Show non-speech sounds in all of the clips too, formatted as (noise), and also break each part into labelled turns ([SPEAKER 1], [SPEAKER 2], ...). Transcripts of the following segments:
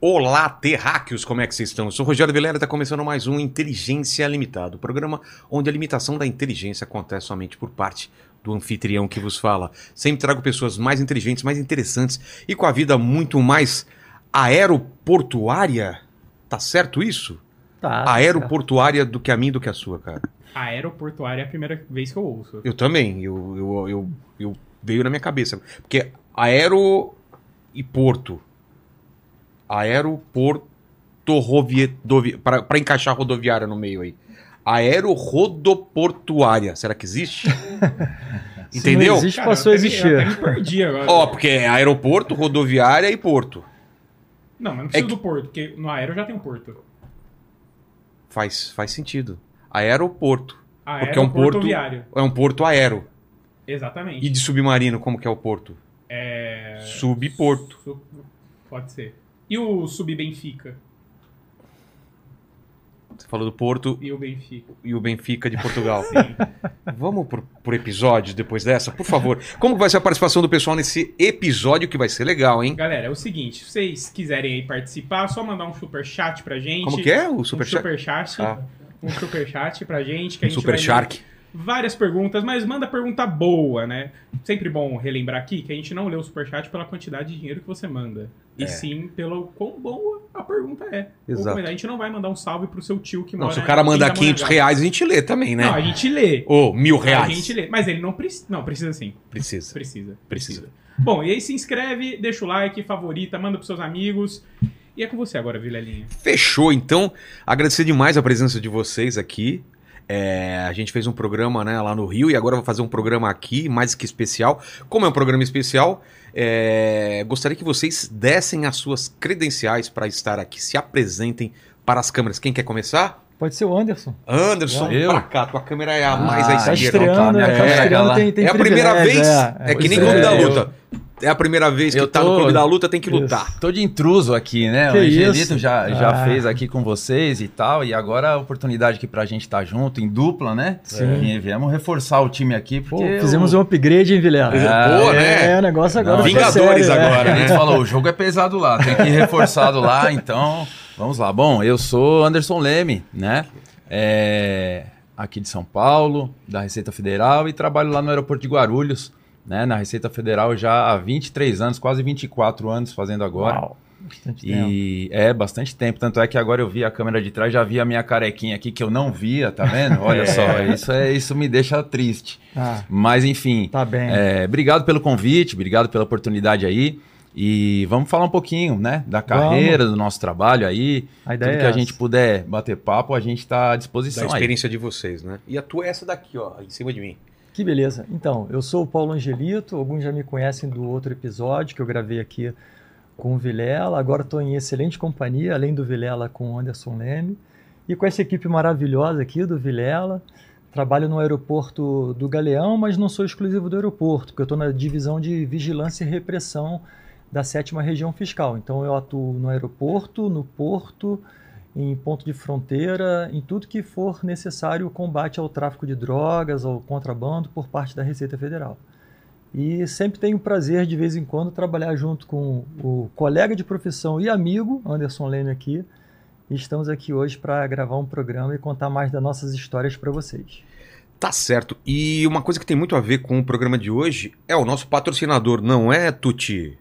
[SPEAKER 1] Olá, terráqueos, como é que vocês estão? Eu sou o Rogério Vilera e está começando mais um Inteligência Limitada, o programa onde a limitação da inteligência acontece somente por parte do anfitrião que vos fala. Sempre trago pessoas mais inteligentes, mais interessantes e com a vida muito mais aeroportuária. Tá certo isso?
[SPEAKER 2] Tá.
[SPEAKER 1] Aeroportuária do que a minha e do que a sua, cara.
[SPEAKER 3] A aeroportuária é a primeira vez que eu ouço.
[SPEAKER 1] Eu também, eu, eu, eu, eu- veio na minha cabeça. Porque aero e porto. Aeroporto para pra encaixar rodoviária no meio aí. Aerorodoportuária. Será que
[SPEAKER 2] (laughs)
[SPEAKER 1] existe?
[SPEAKER 2] Se
[SPEAKER 1] Entendeu?
[SPEAKER 2] não existe, passou a
[SPEAKER 3] eu até me- Eu até
[SPEAKER 2] existir.
[SPEAKER 3] me perdi agora.
[SPEAKER 1] Ó, porque é aeroporto, rodoviária e porto.
[SPEAKER 3] Não, mas não precisa
[SPEAKER 1] É
[SPEAKER 3] do porto, porque no aero já tem um porto.
[SPEAKER 1] Faz, faz sentido. Aeroporto.
[SPEAKER 3] Aero,
[SPEAKER 1] Porque é um porto-
[SPEAKER 3] viário.
[SPEAKER 1] É um porto aero.
[SPEAKER 3] Exatamente.
[SPEAKER 1] E de submarino, como que é o porto?
[SPEAKER 3] É...
[SPEAKER 1] Subporto.
[SPEAKER 3] Su- Pode ser. E o sub-Benfica?
[SPEAKER 1] Você falou do porto
[SPEAKER 3] E o Benfica?
[SPEAKER 1] e o Benfica de Portugal. Vamos por, por episódios depois dessa, por favor. Como vai ser a participação do pessoal nesse episódio que vai ser legal, hein?
[SPEAKER 3] Galera, é o seguinte, se vocês quiserem aí participar, é só mandar um superchat pra gente.
[SPEAKER 1] Como que é o
[SPEAKER 3] Um
[SPEAKER 1] Superchat?
[SPEAKER 3] superchat.
[SPEAKER 1] Ah.
[SPEAKER 3] Um superchat pra gente. Que a
[SPEAKER 1] Um
[SPEAKER 3] gente
[SPEAKER 1] super
[SPEAKER 3] vai ler
[SPEAKER 1] Shark.
[SPEAKER 3] várias perguntas, mas manda pergunta boa, né? Sempre bom relembrar aqui que a gente não lê o superchat pela quantidade de dinheiro que você manda. E
[SPEAKER 1] É.
[SPEAKER 3] sim pelo quão boa a pergunta é. Ou
[SPEAKER 1] Exato.
[SPEAKER 3] como é, A gente não vai mandar um salve pro seu tio que
[SPEAKER 1] Não,
[SPEAKER 3] mora...
[SPEAKER 1] se o cara
[SPEAKER 3] em
[SPEAKER 1] mandar
[SPEAKER 3] Pindamonhangaba.
[SPEAKER 1] 500 reais, a gente lê também, né?
[SPEAKER 3] Não, a gente lê.
[SPEAKER 1] Ou mil
[SPEAKER 3] A
[SPEAKER 1] reais.
[SPEAKER 3] gente lê. Mas ele não precisa... Não, precisa sim.
[SPEAKER 1] Precisa.
[SPEAKER 3] Precisa.
[SPEAKER 1] Precisa.
[SPEAKER 3] Bom, e aí se inscreve, deixa o like, favorita, manda pros seus amigos. E é com você agora, Vilelinha.
[SPEAKER 1] Fechou, então. Agradecer demais a presença de vocês aqui. É, a gente fez um programa né, lá no Rio e agora vou fazer um programa aqui, mais que especial. Como é um programa especial, é, gostaria que vocês dessem as suas credenciais para estar aqui. Se apresentem para as câmeras. Quem quer começar?
[SPEAKER 2] Pode ser o Anderson.
[SPEAKER 1] Anderson,
[SPEAKER 4] Eu?
[SPEAKER 1] pra cá. Tua câmera é a mais à
[SPEAKER 4] Ah,
[SPEAKER 2] Tá
[SPEAKER 1] esquerda.
[SPEAKER 2] estreando, né?
[SPEAKER 4] minha
[SPEAKER 2] Tá
[SPEAKER 1] câmera,
[SPEAKER 2] estreando,
[SPEAKER 4] ela-
[SPEAKER 2] tem, tem
[SPEAKER 1] é a primeira
[SPEAKER 2] privilégio,
[SPEAKER 1] vez.
[SPEAKER 2] É,
[SPEAKER 1] É, que nem
[SPEAKER 2] pois
[SPEAKER 1] Clube
[SPEAKER 4] é,
[SPEAKER 1] da
[SPEAKER 4] eu-
[SPEAKER 1] Luta. É a primeira vez que
[SPEAKER 4] Eu
[SPEAKER 1] tá no
[SPEAKER 4] tô-
[SPEAKER 1] Clube da Luta, tem que
[SPEAKER 2] Isso.
[SPEAKER 1] lutar.
[SPEAKER 4] Tô de intruso aqui, né?
[SPEAKER 2] Que
[SPEAKER 4] o Angelito
[SPEAKER 2] isso?
[SPEAKER 4] já, já
[SPEAKER 2] Ah.
[SPEAKER 4] fez aqui com vocês e tal. E agora a oportunidade aqui pra gente estar junto, em dupla, né?
[SPEAKER 2] Sim.
[SPEAKER 4] E viemos reforçar o time aqui,
[SPEAKER 2] Pô,
[SPEAKER 4] porque.
[SPEAKER 2] fizemos
[SPEAKER 4] o...
[SPEAKER 2] um upgrade, hein, Vilela?
[SPEAKER 4] Ah,
[SPEAKER 1] Boa, né?
[SPEAKER 2] É, o negócio agora
[SPEAKER 4] Não,
[SPEAKER 2] foi
[SPEAKER 1] Vingadores
[SPEAKER 2] sério, né?
[SPEAKER 1] agora,
[SPEAKER 4] A
[SPEAKER 1] né?
[SPEAKER 4] gente falou, o jogo é pesado lá, tem que ir reforçado lá, então vamos lá. Bom, eu sou Anderson Leme, né? É, aqui de São Paulo, da Receita Federal e trabalho lá no aeroporto de Guarulhos, né? Na Receita Federal já há 23 anos, quase 24 anos fazendo agora.
[SPEAKER 2] Uau, bastante tempo.
[SPEAKER 4] E é bastante tempo. Tanto é que agora eu vi a câmera de trás, já vi a minha carequinha aqui que eu não via, tá vendo? Olha
[SPEAKER 1] (laughs) É.
[SPEAKER 4] só, isso, é, isso me deixa triste.
[SPEAKER 2] Ah,
[SPEAKER 4] Mas enfim,
[SPEAKER 2] tá bem.
[SPEAKER 4] é, obrigado pelo convite, obrigado pela oportunidade aí. E vamos falar um pouquinho, né? Da carreira, do nosso trabalho aí.
[SPEAKER 2] a
[SPEAKER 4] Tudo
[SPEAKER 2] ideia
[SPEAKER 4] que
[SPEAKER 2] é
[SPEAKER 4] a gente puder bater papo, a gente tá à
[SPEAKER 1] Da
[SPEAKER 4] disposição aí.
[SPEAKER 1] experiência de vocês, né? E a tua é essa daqui, ó, em cima de mim.
[SPEAKER 2] essa. Que beleza. Então, eu sou o Paulo Angelito, alguns já me conhecem do outro episódio que eu gravei aqui com o Vilela. Agora estou em excelente companhia, além do Vilela, com o Anderson Leme. E com essa equipe maravilhosa aqui do Vilela. Trabalho no aeroporto do Galeão, mas não sou exclusivo do aeroporto, porque eu estou na divisão de vigilância e repressão da sétima região fiscal. Então eu atuo no aeroporto, no porto, em ponto de fronteira, em tudo que for necessário o combate ao tráfico de drogas, ao contrabando por parte da Receita Federal. E sempre tenho o prazer, de vez em quando, trabalhar junto com o colega de profissão e amigo, Anderson Leme aqui. E estamos aqui hoje para gravar um programa e contar mais das nossas histórias para vocês.
[SPEAKER 1] Tá certo. E uma coisa que tem muito a ver com o programa de hoje é o nosso patrocinador, não é, Tuti?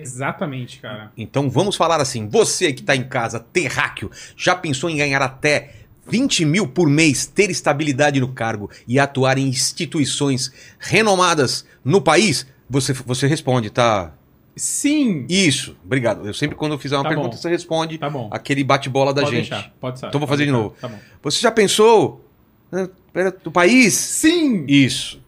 [SPEAKER 3] Exatamente, cara.
[SPEAKER 1] Então vamos falar assim: você que tá em casa, terráqueo, já pensou em ganhar até 20 mil por mês, ter estabilidade no cargo e atuar em instituições renomadas no país? Você, você responde, tá?
[SPEAKER 3] Sim!
[SPEAKER 1] Isso, obrigado. Eu sempre, quando eu fizer uma
[SPEAKER 3] Tá bom.
[SPEAKER 1] pergunta, você responde
[SPEAKER 3] Tá bom.
[SPEAKER 1] aquele bate-bola da
[SPEAKER 3] pode
[SPEAKER 1] gente.
[SPEAKER 3] deixar, pode sair.
[SPEAKER 1] Então vou
[SPEAKER 3] pode
[SPEAKER 1] fazer de
[SPEAKER 3] deixar.
[SPEAKER 1] novo.
[SPEAKER 3] Tá bom.
[SPEAKER 1] Você já pensou né, pera, do país?
[SPEAKER 3] Sim!
[SPEAKER 1] Isso.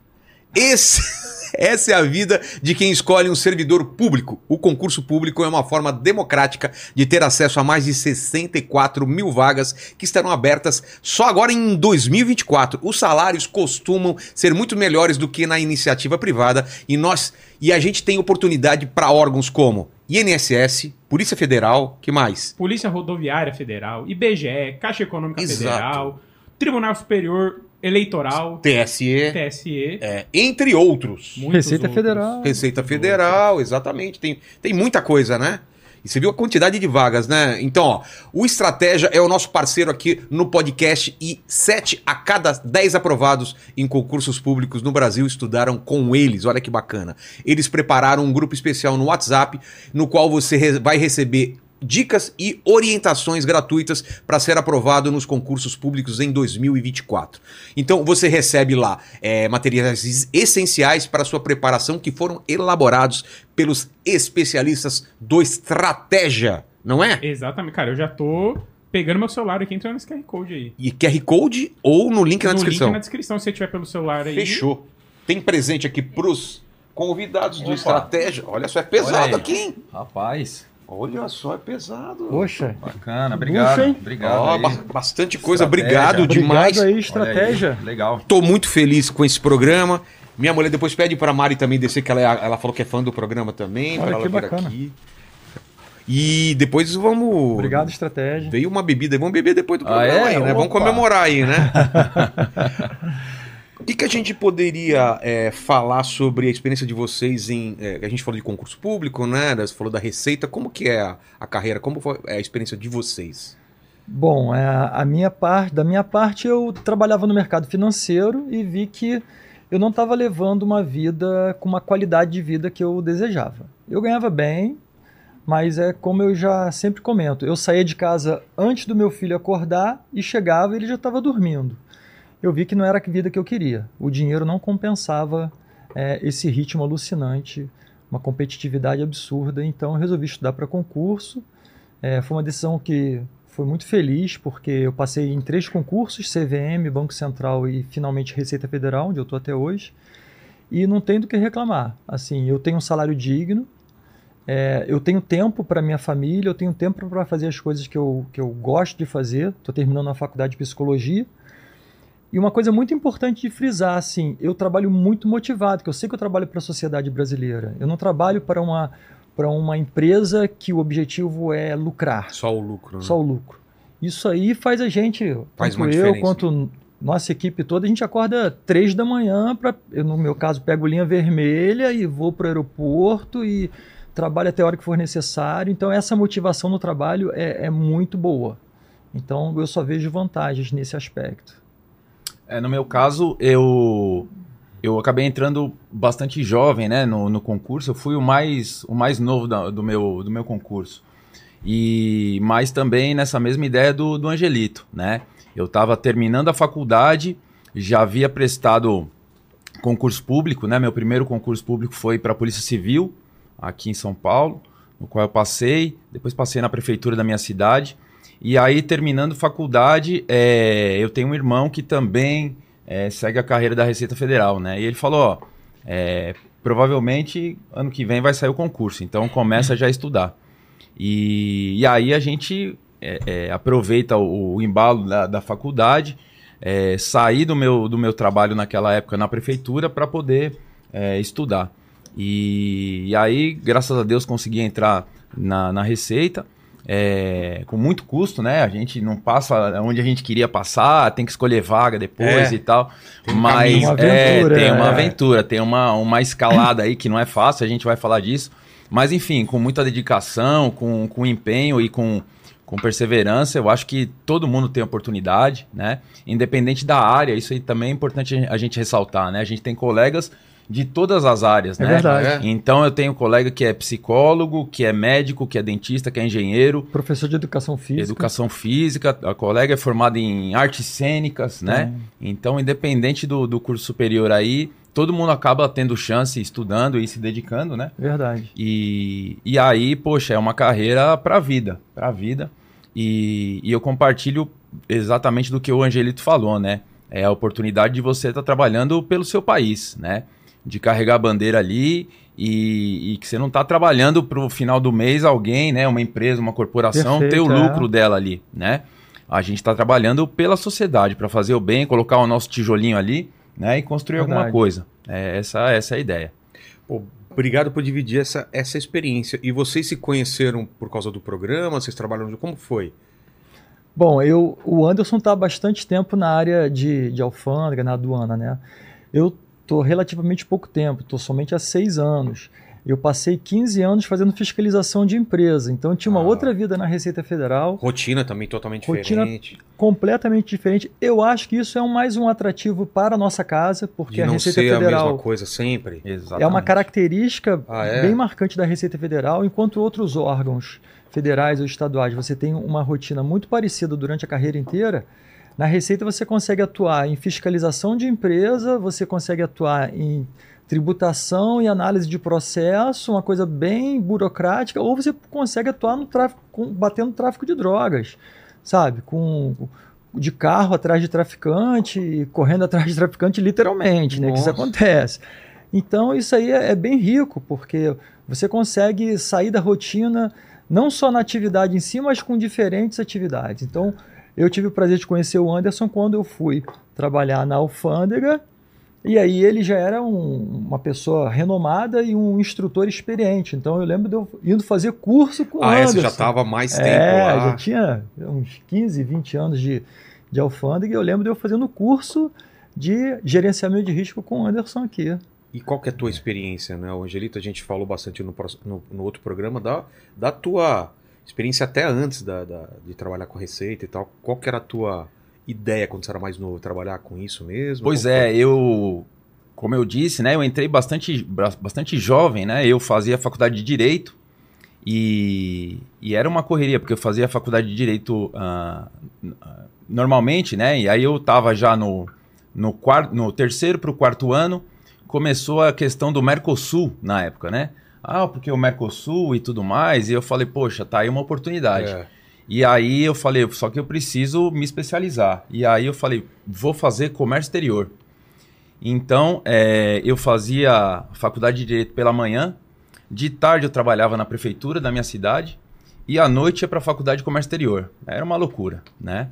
[SPEAKER 1] Esse- (laughs) essa é a vida de quem escolhe um servidor público. O concurso público é uma forma democrática de ter acesso a mais de 64 mil vagas que estarão abertas só agora em 2024. Os salários costumam ser muito melhores do que na iniciativa privada e nós e a gente tem oportunidade para órgãos como INSS, Polícia Federal, que mais?
[SPEAKER 3] Polícia Rodoviária Federal, IBGE, Caixa Econômica
[SPEAKER 1] Exato.
[SPEAKER 3] Federal, Tribunal Superior Eleitoral,
[SPEAKER 1] TSE,
[SPEAKER 3] TSE,
[SPEAKER 1] é, entre outros.
[SPEAKER 3] muitos
[SPEAKER 2] Receita Federal.
[SPEAKER 1] Receita Federal, exatamente. Tem, tem muita coisa, né? E você viu a quantidade de vagas, né? Então, ó, o Estratégia é o nosso parceiro aqui no podcast e 7 a cada 10 aprovados em concursos públicos no Brasil estudaram com eles. Olha que bacana. Eles prepararam um grupo especial no WhatsApp no qual você re- vai receber dicas e orientações gratuitas para ser aprovado nos concursos públicos em 2024. Então você recebe lá eh, materiais es- essenciais para a sua preparação que foram elaborados pelos especialistas do Estratégia, não é?
[SPEAKER 3] Exatamente. Cara, eu já tô pegando meu celular aqui, entrando nesse QR Code aí.
[SPEAKER 1] E QR Code ou no link na
[SPEAKER 3] No
[SPEAKER 1] descrição.
[SPEAKER 3] link na descrição, se você tiver pelo celular aí.
[SPEAKER 1] Fechou. Tem presente aqui pros convidados do
[SPEAKER 4] Opa.
[SPEAKER 1] Estratégia. Olha só, é pesado
[SPEAKER 4] Olha aí.
[SPEAKER 1] aqui, hein?
[SPEAKER 4] Rapaz,
[SPEAKER 1] Olha só, é pesado.
[SPEAKER 2] Poxa,
[SPEAKER 4] bacana,
[SPEAKER 2] Bucha,
[SPEAKER 4] obrigado.
[SPEAKER 2] hein?
[SPEAKER 4] obrigado.
[SPEAKER 1] Ó,
[SPEAKER 4] aí.
[SPEAKER 1] ba- bastante coisa.
[SPEAKER 4] Estratégia.
[SPEAKER 1] Obrigado demais.
[SPEAKER 2] obrigado aí,
[SPEAKER 4] Olha aí,
[SPEAKER 2] estratégia.
[SPEAKER 4] Legal.
[SPEAKER 1] Tô muito feliz com esse programa. Minha mulher depois pede pra Mari também descer, que ela, é a- ela falou que é fã do programa também.
[SPEAKER 2] Olha
[SPEAKER 1] pra ela
[SPEAKER 2] que
[SPEAKER 1] vir
[SPEAKER 2] bacana.
[SPEAKER 1] aqui. E depois vamos.
[SPEAKER 2] Obrigado, estratégia.
[SPEAKER 1] Veio uma bebida, vamos beber depois do
[SPEAKER 4] Ah,
[SPEAKER 1] programa
[SPEAKER 4] é?
[SPEAKER 1] aí, né? Vamos
[SPEAKER 4] Opa.
[SPEAKER 1] comemorar aí, né? (laughs) O que, que a gente poderia é, falar sobre a experiência de vocês em. é, a gente falou de concurso público, né? Você falou da receita. Como que é a, a carreira? Como foi é, a experiência de vocês?
[SPEAKER 2] Bom, é, a minha parte, da minha parte, eu trabalhava no mercado financeiro e vi que eu não estava levando uma vida com uma qualidade de vida que eu desejava. Eu ganhava bem, mas é como eu já sempre comento, eu saía de casa antes do meu filho acordar e chegava e ele já estava dormindo. Eu vi que não era a vida que eu queria. O dinheiro não compensava é, esse ritmo alucinante, uma competitividade absurda. Então, eu resolvi estudar para concurso. É, foi uma decisão que foi muito feliz, porque eu passei em três concursos, CVM, Banco Central e finalmente Receita Federal, onde eu estou até hoje, e não tenho do que reclamar. Assim, eu tenho um salário digno, é, eu tenho tempo para minha família, eu tenho tempo para fazer as coisas que eu, que eu gosto de fazer, estou terminando a faculdade de Psicologia, e uma coisa muito importante de frisar, assim, eu trabalho muito motivado, porque eu sei que eu trabalho para a sociedade brasileira. Eu não trabalho para uma, para uma empresa que o objetivo é lucrar
[SPEAKER 1] Só o lucro. Né?
[SPEAKER 2] só o lucro. Isso aí faz a gente,
[SPEAKER 1] Faz uma
[SPEAKER 2] tanto eu
[SPEAKER 1] diferença.
[SPEAKER 2] quanto nossa equipe toda, a gente acorda três da manhã para, no meu caso, pego linha vermelha e vou para o aeroporto e trabalho até a hora que for necessário. Então essa motivação no trabalho é, é muito boa. Então eu só vejo vantagens nesse aspecto.
[SPEAKER 4] É, no meu caso, eu eu acabei entrando bastante jovem, né, no, no concurso. Eu fui o mais o mais novo da- do meu do meu concurso. E mas também nessa mesma ideia do, do Angelito, né? Eu estava terminando a faculdade, já havia prestado concurso público, né? Meu primeiro concurso público foi para a Polícia Civil aqui em São Paulo, no qual eu passei. Depois passei na prefeitura da minha cidade. E aí, terminando faculdade, é, eu tenho um irmão que também é, segue a carreira da Receita Federal, né? E ele falou, ó, é, provavelmente ano que vem vai sair o concurso, então começa já a estudar. E, e aí a gente é, é, aproveita o, o embalo da, da faculdade, é, saí do meu, do meu trabalho naquela época na prefeitura para poder é, estudar. E, e aí, graças a Deus, consegui entrar na, na Receita é, com muito custo, né? A gente não passa onde a gente queria passar, tem que escolher vaga depois
[SPEAKER 1] É.
[SPEAKER 4] e tal.
[SPEAKER 1] Tem um
[SPEAKER 4] mas
[SPEAKER 1] caminho.
[SPEAKER 2] Uma aventura,
[SPEAKER 4] é, tem uma
[SPEAKER 2] é.
[SPEAKER 4] aventura, tem uma, uma escalada aí que não é fácil, a gente vai falar disso. Mas enfim, com muita dedicação, com, com empenho e com, com perseverança, eu acho que todo mundo tem oportunidade, né? Independente da área, isso aí também é importante a gente ressaltar, né? A gente tem colegas de todas as áreas,
[SPEAKER 2] É
[SPEAKER 4] né?
[SPEAKER 2] verdade.
[SPEAKER 1] É.
[SPEAKER 4] Então eu tenho colega que é psicólogo, que é médico, que é dentista, que é engenheiro,
[SPEAKER 2] Professor de educação física.
[SPEAKER 4] educação física, a colega é formada em artes cênicas, né? Então, independente do, do curso superior aí, todo mundo acaba tendo chance, estudando e se dedicando, né?
[SPEAKER 2] é Verdade.
[SPEAKER 4] E, e aí, poxa, é uma carreira pra vida, pra vida. E, e eu compartilho exatamente do que o Angelito falou, né? É a oportunidade de você estar trabalhando pelo seu país, né? De carregar a bandeira ali e, e que você não está trabalhando pro final do mês alguém, né? Uma empresa, uma corporação, ter o
[SPEAKER 2] Perfeito, é.
[SPEAKER 4] lucro dela ali, né? A gente está trabalhando pela sociedade, para fazer o bem, colocar o nosso tijolinho ali, né? E construir alguma
[SPEAKER 2] Verdade.
[SPEAKER 4] coisa. É, essa, essa é a ideia.
[SPEAKER 1] Pô, obrigado por dividir essa, essa experiência. E vocês se conheceram por causa do programa? Vocês trabalham junto? Como foi?
[SPEAKER 2] Bom, eu, o Anderson está há bastante tempo na área de, de alfândega, na aduana, né? Eu estou relativamente pouco tempo, estou somente há seis anos. Eu passei 15 anos fazendo fiscalização de empresa, então eu tinha uma
[SPEAKER 1] Ah.
[SPEAKER 2] outra vida na Receita Federal,
[SPEAKER 1] Rotina também totalmente
[SPEAKER 2] Rotina
[SPEAKER 1] diferente.
[SPEAKER 2] completamente diferente. Eu acho que isso é um- mais um atrativo para a nossa casa, porque
[SPEAKER 1] De
[SPEAKER 2] a
[SPEAKER 1] não
[SPEAKER 2] Receita
[SPEAKER 1] ser a
[SPEAKER 2] Federal
[SPEAKER 1] mesma coisa sempre.
[SPEAKER 4] Exatamente.
[SPEAKER 2] é uma característica
[SPEAKER 1] Ah, é?
[SPEAKER 2] bem marcante da Receita Federal, enquanto outros órgãos federais ou estaduais você tem uma rotina muito parecida durante a carreira inteira. Na Receita você consegue atuar em fiscalização de empresa, você consegue atuar em tributação e análise de processo, uma coisa bem burocrática, ou você consegue atuar no tráfico, com- batendo tráfico de drogas, sabe? Com de carro atrás de traficante, correndo atrás de traficante literalmente, né? Que isso
[SPEAKER 1] Nossa.
[SPEAKER 2] acontece. Então isso aí é, é bem rico, porque você consegue sair da rotina não só na atividade em si, mas com diferentes atividades. Então eu tive o prazer de conhecer o Anderson quando eu fui trabalhar na alfândega e aí ele já era um- uma pessoa renomada e um instrutor experiente. Então eu lembro de eu indo fazer curso com o
[SPEAKER 1] Ah, essa
[SPEAKER 2] Anderson.
[SPEAKER 1] já tava mais tempo
[SPEAKER 2] É,
[SPEAKER 1] lá.
[SPEAKER 2] já tinha uns 15, 20 anos de, de alfândega e eu lembro de eu fazendo curso de gerenciamento de risco com o Anderson aqui.
[SPEAKER 1] E qual que é a tua experiência, né? O Angelito, a gente falou bastante no, próximo- no- no outro programa da, da tua experiência até antes da, da- de trabalhar com receita e tal. Qual que era a tua ideia quando você era mais novo? Trabalhar com isso mesmo?
[SPEAKER 4] Pois
[SPEAKER 1] Como
[SPEAKER 4] é, eu, como eu disse, né, eu entrei bastante, ba- bastante jovem, né, eu fazia faculdade de Direito e, e era uma correria, porque eu fazia faculdade de Direito ah, n- ah, normalmente, né, e aí eu tava já no, no, quarto, no terceiro para o quarto ano, começou a questão do Mercosul na época, né, ah, porque o Mercosul e tudo mais, e eu falei, poxa, tá aí uma
[SPEAKER 1] foi?
[SPEAKER 4] oportunidade.
[SPEAKER 1] É.
[SPEAKER 4] E aí eu falei, só que eu preciso me especializar. E aí eu falei, vou fazer comércio exterior. Então eh, eu fazia faculdade de direito pela manhã, de tarde eu trabalhava na prefeitura da minha cidade e à noite ia para a faculdade de comércio exterior. Era uma loucura, né?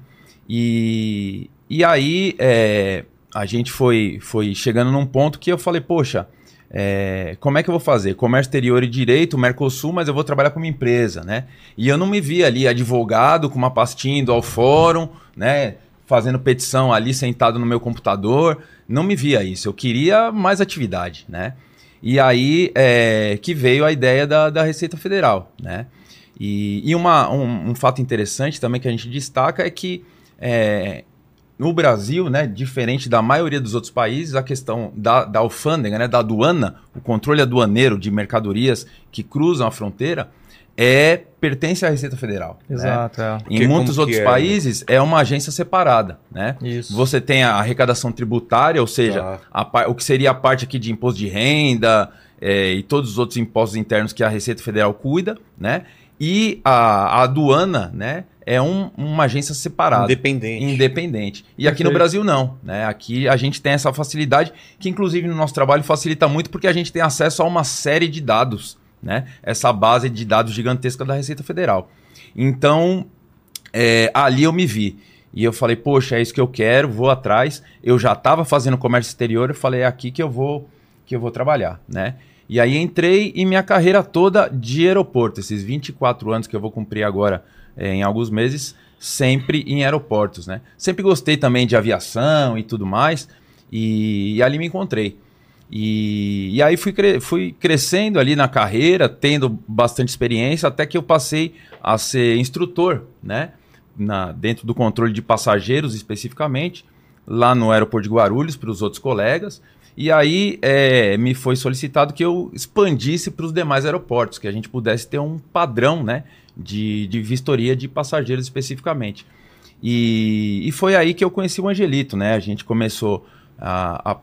[SPEAKER 4] E, e aí eh, a gente foi, foi chegando num ponto que eu falei, poxa, eh, como é que eu vou fazer? Comércio exterior e direito, Mercosul, mas eu vou trabalhar com uma empresa, né? E eu não me via ali advogado com uma pastinha indo ao fórum, né? Fazendo petição ali sentado no meu computador. Não me via isso. Eu queria mais atividade, né? E aí é, que veio a ideia da, da Receita Federal, né? E, e uma- um, um fato interessante também que a gente destaca é que é, no Brasil, né, diferente da maioria dos outros países, a questão da, da alfândega, né, da aduana, o controle aduaneiro de mercadorias que cruzam a fronteira, é pertence à Receita Federal. né?
[SPEAKER 2] Exato, é.
[SPEAKER 4] Em
[SPEAKER 1] Que- como
[SPEAKER 4] muitos
[SPEAKER 1] que
[SPEAKER 4] outros
[SPEAKER 1] é, né?
[SPEAKER 4] países é uma agência separada, né?
[SPEAKER 2] É. Isso.
[SPEAKER 4] Você tem a arrecadação tributária, ou seja,
[SPEAKER 1] Tá.
[SPEAKER 4] a par- o que seria a parte aqui de imposto de renda eh, e todos os outros impostos internos que a Receita Federal cuida, né? E a, a aduana, né? É um- uma agência separada
[SPEAKER 1] Independente.
[SPEAKER 4] independente. E aqui no
[SPEAKER 2] Perfeito.
[SPEAKER 4] Brasil não, né? Aqui a gente tem essa facilidade que inclusive no nosso trabalho facilita muito porque a gente tem acesso a uma série de dados, né? Essa base de dados gigantesca da Receita Federal. Então, é, ali eu me vi. E eu falei, poxa, é isso que eu quero, vou atrás. Eu já estava fazendo comércio exterior, eu falei, é aqui que eu vou que eu vou trabalhar, né? E aí entrei e minha carreira toda de aeroporto, esses 24 anos que eu vou cumprir agora eh, em alguns meses, sempre em aeroportos, né? Sempre gostei também de aviação e tudo mais, e, e ali me encontrei. E, e aí fui, cre- fui crescendo ali na carreira, tendo bastante experiência, até que eu passei a ser instrutor, né? Na, dentro do controle de passageiros especificamente, lá no aeroporto de Guarulhos, para os outros colegas. E aí eh, me foi solicitado que eu expandisse para os demais aeroportos, que a gente pudesse ter um padrão, né? de, de vistoria de passageiros especificamente. E, e foi aí que eu conheci o Angelito, né? A gente começou a, a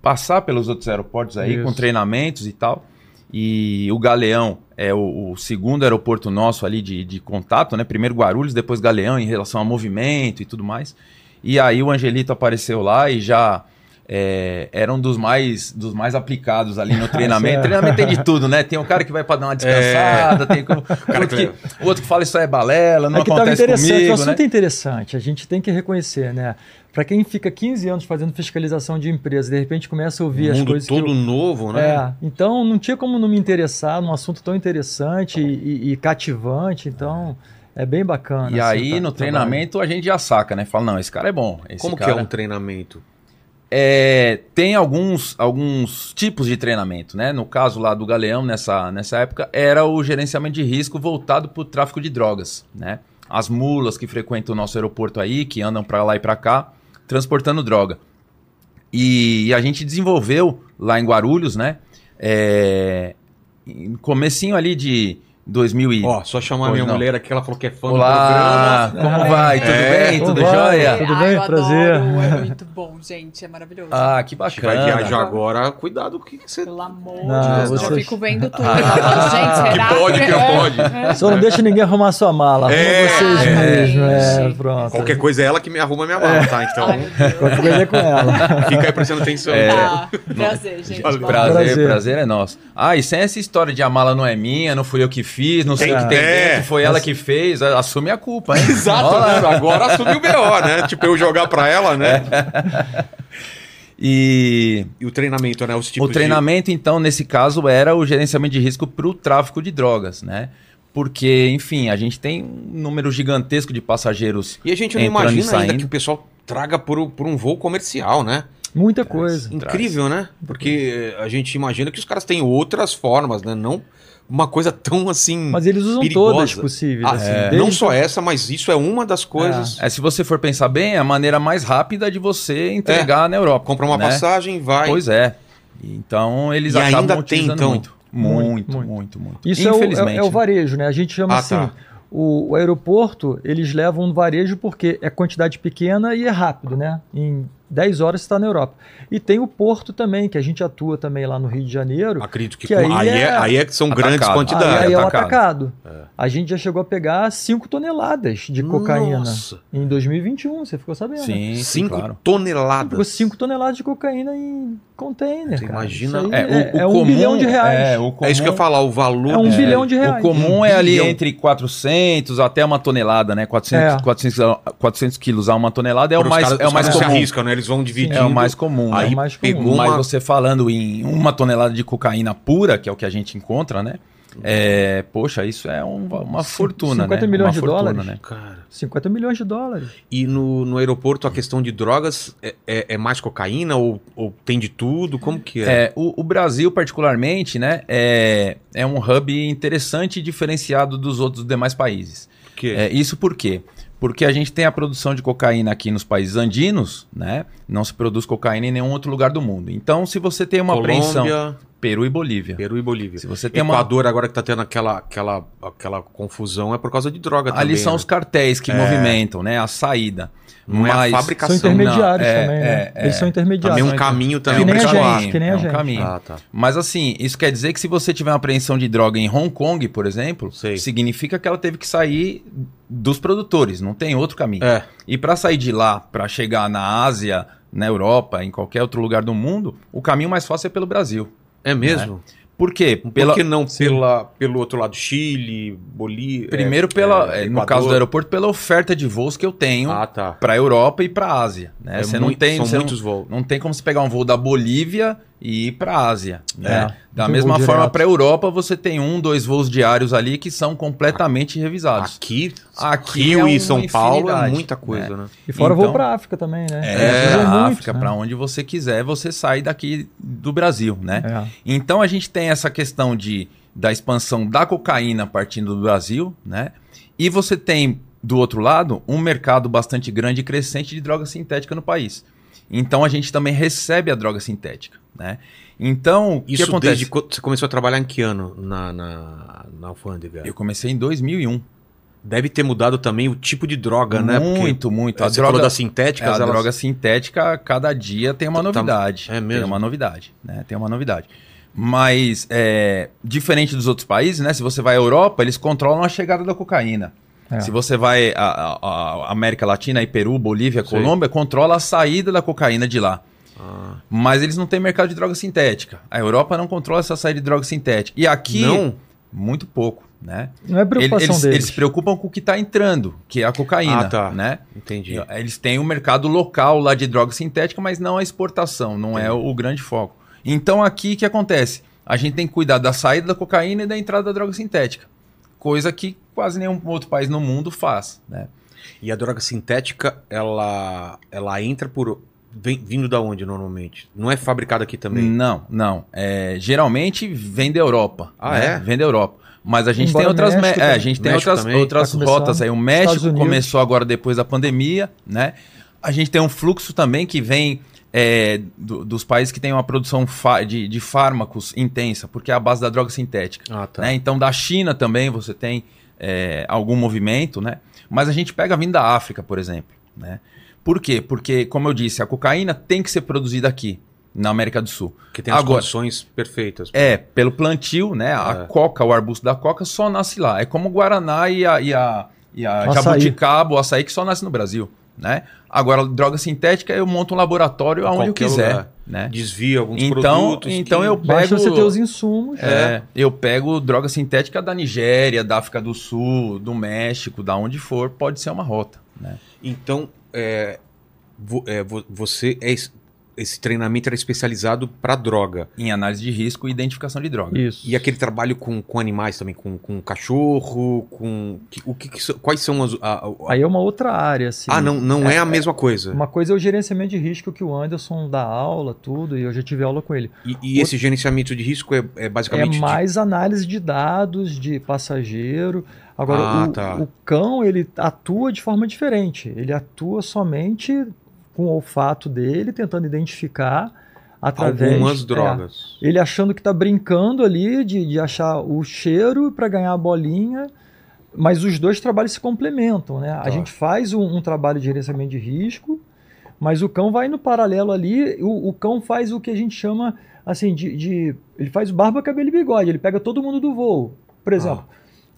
[SPEAKER 4] passar pelos outros aeroportos aí
[SPEAKER 2] Isso.
[SPEAKER 4] com treinamentos e tal. E o Galeão é o, o segundo aeroporto nosso ali de, de contato, né? Primeiro Guarulhos, depois Galeão em relação a movimento e tudo mais. E aí o Angelito apareceu lá e já é, era um dos mais, dos mais aplicados
[SPEAKER 2] (laughs)
[SPEAKER 4] ali no treinamento.
[SPEAKER 2] é.
[SPEAKER 4] Treinamento tem de tudo, né? Tem um cara que vai para dar uma
[SPEAKER 2] (laughs)
[SPEAKER 4] descansada, tem como,
[SPEAKER 1] cara
[SPEAKER 4] outro, que, o outro que fala isso aí é balela,
[SPEAKER 2] é
[SPEAKER 4] não
[SPEAKER 2] que tava
[SPEAKER 4] acontece
[SPEAKER 2] interessante, o
[SPEAKER 4] comigo, né?
[SPEAKER 2] assunto é interessante, a gente tem que reconhecer, né? Para quem fica 15 anos fazendo fiscalização de empresa e de repente começa a ouvir
[SPEAKER 1] Um
[SPEAKER 2] as
[SPEAKER 1] mundo
[SPEAKER 2] coisas que
[SPEAKER 1] todo
[SPEAKER 2] o-
[SPEAKER 1] novo, né?
[SPEAKER 2] É, então não tinha como não me interessar num assunto tão interessante e, e- e cativante, então é bem bacana.
[SPEAKER 4] E
[SPEAKER 2] assim,
[SPEAKER 4] aí
[SPEAKER 2] tá-
[SPEAKER 4] no
[SPEAKER 2] trabalho.
[SPEAKER 4] treinamento a gente já saca, né? Fala, não, esse cara é bom. esse
[SPEAKER 1] Como
[SPEAKER 4] cara-
[SPEAKER 1] que é um treinamento?
[SPEAKER 4] é, tem alguns, alguns tipos de treinamento, né? No caso lá do Galeão, nessa, nessa época, era o gerenciamento de risco voltado para o tráfico de drogas, né? As mulas que frequentam o nosso aeroporto aí, que andam para lá e para cá, transportando droga. E, e a gente desenvolveu lá em Guarulhos, né? É, em comecinho ali de 2000 e...
[SPEAKER 1] Ó, só chamar
[SPEAKER 4] Pois
[SPEAKER 1] minha
[SPEAKER 4] não.
[SPEAKER 1] mulher aqui, ela falou que é fã
[SPEAKER 4] Olá,
[SPEAKER 1] do programa.
[SPEAKER 4] Ah, como vai? Tudo
[SPEAKER 1] É.
[SPEAKER 4] bem? Tudo
[SPEAKER 2] Como vai?
[SPEAKER 4] jóia?
[SPEAKER 2] Tudo bem?
[SPEAKER 5] eu
[SPEAKER 2] Prazer.
[SPEAKER 5] Adoro. É muito bom, gente. É maravilhoso.
[SPEAKER 4] Ah, que
[SPEAKER 1] A gente vai viajar
[SPEAKER 4] bacana.
[SPEAKER 1] agora, cuidado com o que que você...
[SPEAKER 5] Pelo amor
[SPEAKER 2] Não,
[SPEAKER 5] de Deus. Eu
[SPEAKER 2] vocês-
[SPEAKER 5] fico vendo tudo.
[SPEAKER 4] Ah,
[SPEAKER 5] Eu falo, gente,
[SPEAKER 4] que
[SPEAKER 5] será
[SPEAKER 1] pode, que não pode.
[SPEAKER 5] É.
[SPEAKER 2] Só não
[SPEAKER 1] né?
[SPEAKER 2] deixa ninguém arrumar sua mala. Arruma
[SPEAKER 1] É,
[SPEAKER 2] vocês
[SPEAKER 1] é.
[SPEAKER 2] mesmo. É,
[SPEAKER 5] Gente.
[SPEAKER 2] pronto.
[SPEAKER 1] Qualquer coisa é ela que me arruma minha mala, tá?
[SPEAKER 5] (laughs)
[SPEAKER 1] Então,
[SPEAKER 5] Ai, meu
[SPEAKER 2] Qualquer
[SPEAKER 5] Deus.
[SPEAKER 2] coisa é com
[SPEAKER 1] (laughs)
[SPEAKER 2] ela.
[SPEAKER 1] fica aí prestando atenção.
[SPEAKER 5] Tá. Prazer, gente.
[SPEAKER 1] Valeu.
[SPEAKER 5] Bora.
[SPEAKER 4] É. Prazer, prazer,
[SPEAKER 2] Prazer.
[SPEAKER 4] é nosso. Ah, e sem essa história de a mala não é minha, não fui eu que fiz, não sei
[SPEAKER 1] Tem
[SPEAKER 4] o
[SPEAKER 1] que
[SPEAKER 4] que tem
[SPEAKER 1] ter.
[SPEAKER 4] dentro, foi ela que fez, a- assume a culpa, hein?
[SPEAKER 1] (laughs) Exato,
[SPEAKER 4] Olha É. lá.
[SPEAKER 1] né? agora assumiu o BO, né? Tipo, eu jogar pra ela, né?
[SPEAKER 4] E
[SPEAKER 1] E o treinamento, né? Os tipos
[SPEAKER 4] o treinamento, então, nesse caso, era o gerenciamento de risco para o tráfico de drogas, né? Porque, enfim, a gente tem um número gigantesco de passageiros.
[SPEAKER 1] de... E a gente não
[SPEAKER 4] entrando e
[SPEAKER 1] imagina ainda
[SPEAKER 4] saindo.
[SPEAKER 1] que o pessoal traga por, um- por um voo comercial, né?
[SPEAKER 2] Muita coisa.
[SPEAKER 1] Incrível, né? Porque a gente imagina que os caras têm outras formas, né? Não uma coisa tão assim.
[SPEAKER 2] Mas eles usam
[SPEAKER 1] Perigosa.
[SPEAKER 2] todas possíveis.
[SPEAKER 1] Ah,
[SPEAKER 2] assim,
[SPEAKER 1] é.
[SPEAKER 2] desde-
[SPEAKER 1] Não só essa, mas isso é uma das coisas.
[SPEAKER 4] É, se você for pensar bem, é a maneira mais rápida de você entregar na Europa.
[SPEAKER 1] Compra É. uma
[SPEAKER 4] né?
[SPEAKER 1] passagem, vai.
[SPEAKER 4] Pois é. Então eles
[SPEAKER 1] E
[SPEAKER 4] acabam
[SPEAKER 1] ainda tem,
[SPEAKER 4] utilizando
[SPEAKER 1] então?
[SPEAKER 4] muito. Muito,
[SPEAKER 2] Muito,
[SPEAKER 4] muito, muito.
[SPEAKER 2] Isso é o, é-
[SPEAKER 4] Infelizmente.
[SPEAKER 2] é o varejo, né? A gente chama
[SPEAKER 1] Ah,
[SPEAKER 2] assim.
[SPEAKER 1] tá.
[SPEAKER 2] O, o aeroporto, eles levam no varejo porque é quantidade pequena e é rápido, né? Em 10 horas você está na Europa. E tem o porto também, que a gente atua também lá no Rio de Janeiro.
[SPEAKER 1] Acredito que,
[SPEAKER 2] Que
[SPEAKER 1] com- aí, é...
[SPEAKER 2] aí é-
[SPEAKER 1] aí é que são
[SPEAKER 4] Atacado.
[SPEAKER 1] grandes
[SPEAKER 2] Aí,
[SPEAKER 1] quantidades.
[SPEAKER 2] aí é o
[SPEAKER 4] atacado.
[SPEAKER 2] atacado. A gente já chegou a pegar 5 toneladas de cocaína
[SPEAKER 1] Nossa,
[SPEAKER 2] em 2021, você ficou sabendo? né?
[SPEAKER 4] Sim, sim,
[SPEAKER 1] 5
[SPEAKER 4] claro.
[SPEAKER 2] Ficou
[SPEAKER 1] toneladas.
[SPEAKER 2] 5 toneladas de cocaína em container.
[SPEAKER 1] Você
[SPEAKER 2] cara.
[SPEAKER 1] imagina-
[SPEAKER 2] Isso aí
[SPEAKER 4] É, o,
[SPEAKER 2] É,
[SPEAKER 4] o
[SPEAKER 2] é um
[SPEAKER 4] comum-
[SPEAKER 2] bilhão de reais.
[SPEAKER 4] É, o comum,
[SPEAKER 1] É isso que eu ia falar, o valor.
[SPEAKER 2] É um
[SPEAKER 1] de-
[SPEAKER 2] bilhão de
[SPEAKER 4] O
[SPEAKER 2] reais.
[SPEAKER 4] comum é
[SPEAKER 1] Um
[SPEAKER 4] ali
[SPEAKER 1] bilhão.
[SPEAKER 4] entre 400 até uma tonelada, né? 400,
[SPEAKER 2] É.
[SPEAKER 4] 400, a- 400 quilos a uma tonelada é
[SPEAKER 1] Porque
[SPEAKER 4] o
[SPEAKER 1] os
[SPEAKER 4] mais,
[SPEAKER 1] caras-
[SPEAKER 4] é o
[SPEAKER 1] os
[SPEAKER 4] mais
[SPEAKER 1] caras se
[SPEAKER 4] comum.
[SPEAKER 1] arriscam, né? Eles vão dividindo.
[SPEAKER 4] É o mais comum.
[SPEAKER 1] Aí
[SPEAKER 4] né?
[SPEAKER 2] mais comum.
[SPEAKER 1] pegou
[SPEAKER 4] Mas
[SPEAKER 1] uma...
[SPEAKER 4] você falando em uma tonelada de cocaína pura, que é o que a gente encontra, né? É, poxa, isso é um- uma
[SPEAKER 2] Cin-
[SPEAKER 4] fortuna,
[SPEAKER 2] 50
[SPEAKER 4] né?
[SPEAKER 2] milhões
[SPEAKER 4] uma
[SPEAKER 2] de
[SPEAKER 4] fortuna,
[SPEAKER 2] dólares.
[SPEAKER 4] né?
[SPEAKER 1] Cara.
[SPEAKER 2] 50 milhões de dólares.
[SPEAKER 1] E no, no aeroporto a questão de drogas é, é- é mais cocaína ou, ou tem de tudo? Como que é?
[SPEAKER 4] É, o, o Brasil, particularmente, né, é, é um hub interessante e diferenciado dos outros demais países.
[SPEAKER 1] Porque
[SPEAKER 4] É, isso por quê? Porque a gente tem a produção de cocaína aqui nos países andinos, né? Não se produz cocaína em nenhum outro lugar do mundo. Então, se você tem uma
[SPEAKER 1] Colômbia,
[SPEAKER 4] apreensão, Peru e Bolívia.
[SPEAKER 1] Peru e Bolívia.
[SPEAKER 4] Se você tem uma.
[SPEAKER 1] Equador agora que tá tendo aquela, aquela, aquela confusão é por causa de droga
[SPEAKER 4] Ali
[SPEAKER 1] também.
[SPEAKER 4] são
[SPEAKER 1] né?
[SPEAKER 4] os cartéis que movimentam, né? A saída.
[SPEAKER 1] Não
[SPEAKER 4] mas-
[SPEAKER 1] é a
[SPEAKER 2] São
[SPEAKER 1] fabricação.
[SPEAKER 2] intermediários
[SPEAKER 4] Não, é,
[SPEAKER 2] também, né?
[SPEAKER 4] é,
[SPEAKER 2] Eles são intermediários. né?
[SPEAKER 1] Também um caminho também
[SPEAKER 2] Que nem
[SPEAKER 1] pra
[SPEAKER 2] a gente,
[SPEAKER 1] escoar.
[SPEAKER 2] que nem a
[SPEAKER 4] é um
[SPEAKER 2] gente.
[SPEAKER 4] caminho.
[SPEAKER 1] Ah, tá.
[SPEAKER 4] Mas assim, isso quer dizer que se você tiver uma apreensão de droga em Hong Kong, por exemplo,
[SPEAKER 1] Sei.
[SPEAKER 4] significa que ela teve que sair dos produtores, não tem outro caminho.
[SPEAKER 1] É.
[SPEAKER 4] E para sair de lá, para chegar na Ásia, na Europa, em qualquer outro lugar do mundo, o caminho mais fácil é pelo Brasil.
[SPEAKER 1] É mesmo?
[SPEAKER 4] Por quê?
[SPEAKER 1] Por
[SPEAKER 4] Né? Pela-
[SPEAKER 1] que não
[SPEAKER 2] Sim.
[SPEAKER 1] pela, pelo outro lado? Chile, é, Bolívia.
[SPEAKER 4] primeiro, pela, eh, no caso do aeroporto, pela oferta de voos que eu tenho
[SPEAKER 1] Ah,
[SPEAKER 4] pra
[SPEAKER 1] tá.
[SPEAKER 4] para Europa e para Ásia. Né?
[SPEAKER 1] É
[SPEAKER 4] você não
[SPEAKER 1] muito-
[SPEAKER 4] tem,
[SPEAKER 1] são
[SPEAKER 4] você não-
[SPEAKER 1] muitos voos.
[SPEAKER 4] Não tem como se pegar um voo da Bolívia e ir para Ásia. né?
[SPEAKER 2] É,
[SPEAKER 4] da
[SPEAKER 2] tem
[SPEAKER 4] mesma
[SPEAKER 2] voo
[SPEAKER 4] forma,
[SPEAKER 2] direto.
[SPEAKER 4] para Europa, você tem um, dois voos diários ali que são completamente revisados.
[SPEAKER 1] Aqui,
[SPEAKER 4] Aqui
[SPEAKER 1] Rio
[SPEAKER 4] é
[SPEAKER 1] e
[SPEAKER 4] uma
[SPEAKER 1] São Paulo é
[SPEAKER 4] infinidade,
[SPEAKER 1] muita coisa, né?
[SPEAKER 2] E fora
[SPEAKER 4] Então-
[SPEAKER 2] vou pra África também, né?
[SPEAKER 4] É,
[SPEAKER 2] Eles usam
[SPEAKER 4] pra
[SPEAKER 2] muito,
[SPEAKER 4] África,
[SPEAKER 2] né?
[SPEAKER 4] para onde você quiser, você sai daqui do Brasil, né?
[SPEAKER 2] É.
[SPEAKER 4] Então a gente tem essa questão de, da expansão da cocaína partindo do Brasil, né? E você tem, do outro lado, um mercado bastante grande e crescente de droga sintética no país. Então a gente também recebe a droga sintética, né? Então, o que
[SPEAKER 1] Isso
[SPEAKER 4] acontece?
[SPEAKER 1] desde quando você começou a trabalhar em que ano na, na, na alfândega?
[SPEAKER 4] Eu comecei em 2001.
[SPEAKER 1] Deve ter mudado também o tipo de droga, né? Porque
[SPEAKER 4] Muito, muito. A
[SPEAKER 1] você falou
[SPEAKER 4] droga,
[SPEAKER 1] das
[SPEAKER 4] é, a
[SPEAKER 1] sintéticas, elas-
[SPEAKER 4] droga sintética, cada dia tem uma
[SPEAKER 1] Tá- tá-
[SPEAKER 4] novidade.
[SPEAKER 1] é mesmo?
[SPEAKER 4] Tem uma novidade, né? Tem uma novidade. Mas, é, diferente dos outros países, né? Se você vai à Europa, eles controlam a chegada da cocaína.
[SPEAKER 2] É.
[SPEAKER 4] Se você vai à, à- à América Latina, aí Peru, Bolívia,
[SPEAKER 1] Sim.
[SPEAKER 4] Colômbia, controla a saída da cocaína de lá.
[SPEAKER 1] Ah,
[SPEAKER 4] Mas eles não têm mercado de droga sintética. A Europa não controla essa saída de droga sintética. E aqui,
[SPEAKER 1] não?
[SPEAKER 4] muito pouco, né?
[SPEAKER 2] Não é
[SPEAKER 4] Ele-
[SPEAKER 2] preocupação
[SPEAKER 4] eles,
[SPEAKER 2] deles.
[SPEAKER 4] eles se preocupam com o que está entrando, que é a cocaína,
[SPEAKER 1] Ah, tá.
[SPEAKER 4] né?
[SPEAKER 1] Entendi.
[SPEAKER 4] Eles têm o mercado local lá de droga sintética, mas não a exportação, não é o grande foco. Então aqui o que acontece? A gente tem que cuidar da saída da cocaína e da entrada da droga sintética. Coisa que quase nenhum outro país no mundo faz, né?
[SPEAKER 1] E a droga sintética, ela, ela entra por, Vem- vindo da onde normalmente? Não é fabricado aqui também?
[SPEAKER 4] Não, não. É, geralmente vem da Europa. né?
[SPEAKER 1] Ah, é?
[SPEAKER 4] Vem da Europa. Mas a gente
[SPEAKER 2] Embora
[SPEAKER 4] tem outras,
[SPEAKER 2] México
[SPEAKER 4] me- é, a
[SPEAKER 2] também.
[SPEAKER 4] gente tem
[SPEAKER 1] México
[SPEAKER 4] outras,
[SPEAKER 1] também
[SPEAKER 4] outras
[SPEAKER 2] tá começando.
[SPEAKER 4] rotas aí. O México
[SPEAKER 2] Unidos.
[SPEAKER 4] começou agora depois da pandemia, né? A gente tem um fluxo também que vem é, do- dos países que tem uma produção fa- de, de fármacos intensa, porque é a base da droga sintética.
[SPEAKER 1] Ah, tá.
[SPEAKER 4] né? Então, da China também você tem é, algum movimento, né? Mas a gente pega vindo da África, por exemplo, né? Por quê? Porque, como eu disse, a cocaína tem que ser produzida aqui, na América do Sul.
[SPEAKER 1] Que tem as
[SPEAKER 4] Agora-
[SPEAKER 1] condições perfeitas.
[SPEAKER 4] É, pelo plantio, né? A
[SPEAKER 1] É.
[SPEAKER 4] coca, o arbusto da coca só nasce lá. É como o Guaraná e a, e a, e a
[SPEAKER 2] Açaí.
[SPEAKER 4] jabuticaba, o açaí que só nasce no Brasil, né? Agora, droga sintética, eu monto um laboratório
[SPEAKER 1] Em
[SPEAKER 4] aonde eu
[SPEAKER 1] qualquer
[SPEAKER 4] quiser,
[SPEAKER 1] lugar.
[SPEAKER 4] né?
[SPEAKER 1] Desvia alguns
[SPEAKER 4] Então,
[SPEAKER 1] produtos.
[SPEAKER 4] então
[SPEAKER 1] que-
[SPEAKER 4] eu
[SPEAKER 2] Basta
[SPEAKER 4] pego...
[SPEAKER 2] você ter os insumos. né?
[SPEAKER 4] É, eu pego droga sintética da Nigéria, da África do Sul, do México, da onde for, pode ser uma rota, né?
[SPEAKER 1] Então, é, vo- é, vo- você é es- esse treinamento era especializado para droga.
[SPEAKER 4] Em análise de risco e identificação de droga.
[SPEAKER 2] Isso.
[SPEAKER 1] E aquele trabalho com, com animais também, com, com cachorro, com que- o que, que so- quais são as a- a-
[SPEAKER 2] Aí é uma outra área, assim.
[SPEAKER 1] ah, não, não é, a mesma coisa.
[SPEAKER 2] Uma coisa é o gerenciamento de risco que o Anderson dá aula, tudo, e eu já tive aula com ele.
[SPEAKER 1] E, e esse gerenciamento de risco é, é
[SPEAKER 2] É
[SPEAKER 1] basicamente de-
[SPEAKER 2] mais análise de dados de passageiro. Agora,
[SPEAKER 1] Ah,
[SPEAKER 2] o,
[SPEAKER 1] tá.
[SPEAKER 2] o cão, ele atua de forma diferente. Ele atua somente com o olfato dele, tentando identificar através...
[SPEAKER 1] algumas
[SPEAKER 2] é,
[SPEAKER 1] drogas.
[SPEAKER 2] ele achando que está brincando ali de, de achar o cheiro para ganhar a bolinha, mas os dois trabalhos se complementam, né?
[SPEAKER 1] Tá.
[SPEAKER 2] A gente faz um, um trabalho de gerenciamento de risco, mas o cão vai no paralelo ali, o, o cão faz o que a gente chama assim de, de- ele faz o barba, cabelo e bigode, ele pega todo mundo do voo,
[SPEAKER 1] Ah.
[SPEAKER 2] por exemplo.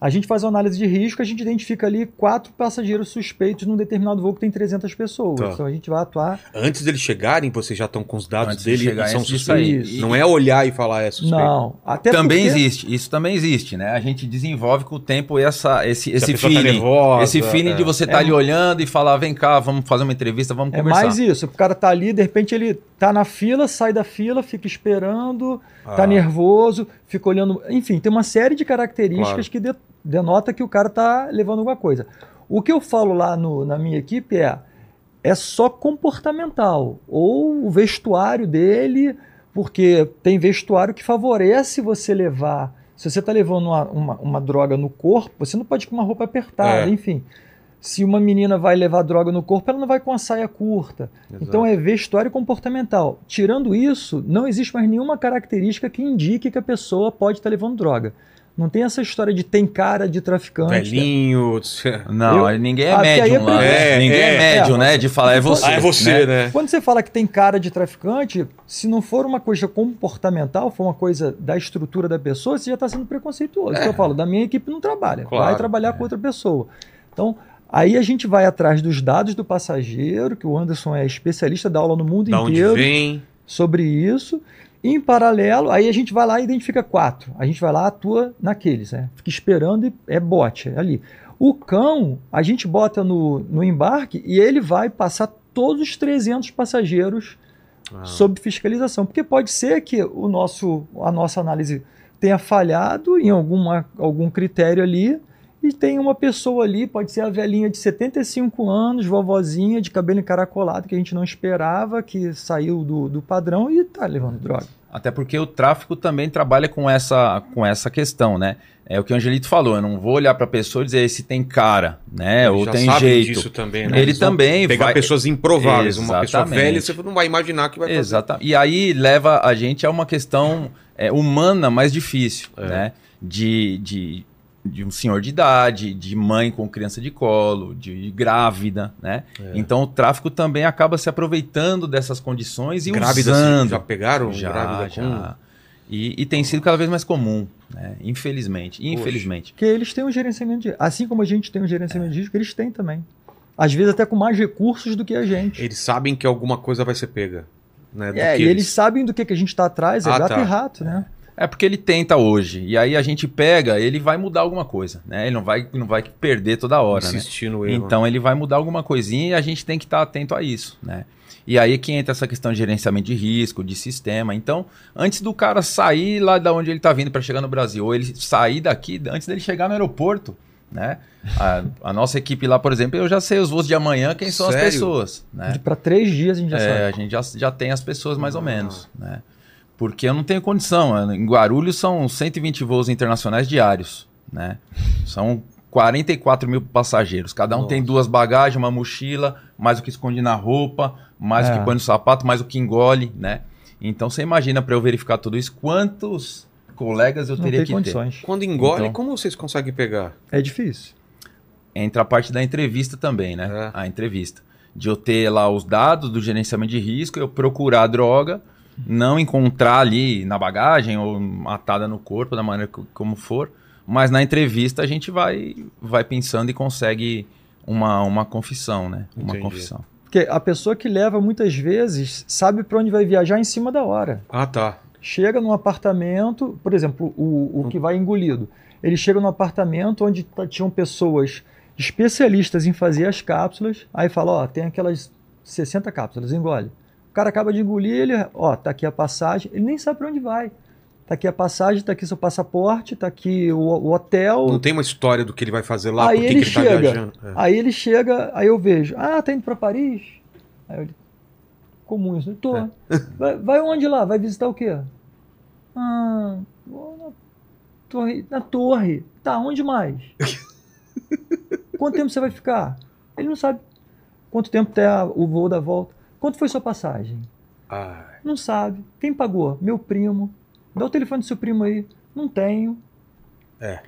[SPEAKER 2] A gente faz uma análise de risco, a gente identifica ali quatro passageiros suspeitos num determinado voo que tem 300 pessoas.
[SPEAKER 1] Tá.
[SPEAKER 2] Então a gente vai atuar
[SPEAKER 1] Antes deles chegarem, vocês já estão com os dados
[SPEAKER 4] Antes de
[SPEAKER 1] dele
[SPEAKER 4] chegar,
[SPEAKER 1] e são
[SPEAKER 4] antes de
[SPEAKER 1] suspeitos.
[SPEAKER 4] sair.
[SPEAKER 2] Isso.
[SPEAKER 1] Não é olhar e falar é suspeito.
[SPEAKER 2] Não, até
[SPEAKER 4] também
[SPEAKER 2] porque-
[SPEAKER 4] existe, isso também existe, né? A gente desenvolve com o tempo essa, esse,
[SPEAKER 1] Se a
[SPEAKER 4] esse
[SPEAKER 1] pessoa tá
[SPEAKER 4] feeling.
[SPEAKER 1] nervosa,
[SPEAKER 4] esse feeling
[SPEAKER 1] é.
[SPEAKER 4] de você estar
[SPEAKER 2] É.
[SPEAKER 4] ali olhando e falar, vem cá, vamos fazer uma entrevista, vamos
[SPEAKER 2] É
[SPEAKER 4] conversar.
[SPEAKER 2] mais isso, o cara tá ali, de repente ele tá na fila, sai da fila, fica esperando,
[SPEAKER 1] Ah.
[SPEAKER 2] tá nervoso, fica olhando. Enfim, tem uma série de características que de- denota que o cara tá levando alguma coisa. O que eu falo lá no- na minha equipe é: é só comportamental, ou o vestuário dele, porque tem vestuário que favorece você levar. Se você está levando uma, uma, uma droga no corpo, você não pode ir com uma roupa apertada,
[SPEAKER 1] É.
[SPEAKER 2] enfim. Se uma menina vai levar droga no corpo, ela não vai com a saia curta. Então é vestuário comportamental. Tirando isso, não existe mais nenhuma característica que indique que a pessoa pode estar levando droga. Não tem essa história de tem cara de traficante.
[SPEAKER 1] velhinho.
[SPEAKER 4] Não, ninguém é
[SPEAKER 2] Ah, porque aí
[SPEAKER 4] médium
[SPEAKER 2] é
[SPEAKER 4] lá. né?
[SPEAKER 1] preconceito.
[SPEAKER 4] ninguém é,
[SPEAKER 1] É,
[SPEAKER 4] médium,
[SPEAKER 2] é.
[SPEAKER 4] né? De falar, é você.
[SPEAKER 1] Ah, é você, né?
[SPEAKER 2] Quando você fala que tem cara de traficante, se não for uma coisa comportamental, for uma coisa da estrutura da pessoa, você já está sendo preconceituoso. Então eu falo, da minha equipe não trabalha,
[SPEAKER 1] É. Claro, É.
[SPEAKER 2] vai trabalhar com outra pessoa. Então, aí a gente vai atrás dos dados do passageiro, que o Anderson é especialista, dá aula no mundo
[SPEAKER 1] Da onde
[SPEAKER 2] inteiro
[SPEAKER 1] vem?
[SPEAKER 2] sobre isso. E, em paralelo, aí a gente vai lá e identifica quatro. A gente vai lá, atua naqueles, né? Fica esperando e é bote é ali. O cão, a gente bota no, no embarque e ele vai passar todos os 300 passageiros
[SPEAKER 1] Ah.
[SPEAKER 2] sob fiscalização. Porque pode ser que o nosso, a nossa análise tenha falhado em alguma, algum critério ali e tem uma pessoa ali, pode ser a velhinha de 75 anos, vovozinha, de cabelo encaracolado, que a gente não esperava, que saiu do, do padrão e tá levando droga.
[SPEAKER 4] Até porque o tráfico também trabalha com essa, com essa questão, né? É o que o Angelito falou, eu não vou olhar pra pessoa e dizer se tem cara, né?
[SPEAKER 1] Eles
[SPEAKER 4] Ou
[SPEAKER 1] já
[SPEAKER 4] tem
[SPEAKER 1] sabem
[SPEAKER 4] jeito.
[SPEAKER 1] disso também, né?
[SPEAKER 4] Ele
[SPEAKER 1] Eles vão
[SPEAKER 4] também
[SPEAKER 1] Pegar
[SPEAKER 4] vai...
[SPEAKER 1] pessoas improváveis. Uma pessoa
[SPEAKER 4] Exatamente.
[SPEAKER 1] velha, você não vai imaginar que vai fazer.
[SPEAKER 4] Exatamente. E aí leva a gente a uma questão é, humana mais difícil,
[SPEAKER 1] É.
[SPEAKER 4] né? De, de, de um senhor de idade, de mãe com criança de colo, de grávida, né?
[SPEAKER 1] É.
[SPEAKER 4] Então o tráfico também acaba se aproveitando dessas condições e
[SPEAKER 1] Grávida,
[SPEAKER 4] usando.
[SPEAKER 1] assim, já pegaram?
[SPEAKER 4] Já,
[SPEAKER 1] grávida com-
[SPEAKER 4] já. E, e tem sido cada vez mais comum, né? Infelizmente, infelizmente.
[SPEAKER 2] Porque eles têm um gerenciamento de Assim como a gente tem um gerenciamento de risco, eles têm também. Às vezes até com mais recursos do que a gente.
[SPEAKER 1] Eles sabem que alguma coisa vai ser pega. Né? Do
[SPEAKER 2] É,
[SPEAKER 1] que
[SPEAKER 2] e eles sabem do que, que a gente está atrás, é
[SPEAKER 1] Ah,
[SPEAKER 2] gato
[SPEAKER 1] tá.
[SPEAKER 2] e rato, né?
[SPEAKER 4] É porque ele tenta hoje, e aí a gente pega, ele vai mudar alguma coisa, né? Ele não vai, não vai perder toda hora, né?
[SPEAKER 1] insistir no erro.
[SPEAKER 4] Então ele vai mudar alguma coisinha e a gente tem que estar atento a isso, né? E aí que entra essa questão de gerenciamento de risco, de sistema. Então, antes do tá cara sair lá da onde ele está vindo para chegar no Brasil, ou ele sair daqui, antes dele chegar no aeroporto, né? A, a nossa equipe lá, por exemplo, eu já sei os voos de amanhã, quem são
[SPEAKER 1] Sério?
[SPEAKER 4] as pessoas, né?
[SPEAKER 2] Para três dias a gente já
[SPEAKER 4] É,
[SPEAKER 2] sabe.
[SPEAKER 4] a gente já, já tem as pessoas mais ou
[SPEAKER 1] Ah.
[SPEAKER 4] menos, né? Porque eu não tenho condição. Em Guarulhos são 120 voos internacionais diários, né? São 44 mil passageiros. Cada um tem
[SPEAKER 1] Nossa.
[SPEAKER 4] duas bagagens, uma mochila, mais o que esconde na roupa, mais o
[SPEAKER 2] É.
[SPEAKER 4] que põe no sapato, mais o que engole, né? Então você imagina para eu verificar tudo isso, quantos colegas eu
[SPEAKER 2] Não
[SPEAKER 4] teria
[SPEAKER 2] tem
[SPEAKER 4] que
[SPEAKER 2] condições.
[SPEAKER 1] Quando engole,
[SPEAKER 4] Então.
[SPEAKER 1] como vocês conseguem pegar?
[SPEAKER 2] É difícil.
[SPEAKER 4] ter? Entra a parte da entrevista também, né?
[SPEAKER 1] É.
[SPEAKER 4] A entrevista. De eu ter lá os dados do gerenciamento de risco, eu procurar a droga, não encontrar ali na bagagem ou atada no corpo, da maneira co- como for, mas na entrevista a gente vai, vai pensando e consegue uma, uma confissão, né? Uma
[SPEAKER 1] Entendi.
[SPEAKER 4] confissão.
[SPEAKER 2] Porque a pessoa que leva muitas vezes sabe para onde vai viajar em cima da hora.
[SPEAKER 1] Ah, tá.
[SPEAKER 2] chega num apartamento, por exemplo, o, o que vai engolido. Ele chega num apartamento onde tá- tinham pessoas especialistas em fazer as cápsulas, aí fala, ó, tem aquelas 60 cápsulas, engole. O cara acaba de engolir, ele, ó, tá aqui a passagem, ele nem sabe para onde vai. Tá aqui a passagem, tá aqui seu passaporte, tá aqui o, o hotel. tá
[SPEAKER 1] Não tem uma história do que ele vai fazer lá,
[SPEAKER 2] Aí
[SPEAKER 1] por que que
[SPEAKER 2] ele
[SPEAKER 1] ele tá
[SPEAKER 2] chega.
[SPEAKER 1] viajando. É.
[SPEAKER 2] Aí ele chega, aí eu vejo, ah, tá indo para Paris? Aí eu digo, comum isso, tô.
[SPEAKER 1] É.
[SPEAKER 2] (laughs) Vai, vai onde lá? Vai visitar o quê? Ah, vou na torre, na torre. Tá,
[SPEAKER 1] (laughs)
[SPEAKER 2] onde mais? Quanto tempo você vai ficar? Ele não sabe. Quanto tempo tem a- o voo da volta? Quanto foi sua passagem?
[SPEAKER 1] Ah,
[SPEAKER 2] Não sabe. Quem pagou? Meu primo. Dá o telefone do seu primo aí. Não tenho.
[SPEAKER 1] É.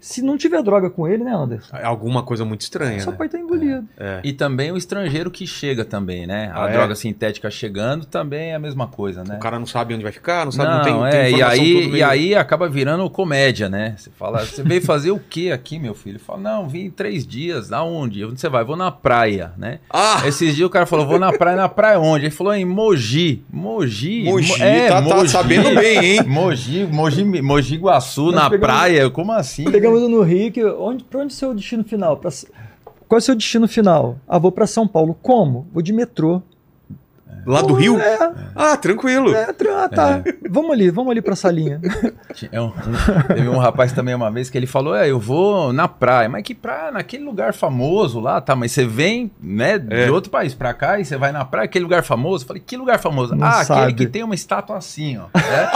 [SPEAKER 2] Se não tiver droga com ele, né, Anderson?
[SPEAKER 1] alguma coisa muito estranha,
[SPEAKER 2] Só
[SPEAKER 1] né?
[SPEAKER 2] pode tá estar engolido.
[SPEAKER 1] É.
[SPEAKER 4] E também o estrangeiro que chega também, né? A
[SPEAKER 1] Ah, é?
[SPEAKER 4] droga sintética chegando também é a mesma coisa, né?
[SPEAKER 1] O cara não sabe onde vai ficar, não sabe, não, tem,
[SPEAKER 4] não, é,
[SPEAKER 1] tem
[SPEAKER 4] e
[SPEAKER 1] informação tudo
[SPEAKER 4] aí, e
[SPEAKER 1] meio-
[SPEAKER 4] aí acaba virando comédia, né? Você fala, você veio fazer o que aqui, meu filho? Fala, não, vim três dias, aonde? Onde você vai? Vou na praia,
[SPEAKER 1] (laughs)
[SPEAKER 4] né?
[SPEAKER 1] Ah!
[SPEAKER 4] Esses dias o cara falou, vou na praia, na praia onde? Ele falou, em Mogi. Mogi.
[SPEAKER 1] Mogi,
[SPEAKER 4] Mo- é,
[SPEAKER 1] tá, tá
[SPEAKER 4] Mogi.
[SPEAKER 1] sabendo bem, hein?
[SPEAKER 4] Mogi, Mogi, Mogi Guaçu,
[SPEAKER 2] Nós
[SPEAKER 4] na
[SPEAKER 2] pegamos-
[SPEAKER 4] praia, como assim?
[SPEAKER 2] Pegamos no Rio, que onde, pra onde é o seu destino final? Pra S- qual é o seu destino final? Ah, vou pra São Paulo. Como? Vou de metrô.
[SPEAKER 1] Lá do
[SPEAKER 2] Pô,
[SPEAKER 1] Rio?
[SPEAKER 2] É,
[SPEAKER 1] Ah, tranquilo.
[SPEAKER 2] é, tr- ah, tá. Vamos ali, vamos ali pra salinha.
[SPEAKER 4] É um- teve um rapaz também uma vez que ele falou: É, eu vou na praia. Mas que praia? Naquele lugar famoso lá, tá? Mas você vem, né, de
[SPEAKER 1] É.
[SPEAKER 4] outro país pra cá e você vai na praia, aquele lugar famoso. Eu falei: Que lugar famoso?
[SPEAKER 2] Não
[SPEAKER 4] ah,
[SPEAKER 2] sabe.
[SPEAKER 4] aquele que tem uma estátua assim, ó. né?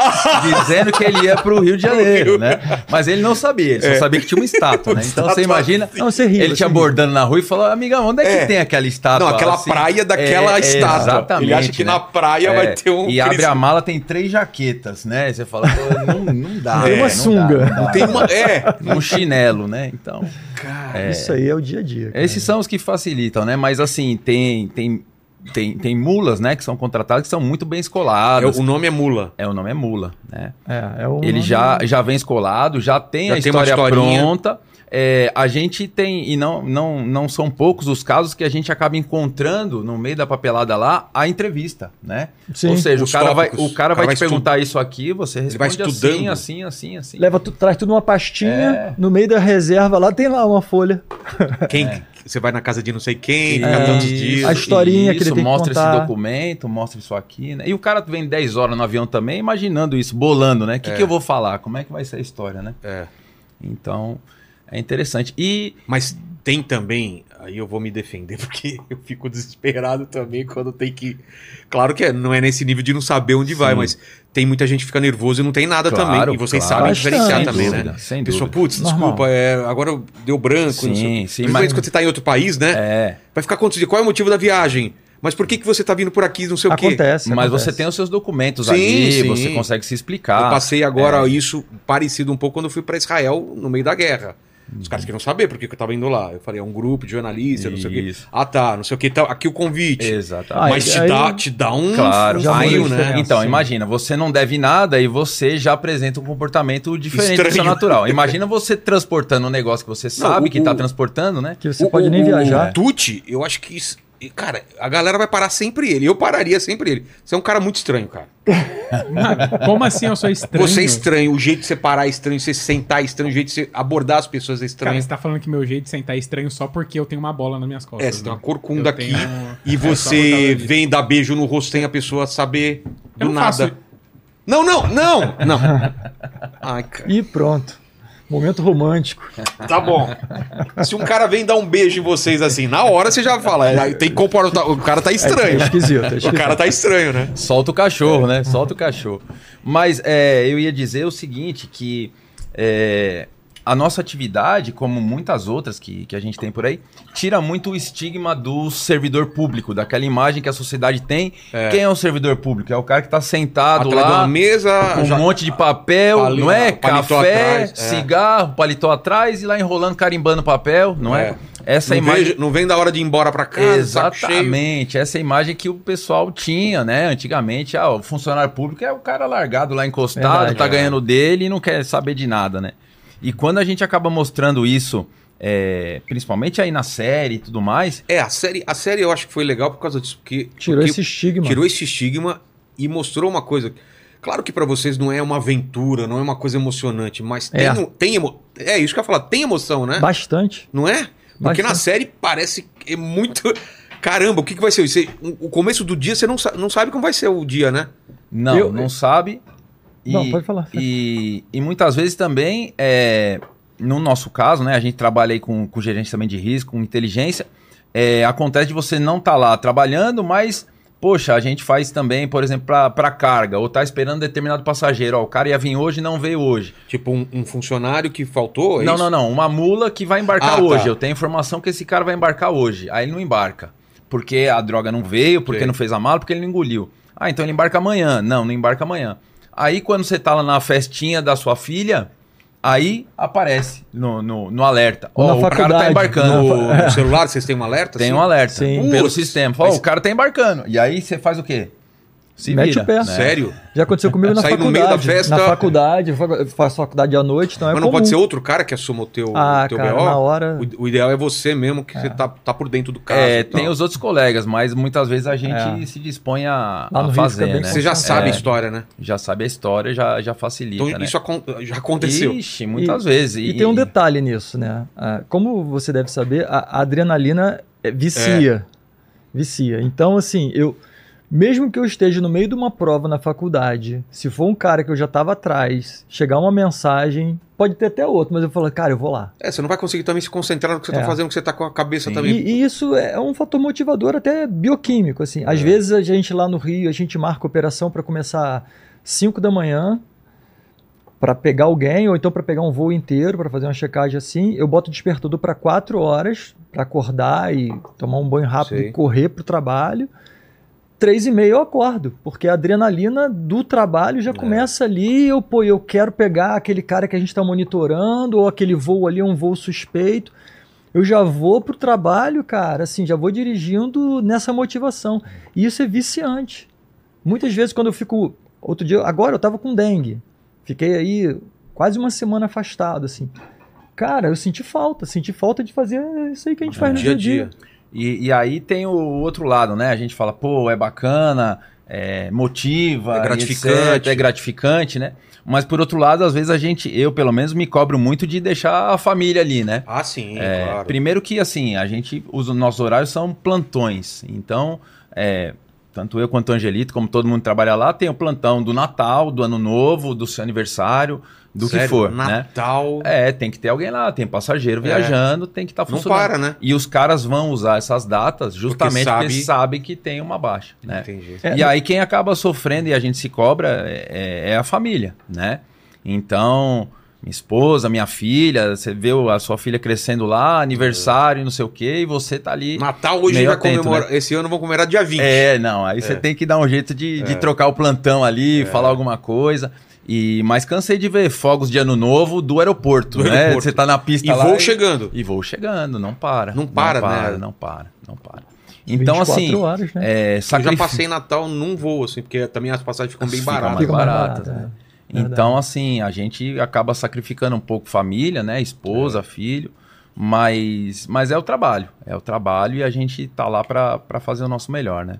[SPEAKER 4] Dizendo que ele ia
[SPEAKER 1] (laughs)
[SPEAKER 4] pro Rio de Janeiro, né? Mas ele não sabia, ele só
[SPEAKER 1] É.
[SPEAKER 4] sabia que tinha uma
[SPEAKER 1] (laughs)
[SPEAKER 4] estátua, né? Então você
[SPEAKER 1] Estátua assim.
[SPEAKER 4] imagina.
[SPEAKER 2] Não, você ri.
[SPEAKER 4] Ele te
[SPEAKER 2] você ri.
[SPEAKER 4] abordando na rua e falou: Amiga, onde é que
[SPEAKER 1] É.
[SPEAKER 4] tem aquela estátua?
[SPEAKER 1] não, aquela
[SPEAKER 4] assim?"
[SPEAKER 1] praia daquela
[SPEAKER 4] É, é,
[SPEAKER 1] estátua. Ele acha que
[SPEAKER 4] né?
[SPEAKER 1] na praia
[SPEAKER 4] É,
[SPEAKER 1] vai ter um.
[SPEAKER 4] E abre
[SPEAKER 1] Cristo.
[SPEAKER 4] a mala, tem três jaquetas, né? Você fala, pô, não, não dá.
[SPEAKER 2] Tem
[SPEAKER 4] né?
[SPEAKER 2] uma
[SPEAKER 4] Não
[SPEAKER 2] sunga.
[SPEAKER 4] dá, não dá.
[SPEAKER 1] Tem uma. É. (laughs)
[SPEAKER 4] Um chinelo, né? Então,
[SPEAKER 1] Cara,
[SPEAKER 4] é,
[SPEAKER 2] Isso aí é o dia a dia. cara.
[SPEAKER 4] esses são os que facilitam, né? Mas assim, tem, tem, tem, tem mulas, né? Que são contratadas, que são muito bem
[SPEAKER 1] é,
[SPEAKER 4] escoladas.
[SPEAKER 1] o nome é mula.
[SPEAKER 4] É, o nome é mula, né?
[SPEAKER 2] É, é o
[SPEAKER 4] Ele
[SPEAKER 2] nome-
[SPEAKER 4] já, já vem escolado, já tem
[SPEAKER 1] Já
[SPEAKER 4] a
[SPEAKER 1] tem uma
[SPEAKER 4] história
[SPEAKER 1] historinha.
[SPEAKER 4] pronta. É, a gente tem, e não, não, não são poucos os casos que a gente acaba encontrando no meio da papelada lá a entrevista, né?
[SPEAKER 2] Sim.
[SPEAKER 4] Ou seja, o
[SPEAKER 1] Os
[SPEAKER 4] cara, vai,
[SPEAKER 1] tópicos.
[SPEAKER 4] o cara vai te
[SPEAKER 1] estu-
[SPEAKER 4] perguntar isso aqui, você
[SPEAKER 1] Ele vai
[SPEAKER 4] responde assim,
[SPEAKER 1] estudando.
[SPEAKER 4] assim, assim, assim.
[SPEAKER 2] Leva tu, traz tudo numa pastinha,
[SPEAKER 4] É.
[SPEAKER 2] no meio da reserva, lá tem lá uma folha.
[SPEAKER 1] Quem,
[SPEAKER 4] É.
[SPEAKER 1] Você vai na casa de não sei quem,
[SPEAKER 4] Isso,
[SPEAKER 1] fica tantos dias.
[SPEAKER 2] É, A historinha que ele tem que
[SPEAKER 4] mostra
[SPEAKER 2] contar.
[SPEAKER 4] esse documento, mostra isso aqui, né? E o cara vem 10 horas no avião também, imaginando isso, bolando, né? O que,
[SPEAKER 1] É.
[SPEAKER 4] que eu vou falar? Como é que vai ser a história, né?
[SPEAKER 1] É.
[SPEAKER 4] Então, é interessante. E
[SPEAKER 1] Mas tem também, aí eu vou me defender, (laughs) porque eu fico desesperado também quando tem que. Claro que é- não é nesse nível de não saber onde vai,
[SPEAKER 4] Sim.
[SPEAKER 1] mas tem muita gente que fica nervoso e não tem nada
[SPEAKER 4] Claro,
[SPEAKER 1] também. E vocês
[SPEAKER 4] claro.
[SPEAKER 1] sabem
[SPEAKER 2] Bastante.
[SPEAKER 1] diferenciar
[SPEAKER 4] sem
[SPEAKER 1] também, né?
[SPEAKER 4] dúvida, sem
[SPEAKER 1] Pessoa,
[SPEAKER 4] dúvida.
[SPEAKER 1] putz,
[SPEAKER 2] Normal.
[SPEAKER 1] desculpa, é, agora deu branco. não sei o
[SPEAKER 4] Sim, sim,
[SPEAKER 1] Principalmente
[SPEAKER 4] mas...
[SPEAKER 1] quando você tá em outro país, né?
[SPEAKER 4] É,
[SPEAKER 1] Vai ficar confuso de qual é o motivo da viagem. Mas por que, que você tá vindo por aqui, não sei o quê?
[SPEAKER 2] Acontece.
[SPEAKER 4] mas
[SPEAKER 2] acontece.
[SPEAKER 4] você tem os seus documentos
[SPEAKER 1] Sim,
[SPEAKER 4] ali,
[SPEAKER 1] sim.
[SPEAKER 4] você consegue se
[SPEAKER 1] eu
[SPEAKER 4] explicar.
[SPEAKER 1] passei agora
[SPEAKER 4] é.
[SPEAKER 1] isso parecido um pouco quando eu fui pra Israel no meio da guerra. Os caras queriam saber por que, que eu tava indo lá. Eu falei, é um grupo de jornalistas, não sei o quê.
[SPEAKER 4] Isso.
[SPEAKER 1] Ah, tá, não sei o que, tá, aqui o convite.
[SPEAKER 4] Exatamente.
[SPEAKER 2] Aí-
[SPEAKER 1] Mas te,
[SPEAKER 2] aí-
[SPEAKER 1] dá, te dá um,
[SPEAKER 4] Claro,
[SPEAKER 1] um
[SPEAKER 2] Hum, já é.
[SPEAKER 1] raio,
[SPEAKER 2] muda a
[SPEAKER 1] né?
[SPEAKER 2] diferença.
[SPEAKER 4] Então,
[SPEAKER 2] Sim.
[SPEAKER 4] imagina, você não deve nada e você já apresenta um comportamento diferente do seu
[SPEAKER 1] Estranho. (laughs)
[SPEAKER 4] natural. Imagina você transportando um negócio que você sabe
[SPEAKER 1] o-
[SPEAKER 4] que está
[SPEAKER 1] o-
[SPEAKER 4] transportando, né?
[SPEAKER 2] Que você pode nem viajar.
[SPEAKER 1] O Tucci, eu acho que. isso- e, Cara, a galera vai parar sempre ele. Eu pararia sempre ele. Você é um cara muito estranho, cara.
[SPEAKER 3] Mano, como assim eu sou estranho?
[SPEAKER 1] Você é estranho, o jeito de você parar é estranho, você sentar é estranho, o jeito de você abordar as pessoas é
[SPEAKER 3] Cara,
[SPEAKER 1] estranho.
[SPEAKER 3] você tá falando que meu jeito de sentar é estranho só porque eu tenho uma bola nas minhas costas.
[SPEAKER 1] é, você tem uma
[SPEAKER 3] né?
[SPEAKER 1] corcunda
[SPEAKER 3] (laughs) Eu
[SPEAKER 1] aqui
[SPEAKER 3] tenho-
[SPEAKER 1] e
[SPEAKER 3] É, só por
[SPEAKER 1] você
[SPEAKER 3] causa disso.
[SPEAKER 1] vem dar beijo no rosto sem a pessoa saber do
[SPEAKER 3] Eu não
[SPEAKER 1] nada.
[SPEAKER 3] faço- (laughs)
[SPEAKER 1] Não, não, não! Não. Ai, cara.
[SPEAKER 2] E pronto. Momento romântico.
[SPEAKER 1] Tá bom. Se um cara vem dar um beijo em vocês assim, na hora você já fala, "É, tem que comportar. O cara tá
[SPEAKER 2] É, é
[SPEAKER 1] estranho.
[SPEAKER 2] esquisito, é
[SPEAKER 1] O
[SPEAKER 2] esquisito.
[SPEAKER 1] cara tá estranho, né?
[SPEAKER 4] Solta o cachorro,
[SPEAKER 2] É.
[SPEAKER 4] né? Solta o cachorro. Mas é, eu ia dizer o seguinte, que é, a nossa atividade, como muitas outras que, que a gente tem por aí, tira muito o estigma do servidor público, daquela imagem que a sociedade tem. Quem é o servidor público? É o cara que está sentado
[SPEAKER 1] Atrás de uma
[SPEAKER 4] lá,
[SPEAKER 1] mesa,
[SPEAKER 4] com um
[SPEAKER 1] Ah, já-
[SPEAKER 4] monte de papel,
[SPEAKER 1] Palito-
[SPEAKER 4] não é?
[SPEAKER 1] paletó
[SPEAKER 4] Café,
[SPEAKER 1] atrás, é.
[SPEAKER 4] cigarro, paletó atrás e lá enrolando, carimbando papel, não é?
[SPEAKER 1] É.
[SPEAKER 4] Essa
[SPEAKER 1] não,
[SPEAKER 4] imagem...
[SPEAKER 1] vejo- não vem da hora de ir embora pra casa, saco cheio.
[SPEAKER 4] Exatamente, essa é imagem que o pessoal tinha, né? Antigamente, ah, o funcionário público é o cara largado lá encostado,
[SPEAKER 2] Verdade,
[SPEAKER 4] tá
[SPEAKER 2] é.
[SPEAKER 4] ganhando dele e não quer saber de nada, né? E quando a gente acaba mostrando isso, é, principalmente aí na série e tudo mais,
[SPEAKER 1] É, a série, a série eu acho que foi legal por causa disso, porque
[SPEAKER 2] Tirou
[SPEAKER 1] porque
[SPEAKER 2] esse estigma.
[SPEAKER 1] tirou esse estigma e mostrou uma coisa. Claro que pra vocês não é uma aventura, não é uma coisa emocionante, mas
[SPEAKER 2] É.
[SPEAKER 1] tem, um- tem emo... é isso que eu ia falar, tem emoção, né?
[SPEAKER 2] Bastante.
[SPEAKER 1] Não é? Porque na
[SPEAKER 2] Bastante.
[SPEAKER 1] série parece que é muito. Caramba, o que, que vai ser isso? Você- o- O começo do dia você não, sa- não sabe como vai ser o dia, né?
[SPEAKER 4] não,
[SPEAKER 2] Eu-
[SPEAKER 4] não sabe. E,
[SPEAKER 2] Não, pode falar.
[SPEAKER 4] E, e muitas vezes também, é, no nosso caso, né, a gente trabalha aí com, com gerência também de risco, com inteligência, é, acontece de você não estar lá trabalhando, mas, poxa, a gente faz também, por exemplo, para carga, ou tá esperando determinado passageiro, ó, o cara ia vir hoje e não veio hoje.
[SPEAKER 1] Tipo, um, um funcionário que faltou. é
[SPEAKER 4] não,
[SPEAKER 1] isso?
[SPEAKER 4] não, não, uma mula que vai
[SPEAKER 1] Ah,
[SPEAKER 4] embarcar
[SPEAKER 1] tá.
[SPEAKER 4] hoje, eu tenho informação que esse cara vai embarcar hoje, aí ele não embarca, porque a droga não veio, porque
[SPEAKER 1] Ok.
[SPEAKER 4] não fez a mala, porque ele não engoliu. Ah, então ele embarca amanhã. Não, não embarca amanhã. Aí quando você tá lá na festinha da sua filha, aí aparece no, no, no alerta.
[SPEAKER 2] Ou
[SPEAKER 4] Ó,
[SPEAKER 2] na
[SPEAKER 4] o cara tá
[SPEAKER 2] faculdade,
[SPEAKER 4] embarcando.
[SPEAKER 2] na
[SPEAKER 4] O-
[SPEAKER 2] fa-
[SPEAKER 1] No, no celular vocês têm um alerta?
[SPEAKER 4] Tem
[SPEAKER 1] assim?
[SPEAKER 4] um
[SPEAKER 2] (laughs)
[SPEAKER 4] alerta
[SPEAKER 2] Sim.
[SPEAKER 4] pelo
[SPEAKER 1] Putz,
[SPEAKER 4] sistema. Ó,
[SPEAKER 1] mas-
[SPEAKER 4] o cara tá embarcando. E aí você faz o quê? Se
[SPEAKER 2] Mete o pé.
[SPEAKER 4] né?
[SPEAKER 1] Sério?
[SPEAKER 2] Já aconteceu comigo na
[SPEAKER 1] Sair no
[SPEAKER 2] faculdade.
[SPEAKER 1] meio da festa-
[SPEAKER 2] Na faculdade, eu faço faculdade à noite, então é
[SPEAKER 1] Mas não
[SPEAKER 2] comum.
[SPEAKER 1] pode ser outro cara que assuma o teu,
[SPEAKER 2] Ah,
[SPEAKER 1] o teu
[SPEAKER 2] cara,
[SPEAKER 1] BO?
[SPEAKER 2] na hora...
[SPEAKER 1] O, o ideal é você mesmo, que você tá, tá por dentro do caso.
[SPEAKER 4] É,
[SPEAKER 1] e tal.
[SPEAKER 4] tem os outros colegas, mas muitas vezes a gente
[SPEAKER 2] É.
[SPEAKER 4] se dispõe
[SPEAKER 2] Lá
[SPEAKER 4] a, a
[SPEAKER 2] no Rio
[SPEAKER 4] fazer,
[SPEAKER 2] fica bem
[SPEAKER 4] né?
[SPEAKER 1] Você já sabe a
[SPEAKER 4] É.
[SPEAKER 1] história, né?
[SPEAKER 4] já sabe a história, já, já facilita,
[SPEAKER 1] Então
[SPEAKER 4] né?
[SPEAKER 1] isso acon- já aconteceu.
[SPEAKER 4] Ixi, muitas vezes.
[SPEAKER 2] E tem um detalhe nisso, né? Ah, Como você deve saber, a a adrenalina é- vicia. Vicia. Então, assim, eu. Mesmo que eu esteja no meio de uma prova na faculdade, se for um cara que eu já estava atrás, chegar uma mensagem, pode ter até outro, mas eu falo, cara, eu vou lá.
[SPEAKER 1] É, você não vai conseguir também se concentrar no que você tá
[SPEAKER 2] É.
[SPEAKER 1] fazendo, que você tá com a cabeça
[SPEAKER 4] Sim.
[SPEAKER 2] E,
[SPEAKER 1] também.
[SPEAKER 2] e isso é um fator motivador até bioquímico, assim. Às vezes a gente lá no Rio, a gente marca operação para começar 5 da manhã para pegar alguém ou então para pegar um voo inteiro para fazer uma checagem assim. Eu boto o despertador para 4 horas para acordar e tomar um banho rápido
[SPEAKER 1] Sei.
[SPEAKER 2] e correr pro trabalho. Três e meia eu acordo, porque a adrenalina do trabalho já começa ali. Eu, pô, eu quero pegar aquele cara que a gente está monitorando, ou aquele voo ali, é um voo suspeito. Eu já vou pro trabalho, cara, assim, já vou dirigindo nessa motivação. E isso é viciante. Muitas vezes quando eu fico. Outro dia, agora eu tava com dengue. Fiquei aí quase uma semana afastado, assim. Cara, eu senti falta, senti falta de fazer isso aí que a gente
[SPEAKER 4] É,
[SPEAKER 2] faz no
[SPEAKER 1] Dia a dia.
[SPEAKER 4] E, e aí tem o outro lado, né? A gente fala, pô, é bacana, é, motiva,
[SPEAKER 1] É
[SPEAKER 4] e
[SPEAKER 1] gratificante.
[SPEAKER 4] etc, é gratificante, né? Mas por outro lado, às vezes a gente, eu pelo menos, me cobro muito de deixar a família ali, né?
[SPEAKER 1] Ah, sim,
[SPEAKER 4] É,
[SPEAKER 1] claro.
[SPEAKER 4] Primeiro que assim, a gente, os nossos horários são plantões. Então, é, tanto eu quanto o Angelito, como todo mundo que trabalha lá, tem o plantão do Natal, do Ano Novo, do seu aniversário, do que
[SPEAKER 1] Sério,
[SPEAKER 4] for, né?
[SPEAKER 1] Natal.
[SPEAKER 4] É, tem que ter alguém lá, tem passageiro viajando, tem que estar
[SPEAKER 1] É. Não
[SPEAKER 4] funcionando.
[SPEAKER 1] para, né?
[SPEAKER 4] E os caras vão usar essas datas justamente porque
[SPEAKER 1] sabe-
[SPEAKER 4] sabem sabe que tem uma baixa, né?
[SPEAKER 1] Entendi.
[SPEAKER 2] É,
[SPEAKER 4] E aí quem acaba sofrendo e a gente se cobra é, é a família, né? Então, minha esposa, minha filha, você vê a sua filha crescendo lá, aniversário, não sei o quê, e você tá ali...
[SPEAKER 1] Natal hoje
[SPEAKER 4] Meio
[SPEAKER 1] vai
[SPEAKER 4] atento, né?
[SPEAKER 1] comemorar. Esse ano vão comemorar dia 20.
[SPEAKER 4] É, não, aí você tem que dar um jeito de,
[SPEAKER 1] É.
[SPEAKER 4] de trocar o plantão ali, falar alguma coisa. E, mas cansei de ver fogos de ano novo do aeroporto,
[SPEAKER 1] Do
[SPEAKER 4] né?
[SPEAKER 1] aeroporto.
[SPEAKER 4] Você tá na pista
[SPEAKER 1] e
[SPEAKER 4] lá
[SPEAKER 1] vou chegando.
[SPEAKER 4] e vou chegando, não para.
[SPEAKER 1] Não para,
[SPEAKER 4] não para,
[SPEAKER 1] né?
[SPEAKER 4] Não para, não para. Então,
[SPEAKER 2] 24
[SPEAKER 4] assim,
[SPEAKER 2] horas, né?
[SPEAKER 4] é,
[SPEAKER 1] Eu já
[SPEAKER 4] sacrifício.
[SPEAKER 1] passei Natal num voo, assim, porque também as passagens ficam bem
[SPEAKER 4] Fica
[SPEAKER 1] baratas.
[SPEAKER 4] mais
[SPEAKER 2] Fica mais
[SPEAKER 4] baratas,
[SPEAKER 2] barato,
[SPEAKER 4] né?
[SPEAKER 2] é.
[SPEAKER 4] Então, assim, a gente acaba sacrificando um pouco família, né?
[SPEAKER 1] É.
[SPEAKER 4] Esposa, filho. Mas, mas é o trabalho. É o trabalho e a gente tá lá pra pra fazer o nosso melhor, né?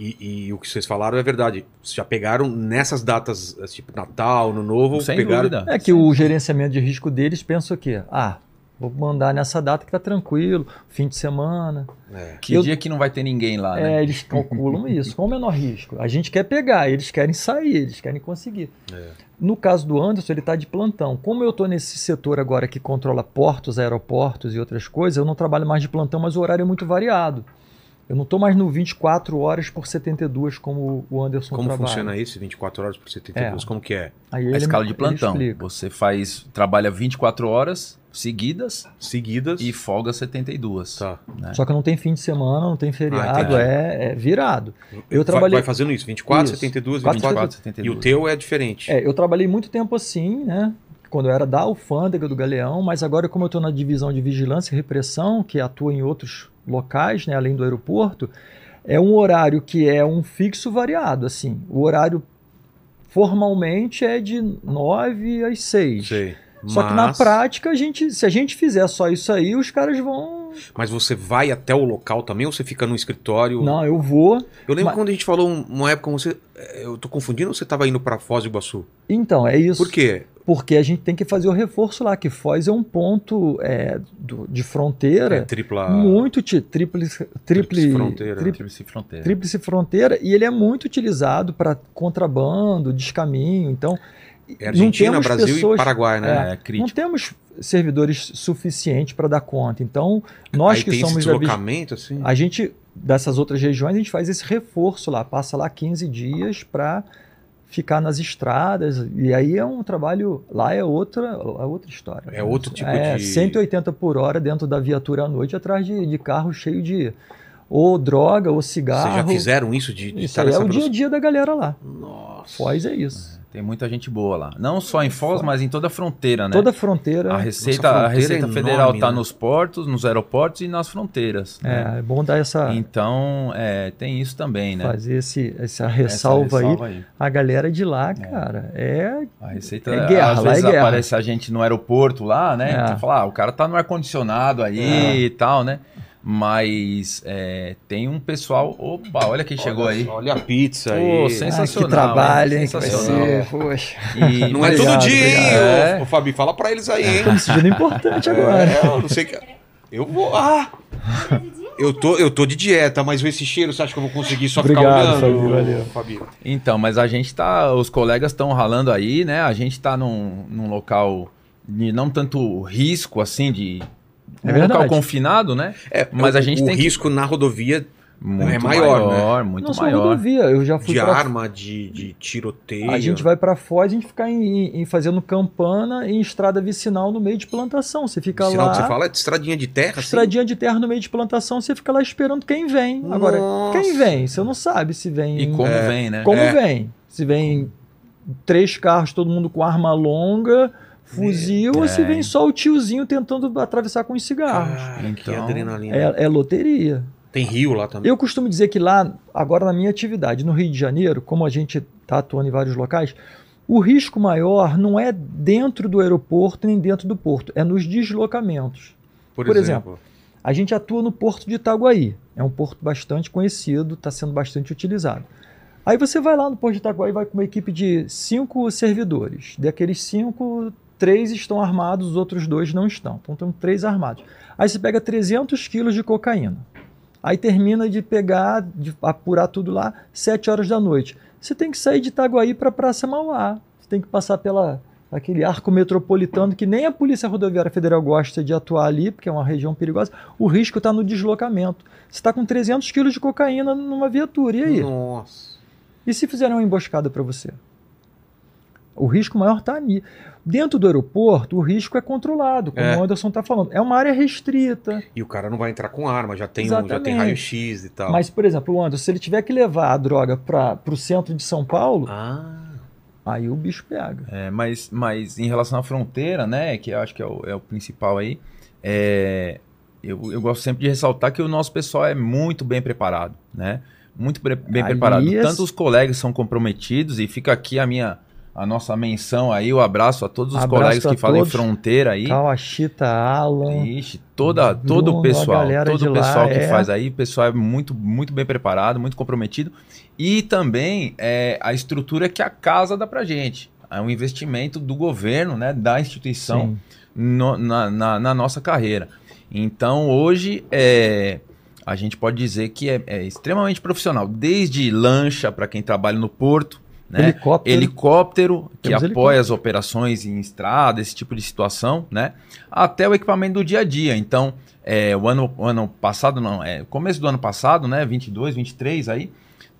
[SPEAKER 1] E, e o que vocês falaram é verdade. Vocês já pegaram nessas datas, eh, tipo Natal, Ano Novo,
[SPEAKER 4] Sem
[SPEAKER 1] pegaram.
[SPEAKER 2] né?
[SPEAKER 4] dúvida.
[SPEAKER 2] É que o gerenciamento de risco deles pensa o quê? Ah, Vou mandar nessa data que tá tranquilo, fim de semana.
[SPEAKER 1] É.
[SPEAKER 4] Que
[SPEAKER 2] Eu-
[SPEAKER 4] dia que não vai ter ninguém lá, né?
[SPEAKER 2] É, eles calculam isso, qual o menor risco? A gente quer pegar, eles querem sair, eles querem conseguir.
[SPEAKER 1] É.
[SPEAKER 2] No caso do Anderson, ele está de plantão. Como eu estou nesse setor agora que controla portos, aeroportos e outras coisas, eu não trabalho mais de plantão, mas o horário é muito variado. Eu não estou mais no 24 horas por 72 como o Anderson
[SPEAKER 1] Como
[SPEAKER 2] trabalha.
[SPEAKER 1] funciona isso? 24 horas por 72? Como que é?
[SPEAKER 2] Aí
[SPEAKER 4] A
[SPEAKER 2] ele-
[SPEAKER 4] escala de
[SPEAKER 2] ele
[SPEAKER 4] plantão.
[SPEAKER 2] explica.
[SPEAKER 4] Você faz, trabalha 24 horas seguidas
[SPEAKER 1] Seguidas.
[SPEAKER 4] e folga 72.
[SPEAKER 1] Tá.
[SPEAKER 2] Só que não tem fim de semana, não tem
[SPEAKER 4] Ah,
[SPEAKER 2] feriado,
[SPEAKER 1] entendi.
[SPEAKER 2] é, é virado.
[SPEAKER 1] Vai-
[SPEAKER 2] Eu trabalhei.
[SPEAKER 1] Vai fazendo isso, 24,
[SPEAKER 2] Isso.
[SPEAKER 1] 72,
[SPEAKER 2] 24,
[SPEAKER 1] 24.
[SPEAKER 4] 24, 72.
[SPEAKER 1] E o teu é diferente.
[SPEAKER 2] É, eu trabalhei muito tempo assim, né? Quando eu era da alfândega do Galeão, mas agora, como eu estou na divisão de vigilância e repressão, que atua em outros locais, né, além do aeroporto, é um horário que é um fixo variado, assim. O horário formalmente é de 9 às 6.
[SPEAKER 1] Sei.
[SPEAKER 2] Só que na
[SPEAKER 1] Mas-
[SPEAKER 2] prática, a gente, se a gente fizer só isso aí, os caras vão.
[SPEAKER 1] Mas você vai até o local também ou você fica no escritório?
[SPEAKER 2] Não, eu vou.
[SPEAKER 1] Eu lembro
[SPEAKER 2] Mas-
[SPEAKER 1] quando a gente falou um- uma época com você. eh, Eu tô confundindo ou você tava indo pra Foz do Iguaçu?
[SPEAKER 2] Então, é isso.
[SPEAKER 1] Por quê?
[SPEAKER 2] Porque a gente tem que fazer o reforço lá, que Foz é um ponto é, do- de
[SPEAKER 1] É
[SPEAKER 2] fronteira
[SPEAKER 1] tripla.
[SPEAKER 2] muito ti- tríplice, tríplice,
[SPEAKER 1] Tríplice fronteira.
[SPEAKER 2] tri-
[SPEAKER 4] Tríplice fronteira.
[SPEAKER 2] tríplice fronteira e ele é muito utilizado para contrabando, descaminho. Então,
[SPEAKER 1] É Argentina,
[SPEAKER 2] não temos
[SPEAKER 1] Brasil
[SPEAKER 2] pessoas,
[SPEAKER 1] e Paraguai, né?
[SPEAKER 4] É,
[SPEAKER 2] não
[SPEAKER 4] crítico.
[SPEAKER 2] temos servidores suficientes para dar conta. Então, nós
[SPEAKER 1] Aí
[SPEAKER 2] que
[SPEAKER 1] tem
[SPEAKER 2] somos
[SPEAKER 1] esse
[SPEAKER 2] da vigi-
[SPEAKER 1] deslocamento, assim.
[SPEAKER 2] a gente dessas outras regiões a gente faz esse reforço lá, passa lá 15 dias para ficar nas estradas e aí é um trabalho lá é outra é outra história.
[SPEAKER 1] É outro tipo
[SPEAKER 2] É,
[SPEAKER 1] de.
[SPEAKER 2] 180 por hora dentro da viatura à noite atrás de, de carro cheio de ou droga ou cigarro.
[SPEAKER 1] Vocês já fizeram isso de, de
[SPEAKER 2] Isso aí é o dia a
[SPEAKER 1] velocidade?
[SPEAKER 2] dia da galera lá.
[SPEAKER 1] Nossa.
[SPEAKER 2] Foz é isso.
[SPEAKER 4] Tem muita gente boa lá. Não só em Foz, mas em toda a fronteira, né?
[SPEAKER 2] Toda fronteira.
[SPEAKER 4] a Receita, a
[SPEAKER 1] fronteira
[SPEAKER 4] Receita
[SPEAKER 1] é
[SPEAKER 4] Federal
[SPEAKER 1] enorme,
[SPEAKER 4] está
[SPEAKER 1] né?
[SPEAKER 4] nos portos, nos aeroportos e nas fronteiras. né?
[SPEAKER 2] É, é bom dar essa
[SPEAKER 4] Então, é, tem isso também, né?
[SPEAKER 2] fazer esse essa
[SPEAKER 4] Essa
[SPEAKER 2] ressalva, aí.
[SPEAKER 4] ressalva aí.
[SPEAKER 2] A galera de lá, cara, é
[SPEAKER 4] A Receita,
[SPEAKER 2] É guerra,
[SPEAKER 4] às
[SPEAKER 2] lá é
[SPEAKER 4] vezes
[SPEAKER 2] guerra.
[SPEAKER 4] aparece a gente no aeroporto lá, né?
[SPEAKER 2] É.
[SPEAKER 4] Então fala, ah, o cara tá no ar-condicionado aí
[SPEAKER 2] É.
[SPEAKER 4] e tal, né? Mas é, tem um pessoal, opa, olha quem chegou aí.
[SPEAKER 1] Olha a pizza
[SPEAKER 4] Pô,
[SPEAKER 1] aí.
[SPEAKER 4] sem-
[SPEAKER 2] ah, que
[SPEAKER 4] Sensacional,
[SPEAKER 2] trabalho,
[SPEAKER 4] hein?
[SPEAKER 2] hein? Que vai
[SPEAKER 4] Sensacional.
[SPEAKER 2] ser, poxa.
[SPEAKER 4] E-
[SPEAKER 1] Não é
[SPEAKER 4] mas-
[SPEAKER 1] todo
[SPEAKER 2] Obrigado,
[SPEAKER 1] dia, hein,
[SPEAKER 4] obrigado.
[SPEAKER 1] ô, ô, Fabi? Fala pra eles aí, hein?
[SPEAKER 2] Tô me sentindo é importante agora.
[SPEAKER 1] (laughs) É, eu não sei que. Eu vou. Ah! Eu tô, eu tô de dieta, mas esse cheiro, você acha que eu vou conseguir só
[SPEAKER 2] Obrigado,
[SPEAKER 1] ficar olhando?
[SPEAKER 2] Fabi, valeu.
[SPEAKER 1] Fabi.
[SPEAKER 4] Então, mas a gente tá, os colegas estão ralando aí, né? A gente tá num, num local de não tanto risco assim de
[SPEAKER 2] É
[SPEAKER 4] um
[SPEAKER 2] verdade.
[SPEAKER 4] local confinado, né?
[SPEAKER 1] É,
[SPEAKER 4] Mas a gente
[SPEAKER 1] o
[SPEAKER 4] tem que-
[SPEAKER 1] risco na rodovia
[SPEAKER 4] Muito
[SPEAKER 1] É maior, né?
[SPEAKER 4] muito
[SPEAKER 2] Não só
[SPEAKER 4] maior.
[SPEAKER 2] rodovia, eu já fui
[SPEAKER 1] de
[SPEAKER 2] pra
[SPEAKER 1] arma, de, de tiroteio.
[SPEAKER 2] A gente vai pra Foz, a gente fica em, em- em fazendo campana em estrada vicinal no meio de plantação. Você fica
[SPEAKER 1] Sinal
[SPEAKER 2] lá,
[SPEAKER 1] que você fala é de estradinha de terra, assim?
[SPEAKER 2] estradinha de terra no meio de plantação, você fica lá esperando quem vem. Agora,
[SPEAKER 1] Nossa.
[SPEAKER 2] quem vem? Você não sabe se vem.
[SPEAKER 4] E como
[SPEAKER 1] É.
[SPEAKER 4] vem, né?
[SPEAKER 2] como
[SPEAKER 1] É.
[SPEAKER 2] vem? Se vem três carros, todo mundo com arma longa, fuzil, ou se vem só o tiozinho tentando atravessar com os cigarros.
[SPEAKER 1] É. Cara, que
[SPEAKER 4] Então,
[SPEAKER 1] adrenalina.
[SPEAKER 2] Ah, É- é loteria.
[SPEAKER 1] Tem rio lá também.
[SPEAKER 2] Eu costumo dizer que lá, agora na minha atividade, no Rio de Janeiro, como a gente está atuando em vários locais, o risco maior não é dentro do aeroporto nem dentro do porto, é nos deslocamentos. por A gente atua no porto de Itaguaí, é um porto bastante conhecido, está sendo bastante utilizado. Aí você vai lá no porto de Itaguaí, vai com uma equipe de cinco servidores. Daqueles cinco, três estão armados, os outros dois não estão. Então tem três armados. Aí você pega 300 quilos de cocaína. Aí termina de pegar, de apurar tudo lá, 7 horas da noite. Você tem que sair de Itaguaí para Praça Mauá. Você tem que passar pela aquele arco metropolitano que nem a Polícia Rodoviária Federal gosta de atuar ali, porque é uma região perigosa. O risco está no deslocamento. Você está com 300 quilos de cocaína numa viatura. E aí?
[SPEAKER 1] Nossa.
[SPEAKER 2] E se fizerem uma emboscada para você? O risco maior está ali. Dentro do aeroporto, o risco é controlado, como
[SPEAKER 1] É.
[SPEAKER 2] o Anderson está falando. É uma área restrita.
[SPEAKER 1] E o cara não vai entrar com arma, já tem, um, já tem
[SPEAKER 2] Exatamente.
[SPEAKER 1] raio-x e tal.
[SPEAKER 2] Mas, por exemplo, o Anderson, se ele tiver que levar a droga para o centro de São Paulo,
[SPEAKER 1] Ah,
[SPEAKER 2] aí o bicho pega.
[SPEAKER 4] É, mas, mas em relação à fronteira, né, que eu acho que é o, é o principal aí, é, eu, eu gosto sempre de ressaltar que o nosso pessoal é muito bem preparado, né? Muito pre- bem
[SPEAKER 2] Ali
[SPEAKER 4] preparado.
[SPEAKER 2] é-
[SPEAKER 4] Tanto os colegas são comprometidos e fica aqui a minha a nossa menção aí, o abraço a todos os
[SPEAKER 2] Abraço
[SPEAKER 4] colegas
[SPEAKER 2] a
[SPEAKER 4] que falam em
[SPEAKER 2] todos.
[SPEAKER 4] fronteira aí.
[SPEAKER 2] Kawashita, Alan,
[SPEAKER 4] Ixi, toda, todo
[SPEAKER 2] Bruno,
[SPEAKER 4] o
[SPEAKER 2] a
[SPEAKER 4] pessoal,
[SPEAKER 2] galera de
[SPEAKER 4] todo o
[SPEAKER 2] lá
[SPEAKER 4] pessoal que
[SPEAKER 2] é-
[SPEAKER 4] faz aí, o pessoal é muito, muito bem preparado, muito comprometido. E também é, a estrutura que a casa dá pra gente. É um investimento do governo, né? Da instituição
[SPEAKER 2] sim.
[SPEAKER 4] no- na, na- na nossa carreira. Então hoje é, a gente pode dizer que é, é extremamente profissional, desde lancha para quem trabalha no porto, né?
[SPEAKER 2] Helicóptero.
[SPEAKER 4] helicóptero que
[SPEAKER 2] Temos
[SPEAKER 4] apoia as operações em estrada, esse tipo de situação, né? Até o equipamento do dia a dia. Então, é, o ano, o ano passado, não, é, começo do ano passado, né? 22, 23 aí,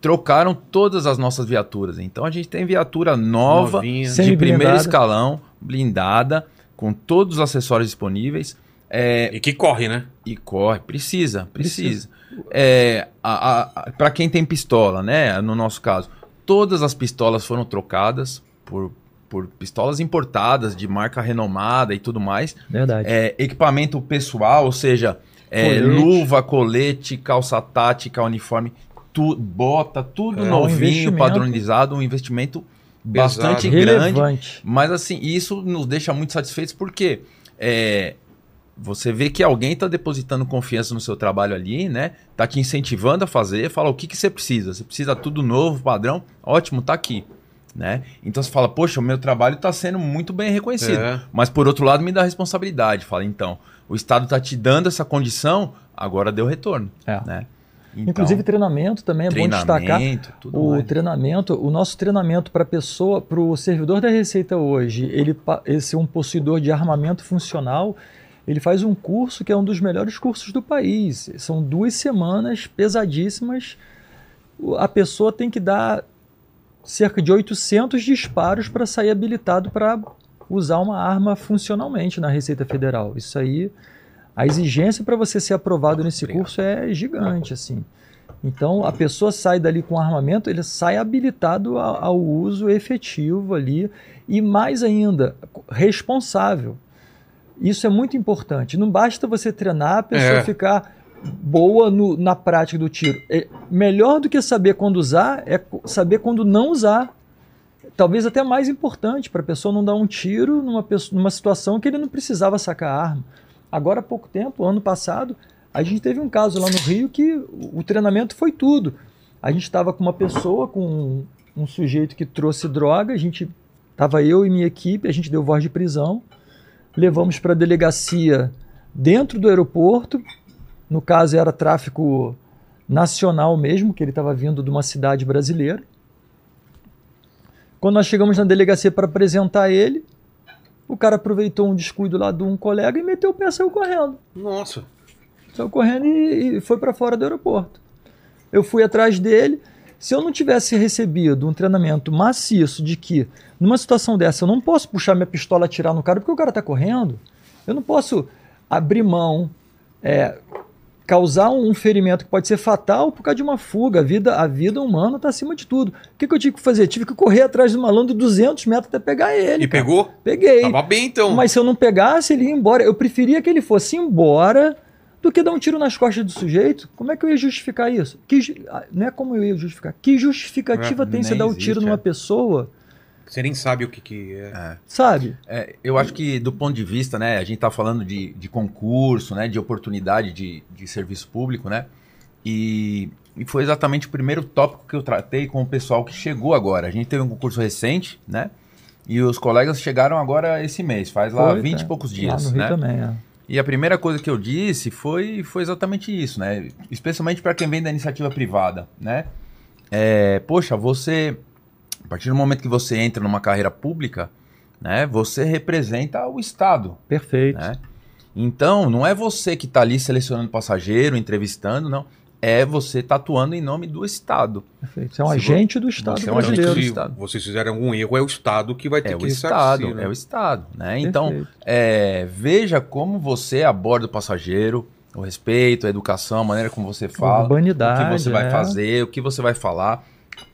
[SPEAKER 4] trocaram todas as nossas viaturas. Então, a gente tem viatura nova,
[SPEAKER 6] Novinha.
[SPEAKER 2] Sem-
[SPEAKER 4] de primeiro
[SPEAKER 2] blindada.
[SPEAKER 4] escalão, blindada, com todos os acessórios disponíveis. É,
[SPEAKER 6] E que corre, né?
[SPEAKER 4] e corre, precisa, precisa. É, para quem tem pistola, né? No nosso caso, todas as pistolas foram trocadas por, por pistolas importadas de marca renomada e tudo mais.
[SPEAKER 2] Verdade.
[SPEAKER 4] É, equipamento pessoal, ou seja, é,
[SPEAKER 2] Colete.
[SPEAKER 4] luva, colete, calça tática, uniforme, tu, bota, tudo
[SPEAKER 2] É, um
[SPEAKER 4] novinho,
[SPEAKER 2] investimento.
[SPEAKER 4] padronizado, um investimento
[SPEAKER 6] Pesado.
[SPEAKER 4] bastante grande.
[SPEAKER 2] Relevante.
[SPEAKER 4] Mas assim, isso nos deixa muito satisfeitos porque é, você vê que alguém está depositando confiança no seu trabalho ali, né? Tá te incentivando a fazer, fala o que, que você precisa. Você precisa tudo novo, padrão? Ótimo, tá aqui. Né? Então você fala, poxa, o meu trabalho está sendo muito bem reconhecido.
[SPEAKER 6] É.
[SPEAKER 4] Mas por outro lado, me dá responsabilidade. Fala, então, o Estado tá te dando essa condição, agora deu retorno.
[SPEAKER 2] É.
[SPEAKER 4] Né? Então,
[SPEAKER 2] Inclusive treinamento também é bom destacar.
[SPEAKER 4] treinamento, tudo
[SPEAKER 2] O
[SPEAKER 4] mais.
[SPEAKER 2] treinamento, o nosso treinamento para pessoa, para o servidor da Receita hoje, ele pa- esse é um possuidor de armamento funcional, ele faz um curso que é um dos melhores cursos do país. São duas semanas pesadíssimas. O- A pessoa tem que dar cerca de 800 disparos para sair habilitado para usar uma arma funcionalmente na Receita Federal. Isso aí, a exigência para você ser aprovado nesse
[SPEAKER 4] Obrigado.
[SPEAKER 2] curso é gigante, assim. Então, a pessoa sai dali com armamento, ele sai habilitado a- ao uso efetivo ali e, mais ainda, responsável. Isso é muito importante. Não basta você treinar a pessoa
[SPEAKER 6] É.
[SPEAKER 2] ficar boa no- na prática do tiro. É, melhor do que saber quando usar é co- saber quando não usar. Talvez até mais importante para a pessoa não dar um tiro numa, pesso- numa situação que ele não precisava sacar a arma. Agora há pouco tempo, ano passado, a gente teve um caso lá no Rio que o- o treinamento foi tudo. A gente estava com uma pessoa, com um, um sujeito que trouxe droga, a gente estava eu e minha equipe, a gente deu voz de prisão, levamos para a delegacia dentro do aeroporto, no caso era tráfico nacional mesmo, que ele estava vindo de uma cidade brasileira. Quando nós chegamos na delegacia para apresentar ele, o cara aproveitou um descuido lá de um colega e meteu o pé e saiu correndo.
[SPEAKER 6] Nossa.
[SPEAKER 2] Saiu correndo e, e foi para fora do aeroporto. Eu fui atrás dele. Se eu não tivesse recebido um treinamento maciço de que, numa situação dessa, eu não posso puxar minha pistola e atirar no cara porque o cara está correndo, eu não posso abrir mão, é, causar um ferimento que pode ser fatal por causa de uma fuga. A vida, a vida humana está acima de tudo. O que, que eu tive que fazer? Tive que correr atrás do malandro 200 metros até pegar ele.
[SPEAKER 1] E
[SPEAKER 2] cara.
[SPEAKER 1] pegou?
[SPEAKER 2] Peguei.
[SPEAKER 1] Tava bem então.
[SPEAKER 2] Mas se eu não pegasse, ele ia embora. Eu preferia que ele fosse embora do que dar um tiro nas costas do sujeito. Como é que eu ia justificar isso? Que ju- ah, Não é como eu ia justificar. Que justificativa
[SPEAKER 4] É,
[SPEAKER 2] tem você
[SPEAKER 4] nem
[SPEAKER 2] dar o
[SPEAKER 4] existe,
[SPEAKER 2] tiro numa
[SPEAKER 4] é.
[SPEAKER 2] pessoa,
[SPEAKER 1] Você nem sabe o que, que é.
[SPEAKER 2] sabe?
[SPEAKER 4] É, eu acho que do ponto de vista, né, a gente tá falando de, de concurso, né, de oportunidade de, de serviço público, né, e, e foi exatamente o primeiro tópico que eu tratei com o pessoal que chegou agora. A gente teve um concurso recente, né, e os colegas chegaram agora esse mês, faz lá
[SPEAKER 2] Foi,
[SPEAKER 4] 20
[SPEAKER 2] tá.
[SPEAKER 4] e poucos
[SPEAKER 2] Lá no
[SPEAKER 4] dias,
[SPEAKER 2] Rio
[SPEAKER 4] né.
[SPEAKER 2] também, é.
[SPEAKER 4] E a primeira coisa que eu disse foi, foi exatamente isso, né? Especialmente para quem vem da iniciativa privada, né? É, poxa, você, a partir do momento que você entra numa carreira pública, né? Você representa o Estado,
[SPEAKER 2] Perfeito.
[SPEAKER 4] né? Então, não é você que está ali selecionando passageiro, entrevistando, não. É você tá atuando em nome do Estado.
[SPEAKER 2] perfeito. Você é um
[SPEAKER 4] Se vo-
[SPEAKER 2] agente do Estado
[SPEAKER 4] você é um agente
[SPEAKER 2] brasileiro.
[SPEAKER 4] do
[SPEAKER 1] Então, Se
[SPEAKER 4] Estado.
[SPEAKER 1] vocês fizerem algum erro, é o Estado que vai ter
[SPEAKER 4] É
[SPEAKER 1] que
[SPEAKER 4] o
[SPEAKER 1] ressarcir,
[SPEAKER 4] Estado,
[SPEAKER 1] né?
[SPEAKER 4] é o Estado, né? Então,
[SPEAKER 2] Perfeito.
[SPEAKER 4] é, veja como você aborda o passageiro, o respeito, a educação, a maneira como você fala.
[SPEAKER 2] urbanidade.
[SPEAKER 4] o que você vai
[SPEAKER 2] é.
[SPEAKER 4] fazer, o que você vai falar.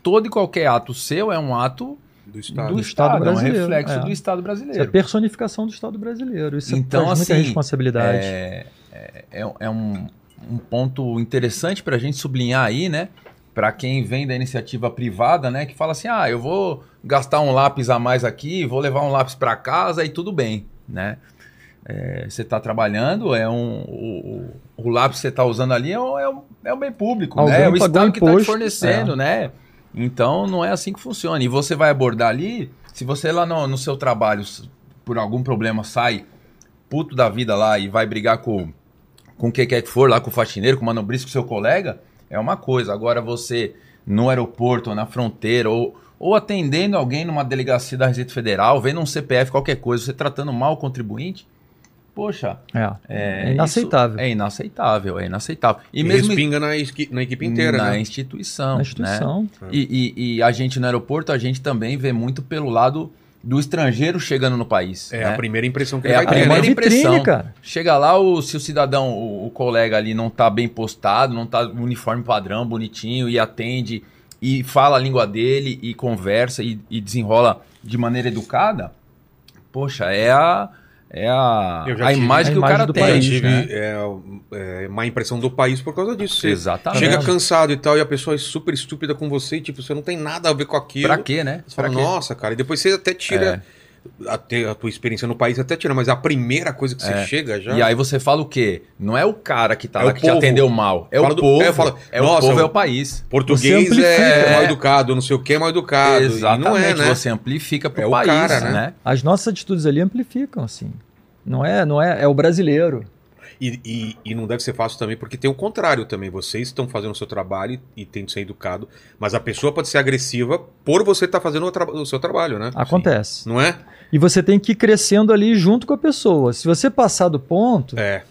[SPEAKER 4] Todo e qualquer ato seu é um ato
[SPEAKER 1] Do
[SPEAKER 4] do,
[SPEAKER 1] Estado.
[SPEAKER 4] Estado,
[SPEAKER 2] Estado
[SPEAKER 4] é um
[SPEAKER 2] brasileiro,
[SPEAKER 4] reflexo
[SPEAKER 2] é.
[SPEAKER 4] do Estado
[SPEAKER 2] Isso é a
[SPEAKER 4] brasileiro.
[SPEAKER 2] personificação do Estado brasileiro. Isso
[SPEAKER 4] Então,
[SPEAKER 2] então, traz muita
[SPEAKER 4] assim,
[SPEAKER 2] responsabilidade.
[SPEAKER 4] É, é, é- é um, um ponto interessante para a gente sublinhar aí, né? Para quem vem da iniciativa privada, né? Que fala assim, ah, eu vou gastar um lápis a mais aqui, vou levar um lápis para casa e tudo bem, né? É, você está trabalhando, é um, o, o- o lápis que você está usando ali é um, é um- é um bem público,
[SPEAKER 2] Alguém
[SPEAKER 4] né? É o
[SPEAKER 2] pagou
[SPEAKER 4] Estado que está te
[SPEAKER 2] imposto,
[SPEAKER 4] fornecendo,
[SPEAKER 2] é.
[SPEAKER 4] né? Então não é assim que funciona. E você vai abordar ali, se você lá no, no seu trabalho, s- por algum problema, sai puto da vida lá e vai brigar com, com quem quer que for, lá com o faxineiro, com o manobrista, com o seu colega, é uma coisa. Agora você no aeroporto, ou na fronteira, ou, ou atendendo alguém numa delegacia da Receita Federal, vendo um CPF, qualquer coisa, você tratando mal o contribuinte, poxa,
[SPEAKER 2] É,
[SPEAKER 4] é,
[SPEAKER 2] É inaceitável.
[SPEAKER 4] isso É inaceitável, é inaceitável. E,
[SPEAKER 1] E
[SPEAKER 4] mesmo
[SPEAKER 1] respinga na, esqui- na equipe inteira,
[SPEAKER 4] na
[SPEAKER 1] né?
[SPEAKER 4] instituição.
[SPEAKER 2] a
[SPEAKER 4] Né?
[SPEAKER 2] instituição.
[SPEAKER 4] E, e- e a gente no aeroporto, a gente também vê muito pelo lado do estrangeiro chegando no país.
[SPEAKER 1] É
[SPEAKER 4] né?
[SPEAKER 1] a primeira impressão que ele
[SPEAKER 4] É
[SPEAKER 1] vai
[SPEAKER 4] a
[SPEAKER 2] Aí é
[SPEAKER 1] ter,
[SPEAKER 2] uma
[SPEAKER 1] né?
[SPEAKER 4] primeira
[SPEAKER 2] vitrine,
[SPEAKER 4] impressão.
[SPEAKER 2] cara.
[SPEAKER 4] Chega lá, o, se o cidadão, o, o colega ali não tá bem postado, não tá no uniforme padrão, bonitinho, e atende, e fala a língua dele, e conversa, e, e desenrola de maneira educada, poxa, é a, é a,
[SPEAKER 1] Eu já
[SPEAKER 4] a
[SPEAKER 1] tive-
[SPEAKER 4] imagem
[SPEAKER 2] A
[SPEAKER 4] que o
[SPEAKER 2] imagem
[SPEAKER 4] cara
[SPEAKER 2] do
[SPEAKER 4] tem.
[SPEAKER 1] Eu já
[SPEAKER 2] país,
[SPEAKER 1] tive
[SPEAKER 4] né?
[SPEAKER 1] é, é, má impressão do país por causa disso. Você
[SPEAKER 4] Exatamente.
[SPEAKER 1] chega
[SPEAKER 2] vendo?
[SPEAKER 1] cansado e tal, e a pessoa é super estúpida com você, e, tipo, você não tem nada a ver com aquilo.
[SPEAKER 4] Pra quê, né?
[SPEAKER 1] Você
[SPEAKER 4] Pra
[SPEAKER 1] fala,
[SPEAKER 4] quê? É.
[SPEAKER 1] nossa, cara, e depois você até tira. A, te- a tua experiência no país até tira, mas a primeira coisa que você chega já.
[SPEAKER 4] E aí você fala o quê? Não é o cara que tá
[SPEAKER 1] É
[SPEAKER 4] lá
[SPEAKER 1] o
[SPEAKER 4] que te
[SPEAKER 1] povo.
[SPEAKER 4] atendeu mal. É
[SPEAKER 1] Fala
[SPEAKER 4] o
[SPEAKER 1] do-
[SPEAKER 4] povo.
[SPEAKER 1] eu falo,
[SPEAKER 4] é
[SPEAKER 1] nossa,
[SPEAKER 4] o povo,
[SPEAKER 1] eu-
[SPEAKER 4] é o país.
[SPEAKER 1] Português
[SPEAKER 2] Você
[SPEAKER 1] é,
[SPEAKER 2] amplifica.
[SPEAKER 1] mal educado, não sei o que é mal educado. E
[SPEAKER 4] Exatamente.
[SPEAKER 1] não é, né?
[SPEAKER 4] Você amplifica pro
[SPEAKER 1] É o
[SPEAKER 4] país,
[SPEAKER 1] cara, né?
[SPEAKER 4] né?
[SPEAKER 2] As nossas atitudes ali amplificam, assim. Não é, não é, é o brasileiro.
[SPEAKER 1] E, e- e não deve ser fácil também, porque tem o contrário também. Vocês estão fazendo o seu trabalho e tem que ser educado, mas a pessoa pode ser agressiva por você estar fazendo o, tra- o seu trabalho, né?
[SPEAKER 2] Acontece.
[SPEAKER 1] Não é?
[SPEAKER 2] E você tem que ir crescendo ali junto com a pessoa. Se você passar do ponto,
[SPEAKER 1] É.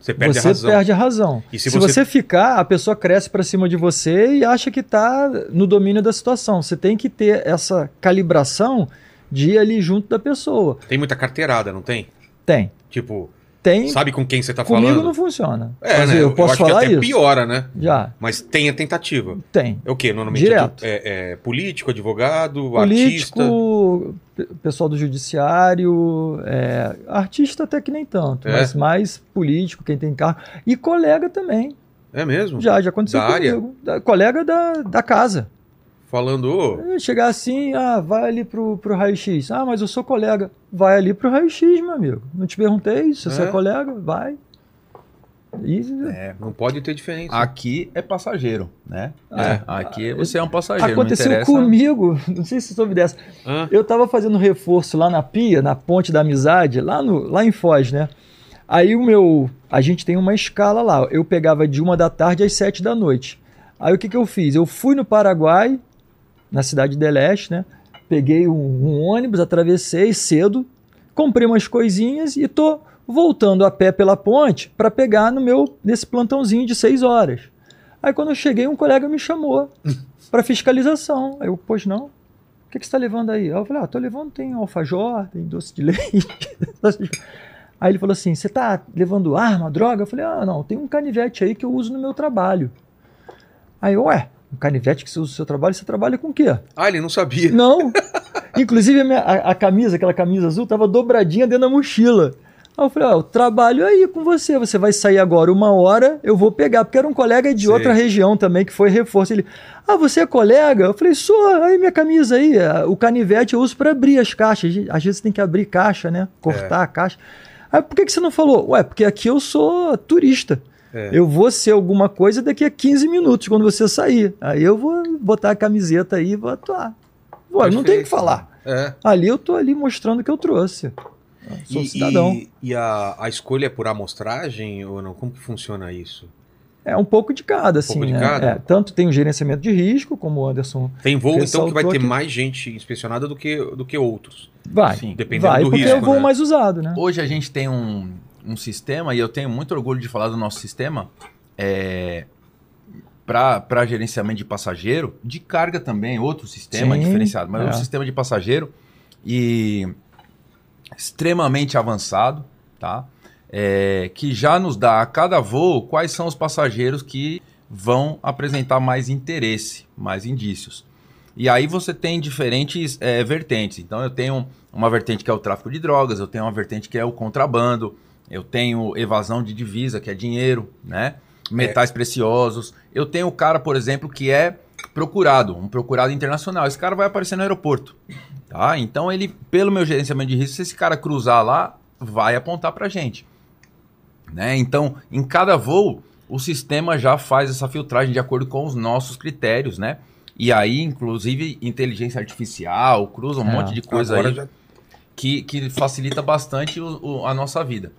[SPEAKER 1] Você perde
[SPEAKER 2] você
[SPEAKER 1] a razão.
[SPEAKER 2] perde a razão.
[SPEAKER 1] E se
[SPEAKER 2] se,
[SPEAKER 1] você-
[SPEAKER 2] você... ficar, a pessoa cresce pra cima de você e acha que tá no domínio da situação. Você tem que ter essa calibração de ir ali junto da pessoa.
[SPEAKER 1] Tem muita carteirada, não tem?
[SPEAKER 2] Tem.
[SPEAKER 1] Tipo,
[SPEAKER 2] Tem.
[SPEAKER 1] sabe com quem você tá
[SPEAKER 2] Comigo
[SPEAKER 1] falando?
[SPEAKER 2] não funciona.
[SPEAKER 1] É,
[SPEAKER 2] Quer dizer,
[SPEAKER 1] né?
[SPEAKER 2] Eu posso
[SPEAKER 1] acho
[SPEAKER 2] falar
[SPEAKER 1] que até
[SPEAKER 2] isso?
[SPEAKER 1] piora, né?
[SPEAKER 2] Já,
[SPEAKER 1] Mas tem a tentativa.
[SPEAKER 2] tem.
[SPEAKER 1] É o quê? Normalmente
[SPEAKER 2] Direto.
[SPEAKER 1] É, é político, advogado, artista.
[SPEAKER 2] Político, pe- pessoal do judiciário, é, artista até que nem tanto,
[SPEAKER 1] É.
[SPEAKER 2] mas mais político, quem tem carro. E colega também.
[SPEAKER 1] É mesmo?
[SPEAKER 2] Já, já aconteceu
[SPEAKER 1] Da área?
[SPEAKER 2] comigo. Da- colega da, da casa.
[SPEAKER 1] Falando, ô,
[SPEAKER 2] É, Chegar assim, ah, vai ali pro, pro raio-x. Ah, mas eu sou colega. Vai ali pro raio-x, meu amigo. Não te perguntei se você
[SPEAKER 1] É.
[SPEAKER 2] é colega, vai. E
[SPEAKER 1] não pode ter diferença.
[SPEAKER 4] Aqui é passageiro, né?
[SPEAKER 1] É.
[SPEAKER 4] É, Aqui você é um passageiro. não
[SPEAKER 2] aconteceu
[SPEAKER 4] interessa.
[SPEAKER 2] comigo, (laughs) não sei se você soube dessa.
[SPEAKER 1] Hã?
[SPEAKER 2] Eu tava fazendo reforço lá na pia, na ponte da amizade, lá, no, lá em Foz, né? Aí o meu. A gente tem uma escala lá. Eu pegava de uma da tarde às sete da noite. Aí o que, que eu fiz? Eu fui no Paraguai, na cidade de Leste, né? Peguei um, um ônibus, atravessei cedo, comprei umas coisinhas e tô voltando a pé pela ponte para pegar no meu nesse plantãozinho de seis horas. Aí quando eu cheguei, um colega me chamou para fiscalização. Aí eu, pois não, o que, que você está levando aí? Aí eu falei, ah, tô levando, tem alfajor, tem doce de (laughs) leite. aí ele falou assim, você tá levando arma, droga? Eu falei, ah, não, tem um canivete aí que eu uso no meu trabalho. Aí eu, ué, um canivete que você usa no seu trabalho, você trabalha com o quê?
[SPEAKER 1] Ah, ele não sabia.
[SPEAKER 2] Não. Inclusive, a, minha- a- a camisa, aquela camisa azul, tava dobradinha dentro da mochila. Aí eu falei, ó, eu trabalho aí com você, você vai sair agora uma hora, eu vou pegar, porque era um colega de
[SPEAKER 1] Sei.
[SPEAKER 2] outra região também, que foi reforço. Ele, ah, você é colega? Eu falei, sou, aí minha camisa aí, a- o canivete eu uso para abrir as caixas, às vezes tem que abrir caixa, né, cortar a caixa. Aí Ah, por que, que você não falou? Ué, porque aqui eu sou turista.
[SPEAKER 1] É.
[SPEAKER 2] Eu vou ser alguma coisa daqui a 15 minutos, quando você sair. Aí eu vou botar a camiseta aí e vou atuar. Ué, não tem o
[SPEAKER 1] Perfeito.
[SPEAKER 2] que falar.
[SPEAKER 1] É.
[SPEAKER 2] Ali eu tô ali mostrando o que eu trouxe. Eu sou um
[SPEAKER 1] E-
[SPEAKER 2] cidadão.
[SPEAKER 1] E, e a, a escolha é por amostragem ou não? Como que funciona isso?
[SPEAKER 2] É um pouco de cada, assim.
[SPEAKER 1] pouco de
[SPEAKER 2] né?
[SPEAKER 1] cada?
[SPEAKER 2] É, tanto tem o gerenciamento de risco, como o Anderson
[SPEAKER 1] Tem voo, então,
[SPEAKER 2] Ressaltou
[SPEAKER 1] que vai ter
[SPEAKER 2] que-
[SPEAKER 1] mais gente inspecionada do que, do que outros.
[SPEAKER 2] vai.
[SPEAKER 4] Sim.
[SPEAKER 1] Dependendo
[SPEAKER 2] vai,
[SPEAKER 1] do
[SPEAKER 2] porque
[SPEAKER 1] risco.
[SPEAKER 2] é o voo
[SPEAKER 1] né?
[SPEAKER 2] mais usado, né?
[SPEAKER 4] Hoje a gente tem um, um sistema, e eu tenho muito orgulho de falar do nosso sistema, é, para gerenciamento de passageiro, de carga também, outro sistema
[SPEAKER 2] Sim,
[SPEAKER 4] diferenciado, mas é um
[SPEAKER 2] é.
[SPEAKER 4] sistema de passageiro e extremamente avançado, tá? É, que já nos dá a cada voo quais são os passageiros que vão apresentar mais interesse, mais indícios. E aí você tem diferentes eh, vertentes. Então eu tenho uma vertente que é o tráfico de drogas, eu tenho uma vertente que é o contrabando, eu tenho evasão de divisa, que é dinheiro, né?
[SPEAKER 1] É.
[SPEAKER 4] Metais preciosos. Eu tenho o cara, por exemplo, que é procurado, um procurado internacional. Esse cara vai aparecer no aeroporto, tá? Então ele, pelo meu gerenciamento de risco, se esse cara cruzar lá, vai apontar pra gente. Né? Então, em cada voo, o sistema já faz essa filtragem de acordo com os nossos critérios, né? E aí, inclusive, inteligência artificial, cruza um
[SPEAKER 2] É.
[SPEAKER 4] monte de coisa
[SPEAKER 1] Agora
[SPEAKER 4] aí
[SPEAKER 1] já
[SPEAKER 4] que, que facilita bastante o- o- a nossa vida.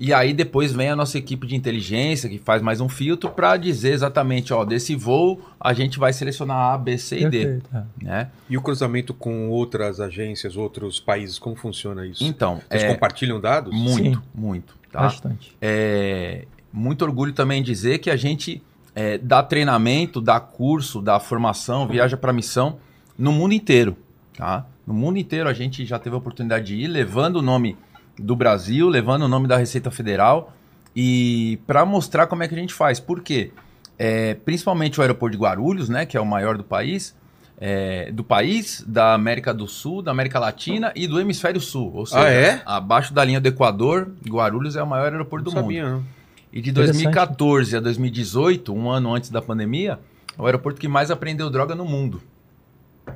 [SPEAKER 4] E aí depois vem a nossa equipe de inteligência, que faz mais um filtro, para dizer exatamente, ó, desse voo a gente vai selecionar A, B, C e D,
[SPEAKER 2] Perfeito, é.
[SPEAKER 4] né?
[SPEAKER 1] E o cruzamento com outras agências, outros países, como funciona isso?
[SPEAKER 4] Então,
[SPEAKER 1] Vocês
[SPEAKER 4] é,
[SPEAKER 1] compartilham dados?
[SPEAKER 2] Sim.
[SPEAKER 4] muito, muito, tá?
[SPEAKER 2] Bastante.
[SPEAKER 4] É, muito orgulho também em dizer que a gente é, dá treinamento, dá curso, dá formação, viaja para missão no mundo inteiro. Tá? No mundo inteiro a gente já teve a oportunidade de ir levando o nome do Brasil, levando o nome da Receita Federal e para mostrar como é que a gente faz. Por quê? É, principalmente o aeroporto de Guarulhos, né, que é o maior do país, é, do país, da América do Sul, da América Latina e do Hemisfério Sul. Ou seja,
[SPEAKER 1] Ah, é?
[SPEAKER 4] abaixo da linha do Equador, Guarulhos é o maior aeroporto
[SPEAKER 1] Não
[SPEAKER 4] do mundo.
[SPEAKER 1] sabia, não.
[SPEAKER 4] E de
[SPEAKER 2] Interessante.
[SPEAKER 4] 2014 a 2018, um ano antes da pandemia, é o aeroporto que mais apreendeu droga no mundo.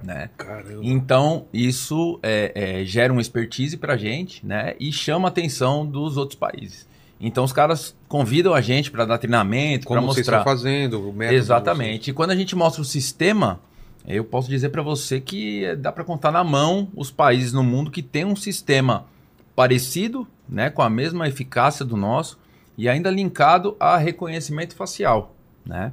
[SPEAKER 4] Né?
[SPEAKER 1] Caramba.
[SPEAKER 4] Então, isso é, é, gera uma expertise pra gente né? e chama a atenção dos outros países. Então, os caras convidam a gente para dar treinamento, para
[SPEAKER 1] Como vocês estão
[SPEAKER 4] mostrar.
[SPEAKER 1] fazendo, o método. de vocês.
[SPEAKER 4] Exatamente. E quando a gente mostra o sistema, eu posso dizer para você que eh, dá para contar na mão os países no mundo que tem um sistema parecido, né, com a mesma eficácia do nosso e ainda linkado a reconhecimento facial, né?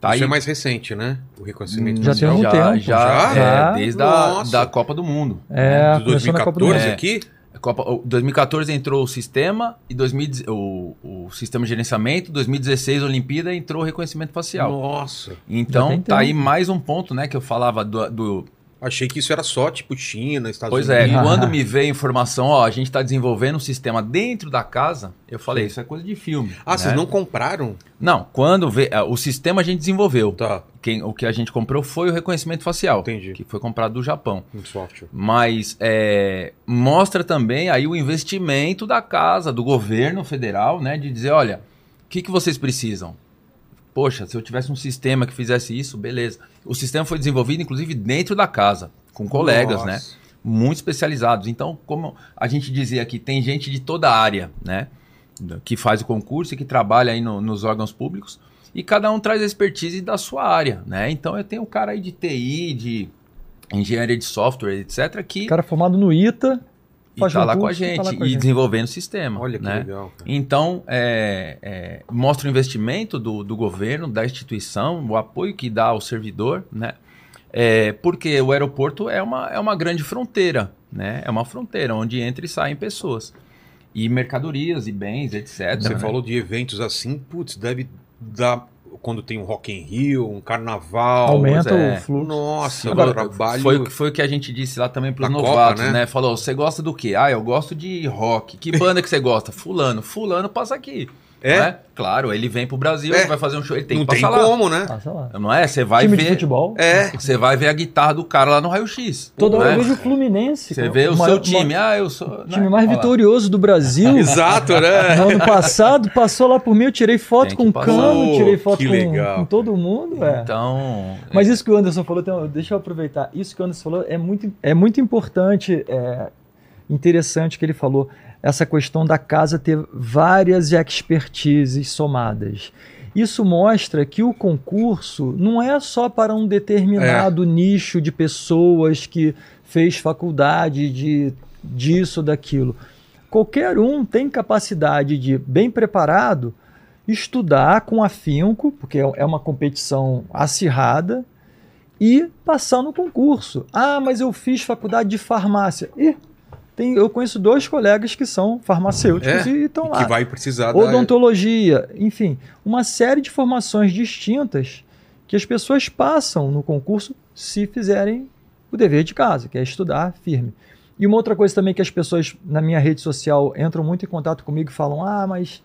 [SPEAKER 4] Tá
[SPEAKER 1] Isso
[SPEAKER 4] aí
[SPEAKER 1] é mais recente, né? O reconhecimento
[SPEAKER 2] Já tem
[SPEAKER 1] facial.
[SPEAKER 2] um
[SPEAKER 4] já,
[SPEAKER 2] tempo.
[SPEAKER 4] já,
[SPEAKER 2] Já?
[SPEAKER 4] é, desde a
[SPEAKER 1] Nossa.
[SPEAKER 4] da Copa do Mundo.
[SPEAKER 2] É,
[SPEAKER 1] De
[SPEAKER 2] começou na Copa
[SPEAKER 1] 2014
[SPEAKER 2] do Mundo.
[SPEAKER 4] Mundo.
[SPEAKER 1] aqui?
[SPEAKER 4] A Copa, o 2014 entrou o sistema e 2010 o, o sistema de gerenciamento, 2016 Olimpíada entrou o reconhecimento facial.
[SPEAKER 1] Nossa.
[SPEAKER 2] Já
[SPEAKER 4] Então
[SPEAKER 2] tem
[SPEAKER 4] tá aí
[SPEAKER 2] tempo.
[SPEAKER 4] mais um ponto, né, que eu falava do- do
[SPEAKER 1] Achei que isso era só, tipo, China, Estados
[SPEAKER 4] Pois é,
[SPEAKER 1] Unidos.
[SPEAKER 2] Ah.
[SPEAKER 4] quando me veio a informação, ó, a gente está desenvolvendo um sistema dentro da casa, eu falei, isso é coisa de filme.
[SPEAKER 1] Ah, vocês
[SPEAKER 4] né?
[SPEAKER 1] não compraram?
[SPEAKER 4] Não, quando vê, ah, o sistema a gente desenvolveu.
[SPEAKER 1] Tá,
[SPEAKER 4] Quem, o que a gente comprou foi o reconhecimento facial,
[SPEAKER 1] entendi.
[SPEAKER 4] que foi comprado do Japão.
[SPEAKER 1] Um software.
[SPEAKER 4] Mas é, mostra também aí o investimento da casa, do governo federal, né? De dizer, olha, o que, que vocês precisam? Poxa, se eu tivesse um sistema que fizesse isso, beleza. O sistema foi desenvolvido, inclusive, dentro da casa, com colegas, né? muito especializados. Então, como a gente dizia aqui, tem gente de toda a área, né? Que faz o concurso e que trabalha aí no- nos órgãos públicos. E cada um traz a expertise da sua área, né? Então, eu tenho um cara aí de TI, de engenharia de software, etc., que
[SPEAKER 2] O cara formado no ITA, faz
[SPEAKER 4] está lá com a
[SPEAKER 2] concurso e
[SPEAKER 4] gente
[SPEAKER 2] tá lá com a
[SPEAKER 4] e
[SPEAKER 2] gente.
[SPEAKER 4] desenvolvendo o sistema,
[SPEAKER 1] Olha que
[SPEAKER 4] né?
[SPEAKER 1] legal. cara.
[SPEAKER 4] Então, é, é, mostra o investimento do, do governo, da instituição, o apoio que dá ao servidor, né? É, porque o aeroporto é uma, é uma grande fronteira, né? É uma fronteira onde entra e saem pessoas. E mercadorias, e bens, etc.
[SPEAKER 1] Você
[SPEAKER 4] né?
[SPEAKER 1] falou de eventos assim, putz, deve dar... Quando tem um Rock in Rio, um carnaval...
[SPEAKER 2] Aumenta
[SPEAKER 4] é.
[SPEAKER 2] o fluxo.
[SPEAKER 1] Nossa,
[SPEAKER 4] Agora,
[SPEAKER 1] o trabalho...
[SPEAKER 4] foi, o que- foi o que a gente disse lá também para os
[SPEAKER 1] Da Copa,
[SPEAKER 4] novatos,
[SPEAKER 1] né?
[SPEAKER 4] né? Falou, você gosta do quê? Ah, eu gosto de rock. Que banda que você gosta? Fulano. Fulano passa aqui.
[SPEAKER 1] É?
[SPEAKER 4] né? Claro, ele vem pro Brasil,
[SPEAKER 1] É.
[SPEAKER 4] ele vai fazer um show, ele tem
[SPEAKER 1] não
[SPEAKER 4] que
[SPEAKER 1] tem
[SPEAKER 4] passar lá.
[SPEAKER 1] como, né?
[SPEAKER 2] Passa Ah, lá.
[SPEAKER 4] Não é? Você vai
[SPEAKER 2] Time de
[SPEAKER 4] ver.
[SPEAKER 2] futebol.
[SPEAKER 1] É.
[SPEAKER 4] Você vai ver a guitarra do cara lá no raio-x.
[SPEAKER 2] Toda hora
[SPEAKER 4] né?
[SPEAKER 2] eu vejo o Fluminense.
[SPEAKER 4] Você
[SPEAKER 2] cara,
[SPEAKER 4] vê o
[SPEAKER 2] maior-
[SPEAKER 4] seu time. Ah, eu sou.
[SPEAKER 2] O time mais
[SPEAKER 4] Olha lá.
[SPEAKER 2] vitorioso do Brasil.
[SPEAKER 4] (laughs)
[SPEAKER 1] Exato,
[SPEAKER 2] (laughs)
[SPEAKER 1] né?
[SPEAKER 2] No ano passado, passou lá por mim, eu tirei foto
[SPEAKER 4] Tem
[SPEAKER 2] com
[SPEAKER 4] que
[SPEAKER 2] o
[SPEAKER 4] passar. Oh,
[SPEAKER 2] Cano, tirei
[SPEAKER 1] Pô,
[SPEAKER 2] foto
[SPEAKER 1] que
[SPEAKER 2] com,
[SPEAKER 1] legal,
[SPEAKER 2] com todo mundo. É.
[SPEAKER 4] Então.
[SPEAKER 2] Mas isso que o Anderson falou, tem- um, deixa eu aproveitar. Isso que o Anderson falou é muito, é muito importante, é interessante que ele falou, essa questão da casa ter várias expertises somadas. Isso mostra que o concurso não é só para um determinado nicho de pessoas que fez faculdade de disso, daquilo. Qualquer um tem capacidade de, bem preparado, estudar com afinco, porque é é uma competição acirrada, e passar no concurso. Ah, mas eu fiz faculdade de farmácia. Ih, tem, eu conheço dois colegas que são farmacêuticos
[SPEAKER 1] É,
[SPEAKER 2] e estão lá
[SPEAKER 1] que vai precisar da-
[SPEAKER 2] odontologia, enfim, uma série de formações distintas que as pessoas passam no concurso se fizerem o dever de casa, que é estudar firme. E uma outra coisa também que as pessoas na minha rede social entram muito em contato comigo e falam: "Ah, mas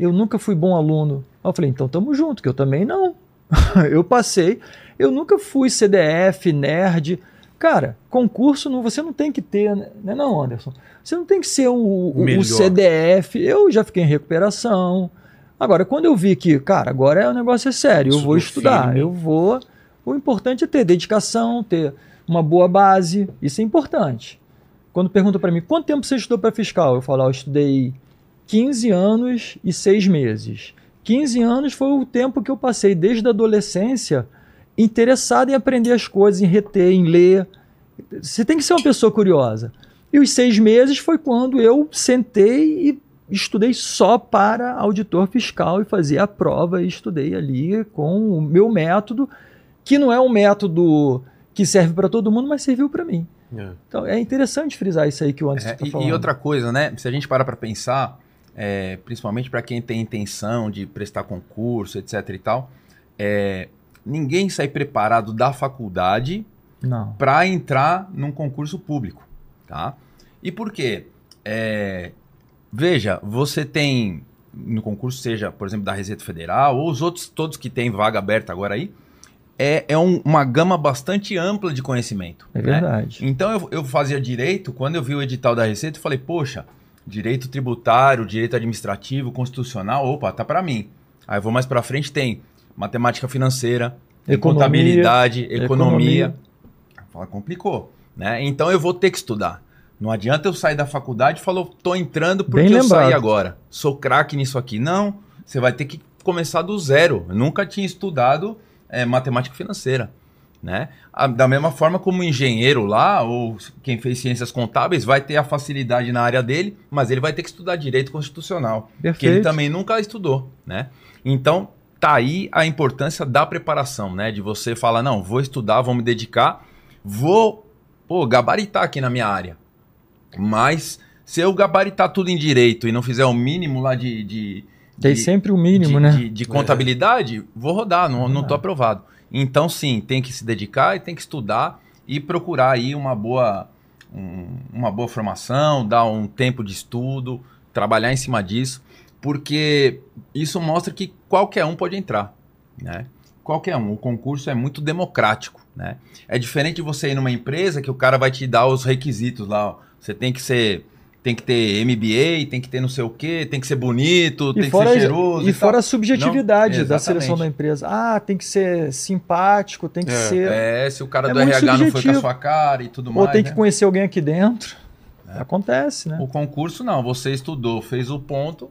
[SPEAKER 2] eu nunca fui bom aluno". Aí Eu falei: "Então tamo junto, que eu também não. (laughs) eu passei, eu nunca fui CDF, nerd. Cara, concurso não, você não tem que ter, né, Né não, Anderson? Você não tem que ser o, o- o
[SPEAKER 1] Melhor.
[SPEAKER 2] CDF. Eu já fiquei em recuperação. Agora, quando eu vi que, cara, agora é, o negócio é sério, eu
[SPEAKER 1] Isso
[SPEAKER 2] vou
[SPEAKER 1] no
[SPEAKER 2] estudar,
[SPEAKER 1] filme.
[SPEAKER 2] eu vou. O importante é ter dedicação, ter uma boa base, isso é importante. Quando perguntam para mim, quanto tempo você estudou para fiscal? Eu falo, ah, eu estudei 15 anos e 6 meses. 15 anos foi o tempo que eu passei desde a adolescência interessado em aprender as coisas, em reter, em ler. Você tem que ser uma pessoa curiosa. E E os seis meses foi quando eu sentei e estudei só para auditor fiscal e fazia a prova e estudei ali com o meu método, que não é um método que serve para todo mundo, mas serviu para mim.
[SPEAKER 1] É.
[SPEAKER 2] Então é interessante frisar isso aí que o Anderson
[SPEAKER 4] É,
[SPEAKER 2] está
[SPEAKER 4] e-
[SPEAKER 2] falando.
[SPEAKER 4] e, outra coisa, né? Se a gente parar para pensar, é, principalmente para quem tem intenção de prestar concurso, etc e tal, é, ninguém sai preparado da faculdade
[SPEAKER 2] Não.
[SPEAKER 4] para entrar num concurso público, tá? E por quê? É, veja, você tem no concurso, seja, por exemplo, da Receita Federal ou os outros todos que tem vaga aberta agora aí, é, é um- uma gama bastante ampla de conhecimento.
[SPEAKER 2] É
[SPEAKER 4] né?
[SPEAKER 2] verdade.
[SPEAKER 4] Então eu, eu fazia direito, quando eu vi o edital da Receita, eu falei, poxa, direito tributário, direito administrativo, constitucional, opa, tá para mim. Aí eu vou mais para frente, tem matemática financeira, tem
[SPEAKER 2] Economia,
[SPEAKER 4] contabilidade,
[SPEAKER 2] É economia.
[SPEAKER 4] economia. Fala, complicou, né? Então eu vou ter que estudar. Não adianta eu sair da faculdade e falar, "Eu tô entrando porque
[SPEAKER 2] Bem
[SPEAKER 4] eu saí
[SPEAKER 2] lembrado.
[SPEAKER 4] agora. Sou craque nisso aqui. Não, você vai ter que começar do zero. Eu nunca tinha estudado eh, matemática financeira, né? Ah, Da mesma forma como o engenheiro lá, ou quem fez ciências contábeis, vai ter a facilidade na área dele, mas ele vai ter que estudar direito constitucional, que
[SPEAKER 2] Perfeito.
[SPEAKER 4] ele também nunca estudou, né? Então, tá aí a importância da preparação, né? De você falar, não, vou estudar, vou me dedicar, vou, pô, gabaritar aqui na minha área. Mas se eu gabaritar tudo em direito e não fizer o mínimo lá de- de-
[SPEAKER 2] Tem
[SPEAKER 4] de
[SPEAKER 2] é sempre o mínimo,
[SPEAKER 4] de,
[SPEAKER 2] né?
[SPEAKER 4] de- de contabilidade, vou rodar, não, não tô
[SPEAKER 2] Ah.
[SPEAKER 4] aprovado. Então, sim, tem que se dedicar e tem que estudar e procurar aí uma boa, um- uma boa formação, dar um tempo de estudo, trabalhar em cima disso, porque isso mostra que qualquer um pode entrar, né? Qualquer um. O concurso é muito democrático, né? É diferente de você ir numa empresa que o cara vai te dar os requisitos lá, ó. Você tem que ser... Tem que ter MBA, tem que ter não sei o quê, tem que ser bonito, tem que ser cheiroso.
[SPEAKER 2] e
[SPEAKER 4] tal.
[SPEAKER 2] fora a subjetividade
[SPEAKER 4] Não,
[SPEAKER 2] da seleção
[SPEAKER 4] exatamente.
[SPEAKER 2] da empresa. Ah, tem que ser simpático, tem que
[SPEAKER 1] É,
[SPEAKER 2] ser.
[SPEAKER 4] É, se o cara
[SPEAKER 2] É
[SPEAKER 4] do
[SPEAKER 2] muito
[SPEAKER 4] RH não foi com a
[SPEAKER 2] subjetivo.
[SPEAKER 4] sua cara e tudo
[SPEAKER 2] ou
[SPEAKER 4] mais.
[SPEAKER 2] tem que
[SPEAKER 4] né? É.
[SPEAKER 2] conhecer alguém aqui dentro. Acontece, né?
[SPEAKER 4] O concurso não, você estudou, fez o ponto,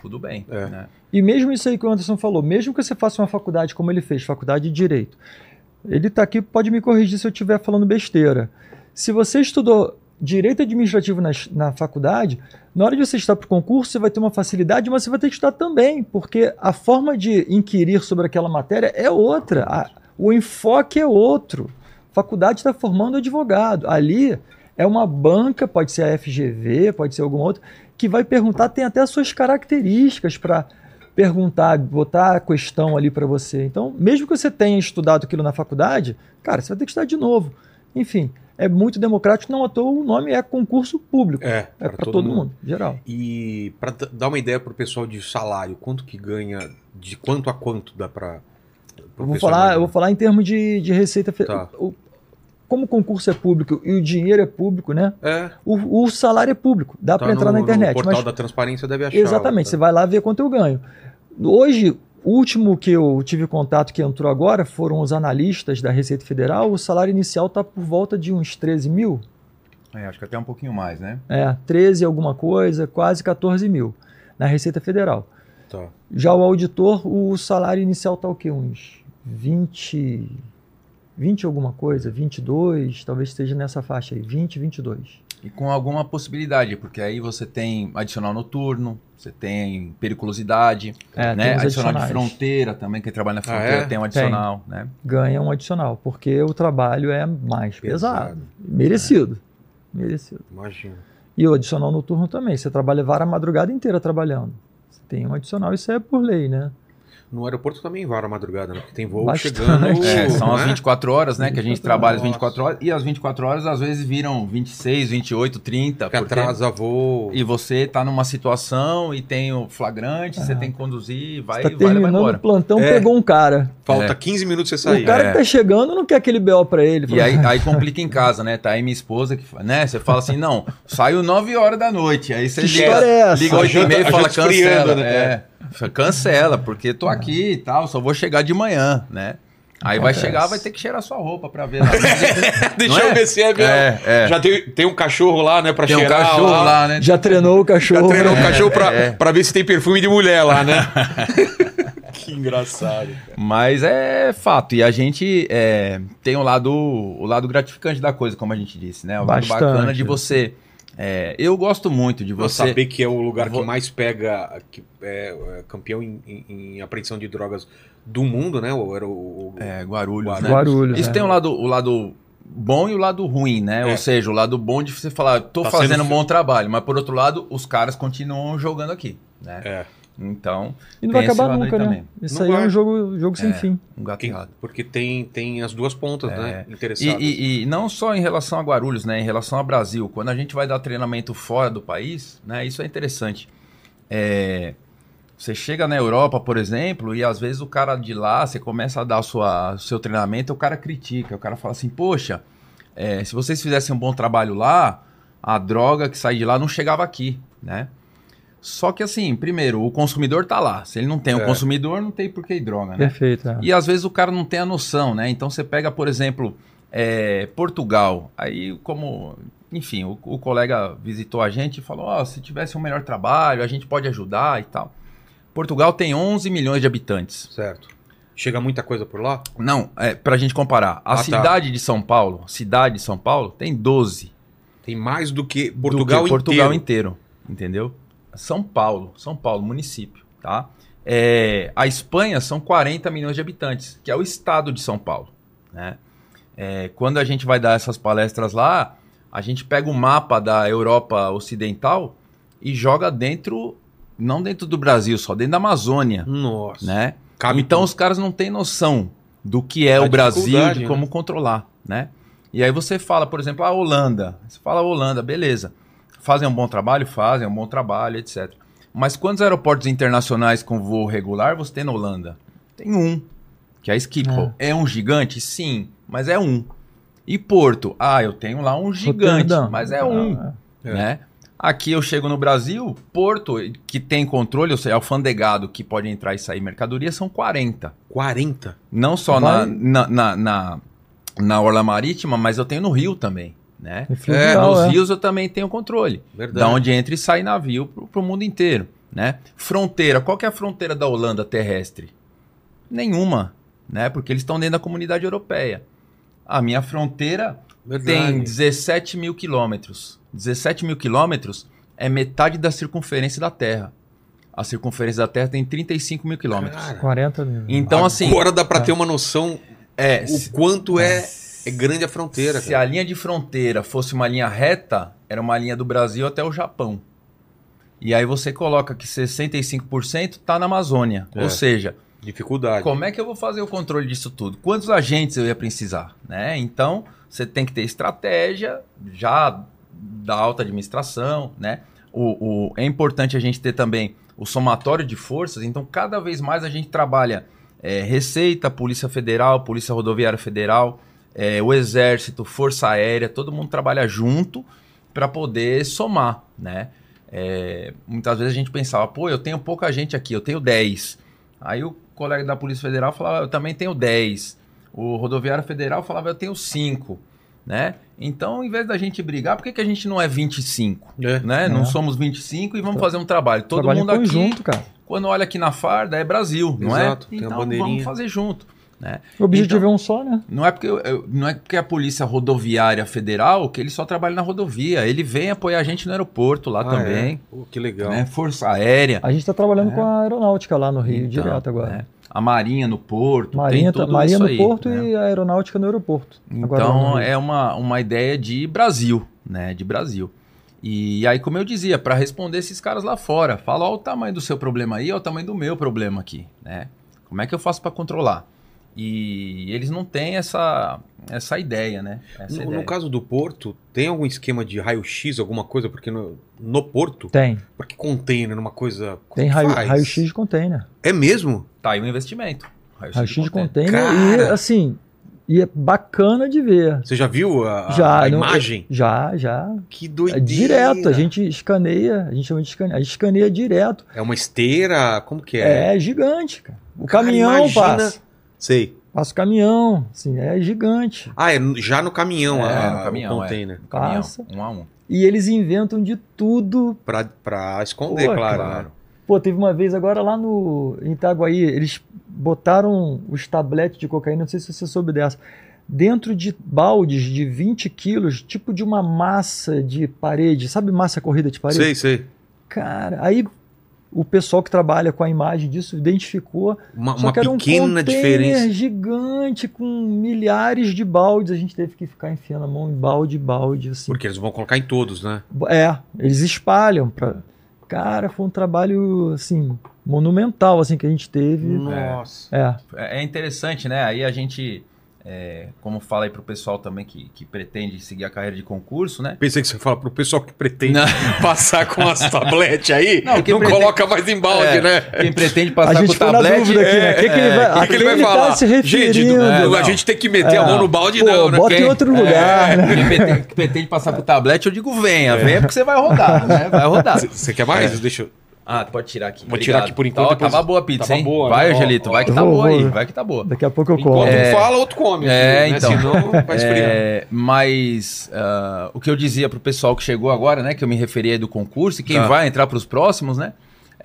[SPEAKER 4] tudo bem.
[SPEAKER 1] É.
[SPEAKER 4] né?
[SPEAKER 2] E mesmo isso aí que o Anderson falou, mesmo que você faça uma faculdade como ele fez, faculdade de Direito, ele está aqui, pode me corrigir se eu estiver falando besteira. Se você estudou Direito Administrativo na, na faculdade, na hora de você estudar para o concurso, você vai ter uma facilidade, mas você vai ter que estudar também, porque a forma de inquirir sobre aquela matéria é outra, a- o enfoque é outro. Faculdade está formando advogado. Ali é uma banca, pode ser a FGV, pode ser alguma outra, que vai perguntar, tem até as suas características para perguntar, botar a questão ali para você. Então, mesmo que você tenha estudado aquilo na faculdade, cara, você vai ter que estudar de novo. Enfim, é muito democrático, não à toa o nome é concurso público.
[SPEAKER 1] É,
[SPEAKER 2] É para todo mundo, geral.
[SPEAKER 1] E para dar uma ideia pro pessoal de salário, quanto que ganha, de quanto a quanto dá para
[SPEAKER 2] Eu vou, falar, eu vou falar em termos de, de receita. fe-
[SPEAKER 1] Tá.
[SPEAKER 2] o- como o concurso é público e o dinheiro é público, né?
[SPEAKER 1] É,
[SPEAKER 2] O, o salário é público, dá
[SPEAKER 1] tá
[SPEAKER 2] para entrar
[SPEAKER 1] no-
[SPEAKER 2] na
[SPEAKER 1] No
[SPEAKER 2] internet.
[SPEAKER 1] portal
[SPEAKER 2] mas
[SPEAKER 1] da transparência deve achar.
[SPEAKER 2] Exatamente, você vai lá ver quanto eu ganho. Hoje, o último que eu tive contato que entrou agora foram os analistas da Receita Federal. O salário inicial está por volta de uns 13 mil.
[SPEAKER 4] É, acho que até um pouquinho mais, né?
[SPEAKER 2] É, 13 alguma coisa, quase 14 mil na Receita Federal.
[SPEAKER 1] Tá.
[SPEAKER 2] Já o auditor, o salário inicial está o quê? Uns 20, 20 alguma coisa, 22, talvez esteja nessa faixa aí, 20, 22.
[SPEAKER 4] E com alguma possibilidade, porque aí você tem adicional noturno, você tem periculosidade,
[SPEAKER 2] É,
[SPEAKER 4] né?
[SPEAKER 2] tem os
[SPEAKER 4] Adicional de
[SPEAKER 2] adicionais.
[SPEAKER 4] fronteira também, quem trabalha na
[SPEAKER 1] Ah,
[SPEAKER 4] fronteira
[SPEAKER 1] é?
[SPEAKER 4] tem um adicional, né?
[SPEAKER 2] Ganha um adicional, porque o trabalho é mais pesado. Merecido. Merecido.
[SPEAKER 1] Imagina.
[SPEAKER 2] E o adicional noturno também. Você trabalha a madrugada inteira trabalhando. Você tem um adicional, isso é por lei, né?
[SPEAKER 1] No aeroporto também vara a madrugada, né? Porque tem voo
[SPEAKER 2] Bastante.
[SPEAKER 1] chegando.
[SPEAKER 4] (laughs) É, são as
[SPEAKER 1] né?
[SPEAKER 4] 24 horas, né? Que a gente
[SPEAKER 2] 24
[SPEAKER 4] trabalha as
[SPEAKER 1] horas.
[SPEAKER 4] 24 horas, e as 24 horas às vezes viram 26, 28, 30.
[SPEAKER 1] Que atrasa voo.
[SPEAKER 4] E você tá numa situação e tem o flagrante,
[SPEAKER 2] Ah.
[SPEAKER 4] você tem que conduzir, vai,
[SPEAKER 2] você tá
[SPEAKER 4] vai, vai
[SPEAKER 2] terminando o
[SPEAKER 4] embora.
[SPEAKER 2] plantão,
[SPEAKER 1] É.
[SPEAKER 2] pegou um cara.
[SPEAKER 1] Falta 15 minutos você
[SPEAKER 2] o
[SPEAKER 1] sair.
[SPEAKER 2] cara
[SPEAKER 4] (laughs) é.
[SPEAKER 2] que tá chegando não quer aquele BO pra ele.
[SPEAKER 4] E aí, aí complica em casa, né? Tá aí minha esposa que, fa- né? Você fala assim, não, saiu 9 horas da noite. Aí você
[SPEAKER 2] Que história
[SPEAKER 4] liga,
[SPEAKER 2] é essa?
[SPEAKER 4] liga
[SPEAKER 1] A
[SPEAKER 4] 8 e
[SPEAKER 1] janta-
[SPEAKER 4] meia e
[SPEAKER 1] a
[SPEAKER 4] fala,
[SPEAKER 1] janta esfriando,
[SPEAKER 4] cancela.
[SPEAKER 1] né?
[SPEAKER 4] É, Fala, cancela, porque tô aqui e tal, só vou chegar de manhã, né? Aí vai
[SPEAKER 2] Acontece.
[SPEAKER 4] chegar, vai ter que cheirar sua roupa pra ver lá.
[SPEAKER 1] Deixa
[SPEAKER 4] Não
[SPEAKER 1] eu
[SPEAKER 4] é?
[SPEAKER 1] ver se é mesmo.
[SPEAKER 4] É, é.
[SPEAKER 1] Já tem, tem um cachorro lá, né? Pra
[SPEAKER 4] Tem um
[SPEAKER 1] cheirar.
[SPEAKER 4] cachorro lá, né?
[SPEAKER 2] Já treinou o
[SPEAKER 1] Já
[SPEAKER 2] cachorro.
[SPEAKER 1] treinou o
[SPEAKER 2] né?
[SPEAKER 1] cachorro pra,
[SPEAKER 4] é.
[SPEAKER 1] pra ver se tem perfume de mulher lá,
[SPEAKER 4] (laughs)
[SPEAKER 1] né? que engraçado.
[SPEAKER 4] Mas é fato. E a gente é, tem o lado, o lado gratificante da coisa, como a gente disse, né? O lado
[SPEAKER 2] Bastante.
[SPEAKER 4] bacana de você É, eu gosto muito de
[SPEAKER 1] Vou
[SPEAKER 4] você.
[SPEAKER 1] saber que é o lugar
[SPEAKER 4] Vou-
[SPEAKER 1] que mais pega, que é, é campeão em, em- em apreenção de drogas do mundo, né? Ou era o, o-
[SPEAKER 4] É, Guarulhos, né?
[SPEAKER 2] Guarulhos.
[SPEAKER 4] Isso
[SPEAKER 2] né?
[SPEAKER 4] tem o lado, o lado bom e o lado ruim, né?
[SPEAKER 1] É.
[SPEAKER 4] Ou seja, o lado bom de você falar, tô
[SPEAKER 1] Tá
[SPEAKER 4] fazendo
[SPEAKER 1] sendo
[SPEAKER 4] um bom trabalho, mas por outro lado, os caras continuam jogando aqui, né?
[SPEAKER 1] É.
[SPEAKER 4] Então,
[SPEAKER 2] E não vai
[SPEAKER 4] tem esse
[SPEAKER 2] acabar
[SPEAKER 4] lado aí
[SPEAKER 2] nunca, né?
[SPEAKER 4] também.
[SPEAKER 2] Isso
[SPEAKER 1] Não
[SPEAKER 2] aí é
[SPEAKER 1] vai.
[SPEAKER 2] um jogo, jogo sem
[SPEAKER 4] É.
[SPEAKER 2] fim.
[SPEAKER 4] um gato
[SPEAKER 1] Quem-
[SPEAKER 4] e rato.
[SPEAKER 1] porque tem, tem as duas pontas, né?
[SPEAKER 4] E,
[SPEAKER 1] Interessadas.
[SPEAKER 4] É. e- e não só em relação a Guarulhos, né? Em relação ao Brasil. Quando a gente vai dar treinamento fora do país, né? Isso é interessante. É, você chega na Europa, por exemplo, e às vezes o cara de lá, você começa a dar o sua, seu treinamento, o cara critica. O cara fala assim, poxa, é, se vocês fizessem um bom trabalho lá, a droga que sai de lá não chegava aqui, né? Só que assim, primeiro, o consumidor tá lá. Se ele não tem o
[SPEAKER 1] É.
[SPEAKER 4] consumidor, não tem por que ir droga, né?
[SPEAKER 2] Perfeito. é.
[SPEAKER 4] E às vezes o cara não tem a noção, né? Então você pega, por exemplo, é, Portugal. Aí, como. Enfim, o, o colega visitou a gente e falou: ó, se tivesse um melhor trabalho, a gente pode ajudar e tal. Portugal tem 11 milhões de habitantes.
[SPEAKER 1] Certo. Chega muita coisa por lá?
[SPEAKER 4] Não, é, pra gente comparar. A
[SPEAKER 1] Ah, tá.
[SPEAKER 4] cidade de São Paulo, cidade de São Paulo, tem 12.
[SPEAKER 1] Tem mais do que
[SPEAKER 4] do
[SPEAKER 1] Portugal
[SPEAKER 4] que
[SPEAKER 1] inteiro.
[SPEAKER 4] Portugal inteiro. entendeu? São Paulo, São Paulo, município, tá? É, a Espanha são 40 milhões de habitantes, que é o estado de São Paulo, né? É, quando a gente vai dar essas palestras lá, a gente pega o mapa da Europa Ocidental e joga dentro, não dentro do Brasil só, dentro da Amazônia,
[SPEAKER 1] Nossa.
[SPEAKER 4] né?
[SPEAKER 1] Cabe
[SPEAKER 4] então
[SPEAKER 1] tudo.
[SPEAKER 4] os caras não têm noção do que é
[SPEAKER 1] Da
[SPEAKER 4] o Brasil,
[SPEAKER 1] dificuldade,
[SPEAKER 4] de
[SPEAKER 1] né?
[SPEAKER 4] como controlar, né? E aí você fala, por exemplo, a Holanda. Você fala a Holanda, beleza. Fazem um bom trabalho? Fazem um bom trabalho, etc. Mas quantos aeroportos internacionais com voo regular você tem na Holanda? Tem um, que é a Schiphol. É, um gigante? Sim, mas é um. E Porto? Ah, eu tenho lá um gigante,
[SPEAKER 2] Roterdã.
[SPEAKER 4] mas é um
[SPEAKER 2] Ah,
[SPEAKER 1] É.
[SPEAKER 4] né? Aqui eu chego no Brasil, Porto, que tem controle, ou seja, alfandegado, que pode entrar e sair mercadoria, são 40.
[SPEAKER 1] 40.
[SPEAKER 4] Não só na,
[SPEAKER 2] Vai-
[SPEAKER 4] na, na, na, na Orla Marítima, mas eu tenho no Rio também, né?
[SPEAKER 2] é
[SPEAKER 4] É,
[SPEAKER 2] fluvial,
[SPEAKER 4] nos
[SPEAKER 2] é.
[SPEAKER 4] rios eu também tenho controle.
[SPEAKER 1] Verdade.
[SPEAKER 4] Da onde entra e sai navio pro, pro mundo inteiro, né? Fronteira, qual que é a fronteira da Holanda terrestre? Nenhuma, né? Porque eles estão dentro da comunidade europeia. A minha fronteira tem 17 mil quilômetros. 17 mil quilômetros é metade da circunferência da Terra. A circunferência da Terra tem 35 mil quilômetros.
[SPEAKER 1] Cara,
[SPEAKER 2] 40 mil.
[SPEAKER 4] Então, assim,
[SPEAKER 1] Agora dá pra ter uma noção
[SPEAKER 4] é,
[SPEAKER 1] o
[SPEAKER 4] se,
[SPEAKER 1] quanto é, é grande a fronteira.
[SPEAKER 4] se
[SPEAKER 1] cara.
[SPEAKER 4] a linha de fronteira fosse uma linha reta, era uma linha do Brasil até o Japão. E aí você coloca que 65% está tá na Amazônia.
[SPEAKER 1] É.
[SPEAKER 4] Ou seja,
[SPEAKER 1] Dificuldade.
[SPEAKER 4] Como é que eu vou fazer o controle disso tudo? Quantos agentes eu ia precisar? Né? Então, você tem que ter estratégia já da alta administração, né? O, o- é importante a gente ter também o somatório de forças, então cada vez mais a gente trabalha é, Receita, Polícia Federal, Polícia Rodoviária Federal, é, o Exército, Força Aérea, todo mundo trabalha junto para poder somar, né? É, muitas vezes a gente pensava, pô, eu tenho pouca gente aqui, eu tenho 10. Aí o colega da Polícia Federal falava, eu também tenho 10. O rodoviário federal falava, eu tenho 5. Né? Então, em vez da gente brigar, por que, que a gente não é 25?
[SPEAKER 1] É. Então,
[SPEAKER 4] Né? Não
[SPEAKER 2] É.
[SPEAKER 4] somos 25 e vamos fazer um trabalho. Todo
[SPEAKER 2] Trabalho
[SPEAKER 4] mundo
[SPEAKER 2] em
[SPEAKER 4] aqui,
[SPEAKER 2] conjunto, cara.
[SPEAKER 4] quando olha aqui na farda, é Brasil, não
[SPEAKER 1] Exato,
[SPEAKER 4] é?
[SPEAKER 1] tem a
[SPEAKER 4] Então
[SPEAKER 1] bandeirinha.
[SPEAKER 4] vamos fazer junto.
[SPEAKER 2] O objetivo é um só, né?
[SPEAKER 4] Não é, porque, eu- eu- não é porque a Polícia Rodoviária Federal que ele só trabalha na rodovia. Ele vem apoiar a gente no aeroporto lá
[SPEAKER 1] Ah,
[SPEAKER 4] também.
[SPEAKER 1] é? Pô, que legal.
[SPEAKER 4] né? Força Aérea.
[SPEAKER 2] A gente tá trabalhando
[SPEAKER 4] É.
[SPEAKER 2] com a aeronáutica lá no Rio,
[SPEAKER 4] Então,
[SPEAKER 2] direto agora.
[SPEAKER 4] né? A Marinha no Porto.
[SPEAKER 2] Marinha,
[SPEAKER 4] tem
[SPEAKER 2] tá-
[SPEAKER 4] tudo
[SPEAKER 2] Marinha
[SPEAKER 4] isso
[SPEAKER 2] no
[SPEAKER 4] aí,
[SPEAKER 2] Porto
[SPEAKER 4] né?
[SPEAKER 2] e a aeronáutica no aeroporto. Agora lá no
[SPEAKER 4] Então
[SPEAKER 2] Rio.
[SPEAKER 4] é uma, uma ideia de Brasil, né? De Brasil. E aí, como eu dizia, para responder esses caras lá fora, fala ó, o tamanho do seu problema aí, ó, o tamanho do meu problema aqui, né? Como é que eu faço para controlar? E eles não têm essa, essa ideia, né? Essa
[SPEAKER 1] No,
[SPEAKER 4] ideia.
[SPEAKER 1] no caso do Porto, tem algum esquema de raio-x, alguma coisa? Porque no, no Porto,
[SPEAKER 2] Tem.
[SPEAKER 1] porque container, uma coisa. como
[SPEAKER 2] Tem raio-
[SPEAKER 1] faz?
[SPEAKER 2] raio-x de container.
[SPEAKER 1] É mesmo?
[SPEAKER 4] Tá aí o investimento. Raio-x
[SPEAKER 2] Raio-x de
[SPEAKER 4] container.
[SPEAKER 2] container. E
[SPEAKER 1] Cara!
[SPEAKER 2] assim, e é bacana de ver.
[SPEAKER 1] Você já viu a, a-
[SPEAKER 2] Já,
[SPEAKER 1] a
[SPEAKER 2] não-
[SPEAKER 1] imagem?
[SPEAKER 2] Já, já.
[SPEAKER 1] Que
[SPEAKER 2] É
[SPEAKER 1] doideira.
[SPEAKER 2] direto, a gente escaneia, a gente chama de escaneia, a gente escaneia direto.
[SPEAKER 1] É uma esteira? Como que é?
[SPEAKER 2] É, gigante, cara. O
[SPEAKER 1] Cara,
[SPEAKER 2] caminhão
[SPEAKER 1] imagina-
[SPEAKER 2] passa.
[SPEAKER 1] Sei.
[SPEAKER 2] Passa o caminhão, assim, é gigante.
[SPEAKER 1] Ah, é no- já no caminhão,
[SPEAKER 4] É,
[SPEAKER 1] a-
[SPEAKER 4] no caminhão,
[SPEAKER 1] o container.
[SPEAKER 4] Um caminhão,
[SPEAKER 2] Passa.
[SPEAKER 4] um a um.
[SPEAKER 2] E eles inventam de tudo.
[SPEAKER 1] Pra, pra esconder,
[SPEAKER 2] Pô,
[SPEAKER 1] claro. né?
[SPEAKER 4] claro.
[SPEAKER 2] Pô, teve uma vez agora lá no em Itaguaí, eles botaram os tabletes de cocaína, não sei se você soube dessa. dentro de baldes de 20 quilos, tipo de uma massa de parede, sabe massa corrida de parede?
[SPEAKER 1] Sei, sei.
[SPEAKER 2] Cara, aí o pessoal que trabalha com a imagem disso identificou
[SPEAKER 1] Uma,
[SPEAKER 2] só
[SPEAKER 1] uma
[SPEAKER 2] que era um
[SPEAKER 1] pequena
[SPEAKER 2] container
[SPEAKER 1] diferença.
[SPEAKER 2] gigante com milhares de baldes, a gente teve que ficar enfiando a mão em balde, balde, assim.
[SPEAKER 1] Porque eles vão colocar em todos, né?
[SPEAKER 2] É, eles espalham para. Cara, foi um trabalho assim monumental assim que a gente teve.
[SPEAKER 3] Nossa.
[SPEAKER 2] É,
[SPEAKER 4] É é interessante, né? Aí a gente, é, como fala aí pro pessoal também que, que pretende seguir a carreira de concurso, né?
[SPEAKER 1] Pensei que você fala pro pessoal que pretende (laughs)
[SPEAKER 4] Não.
[SPEAKER 1] passar com as tabletes aí, não,
[SPEAKER 4] Não, quem pretende-
[SPEAKER 1] coloca mais em balde,
[SPEAKER 4] É.
[SPEAKER 1] né?
[SPEAKER 4] Quem
[SPEAKER 2] (laughs)
[SPEAKER 4] pretende
[SPEAKER 2] a
[SPEAKER 4] passar com
[SPEAKER 2] gente
[SPEAKER 4] o
[SPEAKER 2] ficou na
[SPEAKER 4] tablete.
[SPEAKER 2] dúvida aqui, né? O que, que ele vai,
[SPEAKER 1] O
[SPEAKER 2] a
[SPEAKER 1] que, que
[SPEAKER 2] quem
[SPEAKER 1] ele vai falar?
[SPEAKER 2] tá se
[SPEAKER 1] Gente,
[SPEAKER 2] referindo?
[SPEAKER 1] do-
[SPEAKER 4] É,
[SPEAKER 1] a
[SPEAKER 4] não.
[SPEAKER 1] gente tem que meter a mão no balde,
[SPEAKER 2] Pô,
[SPEAKER 1] não, né?
[SPEAKER 2] bota em
[SPEAKER 1] Quem-
[SPEAKER 4] é?
[SPEAKER 2] outro lugar, né? É.
[SPEAKER 4] Quem pretende, quem pretende passar pro tablete, eu digo venha, venha porque você vai rodar, né?
[SPEAKER 2] (laughs)
[SPEAKER 4] Vai rodar.
[SPEAKER 1] Você- Você quer mais? Deixa eu...
[SPEAKER 4] Ah, pode tirar aqui.
[SPEAKER 1] Vou tirar aqui por enquanto,
[SPEAKER 4] Tá, ó,
[SPEAKER 1] depois-
[SPEAKER 4] tava boa a pizza,
[SPEAKER 1] Tava
[SPEAKER 4] hein?
[SPEAKER 1] boa,
[SPEAKER 4] vai,
[SPEAKER 1] né? Ó,
[SPEAKER 4] Angelito,
[SPEAKER 1] ó.
[SPEAKER 4] vai que tá
[SPEAKER 2] Vou,
[SPEAKER 4] boa aí,
[SPEAKER 2] vou.
[SPEAKER 4] vai que tá boa.
[SPEAKER 2] Daqui a pouco eu
[SPEAKER 1] Enquanto
[SPEAKER 2] conto.
[SPEAKER 4] É.
[SPEAKER 1] um fala, outro come.
[SPEAKER 4] É,
[SPEAKER 1] filho, né?
[SPEAKER 4] então.
[SPEAKER 1] Senão vai esfriando.
[SPEAKER 4] É, mas ah, o que eu dizia pro pessoal que chegou agora, né? Que eu me referi aí do concurso, e quem
[SPEAKER 1] Tá.
[SPEAKER 4] vai entrar pros próximos, né?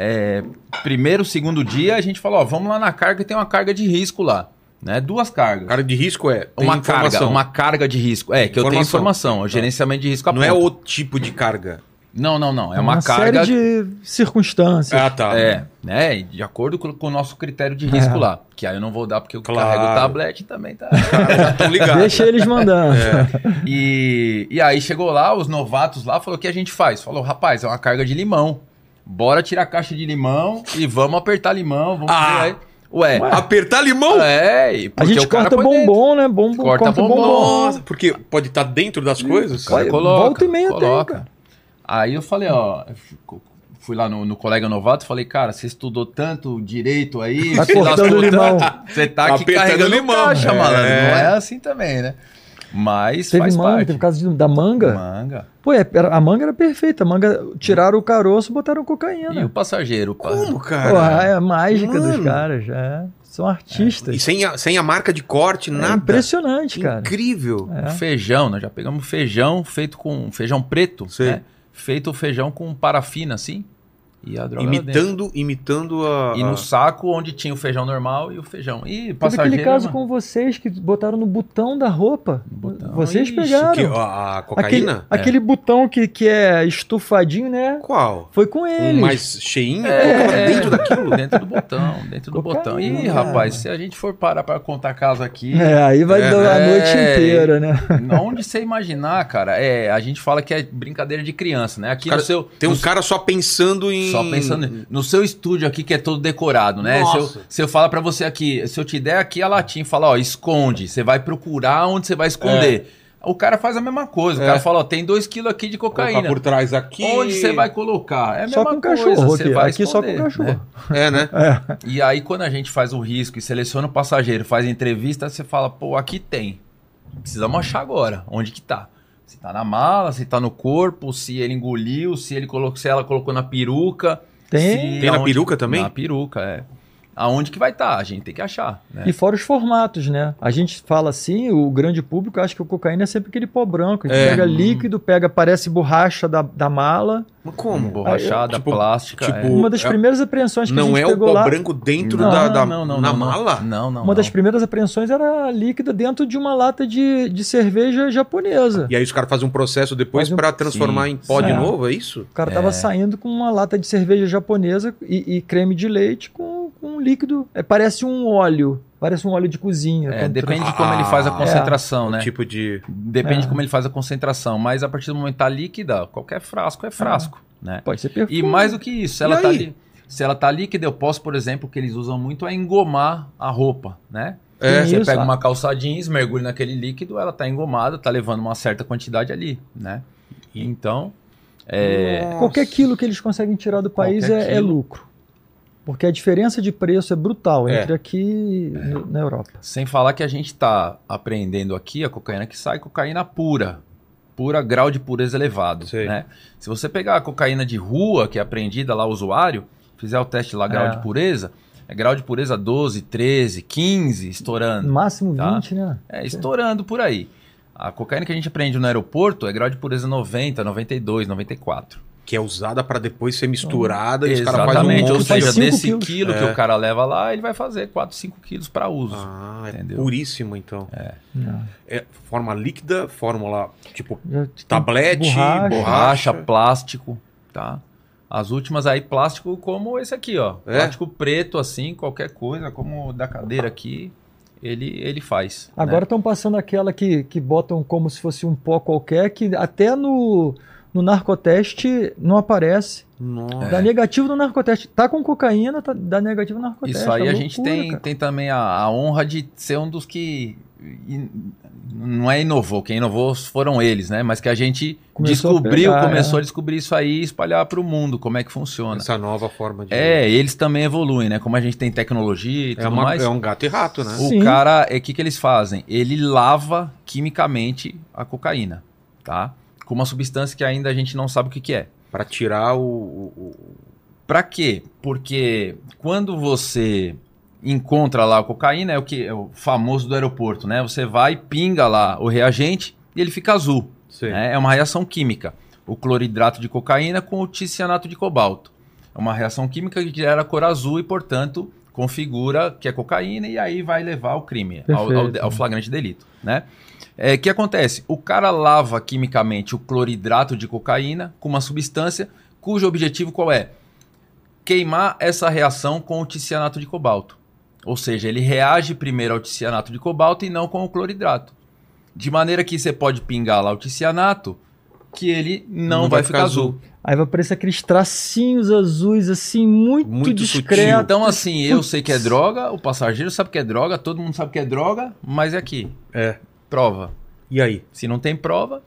[SPEAKER 4] é, primeiro, segundo dia, a gente falou, ó, vamos lá na carga, tem uma carga de risco lá, né? Duas cargas.
[SPEAKER 1] Cara de risco é tem
[SPEAKER 4] uma carga,
[SPEAKER 1] informação.
[SPEAKER 4] uma carga de risco. É, que eu tenho
[SPEAKER 1] Informação. Tá.
[SPEAKER 4] informação, é o gerenciamento de risco
[SPEAKER 1] Não é
[SPEAKER 4] aponta.
[SPEAKER 1] o tipo de carga.
[SPEAKER 4] Não, não, não, é uma, carga
[SPEAKER 2] série de circunstâncias.
[SPEAKER 1] Ah, tá. (laughs)
[SPEAKER 4] É, né? e De acordo com com o nosso critério de risco
[SPEAKER 2] É.
[SPEAKER 4] lá. Que aí eu não vou dar porque eu
[SPEAKER 1] Claro.
[SPEAKER 4] carrego o tablet e também tá.
[SPEAKER 1] Estão ligados.
[SPEAKER 2] Deixa eles mandando.
[SPEAKER 4] É, e, e aí chegou lá, os novatos lá, falou: o que a gente faz? Falou, rapaz, é uma carga de limão. Bora tirar a caixa de limão e vamos apertar limão, vamos
[SPEAKER 1] Ah.
[SPEAKER 4] fazer aí. Ué,
[SPEAKER 1] Apertar limão?
[SPEAKER 4] é, e
[SPEAKER 2] A
[SPEAKER 4] porque
[SPEAKER 2] gente
[SPEAKER 4] o cara
[SPEAKER 2] corta
[SPEAKER 4] põe dentro.
[SPEAKER 2] bombom, né? Bombom,
[SPEAKER 4] Corta bombom.
[SPEAKER 1] Nossa, porque pode estar dentro das coisas?
[SPEAKER 4] Cara,
[SPEAKER 2] Olha,
[SPEAKER 4] coloca,
[SPEAKER 2] volta e meia tem,
[SPEAKER 4] coloca.
[SPEAKER 2] cara.
[SPEAKER 4] Aí eu falei, ó, eu fico- fui lá no, no colega novato, falei, cara, você estudou tanto direito aí,
[SPEAKER 2] Tá
[SPEAKER 4] você
[SPEAKER 2] cortando
[SPEAKER 4] lascou
[SPEAKER 2] limão.
[SPEAKER 4] tanto, Você tá aqui
[SPEAKER 1] Apertando
[SPEAKER 4] carregando
[SPEAKER 1] limão.
[SPEAKER 4] limão. caixa,
[SPEAKER 1] É.
[SPEAKER 4] malandro. Não é assim também, né? Mas
[SPEAKER 2] Teve
[SPEAKER 4] faz
[SPEAKER 2] manga,
[SPEAKER 4] parte.
[SPEAKER 2] teve caso de- da manga.
[SPEAKER 4] Manga.
[SPEAKER 2] Pô, é- era- a manga era perfeita. A manga tiraram o caroço, botaram
[SPEAKER 4] E o
[SPEAKER 2] cocaína.
[SPEAKER 4] passageiro, pá.
[SPEAKER 1] Como, cara?
[SPEAKER 2] Porra, é a mágica
[SPEAKER 1] Mano.
[SPEAKER 2] dos caras, é. São artistas.
[SPEAKER 1] E sem a, sem a marca de corte,
[SPEAKER 2] É
[SPEAKER 1] nada.
[SPEAKER 2] impressionante, cara. É,
[SPEAKER 1] Incrível.
[SPEAKER 4] O Um Feijão, nós já pegamos feijão feito com feijão preto,
[SPEAKER 1] Sei.
[SPEAKER 4] né? Feito o feijão com parafina, assim. E a droga lá dentro.
[SPEAKER 1] Imitando, imitando a.
[SPEAKER 4] E no
[SPEAKER 1] a-
[SPEAKER 4] saco onde tinha o feijão normal e o feijão. E
[SPEAKER 2] Teve
[SPEAKER 4] passageiro. né?
[SPEAKER 2] aquele caso
[SPEAKER 4] mano.
[SPEAKER 2] com vocês que botaram no botão da roupa.
[SPEAKER 4] botão.
[SPEAKER 2] Vocês
[SPEAKER 4] Ixi,
[SPEAKER 2] pegaram.
[SPEAKER 1] que- a, a
[SPEAKER 2] Aquele,
[SPEAKER 1] cocaína?
[SPEAKER 4] É.
[SPEAKER 2] aquele botão que, que é estufadinho, né?
[SPEAKER 1] Qual?
[SPEAKER 2] Foi com
[SPEAKER 1] Um
[SPEAKER 2] eles.
[SPEAKER 1] mais cheinho?
[SPEAKER 4] É.
[SPEAKER 1] Colocava dentro daquilo?
[SPEAKER 4] (laughs) Dentro do botão, dentro do
[SPEAKER 2] Cocaína,
[SPEAKER 4] botão. Ih,
[SPEAKER 2] cara.
[SPEAKER 4] rapaz, se a gente for parar pra contar caso aqui,
[SPEAKER 2] É, aí vai
[SPEAKER 1] É,
[SPEAKER 2] dar a
[SPEAKER 4] né?
[SPEAKER 2] noite inteira, né?
[SPEAKER 4] onde você imaginar, cara, é, a gente fala que é brincadeira de criança, né? Aqui
[SPEAKER 1] Cara,
[SPEAKER 4] no seu.
[SPEAKER 1] Tem um
[SPEAKER 4] no-
[SPEAKER 1] cara só pensando em.
[SPEAKER 4] Só pensando em- no seu estúdio aqui que é todo decorado, né? Se eu,
[SPEAKER 1] Nossa.
[SPEAKER 4] se eu falar pra você aqui, se eu te der aqui a latinha e falar, ó, esconde, você vai procurar onde você vai esconder. O cara faz a mesma coisa. O
[SPEAKER 1] É.
[SPEAKER 4] cara fala, ó, tem dois quilos aqui de
[SPEAKER 1] Colocar
[SPEAKER 4] cocaína.
[SPEAKER 1] por trás aqui.
[SPEAKER 4] Onde você vai colocar? É a
[SPEAKER 2] só
[SPEAKER 4] mesma
[SPEAKER 2] com
[SPEAKER 4] coisa,
[SPEAKER 2] cachorro
[SPEAKER 4] você
[SPEAKER 2] aqui.
[SPEAKER 4] vai
[SPEAKER 2] Aqui só com
[SPEAKER 4] esconder,
[SPEAKER 2] cachorro.
[SPEAKER 4] né?
[SPEAKER 1] É, né?
[SPEAKER 4] E aí, quando a gente faz o risco e seleciona o passageiro, faz entrevista, você fala, pô, aqui tem. Precisamos achar agora onde que tá. Se tá na mala, se tá no corpo, se ele engoliu, se ele colocou, se ela colocou na peruca.
[SPEAKER 2] Tem.
[SPEAKER 4] se
[SPEAKER 1] Tem na
[SPEAKER 4] aonde-
[SPEAKER 1] peruca também?
[SPEAKER 4] Na peruca, é. Aonde que vai estar? A gente tem que achar, né?
[SPEAKER 1] É.
[SPEAKER 2] E fora os formatos, né? A gente fala assim, o grande público acha que o cocaína é sempre aquele pó branco. A gente
[SPEAKER 1] É.
[SPEAKER 2] pega líquido, pega, parece borracha da, da mala.
[SPEAKER 1] Mas como?
[SPEAKER 4] Borrachada,
[SPEAKER 1] Tipo-
[SPEAKER 4] plástica.
[SPEAKER 1] tipo-
[SPEAKER 4] é.
[SPEAKER 2] Uma das
[SPEAKER 1] é-
[SPEAKER 2] primeiras apreensões que a
[SPEAKER 1] Não
[SPEAKER 2] gente
[SPEAKER 1] é o
[SPEAKER 2] pegou
[SPEAKER 1] pó
[SPEAKER 2] lá.
[SPEAKER 1] branco dentro da, da- na mala?
[SPEAKER 4] Não, não.
[SPEAKER 2] uma das
[SPEAKER 4] não.
[SPEAKER 2] primeiras apreensões era líquida dentro de uma lata de, de cerveja japonesa.
[SPEAKER 1] E aí os caras fazem um processo depois
[SPEAKER 2] Faz um-
[SPEAKER 1] pra transformar
[SPEAKER 4] Sim.
[SPEAKER 1] em pó de
[SPEAKER 2] Certo.
[SPEAKER 1] novo, é isso?
[SPEAKER 2] O cara tava saindo com uma lata de cerveja japonesa e, e creme de leite com, com um líquido. É, parece um óleo. Parece um óleo de cozinha.
[SPEAKER 4] É,
[SPEAKER 2] Quando
[SPEAKER 4] depende de como ele faz a
[SPEAKER 1] Ah, é.
[SPEAKER 4] concentração, né?
[SPEAKER 1] Tipo de.
[SPEAKER 4] Depende
[SPEAKER 2] É.
[SPEAKER 4] de como ele faz a concentração, mas a partir do momento que tá líquida, qualquer frasco é frasco, né?
[SPEAKER 2] Pode ser é perfume.
[SPEAKER 4] E mais do que isso, se
[SPEAKER 1] E
[SPEAKER 4] ela, tá
[SPEAKER 1] aí?
[SPEAKER 4] li- se ela tá líquida, eu posso, por exemplo, que eles usam muito é engomar a roupa, né?
[SPEAKER 1] É.
[SPEAKER 2] Sim.
[SPEAKER 4] Você
[SPEAKER 2] Isso,
[SPEAKER 4] pega
[SPEAKER 2] ah.
[SPEAKER 4] uma calça jeans, mergulha naquele líquido, ela tá engomada, tá levando uma certa quantidade ali, né? Então, é,
[SPEAKER 1] Nossa.
[SPEAKER 2] Qualquer quilo que eles conseguem tirar do país
[SPEAKER 4] Qualquer
[SPEAKER 2] é, é
[SPEAKER 4] quilo.
[SPEAKER 2] lucro. Porque a diferença de preço é brutal
[SPEAKER 1] É.
[SPEAKER 2] entre aqui e
[SPEAKER 4] É.
[SPEAKER 2] no- na Europa.
[SPEAKER 4] sem falar que a gente tá aprendendo aqui a cocaína que sai cocaína pura, pura grau de pureza elevado,
[SPEAKER 1] Sei.
[SPEAKER 4] né? Se você pegar a cocaína de rua, que é apreendida lá o usuário, fizer o teste lá grau
[SPEAKER 2] É.
[SPEAKER 4] de pureza, é grau de pureza 12, 13, 15, estourando.
[SPEAKER 2] No máximo
[SPEAKER 4] Tá.
[SPEAKER 2] 20, né?
[SPEAKER 4] É, estourando por aí. A cocaína que a gente aprende no aeroporto é grau de pureza 90, 92, 94.
[SPEAKER 1] Que é usada para depois ser misturada e os caras fazem um
[SPEAKER 4] Exatamente,
[SPEAKER 1] monte
[SPEAKER 4] ou
[SPEAKER 2] monte, tipo faz
[SPEAKER 4] seja,
[SPEAKER 2] cinco
[SPEAKER 4] desse
[SPEAKER 2] quilos.
[SPEAKER 4] quilo que
[SPEAKER 1] É.
[SPEAKER 4] o cara leva lá, ele vai fazer 4, 5 quilos para uso.
[SPEAKER 1] Ah, é
[SPEAKER 4] Entendeu?
[SPEAKER 1] puríssimo, então.
[SPEAKER 2] Não.
[SPEAKER 1] É forma líquida, fórmula tipo
[SPEAKER 2] Já tem
[SPEAKER 1] tablete, borracha.
[SPEAKER 2] borracha.
[SPEAKER 4] né? Borracha, plástico, tá? As últimas aí, plástico como esse aqui, ó.
[SPEAKER 1] É?
[SPEAKER 4] Plástico preto, assim, qualquer coisa, como o da cadeira aqui, ele, ele faz. né?
[SPEAKER 2] Agora estão passando aquela que, que botam como se fosse um pó qualquer, que até no, no narcoteste não aparece.
[SPEAKER 1] Nossa.
[SPEAKER 4] É.
[SPEAKER 2] Dá negativo no narcoteste. Tá com cocaína, tá- dá negativo no narcoteste.
[SPEAKER 4] Isso aí
[SPEAKER 2] É
[SPEAKER 4] a gente
[SPEAKER 2] loucura,
[SPEAKER 4] tem,
[SPEAKER 2] cara.
[SPEAKER 4] tem também a, a honra de ser um dos que. in- não é inovou, quem inovou foram eles, né? Mas que a gente
[SPEAKER 2] Começou a
[SPEAKER 4] descobriu,
[SPEAKER 2] pegar, é.
[SPEAKER 4] começou a descobrir isso aí e espalhar para o mundo como é que funciona.
[SPEAKER 1] Essa nova forma de.
[SPEAKER 4] É, eles também evoluem, né? Como a gente tem tecnologia e
[SPEAKER 1] é,
[SPEAKER 4] tudo
[SPEAKER 1] uma-
[SPEAKER 4] mais.
[SPEAKER 1] é um gato e rato, né?
[SPEAKER 4] O
[SPEAKER 2] Sim.
[SPEAKER 4] cara, o que, que eles fazem? Ele lava quimicamente a cocaína, tá? Com uma substância que ainda a gente não sabe o que, que é.
[SPEAKER 1] Para tirar o, o- o-
[SPEAKER 4] Pra quê? Porque quando você encontra lá a cocaína, é o que é o famoso do aeroporto, né? Você vai, pinga lá o reagente e ele fica azul. né? É uma reação química. O cloridrato de cocaína com o ticianato de cobalto. É uma reação química que gera a cor azul e, portanto, configura que é cocaína e aí vai levar ao crime, ao- ao,
[SPEAKER 2] Perfeito.
[SPEAKER 4] de- ao flagrante delito, né? É, que acontece? O cara lava quimicamente o cloridrato de cocaína com uma substância cujo objetivo qual é? Queimar essa reação com o ticianato de cobalto. Ou seja, ele reage primeiro ao ticianato de cobalto e não com o cloridrato. De maneira que você pode pingar lá o ticianato que ele não, vai, ficar azul.
[SPEAKER 2] Aí vai aparecer aqueles tracinhos azuis, assim, muito,
[SPEAKER 1] Muito
[SPEAKER 2] discreto.
[SPEAKER 4] Então, assim, eu sei que é
[SPEAKER 2] Putz.
[SPEAKER 4] droga, o passageiro sabe que é droga, todo mundo sabe que é droga, mas é aqui.
[SPEAKER 1] É.
[SPEAKER 4] Prova.
[SPEAKER 1] E aí?
[SPEAKER 4] Se não tem prova,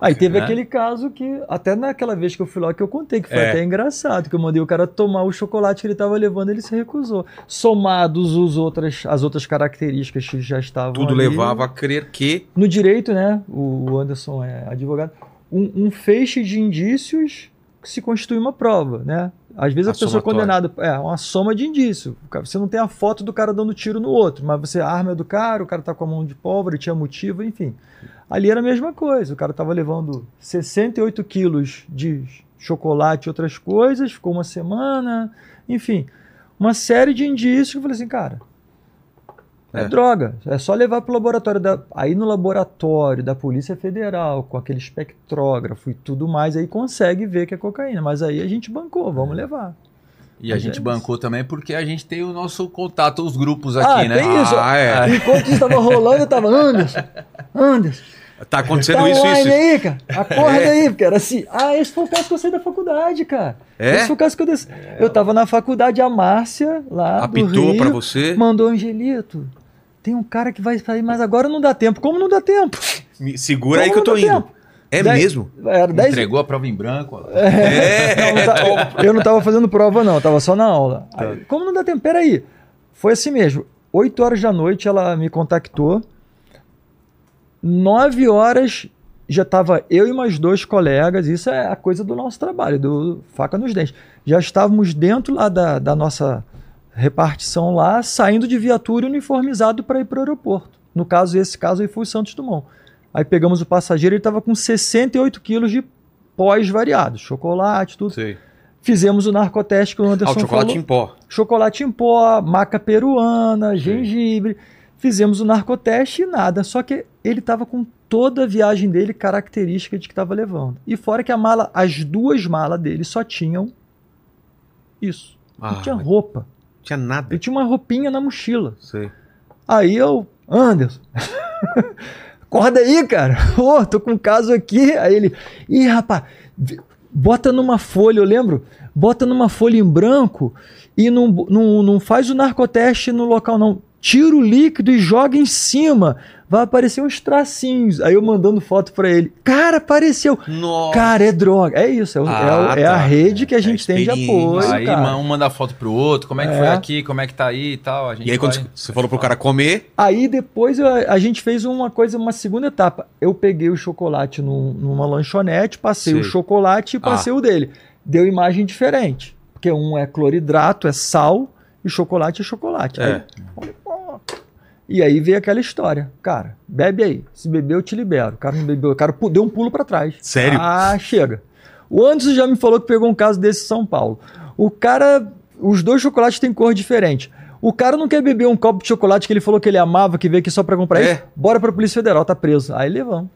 [SPEAKER 2] Aí teve
[SPEAKER 4] né?
[SPEAKER 2] aquele caso que, até naquela vez que eu fui lá que eu contei, que foi
[SPEAKER 1] É.
[SPEAKER 2] até engraçado, que eu mandei o cara tomar o chocolate que ele estava levando, ele se recusou. Somados os outras, as outras características que já estavam
[SPEAKER 1] Tudo
[SPEAKER 2] Então ali,
[SPEAKER 1] levava a crer que.
[SPEAKER 2] No direito, né? O Anderson é advogado. Um, um feixe de indícios que se constitui uma prova, né? Às vezes a,
[SPEAKER 1] A
[SPEAKER 2] pessoa é
[SPEAKER 1] somatória.
[SPEAKER 2] condenada é uma soma de indício. O cara- Você não tem a foto do cara dando tiro no outro, mas você a arma é do cara, o cara tá com a mão de pólvora, ele tinha motivo, enfim. Ali era a mesma coisa. O cara tava levando 68 quilos de chocolate e outras coisas, ficou uma semana, enfim. Uma série de indícios que eu falei assim, cara, é,
[SPEAKER 1] É.
[SPEAKER 2] droga. É só levar pro laboratório da. Aí no laboratório da Polícia Federal, com aquele espectrógrafo e tudo mais, aí consegue ver que é cocaína. Mas aí a gente bancou, vamos
[SPEAKER 1] É.
[SPEAKER 2] levar.
[SPEAKER 4] e a
[SPEAKER 2] Mas é
[SPEAKER 4] gente
[SPEAKER 2] isso.
[SPEAKER 4] bancou também porque a gente tem o nosso contato, os grupos
[SPEAKER 2] Ah,
[SPEAKER 4] aqui, né?
[SPEAKER 2] tem isso.
[SPEAKER 1] Ah, é.
[SPEAKER 2] Enquanto isso tava rolando, eu tava, Anderson, Anderson,
[SPEAKER 1] Tá acontecendo
[SPEAKER 2] tá
[SPEAKER 1] isso,
[SPEAKER 2] online
[SPEAKER 1] isso. É.
[SPEAKER 2] aí, cara. Acorda aí, porque era assim. Ah, esse foi o caso que eu saí da faculdade, cara. Esse
[SPEAKER 1] É?
[SPEAKER 2] foi o caso que eu desci. Eu tava na faculdade, a Márcia, lá do
[SPEAKER 1] Apitou
[SPEAKER 2] Rio,
[SPEAKER 1] pra você.
[SPEAKER 2] mandou, Angelito, tem um cara que vai sair, mas agora não dá tempo. Como não dá tempo?
[SPEAKER 1] Me segura
[SPEAKER 2] Como
[SPEAKER 1] aí que eu tô
[SPEAKER 2] não dá
[SPEAKER 1] indo.
[SPEAKER 2] tempo?
[SPEAKER 1] É
[SPEAKER 2] Dez-
[SPEAKER 1] mesmo?
[SPEAKER 2] Era 10
[SPEAKER 4] Entregou a prova em branco. ó.
[SPEAKER 1] É.
[SPEAKER 2] Não, tá- eu não tava fazendo prova, não, eu tava só na aula.
[SPEAKER 1] Tá.
[SPEAKER 2] Aí, como não dá tempo? Peraí. Foi assim mesmo. 8 horas da noite ela me contactou. 9 horas já tava eu e mais dois colegas. Isso é a coisa do nosso trabalho, do faca nos dentes. Já estávamos dentro lá da, da nossa repartição lá, saindo de viatura uniformizado para ir para o aeroporto. No caso, esse caso aí foi o Santos Dumont. Aí pegamos o passageiro, ele estava com 68 quilos de pós variados, chocolate, tudo.
[SPEAKER 1] Sei.
[SPEAKER 2] Fizemos o narcoteste que o
[SPEAKER 1] Ah,
[SPEAKER 2] Anderson
[SPEAKER 1] o chocolate
[SPEAKER 2] falou.
[SPEAKER 1] em pó.
[SPEAKER 2] Chocolate em pó, maca peruana, gengibre. Fizemos o narcoteste e nada. Só que ele estava com toda a viagem dele característica de que estava levando. E fora que a mala, as duas malas dele só tinham isso.
[SPEAKER 1] Ah,
[SPEAKER 2] não tinha
[SPEAKER 1] mas
[SPEAKER 2] roupa.
[SPEAKER 1] não tinha nada.
[SPEAKER 2] Ele tinha uma roupinha na mochila.
[SPEAKER 1] Sei.
[SPEAKER 2] Aí eu, Anderson, (laughs) acorda aí, cara. Ô, tô com um caso aqui. Aí ele, ih, rapaz, vi- bota numa folha, eu lembro, bota numa folha em branco e não, bo- não, não faz o narcoteste no local, não. Tira o líquido e joga em cima. Vai aparecer uns tracinhos. Aí eu mandando foto pra ele. Cara, apareceu.
[SPEAKER 1] Nossa.
[SPEAKER 2] Cara, é droga. É isso. É, o-
[SPEAKER 1] Ah,
[SPEAKER 2] é o- é a
[SPEAKER 1] tá.
[SPEAKER 2] rede que a
[SPEAKER 1] É a
[SPEAKER 2] gente tem de
[SPEAKER 1] experiência.
[SPEAKER 2] apoio.
[SPEAKER 4] aí
[SPEAKER 2] cara.
[SPEAKER 4] ma- um manda foto pro outro, como é que
[SPEAKER 2] É.
[SPEAKER 4] foi aqui, como é que tá aí e tal. A gente
[SPEAKER 1] E aí, quando
[SPEAKER 4] vai-
[SPEAKER 1] você falou pro cara comer,
[SPEAKER 2] Aí depois eu- a gente fez uma coisa, uma segunda etapa. Eu peguei o chocolate num- numa lanchonete, passei
[SPEAKER 1] Sei.
[SPEAKER 2] o chocolate e passei o dele. Deu imagem diferente. Porque um é cloridrato, é sal, e chocolate é chocolate. Aí,
[SPEAKER 1] é.
[SPEAKER 2] falei, "Pô". e aí veio aquela história. Cara, bebe aí. Se beber, eu te libero. O cara não bebeu. O cara pu- deu um pulo pra trás.
[SPEAKER 1] Sério?
[SPEAKER 2] Ah, chega. O Anderson já me falou que pegou um caso desse em São Paulo. O cara, os dois chocolates têm cor diferente. O cara não quer beber um copo de chocolate que ele falou que ele amava, que veio aqui só pra comprar
[SPEAKER 1] É.
[SPEAKER 2] isso. Bora pra Polícia Federal, tá preso. Aí levamos.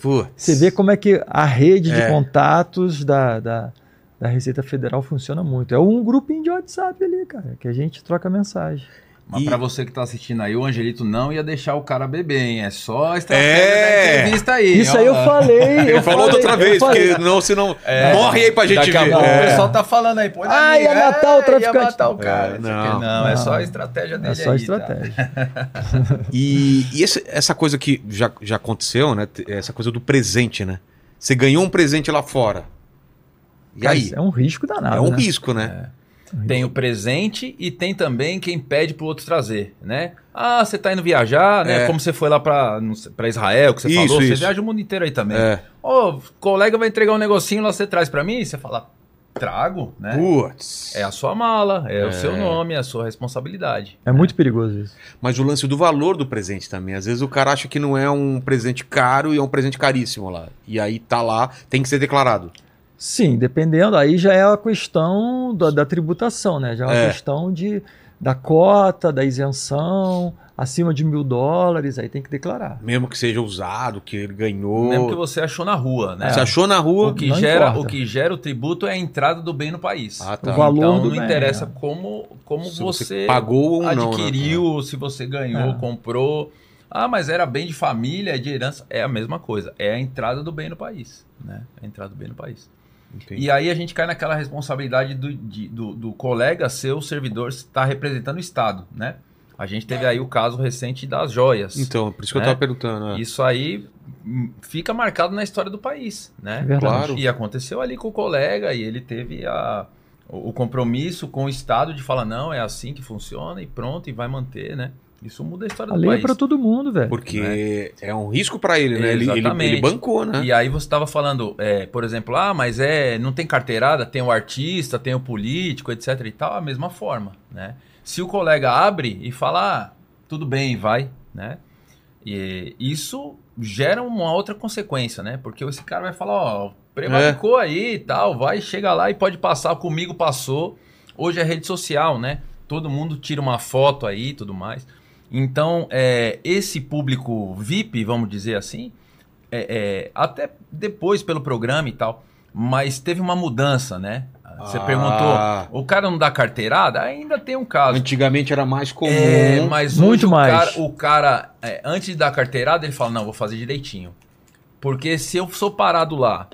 [SPEAKER 4] Putz.
[SPEAKER 2] Você vê como é que a rede de
[SPEAKER 4] É.
[SPEAKER 2] contatos da, da, da Receita Federal funciona muito. É um grupinho de WhatsApp ali, cara, que a gente troca mensagem.
[SPEAKER 4] Mas
[SPEAKER 1] E-
[SPEAKER 4] pra você que tá assistindo aí, o Angelito não ia deixar o cara beber, hein? É só a estratégia
[SPEAKER 1] É.
[SPEAKER 4] da entrevista aí.
[SPEAKER 2] Isso aí eu
[SPEAKER 4] ó.
[SPEAKER 2] falei.
[SPEAKER 1] Ele
[SPEAKER 2] eu
[SPEAKER 1] falou
[SPEAKER 2] falei,
[SPEAKER 1] da outra
[SPEAKER 2] eu
[SPEAKER 1] vez,
[SPEAKER 2] falei.
[SPEAKER 1] porque não, senão.
[SPEAKER 4] É.
[SPEAKER 1] Morre aí pra gente
[SPEAKER 4] Daqui a
[SPEAKER 1] ver.
[SPEAKER 4] pouco
[SPEAKER 1] É.
[SPEAKER 4] o pessoal tá falando aí, põe na
[SPEAKER 2] Ah, ia
[SPEAKER 4] liga.
[SPEAKER 2] matar o traficante.
[SPEAKER 4] Ia matar o cara.
[SPEAKER 1] É,
[SPEAKER 4] não sei o
[SPEAKER 1] não.
[SPEAKER 4] quê. não, é
[SPEAKER 2] Não.
[SPEAKER 4] só a estratégia dele
[SPEAKER 2] É só
[SPEAKER 1] tá.
[SPEAKER 4] aí, tá?
[SPEAKER 2] estratégia.
[SPEAKER 1] É. E, e esse- essa coisa que já, já aconteceu, né? T- Essa coisa do presente, né? Você ganhou um presente lá fora. E
[SPEAKER 2] Cara,
[SPEAKER 1] aí?
[SPEAKER 2] isso é um risco danado.
[SPEAKER 1] É um
[SPEAKER 2] né?
[SPEAKER 1] risco, né?
[SPEAKER 4] Tá? Tem o presente e tem também quem pede pro outro trazer, né? Ah, você tá indo viajar, né?
[SPEAKER 1] É.
[SPEAKER 4] Como você foi lá pra, não sei, pra Israel, que você
[SPEAKER 1] Isso,
[SPEAKER 4] falou. Você
[SPEAKER 1] isso.
[SPEAKER 4] viaja o mundo inteiro aí também.
[SPEAKER 1] É.
[SPEAKER 4] Ô, o colega vai entregar um negocinho lá, você traz pra mim? E você fala, trago, né?
[SPEAKER 1] Putz.
[SPEAKER 4] É a sua mala, é, o seu nome, é a sua responsabilidade.
[SPEAKER 2] É muito perigoso isso.
[SPEAKER 1] Mas o lance do valor do presente também. Às vezes o cara acha que não é um presente caro e é um presente caríssimo lá. E aí tá lá, tem que ser declarado.
[SPEAKER 2] Sim, dependendo, aí já é a questão da, da tributação, né? Já é uma
[SPEAKER 1] É.
[SPEAKER 2] questão de, da cota, da isenção, acima de mil dólares, aí tem que declarar.
[SPEAKER 1] Mesmo que seja usado, que ele ganhou.
[SPEAKER 4] É, Mesmo que você achou na rua, né?
[SPEAKER 1] Você achou na rua.
[SPEAKER 4] O que,
[SPEAKER 2] Não
[SPEAKER 4] gera, o
[SPEAKER 2] importa.
[SPEAKER 4] que gera o tributo é a entrada do bem no país.
[SPEAKER 1] Ah, tá.
[SPEAKER 2] O valor
[SPEAKER 4] então
[SPEAKER 2] do
[SPEAKER 4] não
[SPEAKER 2] bem,
[SPEAKER 4] interessa
[SPEAKER 2] né?
[SPEAKER 4] como, como
[SPEAKER 1] Se
[SPEAKER 4] você,
[SPEAKER 1] pagou ou não. né?
[SPEAKER 4] adquiriu, se você ganhou,
[SPEAKER 2] É.
[SPEAKER 4] comprou. Ah, mas era bem de família, é de herança. É a mesma coisa. É a entrada do bem no país. Né? É a entrada do bem no país.
[SPEAKER 1] Entendi.
[SPEAKER 4] E é aí a gente cai naquela responsabilidade do, de- do, do colega seu servidor estar representando o Estado, né? A gente teve aí o caso recente das joias.
[SPEAKER 1] Então, por isso que eu
[SPEAKER 4] Né?
[SPEAKER 1] tava perguntando. né?
[SPEAKER 4] Isso aí hum, fica marcado na história do país,
[SPEAKER 2] É
[SPEAKER 4] né?
[SPEAKER 2] verdade.
[SPEAKER 1] Claro.
[SPEAKER 4] E aconteceu ali com o colega e ele teve a, o o compromisso com o Estado de falar, não, é assim que funciona e pronto, e vai manter, né? Isso muda a história
[SPEAKER 2] A
[SPEAKER 4] do
[SPEAKER 2] lei é
[SPEAKER 4] país.
[SPEAKER 2] pra todo mundo, velho.
[SPEAKER 1] Porque é um risco pra ele, né? Ele, ele,
[SPEAKER 4] Exatamente.
[SPEAKER 1] ele bancou, né?
[SPEAKER 4] E aí você estava falando, é, por exemplo, ah, mas é, não tem carteirada, tem o artista, tem o político, etc e tal, a mesma forma, né? Se o colega abre e fala, ah, tudo bem, vai, né? E isso gera uma outra consequência, né? Porque esse cara vai falar, ó, prevaricou aí e tal, vai, chega lá e pode passar, comigo passou. Hoje é rede social, né? Todo mundo tira uma foto aí e tudo mais. Então, é, esse público VIP, vamos dizer assim, é, é, até depois pelo programa e tal, mas teve uma mudança, né? Você
[SPEAKER 1] Ah,
[SPEAKER 4] perguntou, o cara não dá carteirada? Ainda tem um caso.
[SPEAKER 1] Antigamente era mais comum.
[SPEAKER 4] É,
[SPEAKER 1] Uhum.
[SPEAKER 4] mas hoje
[SPEAKER 2] Muito
[SPEAKER 4] o
[SPEAKER 2] mais.
[SPEAKER 4] cara, o cara, é, antes de dar carteirada, ele fala, não, vou fazer direitinho. Porque se eu sou parado lá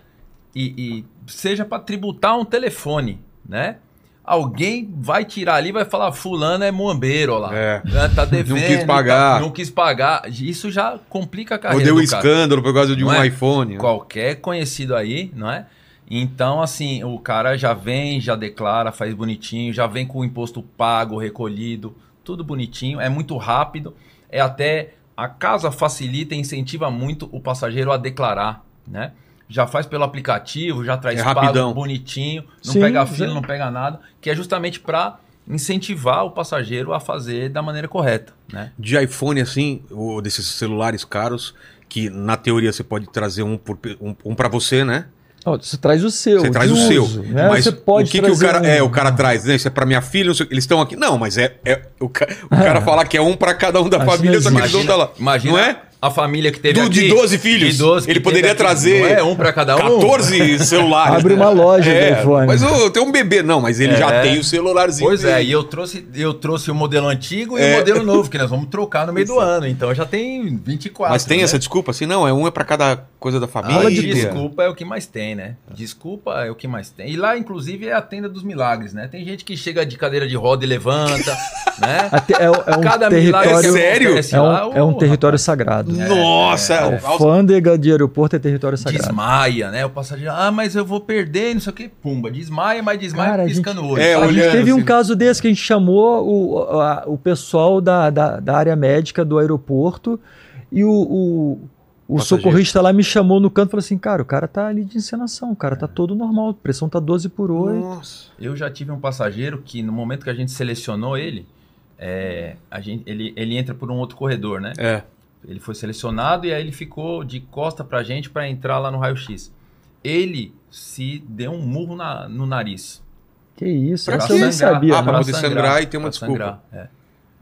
[SPEAKER 4] e, e seja para tributar um telefone, né? Alguém vai tirar ali e vai falar, fulano é muambeiro, ó lá.
[SPEAKER 1] É.
[SPEAKER 4] né, Tá devendo.
[SPEAKER 1] quis pagar.
[SPEAKER 4] tá- não quis pagar. Isso já complica a
[SPEAKER 1] Ou
[SPEAKER 4] carreira
[SPEAKER 1] deu um
[SPEAKER 4] do cara.
[SPEAKER 1] escândalo por causa de
[SPEAKER 4] Não
[SPEAKER 1] um
[SPEAKER 4] é?
[SPEAKER 1] iPhone. né?
[SPEAKER 4] Qualquer conhecido aí, não é? Então, assim, o cara já vem, já declara, faz bonitinho, já vem com o imposto pago, recolhido, tudo bonitinho, é muito rápido, é até. A casa facilita e incentiva muito o passageiro a declarar, né? Já faz pelo aplicativo, já traz
[SPEAKER 1] É rapidão.
[SPEAKER 4] pago bonitinho, não
[SPEAKER 2] Sim,
[SPEAKER 4] pega
[SPEAKER 2] sim.
[SPEAKER 4] fila, não pega nada, que é justamente para incentivar o passageiro a fazer da maneira correta, né?
[SPEAKER 1] de iPhone assim, ou desses celulares caros, que na teoria você pode trazer um, por pe- um, um para você, né?
[SPEAKER 2] Ó, você traz o seu.
[SPEAKER 1] Você traz o
[SPEAKER 2] de
[SPEAKER 1] seu.
[SPEAKER 2] uso, né?
[SPEAKER 1] Mas
[SPEAKER 2] você pode
[SPEAKER 1] o que, que o
[SPEAKER 2] trazer
[SPEAKER 1] cara
[SPEAKER 2] um-
[SPEAKER 1] é, o cara traz, né? Isso é para minha filha, não sei o que, eles estão aqui. Não, mas é, é- o, ca- o
[SPEAKER 2] (laughs)
[SPEAKER 1] cara falar que é um para cada um da
[SPEAKER 2] Acho
[SPEAKER 1] família, só que eles
[SPEAKER 2] mesmo.
[SPEAKER 1] vão estar lá.
[SPEAKER 4] Imagina
[SPEAKER 1] Não é?
[SPEAKER 4] a família que teve
[SPEAKER 1] Do- de
[SPEAKER 4] aqui,
[SPEAKER 1] 12 filhos.
[SPEAKER 4] de 12 que
[SPEAKER 1] Ele
[SPEAKER 4] teve
[SPEAKER 1] poderia
[SPEAKER 4] aqui.
[SPEAKER 1] trazer
[SPEAKER 4] Não é um para cada um.
[SPEAKER 1] 14 celulares.
[SPEAKER 2] Abre
[SPEAKER 1] né?
[SPEAKER 2] uma loja de
[SPEAKER 1] é,
[SPEAKER 2] telefone.
[SPEAKER 1] Mas ô, tem um bebê, não, mas ele já
[SPEAKER 4] É.
[SPEAKER 1] tem o celularzinho.
[SPEAKER 4] Pois é,
[SPEAKER 1] dele.
[SPEAKER 4] e eu trouxe, eu trouxe o modelo antigo e
[SPEAKER 1] É.
[SPEAKER 4] o modelo novo, que nós vamos trocar no meio do ano. Então já tem 24.
[SPEAKER 1] mas tem
[SPEAKER 4] né?
[SPEAKER 1] essa desculpa assim, não, é um é para cada coisa da
[SPEAKER 4] Ah,
[SPEAKER 1] família.
[SPEAKER 4] desculpa é o que mais tem, né? Desculpa é o que mais tem. E lá, inclusive, é a tenda dos milagres, né? Tem gente que chega de cadeira de roda e levanta, (laughs) né?
[SPEAKER 2] Até- é,
[SPEAKER 4] (laughs)
[SPEAKER 2] um- é um
[SPEAKER 4] Cada milagre
[SPEAKER 2] território.
[SPEAKER 1] É sério?
[SPEAKER 4] acontece
[SPEAKER 2] É
[SPEAKER 4] lá,
[SPEAKER 2] um, é um
[SPEAKER 4] o
[SPEAKER 2] território sagrado.
[SPEAKER 1] Nossa,
[SPEAKER 2] A
[SPEAKER 1] é,
[SPEAKER 2] alfândega de aeroporto é território
[SPEAKER 4] rapaz
[SPEAKER 2] sagrado.
[SPEAKER 4] Desmaia, né? O passageiro, ah, mas eu vou perder, não sei o que, pumba, desmaia, mas desmaia
[SPEAKER 2] Cara, a
[SPEAKER 4] piscando o olho.
[SPEAKER 1] é,
[SPEAKER 4] sabe?
[SPEAKER 2] A gente
[SPEAKER 1] olhando,
[SPEAKER 2] teve um
[SPEAKER 1] assim.
[SPEAKER 2] caso desse que a gente chamou o, a- o pessoal da, da, da área médica do aeroporto e o, o, o
[SPEAKER 1] Passageiro.
[SPEAKER 2] socorrista lá me chamou no canto e falou assim: Cara, o cara tá ali de encenação, o cara tá todo normal, a pressão tá 12 por 8.
[SPEAKER 1] Nossa.
[SPEAKER 4] Eu já tive um passageiro que, no momento que a gente selecionou ele, é, a gente, ele, ele entra por um outro corredor, né?
[SPEAKER 1] É.
[SPEAKER 4] Ele foi selecionado e aí ele ficou de costa pra gente pra entrar lá no raio-x. ele se deu um murro na- no nariz.
[SPEAKER 2] Que isso,
[SPEAKER 4] Pra
[SPEAKER 2] essa eu nem
[SPEAKER 4] sangrar.
[SPEAKER 2] sabia.
[SPEAKER 1] Ah, Hum. pra
[SPEAKER 2] não.
[SPEAKER 1] poder sangrar e ter uma
[SPEAKER 4] pra
[SPEAKER 1] desculpa.
[SPEAKER 4] sangrar, é.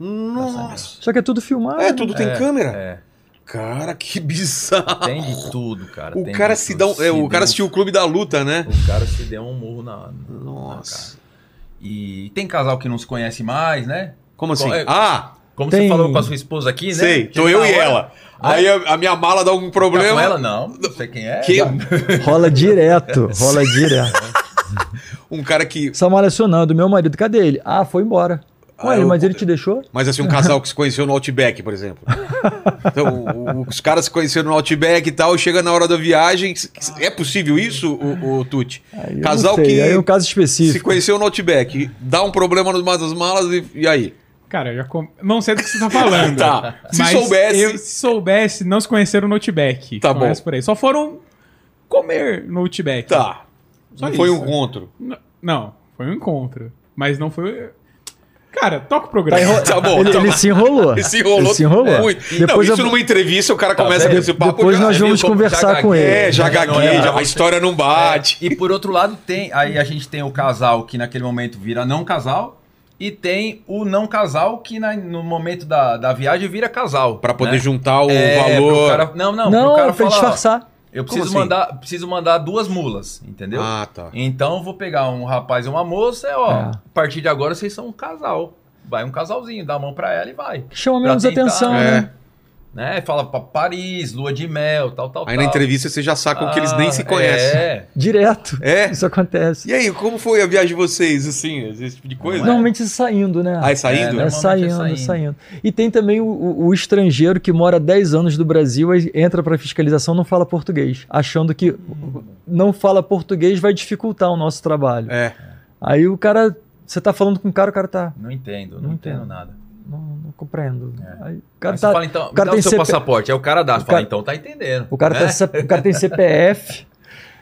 [SPEAKER 1] Nossa.
[SPEAKER 2] Só que é tudo filmado.
[SPEAKER 1] É, tudo tem
[SPEAKER 4] É,
[SPEAKER 1] câmera.
[SPEAKER 4] É,
[SPEAKER 1] Cara, que bizarro.
[SPEAKER 4] tem de tudo, cara.
[SPEAKER 1] O
[SPEAKER 4] tem
[SPEAKER 1] cara
[SPEAKER 4] de
[SPEAKER 1] se
[SPEAKER 4] tudo.
[SPEAKER 1] dá um, é, o
[SPEAKER 4] deu
[SPEAKER 1] cara assistiu o clube da luta, né?
[SPEAKER 4] O cara se deu um murro na. na-
[SPEAKER 1] Nossa.
[SPEAKER 4] E tem casal que não se conhece mais, né?
[SPEAKER 1] Como assim?
[SPEAKER 4] Co- é-
[SPEAKER 1] Ah,
[SPEAKER 4] Como
[SPEAKER 2] Tem.
[SPEAKER 4] você falou com a sua esposa aqui, né?
[SPEAKER 1] sei.
[SPEAKER 4] Chega
[SPEAKER 1] Tô eu
[SPEAKER 4] na
[SPEAKER 1] e
[SPEAKER 4] hora,
[SPEAKER 1] ela. Aí a, a minha mala dá algum
[SPEAKER 4] tá
[SPEAKER 1] problema.
[SPEAKER 4] Com ela, não. Não sei quem é.
[SPEAKER 1] Que (laughs)
[SPEAKER 2] Rola direto, rola direto.
[SPEAKER 1] um cara que.
[SPEAKER 2] Essa mala é sua não, é do meu marido. Cadê ele? Ah, foi embora.
[SPEAKER 1] Ah,
[SPEAKER 2] Ué,
[SPEAKER 1] eu-
[SPEAKER 2] mas ele te deixou?
[SPEAKER 1] Mas assim, um casal que se conheceu no Outback, por exemplo. Então, o- o- os caras se conheceram no Outback e tal, chega na hora da viagem. É possível isso, o, o Tuti?
[SPEAKER 2] Aí eu não
[SPEAKER 1] Casal
[SPEAKER 2] sei,
[SPEAKER 1] que
[SPEAKER 2] Aí é um caso
[SPEAKER 1] se
[SPEAKER 2] específico.
[SPEAKER 1] conheceu no Outback, dá um problema numa das malas e, e aí?
[SPEAKER 3] Cara, eu já com- não sei do que você tá
[SPEAKER 1] (laughs)
[SPEAKER 3] falando.
[SPEAKER 1] Tá. Se
[SPEAKER 3] Mas
[SPEAKER 1] soubesse-
[SPEAKER 3] eu- se soubesse, não se conheceram no Outback.
[SPEAKER 1] Tá
[SPEAKER 3] Começa
[SPEAKER 1] bom.
[SPEAKER 3] por aí. Só foram comer no Outback.
[SPEAKER 1] Tá.
[SPEAKER 3] Só
[SPEAKER 1] Não foi um
[SPEAKER 3] isso.
[SPEAKER 1] encontro.
[SPEAKER 3] N- Não, foi um encontro. Mas não foi. Cara, toca o programa.
[SPEAKER 2] Tá
[SPEAKER 1] (laughs)
[SPEAKER 2] enro-
[SPEAKER 1] Tá bom,
[SPEAKER 2] ele,
[SPEAKER 1] tá
[SPEAKER 2] ele
[SPEAKER 1] bom.
[SPEAKER 2] se enrolou.
[SPEAKER 1] Ele se enrolou.
[SPEAKER 2] Ele se enrolou.
[SPEAKER 1] Muito.
[SPEAKER 2] Depois
[SPEAKER 1] não, é isso
[SPEAKER 2] eu-
[SPEAKER 1] numa entrevista, o cara
[SPEAKER 4] Tá
[SPEAKER 1] começa
[SPEAKER 4] vendo?
[SPEAKER 1] com esse papo.
[SPEAKER 2] Depois
[SPEAKER 1] já-
[SPEAKER 2] nós
[SPEAKER 4] Você viu
[SPEAKER 2] vamos
[SPEAKER 4] como
[SPEAKER 2] conversar
[SPEAKER 4] já
[SPEAKER 2] com ele.
[SPEAKER 4] gagueja,
[SPEAKER 1] É, já
[SPEAKER 4] Não, não,
[SPEAKER 1] gaguei,
[SPEAKER 4] não, É.
[SPEAKER 1] já-
[SPEAKER 4] não.
[SPEAKER 1] a história não bate.
[SPEAKER 4] E por outro lado, tem. Aí a gente tem o casal que naquele momento vira não casal. E tem o não casal que na- no momento da, da viagem vira casal.
[SPEAKER 1] Pra poder
[SPEAKER 4] né?
[SPEAKER 1] juntar o
[SPEAKER 4] É, pro
[SPEAKER 1] valor.
[SPEAKER 4] cara- não, não, pro
[SPEAKER 2] Não,
[SPEAKER 4] cara
[SPEAKER 2] pra
[SPEAKER 4] falar, ó,
[SPEAKER 2] disfarçar.
[SPEAKER 1] Como
[SPEAKER 4] eu preciso
[SPEAKER 1] assim?
[SPEAKER 4] mandar, preciso mandar duas mulas, entendeu?
[SPEAKER 1] Ah, tá.
[SPEAKER 4] Então eu vou pegar um rapaz e uma moça, e, ó,
[SPEAKER 2] É.
[SPEAKER 4] a partir de agora vocês são um casal. Vai um casalzinho, dá a mão pra ela e vai.
[SPEAKER 2] Chama
[SPEAKER 4] Pra
[SPEAKER 2] menos
[SPEAKER 4] tentar,
[SPEAKER 2] atenção,
[SPEAKER 1] É.
[SPEAKER 2] né?
[SPEAKER 4] Né? Fala pra Paris, lua de mel, tal, tal,
[SPEAKER 1] Aí
[SPEAKER 4] tal.
[SPEAKER 1] na entrevista você já saca que eles nem se
[SPEAKER 4] Ah,
[SPEAKER 1] conhecem.
[SPEAKER 4] É.
[SPEAKER 2] Direto.
[SPEAKER 1] É.
[SPEAKER 2] Isso acontece.
[SPEAKER 1] E aí, como foi a viagem de vocês, assim, esse tipo de coisa?
[SPEAKER 2] Normalmente saindo, né?
[SPEAKER 1] Aí saindo?
[SPEAKER 4] É,
[SPEAKER 2] É
[SPEAKER 4] Normalmente é
[SPEAKER 2] saindo, é
[SPEAKER 4] saindo.
[SPEAKER 2] saindo. E tem também o, o- o estrangeiro que mora 10 anos do Brasil, aí entra para fiscalização não fala português, achando que não fala português vai dificultar o nosso trabalho.
[SPEAKER 1] É.
[SPEAKER 2] Aí o cara, você tá falando com o cara, o cara tá.
[SPEAKER 4] Não entendo, não,
[SPEAKER 2] Não
[SPEAKER 4] entendo.
[SPEAKER 2] entendo.
[SPEAKER 4] nada.
[SPEAKER 2] Não, não compreendo.
[SPEAKER 4] É.
[SPEAKER 2] Aí o
[SPEAKER 4] Cara
[SPEAKER 2] cara tá.
[SPEAKER 4] fala, então,
[SPEAKER 2] o cara
[SPEAKER 4] me dá
[SPEAKER 2] tem
[SPEAKER 4] o seu
[SPEAKER 2] CP
[SPEAKER 4] passaporte. Aí o cara dá, você
[SPEAKER 2] O
[SPEAKER 4] fala,
[SPEAKER 2] cara-
[SPEAKER 4] então tá entendendo.
[SPEAKER 2] O cara, tá
[SPEAKER 4] né?
[SPEAKER 2] C- o cara tem CPF,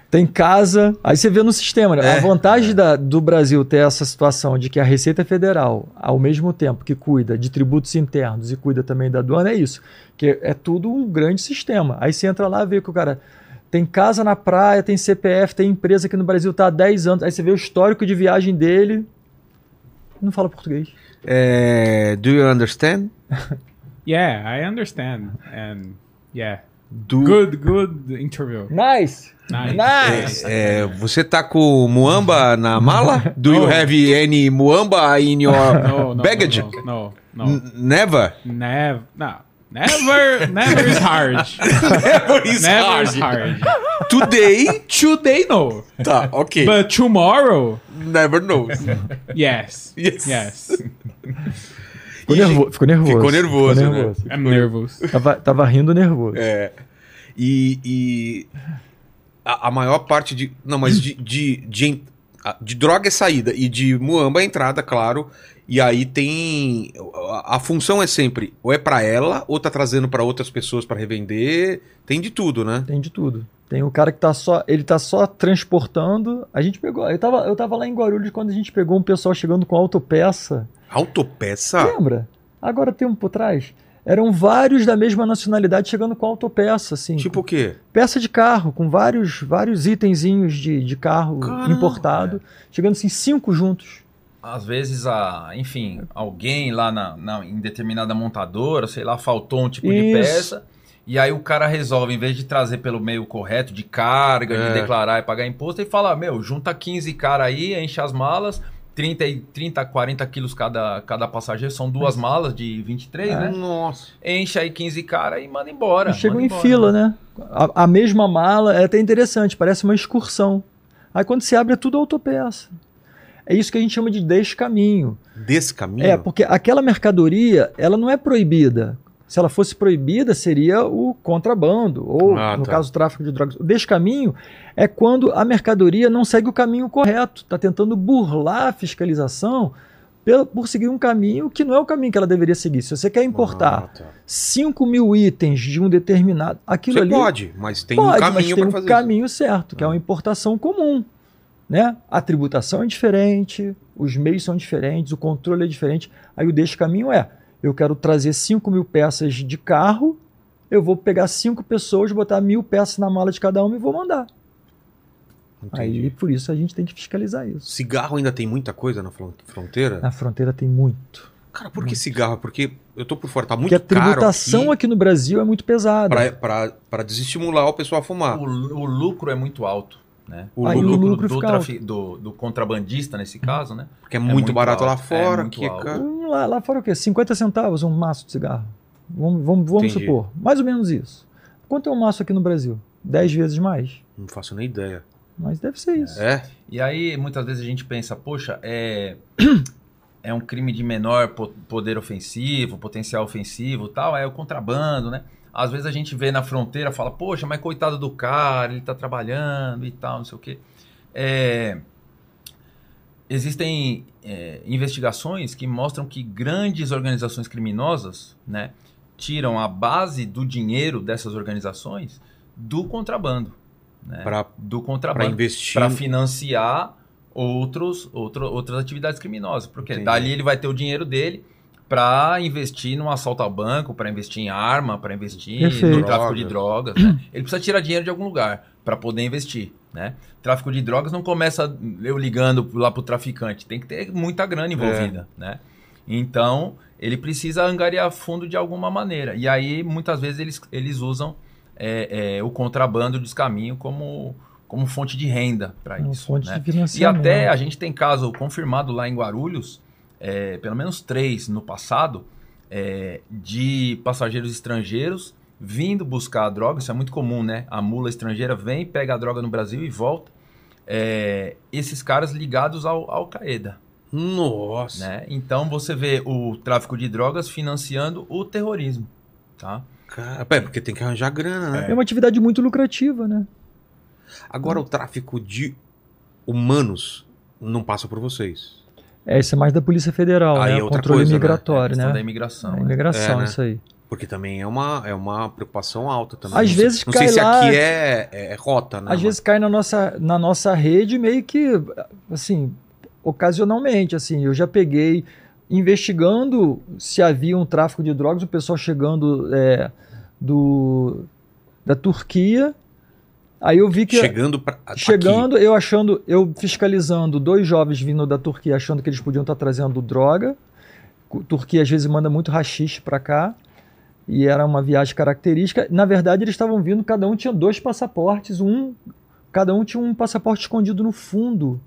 [SPEAKER 2] tem casa. Aí você vê no sistema, né?
[SPEAKER 1] É.
[SPEAKER 2] A vantagem da- do Brasil ter essa situação de que a Receita Federal, ao mesmo tempo que cuida de tributos internos e cuida também da aduana, é isso. Que é tudo um grande sistema. Aí você entra lá e vê que o cara. Tem casa na praia, tem CPF, tem empresa que no Brasil tá há 10 anos. Aí você vê o histórico de viagem dele. Não fala português.
[SPEAKER 1] É, do you understand?
[SPEAKER 3] Yeah, I understand. And yeah.
[SPEAKER 1] Do...
[SPEAKER 3] Good, good interview.
[SPEAKER 2] Nice!
[SPEAKER 3] Nice.
[SPEAKER 2] Nice.
[SPEAKER 1] É, você tá com o Muamba na mala? Do you
[SPEAKER 3] Não.
[SPEAKER 1] have any Muamba in your
[SPEAKER 3] No, no,
[SPEAKER 1] baggage?
[SPEAKER 3] No, no, no.
[SPEAKER 1] N- Never?
[SPEAKER 3] Never. No. Never, never is hard.
[SPEAKER 1] Never (laughs) is
[SPEAKER 3] Never
[SPEAKER 1] É hard.
[SPEAKER 3] is hard. (laughs)
[SPEAKER 1] Today?
[SPEAKER 3] Today, no.
[SPEAKER 1] Tá, ok.
[SPEAKER 3] But tomorrow,
[SPEAKER 1] Never
[SPEAKER 3] (laughs)
[SPEAKER 1] knows.
[SPEAKER 3] yes.
[SPEAKER 1] Yes.
[SPEAKER 3] Yes.
[SPEAKER 2] Ficou,
[SPEAKER 1] E,
[SPEAKER 2] nervo- ficou nervoso.
[SPEAKER 1] ficou nervoso, né?
[SPEAKER 3] I'm nervous.
[SPEAKER 2] Tava, tava rindo nervoso.
[SPEAKER 1] É. E, e a, a maior parte de. Não, mas de, de, de, en- a- de droga é saída e de muamba é entrada, claro. E aí tem. A, a função é sempre ou é pra ela, ou tá trazendo pra outras pessoas pra revender. Tem de tudo, né?
[SPEAKER 2] Tem de tudo. Tem o cara que tá só. Ele tá só transportando. A gente pegou. Eu tava, eu tava lá em Guarulhos quando a gente pegou um pessoal chegando com autopeça.
[SPEAKER 1] Autopeça?
[SPEAKER 2] Lembra? Agora tem um por trás. Eram vários da mesma nacionalidade chegando com autopeça, assim.
[SPEAKER 1] Tipo o quê?
[SPEAKER 2] peça de carro, com vários, vários itenzinhos de, de carro
[SPEAKER 1] Caramba.
[SPEAKER 2] importado. Chegando assim, cinco juntos.
[SPEAKER 4] Às vezes, a, enfim, alguém lá na, na- em determinada montadora, sei lá, faltou um tipo de
[SPEAKER 2] Isso.
[SPEAKER 4] peça. E aí o cara resolve, em vez de trazer pelo meio correto de carga,
[SPEAKER 1] É.
[SPEAKER 4] de declarar e pagar imposto, ele fala, meu, junta 15 cara aí, enche as malas, 30, e 30 40 quilos cada, cada passageiro, são duas malas de 23,
[SPEAKER 2] É.
[SPEAKER 4] né?
[SPEAKER 1] Nossa.
[SPEAKER 4] Enche aí 15 cara e manda embora.
[SPEAKER 2] Chegam
[SPEAKER 4] manda
[SPEAKER 2] em
[SPEAKER 4] embora.
[SPEAKER 2] fila, né? A, a mesma mala é até interessante, parece uma excursão. Aí quando se abre é tudo autopeça. É isso que a gente chama de descaminho.
[SPEAKER 1] Desse caminho?
[SPEAKER 2] É, porque aquela mercadoria, ela não é proibida. Se ela fosse proibida, seria o contrabando, ou,
[SPEAKER 1] Ah,
[SPEAKER 2] no
[SPEAKER 1] tá.
[SPEAKER 2] caso, o tráfico de drogas. O descaminho é quando a mercadoria não segue o caminho correto, está tentando burlar a fiscalização pelo- por seguir um caminho que não é o caminho que ela deveria seguir. Se você quer
[SPEAKER 1] Ah,
[SPEAKER 2] importar
[SPEAKER 1] tá.
[SPEAKER 2] 5 mil itens de um determinado. Aquilo
[SPEAKER 1] Você
[SPEAKER 2] ali
[SPEAKER 1] pode, mas tem um
[SPEAKER 2] pode, mas
[SPEAKER 1] caminho
[SPEAKER 2] tem
[SPEAKER 1] pra
[SPEAKER 2] um
[SPEAKER 1] fazer. isso. Ah.
[SPEAKER 2] caminho certo, que é uma importação comum. Né? A tributação é diferente, os meios são diferentes, o controle é diferente. Aí o desse caminho é: eu quero trazer 5 mil peças de carro, eu vou pegar cinco pessoas, botar mil peças na mala de cada uma e vou mandar. Aí por isso a gente tem que fiscalizar isso.
[SPEAKER 1] Cigarro ainda tem muita coisa na fron- fronteira?
[SPEAKER 2] Na fronteira tem muito.
[SPEAKER 1] Cara, por que cigarro? Porque eu tô por fora, tá muito
[SPEAKER 2] Porque a
[SPEAKER 1] caro
[SPEAKER 2] tributação aqui, no Brasil é muito pesada.
[SPEAKER 1] pra, pra, pra desestimular o pessoal a fumar.
[SPEAKER 4] O, o lucro é muito alto, né?
[SPEAKER 1] O
[SPEAKER 2] Aí o
[SPEAKER 1] lucro
[SPEAKER 2] lucro
[SPEAKER 4] do,
[SPEAKER 2] fica Uhum.
[SPEAKER 4] trafi- do- do contrabandista, nesse caso, né?
[SPEAKER 1] Porque é, muito,
[SPEAKER 4] muito
[SPEAKER 1] barato lá
[SPEAKER 4] alto, é
[SPEAKER 1] fora.
[SPEAKER 4] muito
[SPEAKER 1] que,
[SPEAKER 4] alto.
[SPEAKER 1] cara-
[SPEAKER 2] Um lá, lá fora o quê? 50 centavos um maço de cigarro. Vamos, vamos, vamos
[SPEAKER 1] Entendi.
[SPEAKER 2] supor. Mais ou menos isso. Quanto é um maço aqui no Brasil? 10 vezes mais.
[SPEAKER 1] Não faço nem ideia.
[SPEAKER 2] Mas deve ser isso.
[SPEAKER 1] É?
[SPEAKER 4] E aí, muitas vezes a gente pensa, poxa, é, é um crime de menor po- poder ofensivo, potencial ofensivo tal, é o contrabando, né? Às vezes a gente vê na fronteira fala, poxa, mas coitado do cara, ele tá trabalhando e tal, não sei o quê. É, existem é, investigações que mostram que grandes organizações criminosas, né, tiram a base do dinheiro dessas organizações do contrabando,
[SPEAKER 2] é.
[SPEAKER 4] né?
[SPEAKER 1] Pra,
[SPEAKER 4] do
[SPEAKER 1] pra
[SPEAKER 4] contrabando
[SPEAKER 1] investir.
[SPEAKER 4] para financiar outros, outro, outras atividades criminosas. Porque
[SPEAKER 1] Entendi.
[SPEAKER 4] dali ele vai ter o dinheiro dele para investir num assalto a banco, para investir em arma, para investir
[SPEAKER 2] Perfeito.
[SPEAKER 4] no tráfico de drogas. né? Ele precisa tirar dinheiro de algum lugar para poder investir. Né? Tráfico de drogas não começa eu ligando lá pro traficante, tem que ter muita grana envolvida. Né? Então ele precisa angariar fundo de alguma maneira. E aí muitas vezes eles, eles usam é, é, o contrabando, o descaminho como, como fonte de renda para
[SPEAKER 2] É uma
[SPEAKER 4] isso.
[SPEAKER 2] fonte
[SPEAKER 4] né?
[SPEAKER 2] de
[SPEAKER 4] E
[SPEAKER 2] financiamento.
[SPEAKER 4] até a gente tem caso confirmado lá em Guarulhos, é, pelo menos três no passado, é, de passageiros estrangeiros vindo buscar a droga. Isso é muito comum, né? A mula estrangeira vem, pega a droga no Brasil e volta. É, esses caras ligados ao ao Al-Qaeda.
[SPEAKER 1] Nossa.
[SPEAKER 4] Né? Então você vê o tráfico de drogas financiando o terrorismo. Tá?
[SPEAKER 1] Cara, pé, porque tem que arranjar grana, né?
[SPEAKER 2] É uma atividade muito lucrativa, né?
[SPEAKER 1] Agora o tráfico de humanos não passa por vocês.
[SPEAKER 2] É, isso é mais da Polícia Federal,
[SPEAKER 1] Aí
[SPEAKER 2] né?
[SPEAKER 1] é outra
[SPEAKER 2] Controle
[SPEAKER 1] coisa, né?
[SPEAKER 2] migratório,
[SPEAKER 4] Questão
[SPEAKER 2] né?
[SPEAKER 4] da imigração.
[SPEAKER 2] É
[SPEAKER 4] né?
[SPEAKER 1] É,
[SPEAKER 2] imigração,
[SPEAKER 1] né?
[SPEAKER 2] isso aí.
[SPEAKER 1] Porque também é uma, é uma preocupação alta também.
[SPEAKER 2] Às
[SPEAKER 1] não sei-
[SPEAKER 2] vezes
[SPEAKER 1] Não
[SPEAKER 2] cai
[SPEAKER 1] sei se
[SPEAKER 2] lá-
[SPEAKER 1] aqui é, é rota, né?
[SPEAKER 2] Às vezes cai na nossa, na nossa rede meio que, assim, ocasionalmente, assim, eu já peguei investigando se havia um tráfico de drogas, o pessoal chegando é, do, da Turquia, aí eu vi que...
[SPEAKER 1] Chegando pra, aqui.
[SPEAKER 2] Chegando, eu achando, eu fiscalizando dois jovens vindo da Turquia, achando que eles podiam estar trazendo droga. Cu- Turquia às vezes manda muito rachixe pra cá. E era uma viagem característica. Na verdade, eles estavam vindo, cada um tinha dois passaportes, um cada um tinha um passaporte escondido no fundo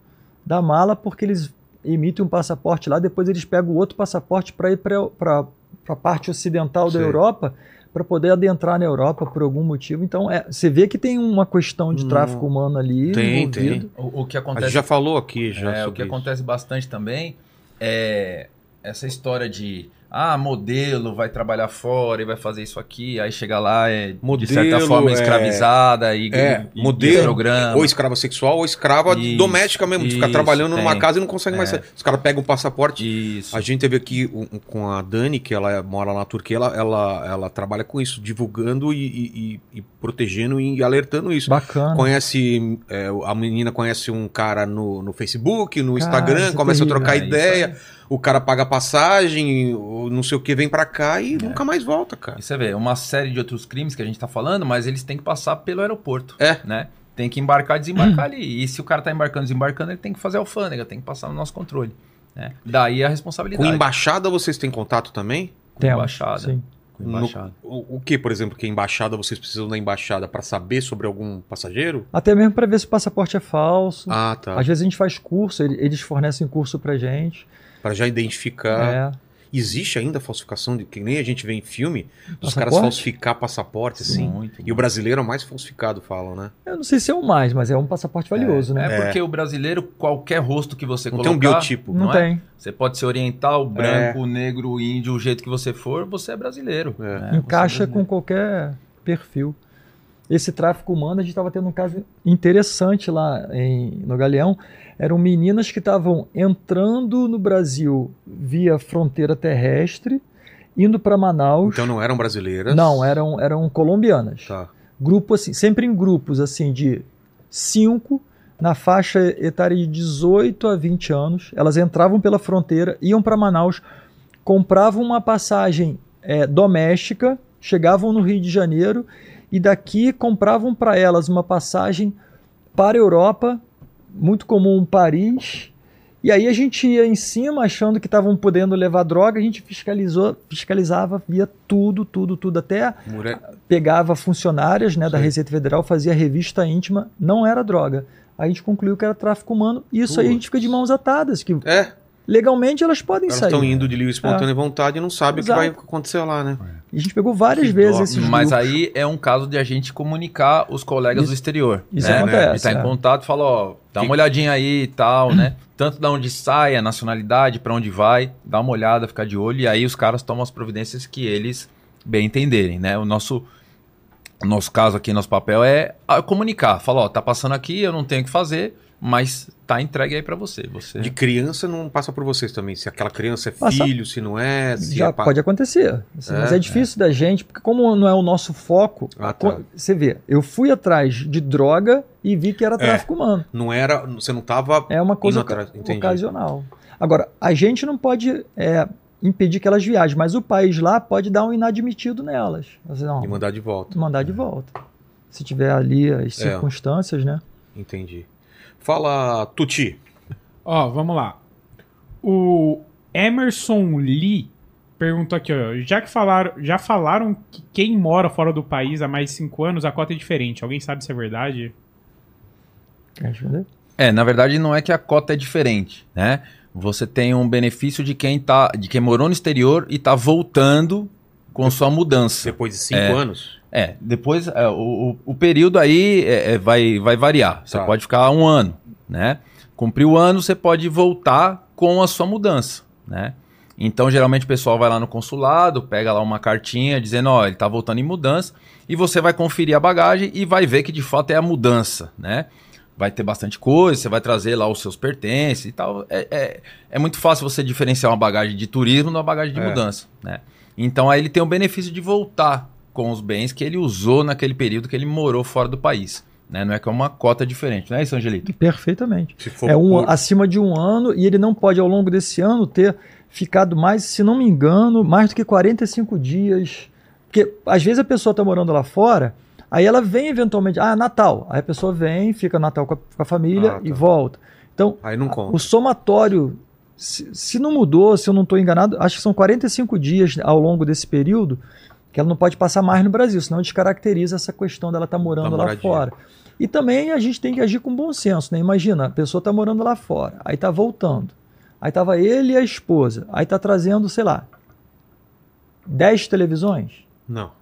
[SPEAKER 2] da mala, porque eles emitem um passaporte lá, depois eles pegam o outro passaporte para ir para a parte ocidental da
[SPEAKER 1] Sei.
[SPEAKER 2] Europa, para poder adentrar na Europa por algum motivo. Então, é, você vê que tem uma questão de
[SPEAKER 1] Hum.
[SPEAKER 2] tráfico humano ali
[SPEAKER 1] Tem,
[SPEAKER 2] envolvido.
[SPEAKER 4] O, o que
[SPEAKER 1] A
[SPEAKER 4] acontece
[SPEAKER 1] gente já falou aqui já
[SPEAKER 4] É, o
[SPEAKER 1] sobre
[SPEAKER 4] que
[SPEAKER 1] isso.
[SPEAKER 4] acontece bastante também é essa história de ah, modelo vai trabalhar fora e vai fazer isso aqui, aí chega lá é
[SPEAKER 1] Modelo,
[SPEAKER 4] de certa forma
[SPEAKER 1] é-
[SPEAKER 4] escravizada e,
[SPEAKER 1] É,
[SPEAKER 4] e- e
[SPEAKER 1] modelo, é
[SPEAKER 4] programa.
[SPEAKER 1] Ou escrava sexual ou escrava
[SPEAKER 4] Isso,
[SPEAKER 1] doméstica mesmo, de ficar
[SPEAKER 4] isso,
[SPEAKER 1] trabalhando numa
[SPEAKER 4] tem.
[SPEAKER 1] casa e não consegue mais sair. Os caras pegam o passaporte.
[SPEAKER 4] Isso.
[SPEAKER 1] A gente teve aqui um- um com a Dani, que ela é- mora lá na Turquia, ela, ela, ela trabalha com isso, divulgando e, e- e- e protegendo e alertando isso.
[SPEAKER 2] Bacana.
[SPEAKER 1] Conhece, é, a menina conhece um cara no, no Facebook, no
[SPEAKER 2] Cara,
[SPEAKER 1] Instagram,
[SPEAKER 2] isso é
[SPEAKER 1] começa a
[SPEAKER 2] terrível.
[SPEAKER 1] trocar
[SPEAKER 4] É,
[SPEAKER 1] ideia,
[SPEAKER 4] Isso,
[SPEAKER 1] o cara paga passagem, o não sei o que, vem pra cá e nunca mais volta, cara.
[SPEAKER 4] aí. E você vê, é uma série de outros crimes que a gente tá falando, mas eles têm que passar pelo aeroporto.
[SPEAKER 1] É.
[SPEAKER 4] Né? Tem que embarcar e desembarcar ali. E se o cara tá embarcando e desembarcando, ele tem que fazer alfândega, tem que passar no nosso controle. né? Daí a
[SPEAKER 1] Com
[SPEAKER 4] responsabilidade.
[SPEAKER 1] embaixada vocês têm contato também?
[SPEAKER 2] Temos,
[SPEAKER 4] embaixada.
[SPEAKER 2] sim.
[SPEAKER 4] Com embaixada.
[SPEAKER 1] O, o que, por exemplo, que embaixada vocês precisam da embaixada pra saber sobre algum passageiro?
[SPEAKER 2] Até mesmo para ver se o passaporte é falso.
[SPEAKER 1] Ah, tá.
[SPEAKER 2] Às vezes a gente faz curso, ele- eles fornecem curso pra gente.
[SPEAKER 1] Pra já identificar.
[SPEAKER 2] É.
[SPEAKER 1] Existe ainda falsificação de que nem a gente vê em filme, dos
[SPEAKER 2] Passaporte?
[SPEAKER 1] caras falsificar passaporte assim.
[SPEAKER 4] Muito
[SPEAKER 1] E o brasileiro é o mais falsificado, falam, né?
[SPEAKER 2] Eu não sei se é um mais, mas é um passaporte valioso, né?
[SPEAKER 4] É porque o brasileiro, qualquer rosto que você
[SPEAKER 1] Não
[SPEAKER 4] colocar,
[SPEAKER 1] tem um biotipo. É.
[SPEAKER 2] não
[SPEAKER 4] não é?
[SPEAKER 2] tem.
[SPEAKER 4] você pode ser oriental, branco, negro, índio, o jeito que você for, você é brasileiro.
[SPEAKER 1] É.
[SPEAKER 4] né? Você
[SPEAKER 2] Encaixa
[SPEAKER 4] é
[SPEAKER 2] com
[SPEAKER 4] brasileiro.
[SPEAKER 2] qualquer perfil. Esse tráfico humano, a gente estava tendo um caso interessante lá em, no Galeão. Eram meninas que estavam entrando no Brasil via fronteira terrestre, indo para Manaus.
[SPEAKER 1] Então não eram brasileiras.
[SPEAKER 2] não, eram, eram colombianas.
[SPEAKER 1] Tá.
[SPEAKER 2] grupo assim, sempre em grupos assim de 5 na faixa etária de 18 a 20 anos. Elas entravam pela fronteira, iam para Manaus, compravam uma passagem eh, doméstica, chegavam no Rio de Janeiro e daqui compravam para elas uma passagem para a Europa, muito comum Paris. E aí a gente ia em cima achando que estavam podendo levar droga, a gente fiscalizou, fiscalizava, via tudo, tudo, tudo, até
[SPEAKER 1] Mure-
[SPEAKER 2] pegava funcionárias né, da Receita Federal, fazia revista íntima, não era droga. Aí a gente concluiu que era tráfico humano, e isso aí a gente fica de mãos atadas, que
[SPEAKER 1] É,
[SPEAKER 2] legalmente elas podem
[SPEAKER 1] elas
[SPEAKER 2] sair.
[SPEAKER 1] estão indo de livre e espontânea vontade e não sabem o que
[SPEAKER 2] Ah. Exato.
[SPEAKER 1] vai acontecer lá, né?
[SPEAKER 2] E a gente pegou várias
[SPEAKER 4] Que
[SPEAKER 2] vezes
[SPEAKER 4] dó.
[SPEAKER 2] esses
[SPEAKER 4] Mas
[SPEAKER 2] grupos.
[SPEAKER 4] aí é um caso de a gente comunicar os colegas
[SPEAKER 2] Isso-
[SPEAKER 4] do exterior.
[SPEAKER 2] isso
[SPEAKER 4] né?
[SPEAKER 2] acontece,
[SPEAKER 4] E tá
[SPEAKER 2] é.
[SPEAKER 4] em contato, fala, ó, dá uma olhadinha aí e tal, né? (clears throat) Tanto da onde sai, a nacionalidade, pra onde vai, dá uma olhada, fica de olho, e aí os caras tomam as providências que eles bem entenderem, né? O nosso o nosso caso aqui, nosso papel é ah, comunicar, falar, ó, tá passando aqui, eu não tenho o que fazer, mas tá entregue aí pra você. Você
[SPEAKER 1] De criança não passa por vocês também. Se aquela criança é
[SPEAKER 2] É. Passa-
[SPEAKER 1] filho, se não é, se
[SPEAKER 2] Já
[SPEAKER 1] é pa-
[SPEAKER 2] pode acontecer. assim,
[SPEAKER 1] É,
[SPEAKER 2] mas é difícil da gente, porque como não é o nosso foco,
[SPEAKER 1] Ah, tá.
[SPEAKER 2] co- você vê, eu fui atrás de droga e vi que era tráfico humano.
[SPEAKER 1] não era, você É. não tava
[SPEAKER 2] É uma coisa
[SPEAKER 1] indo atrás. Entendi.
[SPEAKER 2] ocasional. Agora, a gente não pode é, impedir que elas viajem, mas o país lá pode dar um inadmitido nelas. Assim, não,
[SPEAKER 1] E mandar de volta.
[SPEAKER 2] mandar de volta. Se tiver ali as
[SPEAKER 1] É.
[SPEAKER 2] circunstâncias, né?
[SPEAKER 1] Entendi. Fala, Tuti.
[SPEAKER 3] Ó, vamos lá. O Emerson Lee perguntou aqui, ó. Já que falaram, já falaram que quem mora fora do país há mais de 5 anos, a cota é diferente. Alguém sabe se é verdade?
[SPEAKER 2] Quer responder?
[SPEAKER 4] É, na verdade não é que a cota é diferente, né? Você tem um benefício de quem tá, de quem morou no exterior e tá voltando com sua mudança.
[SPEAKER 1] Depois de cinco
[SPEAKER 4] É.
[SPEAKER 1] anos.
[SPEAKER 4] É, depois é, o, o- o período aí é, é, vai, vai variar. Você
[SPEAKER 1] Tá.
[SPEAKER 4] pode ficar um ano, né? Cumpriu o ano, você pode voltar com a sua mudança, né? Então, geralmente o pessoal vai lá no consulado, pega lá uma cartinha dizendo, ó, ele tá voltando em mudança, e você vai conferir a bagagem e vai ver que de fato é a mudança, né? Vai ter bastante coisa, você vai trazer lá os seus pertences e tal. É, é, é muito fácil você diferenciar uma bagagem de turismo de uma bagagem de
[SPEAKER 1] É.
[SPEAKER 4] mudança, né? Então aí ele tem o benefício de voltar com os bens que ele usou naquele período que ele morou fora do país. Né? Não é que é uma cota diferente, não é isso, Angelito?
[SPEAKER 2] Perfeitamente.
[SPEAKER 1] Se for
[SPEAKER 2] é um,
[SPEAKER 1] por-
[SPEAKER 2] acima de um ano e ele não pode, ao longo desse ano, ter ficado mais, se não me engano, mais do que 45 dias. Porque às vezes a pessoa está morando lá fora, aí ela vem eventualmente, ah, Natal. Aí a pessoa vem, fica Natal com a, com a família
[SPEAKER 1] Ah, tá.
[SPEAKER 2] e volta. Então,
[SPEAKER 1] Aí não conta.
[SPEAKER 2] o somatório, se, se não mudou, se eu não estou enganado, acho que são 45 dias ao longo desse período que ela não pode passar mais no Brasil, senão descaracteriza essa questão dela estar morando
[SPEAKER 1] Da
[SPEAKER 2] lá
[SPEAKER 1] moradia.
[SPEAKER 2] fora. E também a gente tem que agir com bom senso, né? Imagina, a pessoa está morando lá fora, aí está voltando. Aí estava ele e a esposa, aí está trazendo, sei lá, 10 televisões.
[SPEAKER 1] Não.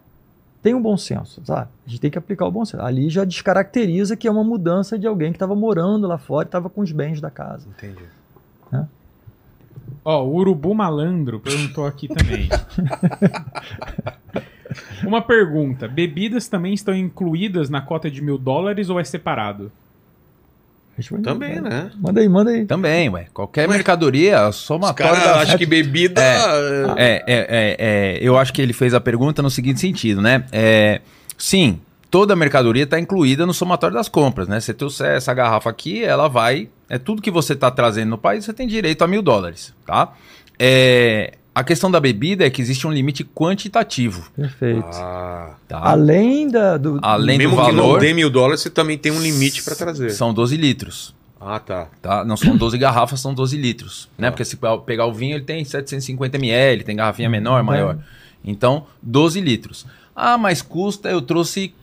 [SPEAKER 2] Tem um bom senso, sabe? A gente tem que aplicar o bom senso. Ali já descaracteriza que é uma mudança de alguém que estava morando lá fora e estava com os bens da casa.
[SPEAKER 1] Entendi.
[SPEAKER 3] Ó, o Urubu Malandro perguntou aqui também. Uma pergunta: bebidas também estão incluídas na cota de mil dólares ou é separado?
[SPEAKER 2] Responde,
[SPEAKER 1] Também,
[SPEAKER 2] cara.
[SPEAKER 1] né?
[SPEAKER 2] Manda aí, manda aí.
[SPEAKER 4] Também, ué. Qualquer mercadoria, a
[SPEAKER 1] Os
[SPEAKER 4] somatória
[SPEAKER 1] caras
[SPEAKER 4] da-
[SPEAKER 1] acham que bebida.
[SPEAKER 4] É, é, é, é, eu acho que ele fez a pergunta no seguinte sentido, né? É, sim, toda a mercadoria está incluída no somatório das compras, né? Você trouxer essa garrafa aqui, ela vai. É tudo que você está trazendo no país, você tem direito a mil dólares, tá? É, a questão da bebida é que existe um limite quantitativo,
[SPEAKER 2] Perfeito.
[SPEAKER 1] Ah,
[SPEAKER 4] tá?
[SPEAKER 2] Além da, do,
[SPEAKER 4] Além do
[SPEAKER 1] mesmo que não
[SPEAKER 4] valor,
[SPEAKER 1] dê mil dólares, você também tem um limite pra trazer.
[SPEAKER 4] são 12 litros.
[SPEAKER 1] Ah, tá.
[SPEAKER 4] Tá? Não são 12 garrafas, são 12 litros. Né?
[SPEAKER 1] Tá.
[SPEAKER 4] Porque se pe- pegar o vinho, ele tem 750 ml, tem garrafinha
[SPEAKER 2] Uhum.
[SPEAKER 4] menor, maior. Então, 12 litros. Ah, mas custa, eu trouxe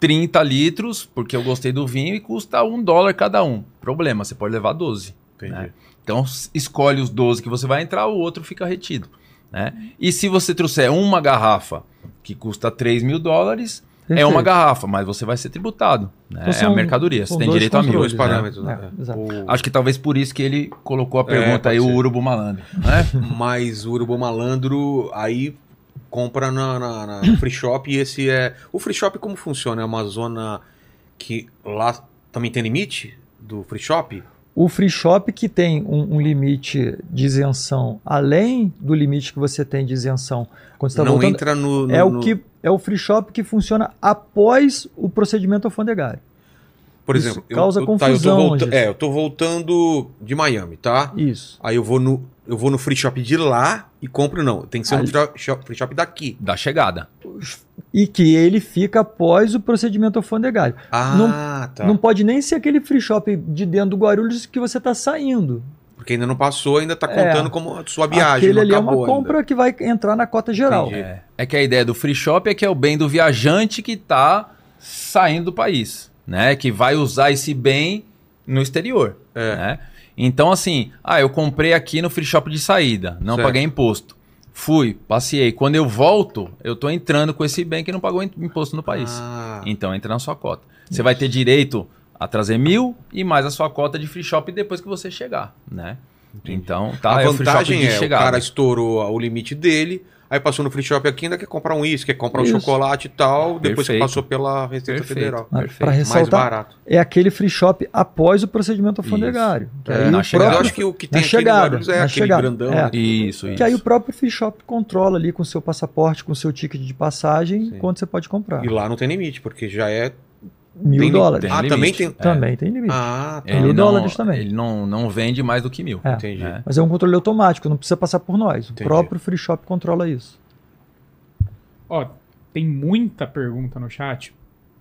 [SPEAKER 4] 30 litros, porque eu gostei do vinho, e custa 1 dólar cada um. Problema, você pode levar 12.
[SPEAKER 1] Entendi.
[SPEAKER 4] Então, s- escolhe os 12 que você vai entrar, o outro fica retido. Né? E se você trouxer uma garrafa que custa 3 mil dólares, é
[SPEAKER 2] Perfeito.
[SPEAKER 4] uma garrafa, mas você vai ser tributado. Né?
[SPEAKER 2] Então
[SPEAKER 4] é
[SPEAKER 2] são-
[SPEAKER 4] a mercadoria,
[SPEAKER 2] são
[SPEAKER 4] você tem
[SPEAKER 2] dois
[SPEAKER 4] direito a mil.
[SPEAKER 1] Dois
[SPEAKER 2] Dois, né?
[SPEAKER 1] parâmetros.
[SPEAKER 2] É,
[SPEAKER 1] né?
[SPEAKER 2] exato.
[SPEAKER 1] O-
[SPEAKER 4] Acho que talvez por isso que ele colocou a pergunta
[SPEAKER 1] É, pode
[SPEAKER 4] aí,
[SPEAKER 1] ser.
[SPEAKER 4] o urubu malandro, né?
[SPEAKER 1] Mas o Urubu Malandro aí compra na, na- na-
[SPEAKER 4] (laughs)
[SPEAKER 1] no free shop e esse é. O free shop como funciona? É uma zona que lá também tem limite do free shop?
[SPEAKER 2] O free shop que tem um, um limite de isenção, além do limite que você tem de isenção quando você está
[SPEAKER 1] Não
[SPEAKER 2] Tá voltando,
[SPEAKER 1] entra no. no-
[SPEAKER 2] é o
[SPEAKER 1] no-
[SPEAKER 2] que é o free shop que funciona após o procedimento alfandegário.
[SPEAKER 1] Por
[SPEAKER 2] Isso
[SPEAKER 1] exemplo,
[SPEAKER 2] causa
[SPEAKER 1] tá,
[SPEAKER 2] confusão, assim.
[SPEAKER 1] eu tô volta-
[SPEAKER 2] Anderson.
[SPEAKER 1] É, eu tô voltando de Miami, tá?
[SPEAKER 2] Isso.
[SPEAKER 1] Aí eu vou no eu vou no free shop de lá e compro não, tem que ser um
[SPEAKER 2] Ali.
[SPEAKER 1] free shop, free shop daqui.
[SPEAKER 4] Da chegada.
[SPEAKER 2] E que ele fica após o procedimento alfandegário.
[SPEAKER 1] Ah, tá.
[SPEAKER 2] Não pode nem ser aquele free shop de dentro do Guarulhos que você está saindo.
[SPEAKER 1] Porque ainda não passou, ainda tá
[SPEAKER 2] É.
[SPEAKER 1] contando como a sua viagem,
[SPEAKER 2] aquele
[SPEAKER 1] não
[SPEAKER 2] ali é
[SPEAKER 1] acabou
[SPEAKER 2] uma
[SPEAKER 1] ainda.
[SPEAKER 2] compra que vai entrar na cota geral.
[SPEAKER 1] Entendi.
[SPEAKER 4] É. É que a ideia do free shop é que é o bem do viajante que tá saindo do país, né? Que vai usar esse bem no exterior,
[SPEAKER 1] É.
[SPEAKER 4] né? Então, assim, ah, eu comprei aqui no free shop de saída, não
[SPEAKER 1] Certo.
[SPEAKER 4] paguei imposto. Fui, passei. Quando eu volto, eu tô entrando com esse bem que não pagou im- imposto no país.
[SPEAKER 1] Ah,
[SPEAKER 4] Então entra na sua cota. Você vai ter direito a trazer mil e mais a sua cota de free shop depois que você chegar, né? Então, tá,
[SPEAKER 1] a
[SPEAKER 4] é o free shop
[SPEAKER 1] vantagem
[SPEAKER 4] de
[SPEAKER 1] é, o
[SPEAKER 4] chegada.
[SPEAKER 1] cara estourou o limite dele, aí passou no free shop aqui, ainda quer comprar um uísque, quer comprar um
[SPEAKER 2] Isso.
[SPEAKER 1] chocolate e tal, depois que
[SPEAKER 4] Perfeito.
[SPEAKER 1] passou pela Receita
[SPEAKER 4] Perfeito.
[SPEAKER 1] Federal.
[SPEAKER 2] Ah,
[SPEAKER 4] Perfeito.
[SPEAKER 2] Pra
[SPEAKER 4] Mais
[SPEAKER 1] Mais
[SPEAKER 2] ressaltar,
[SPEAKER 1] barato.
[SPEAKER 2] é aquele free shop após o procedimento alfandegário. Que
[SPEAKER 1] É,
[SPEAKER 2] aí
[SPEAKER 4] na
[SPEAKER 2] o
[SPEAKER 1] Mas
[SPEAKER 4] chegada.
[SPEAKER 1] eu
[SPEAKER 2] próprio-
[SPEAKER 1] acho que o que
[SPEAKER 2] na
[SPEAKER 1] tem aqui no
[SPEAKER 2] chegada,
[SPEAKER 1] Guarulhos é
[SPEAKER 2] na
[SPEAKER 1] aquele
[SPEAKER 2] chegada,
[SPEAKER 1] grandão.
[SPEAKER 2] é.
[SPEAKER 1] né?
[SPEAKER 4] Isso, isso.
[SPEAKER 2] que aí o próprio free shop controla ali com o seu passaporte, com o seu ticket de passagem,
[SPEAKER 1] Sim.
[SPEAKER 2] quanto você pode comprar.
[SPEAKER 1] E lá não tem limite, porque já é.
[SPEAKER 2] Mil
[SPEAKER 1] tem-
[SPEAKER 2] dólares.
[SPEAKER 1] Ah,
[SPEAKER 4] limite. né? É.
[SPEAKER 1] também tem.
[SPEAKER 2] Também tem limite.
[SPEAKER 1] Ah, tá.
[SPEAKER 2] É. Mil dólares também.
[SPEAKER 4] Ele não, não vende mais do que mil.
[SPEAKER 2] É.
[SPEAKER 1] Entendi.
[SPEAKER 4] né?
[SPEAKER 2] Mas é um controle automático, não precisa passar por nós.
[SPEAKER 1] Entendi.
[SPEAKER 2] O próprio free shop controla isso.
[SPEAKER 3] Ó, tem muita pergunta no chat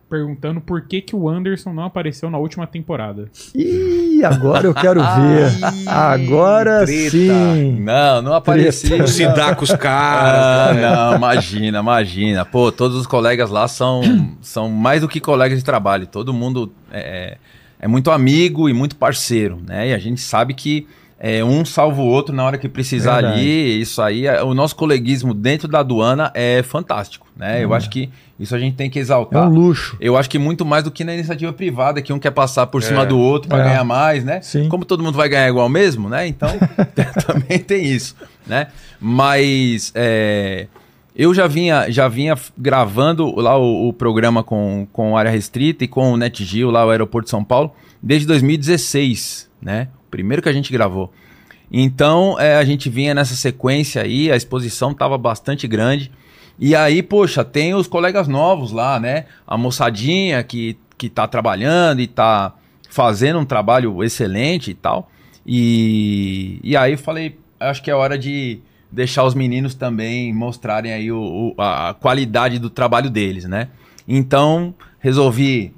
[SPEAKER 3] perguntando por que, que o Anderson não apareceu na última temporada.
[SPEAKER 2] Ih, agora eu quero
[SPEAKER 4] (laughs)
[SPEAKER 2] ver. Agora
[SPEAKER 1] treta.
[SPEAKER 2] sim.
[SPEAKER 4] Não, não apareci.
[SPEAKER 2] Treta.
[SPEAKER 1] Se dá com os
[SPEAKER 4] Ah,
[SPEAKER 1] caras. né?
[SPEAKER 4] não, imagina, imagina. Pô, todos os colegas lá são, são mais do que colegas de trabalho. Todo mundo é, é muito amigo e muito parceiro, né? E a gente sabe que é, um salva o outro na hora que precisar
[SPEAKER 2] Verdade.
[SPEAKER 4] ali. Isso aí, é- o nosso coleguismo dentro da aduana é fantástico, né? Eu acho que isso a gente tem que
[SPEAKER 2] É
[SPEAKER 4] exaltar.
[SPEAKER 2] um luxo.
[SPEAKER 4] Eu acho que muito mais do que na iniciativa privada, que um quer passar por
[SPEAKER 1] É.
[SPEAKER 4] cima do outro para
[SPEAKER 2] É.
[SPEAKER 4] ganhar mais, né?
[SPEAKER 2] Sim.
[SPEAKER 4] Como todo mundo vai ganhar igual mesmo, né? Então (laughs) também tem isso, né? Mas é, eu já vinha, já vinha f- gravando lá o, o programa com, com área restrita e com o NetGeo lá o Aeroporto de São Paulo desde 2016, né? O primeiro que a gente gravou. Então é, a gente vinha nessa sequência aí, a exposição estava bastante grande. E aí, poxa, tem os colegas novos lá, né? A moçadinha que, que tá trabalhando e tá fazendo um trabalho excelente e tal. E, e aí eu falei, acho que é hora de deixar os meninos também mostrarem aí o, o- a a qualidade do trabalho deles, né? Então, resolvi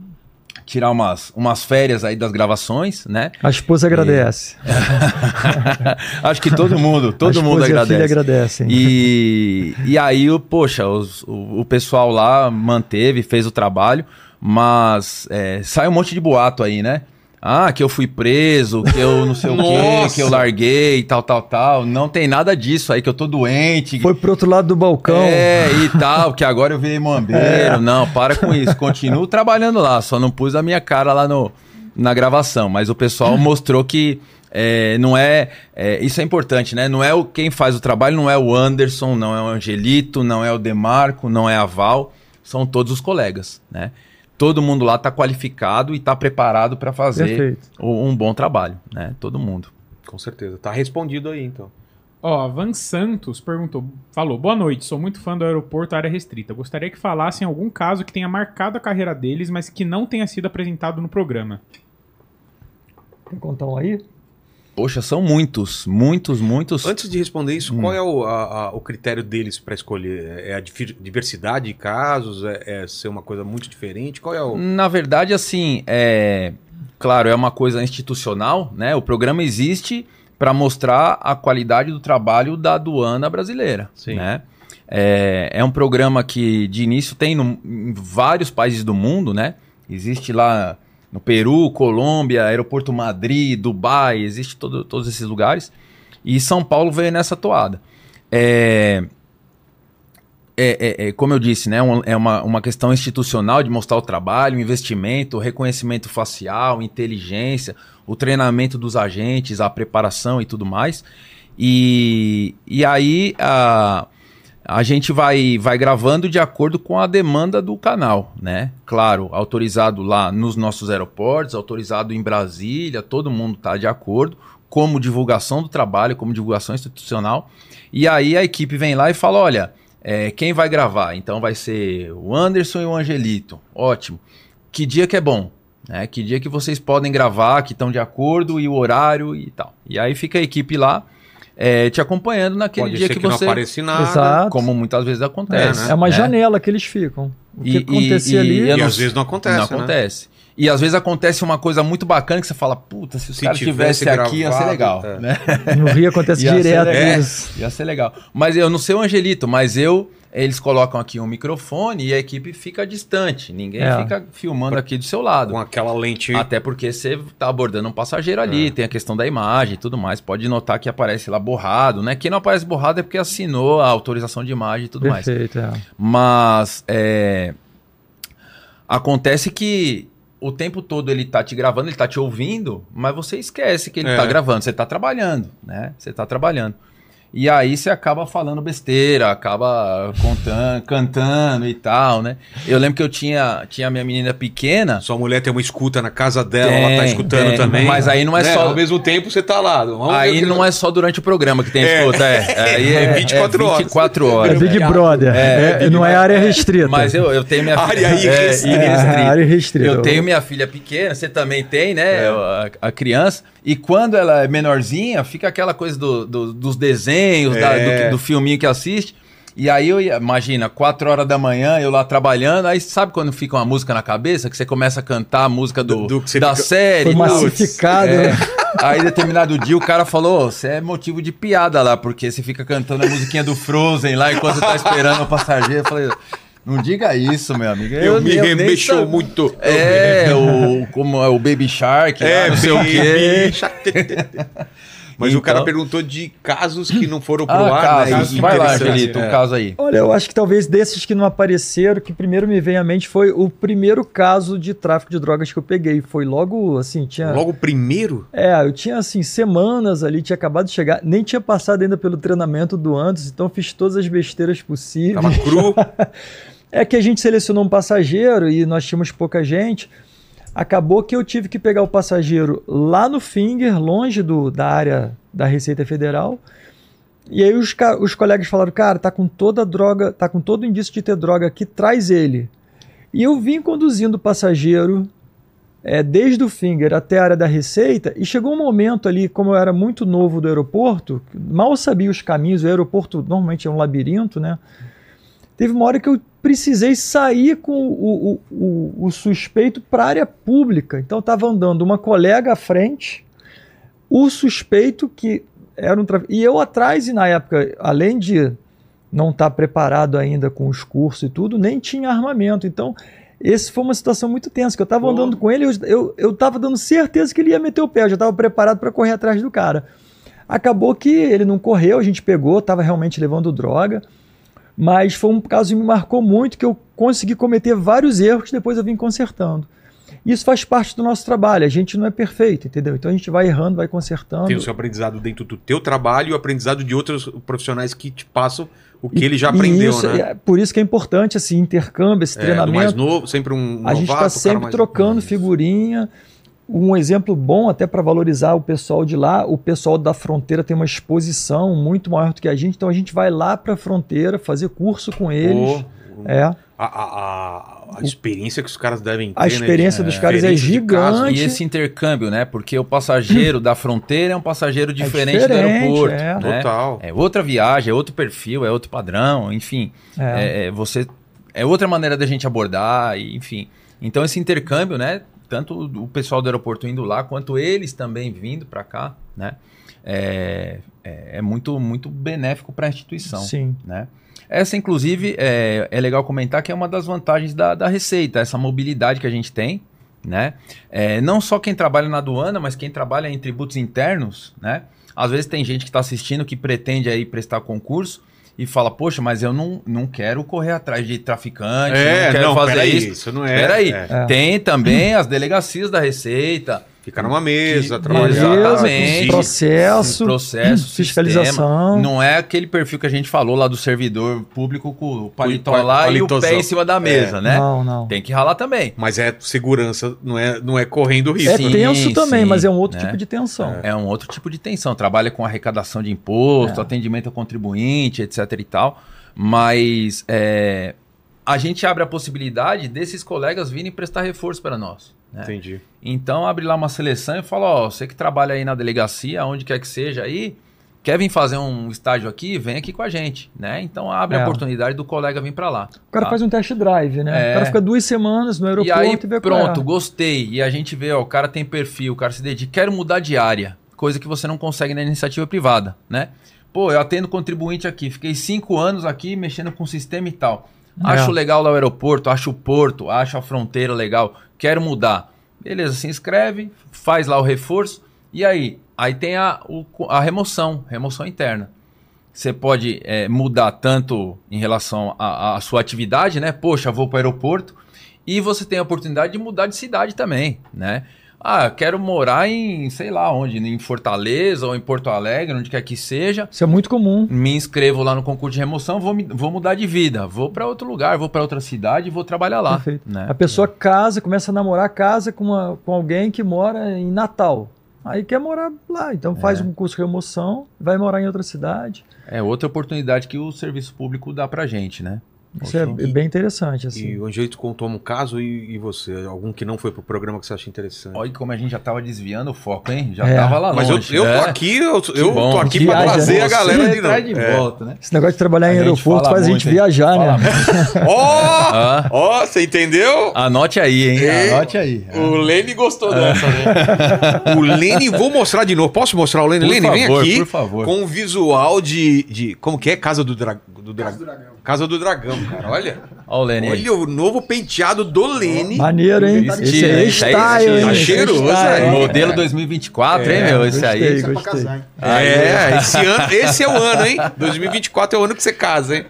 [SPEAKER 4] tirar umas, umas férias aí das gravações, né? (laughs)
[SPEAKER 2] A esposa agradece.
[SPEAKER 4] acho que é todo mundo,
[SPEAKER 2] a
[SPEAKER 4] todo
[SPEAKER 2] esposa
[SPEAKER 4] mundo
[SPEAKER 2] e a filha
[SPEAKER 4] agradece.
[SPEAKER 2] agradecem.
[SPEAKER 4] E, e aí, o- poxa, os- o, o pessoal lá manteve, fez o trabalho, mas é, sai um monte de boato aí, né? Ah, que eu fui preso, que eu não sei o quê,
[SPEAKER 1] Nossa!
[SPEAKER 4] que eu larguei, tal, tal, tal. Não tem nada disso aí, que eu tô doente.
[SPEAKER 2] Foi pro outro lado do balcão.
[SPEAKER 4] É, e tal, que agora eu virei mambeiro. Não, para com isso. Continuo trabalhando lá, só não pus a minha cara lá no, na gravação. Mas o pessoal mostrou que é, não é, é, Isso é importante, né? Não é o quem faz o trabalho, não é o Anderson, não é o Angelito, não é o Demarco, não é a Val. São todos os colegas, né? Todo mundo lá tá qualificado e tá preparado para fazer
[SPEAKER 2] Perfeito.
[SPEAKER 4] um, um bom trabalho, né? Todo mundo.
[SPEAKER 1] Com certeza. Tá respondido aí, então.
[SPEAKER 3] Ó, a Van Santos perguntou, falou, boa noite, sou muito fã do aeroporto área restrita. Gostaria que falassem algum caso que tenha marcado a carreira deles, mas que não tenha sido apresentado no programa.
[SPEAKER 2] Quer contar um aí?
[SPEAKER 4] Poxa, são muitos, muitos, muitos.
[SPEAKER 1] Antes de responder isso,
[SPEAKER 4] Hum.
[SPEAKER 1] qual é o, a- a- o critério deles para escolher? É a difi- diversidade de casos? É, é ser uma coisa muito diferente? Qual é o.
[SPEAKER 4] Na verdade, assim, é claro, é uma coisa institucional, né? O programa existe para mostrar a qualidade do trabalho da aduana brasileira,
[SPEAKER 1] Sim.
[SPEAKER 4] né? É, é um programa que de início tem no- em vários países do mundo, né? Existe lá no Peru, Colômbia, Aeroporto Madrid, Dubai, existe todo- todos esses lugares. E São Paulo veio nessa toada. É, é, é, é, como eu disse, né, um- é uma, uma questão institucional de mostrar o trabalho, o investimento, o reconhecimento facial, inteligência, o treinamento dos agentes, a preparação e tudo mais. E, e aí a, a gente vai, vai gravando de acordo com a demanda do canal, né? Claro, autorizado lá nos nossos aeroportos, autorizado em Brasília, todo mundo está de acordo, como divulgação do trabalho, como divulgação institucional. E aí a equipe vem lá e fala: olha. É, quem vai gravar? Então vai ser o Anderson e o Angelito. Ótimo. Que dia que é bom? né? Que dia que vocês podem gravar, que estão de acordo e o horário e tal. E aí fica a equipe lá é, te acompanhando naquele
[SPEAKER 1] Pode
[SPEAKER 4] dia
[SPEAKER 1] ser
[SPEAKER 4] que,
[SPEAKER 1] que, não
[SPEAKER 4] você,
[SPEAKER 1] aparece nada.
[SPEAKER 2] Exato.
[SPEAKER 4] como muitas vezes acontece.
[SPEAKER 1] né?
[SPEAKER 2] É uma
[SPEAKER 4] né?
[SPEAKER 2] janela que eles ficam. O que
[SPEAKER 4] E- e-
[SPEAKER 2] acontecer
[SPEAKER 4] e-
[SPEAKER 2] ali.
[SPEAKER 1] E
[SPEAKER 4] Eu não
[SPEAKER 1] às
[SPEAKER 4] sei.
[SPEAKER 1] vezes não acontece,
[SPEAKER 4] não
[SPEAKER 1] né?
[SPEAKER 4] acontece. E às vezes acontece uma coisa muito bacana que você fala, puta, se os
[SPEAKER 1] Se
[SPEAKER 4] caras
[SPEAKER 1] tivesse
[SPEAKER 4] tivessem aqui ia ser
[SPEAKER 1] gravado,
[SPEAKER 4] legal,
[SPEAKER 1] é.
[SPEAKER 4] né?
[SPEAKER 2] No Rio acontece
[SPEAKER 4] (laughs) Ia ser
[SPEAKER 2] direto
[SPEAKER 1] legal.
[SPEAKER 2] isso.
[SPEAKER 4] Ia ser legal. Mas eu não sei o Angelito, mas eu. Eles colocam aqui um microfone e a equipe fica distante. Ninguém
[SPEAKER 2] É.
[SPEAKER 4] fica filmando aqui do seu lado.
[SPEAKER 1] Com aquela lente.
[SPEAKER 4] Até porque você tá abordando um passageiro
[SPEAKER 1] É.
[SPEAKER 4] ali, tem a questão da imagem e tudo mais. Pode notar que aparece lá borrado, né? Quem não aparece borrado é porque assinou a autorização de imagem e tudo mais.
[SPEAKER 2] Perfeito, é.
[SPEAKER 4] Mas é, acontece que o tempo todo ele tá te gravando, ele tá te ouvindo, mas você esquece que ele
[SPEAKER 1] É.
[SPEAKER 4] tá gravando, você tá trabalhando, né? Você tá trabalhando. E aí você acaba falando besteira, acaba contando, cantando e tal, né? Eu lembro que eu tinha, tinha minha menina pequena,
[SPEAKER 1] Sua mulher tem uma escuta na casa dela, ela tá
[SPEAKER 4] tá. Tem,
[SPEAKER 1] escutando
[SPEAKER 4] tem.
[SPEAKER 1] também. Né?
[SPEAKER 4] Mas aí não é só-
[SPEAKER 1] Ao mesmo tempo você tá lá. Vamos ver o
[SPEAKER 4] aí
[SPEAKER 1] que-
[SPEAKER 4] não é só durante o programa que tem escuta, é. Aí é,
[SPEAKER 1] É 24 horas.
[SPEAKER 4] 24
[SPEAKER 2] É
[SPEAKER 4] horas.
[SPEAKER 2] Big
[SPEAKER 4] é.
[SPEAKER 2] Brother.
[SPEAKER 4] É,
[SPEAKER 2] É,
[SPEAKER 4] Big
[SPEAKER 2] não é
[SPEAKER 4] Brother.
[SPEAKER 2] área restrita.
[SPEAKER 4] Mas eu, eu tenho minha
[SPEAKER 1] (laughs) Área
[SPEAKER 4] é,
[SPEAKER 1] irrestrita.
[SPEAKER 2] É,
[SPEAKER 4] irrestrita.
[SPEAKER 2] área restrita.
[SPEAKER 4] Eu tenho minha filha pequena, você também tem,
[SPEAKER 1] É.
[SPEAKER 4] né? A, a criança. E quando ela é menorzinha, fica aquela coisa do- do- dos desenhos, da-
[SPEAKER 1] É.
[SPEAKER 4] do, do filminho que assiste. E aí eu ia- imagina, quatro horas da manhã, eu lá trabalhando, aí sabe quando fica uma música na cabeça, que você começa a cantar a música do,
[SPEAKER 1] Do- do que você
[SPEAKER 4] da
[SPEAKER 1] fica-
[SPEAKER 4] série.
[SPEAKER 2] Foi
[SPEAKER 4] e tal?
[SPEAKER 2] massificado.
[SPEAKER 4] É.
[SPEAKER 2] né?
[SPEAKER 4] Aí, determinado dia, o cara falou: "Ô, Você é motivo de piada lá, porque você fica cantando a musiquinha do Frozen lá enquanto você tá esperando o passageiro. Eu falei: Não diga isso, meu amigo.
[SPEAKER 1] Eu, me
[SPEAKER 4] nem
[SPEAKER 1] remexo
[SPEAKER 4] sabia."
[SPEAKER 1] muito. Eu
[SPEAKER 4] É, o, como é o Baby Shark, lá,
[SPEAKER 1] É,
[SPEAKER 4] não sei o quê.
[SPEAKER 1] quê.
[SPEAKER 4] (laughs)
[SPEAKER 1] Mas o cara
[SPEAKER 4] Então-
[SPEAKER 1] perguntou de casos que não foram pro
[SPEAKER 4] Ah,
[SPEAKER 1] ar.
[SPEAKER 4] casos.
[SPEAKER 1] né?
[SPEAKER 4] Vai lá,
[SPEAKER 1] Interessante.
[SPEAKER 4] Angelito,
[SPEAKER 1] É.
[SPEAKER 4] um caso aí.
[SPEAKER 2] Olha, eu acho que talvez desses que não apareceram, que primeiro me vem à mente foi o primeiro caso de tráfico de drogas que eu peguei. Foi logo assim, tinha.
[SPEAKER 1] Logo o primeiro?
[SPEAKER 2] É, eu tinha assim, semanas ali, tinha acabado de chegar, nem tinha passado ainda pelo treinamento do antes, então fiz todas as besteiras possíveis.
[SPEAKER 4] (laughs)
[SPEAKER 1] Tava cru.
[SPEAKER 2] É que a gente selecionou um passageiro e nós tínhamos pouca gente. Acabou que eu tive que pegar o passageiro lá no Finger, longe do- da área da Receita Federal. E aí os, ca- os colegas falaram, cara, tá com toda a droga, tá com todo o indício de ter droga aqui, traz ele. E eu vim conduzindo o passageiro é, desde o Finger até a área da Receita e chegou um momento ali, como eu era muito novo do aeroporto, mal sabia os caminhos, o aeroporto normalmente é um labirinto, né? Teve uma hora que eu precisei sair com o, o- o- o suspeito para a área pública. Então estava andando uma colega à frente, o suspeito que era um traficante. E eu atrás, e na época, além de não estar preparado ainda com os cursos e tudo, nem tinha armamento. Então, esse foi uma situação muito tensa, que eu estava
[SPEAKER 1] Pô.
[SPEAKER 2] andando com ele, eu estava eu, eu tava dando certeza que ele ia meter o pé, eu já estava preparado para correr atrás do cara. Acabou que ele não correu, a gente pegou, estava realmente levando droga, mas foi um caso que me marcou muito, que eu consegui cometer vários erros, depois eu vim consertando. Isso faz parte do nosso trabalho, a gente não é perfeito, entendeu? Então a gente vai errando, vai consertando.
[SPEAKER 1] Tem o seu aprendizado dentro do teu trabalho e o aprendizado de outros profissionais que te passam o que ele já
[SPEAKER 2] E
[SPEAKER 1] aprendeu,
[SPEAKER 2] isso,
[SPEAKER 1] né?
[SPEAKER 2] é por isso que é importante esse intercâmbio, esse
[SPEAKER 1] É, do mais
[SPEAKER 2] treinamento.
[SPEAKER 1] novo, sempre um
[SPEAKER 2] a gente
[SPEAKER 1] novato,
[SPEAKER 2] está
[SPEAKER 1] o cara
[SPEAKER 2] sempre
[SPEAKER 1] mais-
[SPEAKER 2] trocando
[SPEAKER 1] Isso.
[SPEAKER 2] figurinha. Um exemplo bom, até para valorizar o pessoal de lá, o pessoal da fronteira tem uma exposição muito maior do que a gente, então a gente vai lá para a fronteira fazer curso com eles.
[SPEAKER 1] Pô,
[SPEAKER 2] É,
[SPEAKER 1] a, a- a- a experiência que os caras devem ter.
[SPEAKER 2] a experiência
[SPEAKER 1] né?
[SPEAKER 2] dos caras é
[SPEAKER 1] Experiência de caso.
[SPEAKER 2] gigante.
[SPEAKER 4] E esse intercâmbio, né? Porque o passageiro da fronteira é um passageiro diferente, do
[SPEAKER 2] diferente,
[SPEAKER 4] aeroporto.
[SPEAKER 2] é.
[SPEAKER 4] né?
[SPEAKER 1] Total.
[SPEAKER 4] É outra viagem, é outro perfil, é outro padrão, enfim.
[SPEAKER 2] é.
[SPEAKER 4] É, é, você é outra maneira da gente abordar, e, enfim. Então esse intercâmbio, né? Tanto o pessoal do aeroporto indo lá, quanto eles também vindo para cá, né? É, é, é muito muito benéfico para a instituição,
[SPEAKER 2] Sim.
[SPEAKER 4] né? Essa, inclusive, é, é legal comentar que é uma das vantagens da, da Receita, essa mobilidade que a gente tem, né? É, não só quem trabalha na aduana, mas quem trabalha em tributos internos, né? Às vezes tem gente que está assistindo que pretende aí prestar concurso e fala, poxa, mas eu não, não quero correr atrás de traficante, não quero fazer
[SPEAKER 1] peraí,
[SPEAKER 4] isso.
[SPEAKER 1] É, não é.
[SPEAKER 4] Peraí.
[SPEAKER 1] é.
[SPEAKER 2] É.
[SPEAKER 4] Tem também as delegacias da Receita,
[SPEAKER 1] Ficar numa mesa,
[SPEAKER 4] Que-
[SPEAKER 1] trabalhar. tá,
[SPEAKER 2] Beleza, com
[SPEAKER 4] exatamente.
[SPEAKER 2] processo, (clears throat)
[SPEAKER 4] processo, sistema.
[SPEAKER 2] fiscalização.
[SPEAKER 4] Não é aquele perfil que a gente falou lá do servidor público com o paletó
[SPEAKER 1] Com o
[SPEAKER 4] lá e o
[SPEAKER 1] palitozão. É.
[SPEAKER 4] pé em cima da mesa, né?
[SPEAKER 2] Não, não.
[SPEAKER 4] Tem que ralar também.
[SPEAKER 1] Mas é segurança, não é, não é correndo
[SPEAKER 2] É
[SPEAKER 1] risco.
[SPEAKER 4] Sim,
[SPEAKER 2] tenso também,
[SPEAKER 4] sim,
[SPEAKER 2] mas é um outro
[SPEAKER 4] né?
[SPEAKER 2] tipo de tensão.
[SPEAKER 4] É um outro tipo de tensão. Trabalha com arrecadação de imposto,
[SPEAKER 2] É.
[SPEAKER 4] atendimento ao contribuinte, etc e tal. Mas é, a gente abre a possibilidade desses colegas virem prestar reforço para nós. né?
[SPEAKER 6] Entendi.
[SPEAKER 4] Então abre lá uma seleção e fala, ó, você que trabalha aí na delegacia, onde quer que seja aí, quer vir fazer um estágio aqui, vem aqui com a gente, né? Então abre
[SPEAKER 2] É.
[SPEAKER 4] a oportunidade do colega vir pra lá.
[SPEAKER 2] O cara
[SPEAKER 4] tá?
[SPEAKER 2] faz um test drive, né? O
[SPEAKER 4] É.
[SPEAKER 2] cara fica duas semanas no
[SPEAKER 4] E
[SPEAKER 2] aeroporto e,
[SPEAKER 4] aí,
[SPEAKER 2] vê qual
[SPEAKER 4] pronto,
[SPEAKER 2] é.
[SPEAKER 4] gostei. E a gente vê, ó, o cara tem perfil, o cara se dedica, quero mudar de área, coisa que você não consegue na iniciativa privada, né? Pô, eu atendo contribuinte aqui, fiquei cinco anos aqui mexendo com o sistema e tal. Acho legal lá o aeroporto, acho o porto, acho a fronteira legal, quero mudar. Beleza, se inscreve, faz lá o reforço. E aí? Aí tem a, o- a remoção, remoção interna. Você pode eh, mudar tanto em relação à à sua atividade, né? Poxa, vou para o aeroporto. E você tem a oportunidade de mudar de cidade também, né? Ah, quero morar em, sei lá onde, em Fortaleza ou em Porto Alegre, onde quer que seja
[SPEAKER 2] Isso é muito comum.
[SPEAKER 4] me inscrevo lá no concurso de remoção, vou, me- vou mudar de vida, vou para outro lugar, vou para outra cidade e vou trabalhar lá.
[SPEAKER 2] Perfeito.
[SPEAKER 4] né?
[SPEAKER 2] A pessoa casa, começa a namorar, casa com, uma- com alguém que mora em Natal. Aí quer morar lá, então faz um curso de remoção, vai morar em outra cidade.
[SPEAKER 4] É outra oportunidade que o serviço público dá para gente, né?
[SPEAKER 2] Isso é
[SPEAKER 6] Poxa.
[SPEAKER 2] bem interessante, assim.
[SPEAKER 6] E o Angelito contou um caso e, e você? Algum que não foi pro programa que você acha interessante?
[SPEAKER 4] Olha como a gente já tava desviando o foco, hein? Já
[SPEAKER 2] É.
[SPEAKER 4] tava lá
[SPEAKER 1] Mas
[SPEAKER 4] longe.
[SPEAKER 1] eu, eu
[SPEAKER 4] É.
[SPEAKER 1] tô aqui, eu, eu
[SPEAKER 4] bom. é assim.
[SPEAKER 1] tô aqui
[SPEAKER 2] Que
[SPEAKER 1] pra
[SPEAKER 2] haja
[SPEAKER 1] trazer a
[SPEAKER 4] Você
[SPEAKER 1] galera de
[SPEAKER 4] traz de
[SPEAKER 1] novo. É.
[SPEAKER 4] volta, né?
[SPEAKER 2] Esse negócio de trabalhar em
[SPEAKER 4] A gente
[SPEAKER 2] aeroporto
[SPEAKER 4] fala
[SPEAKER 2] faz a
[SPEAKER 4] muito,
[SPEAKER 2] gente
[SPEAKER 4] hein?
[SPEAKER 2] viajar,
[SPEAKER 4] Fala
[SPEAKER 2] né?
[SPEAKER 4] muito.
[SPEAKER 1] Ó,
[SPEAKER 4] Ah,
[SPEAKER 1] ó, você entendeu?
[SPEAKER 4] anote aí, hein?
[SPEAKER 1] Ei.
[SPEAKER 4] Anote aí. É.
[SPEAKER 1] O Lene gostou dessa, né? O Lene, vou mostrar de novo. Posso mostrar o Lene?
[SPEAKER 4] Por
[SPEAKER 1] Lene, vem
[SPEAKER 4] favor,
[SPEAKER 1] aqui.
[SPEAKER 4] por favor.
[SPEAKER 1] Com o visual de, de. Como que é? Casa do, Dra- do Dra- Casa do Dragão, cara. Olha.
[SPEAKER 4] Olha o Lenny aí.
[SPEAKER 1] Olha o novo penteado do Lene.
[SPEAKER 2] Maneiro, hein?
[SPEAKER 4] Esse
[SPEAKER 2] Esse é
[SPEAKER 4] esse
[SPEAKER 2] style,
[SPEAKER 4] aí, esse
[SPEAKER 2] hein?
[SPEAKER 4] aí.
[SPEAKER 1] Tá cheiroso,
[SPEAKER 2] Style,
[SPEAKER 1] né?
[SPEAKER 2] hein?
[SPEAKER 4] Modelo 2024, hein, meu? Esse aí.
[SPEAKER 2] É, Gostei, gostei.
[SPEAKER 1] É, esse, ano, esse é o ano, hein? 2024 é o ano que você casa, hein?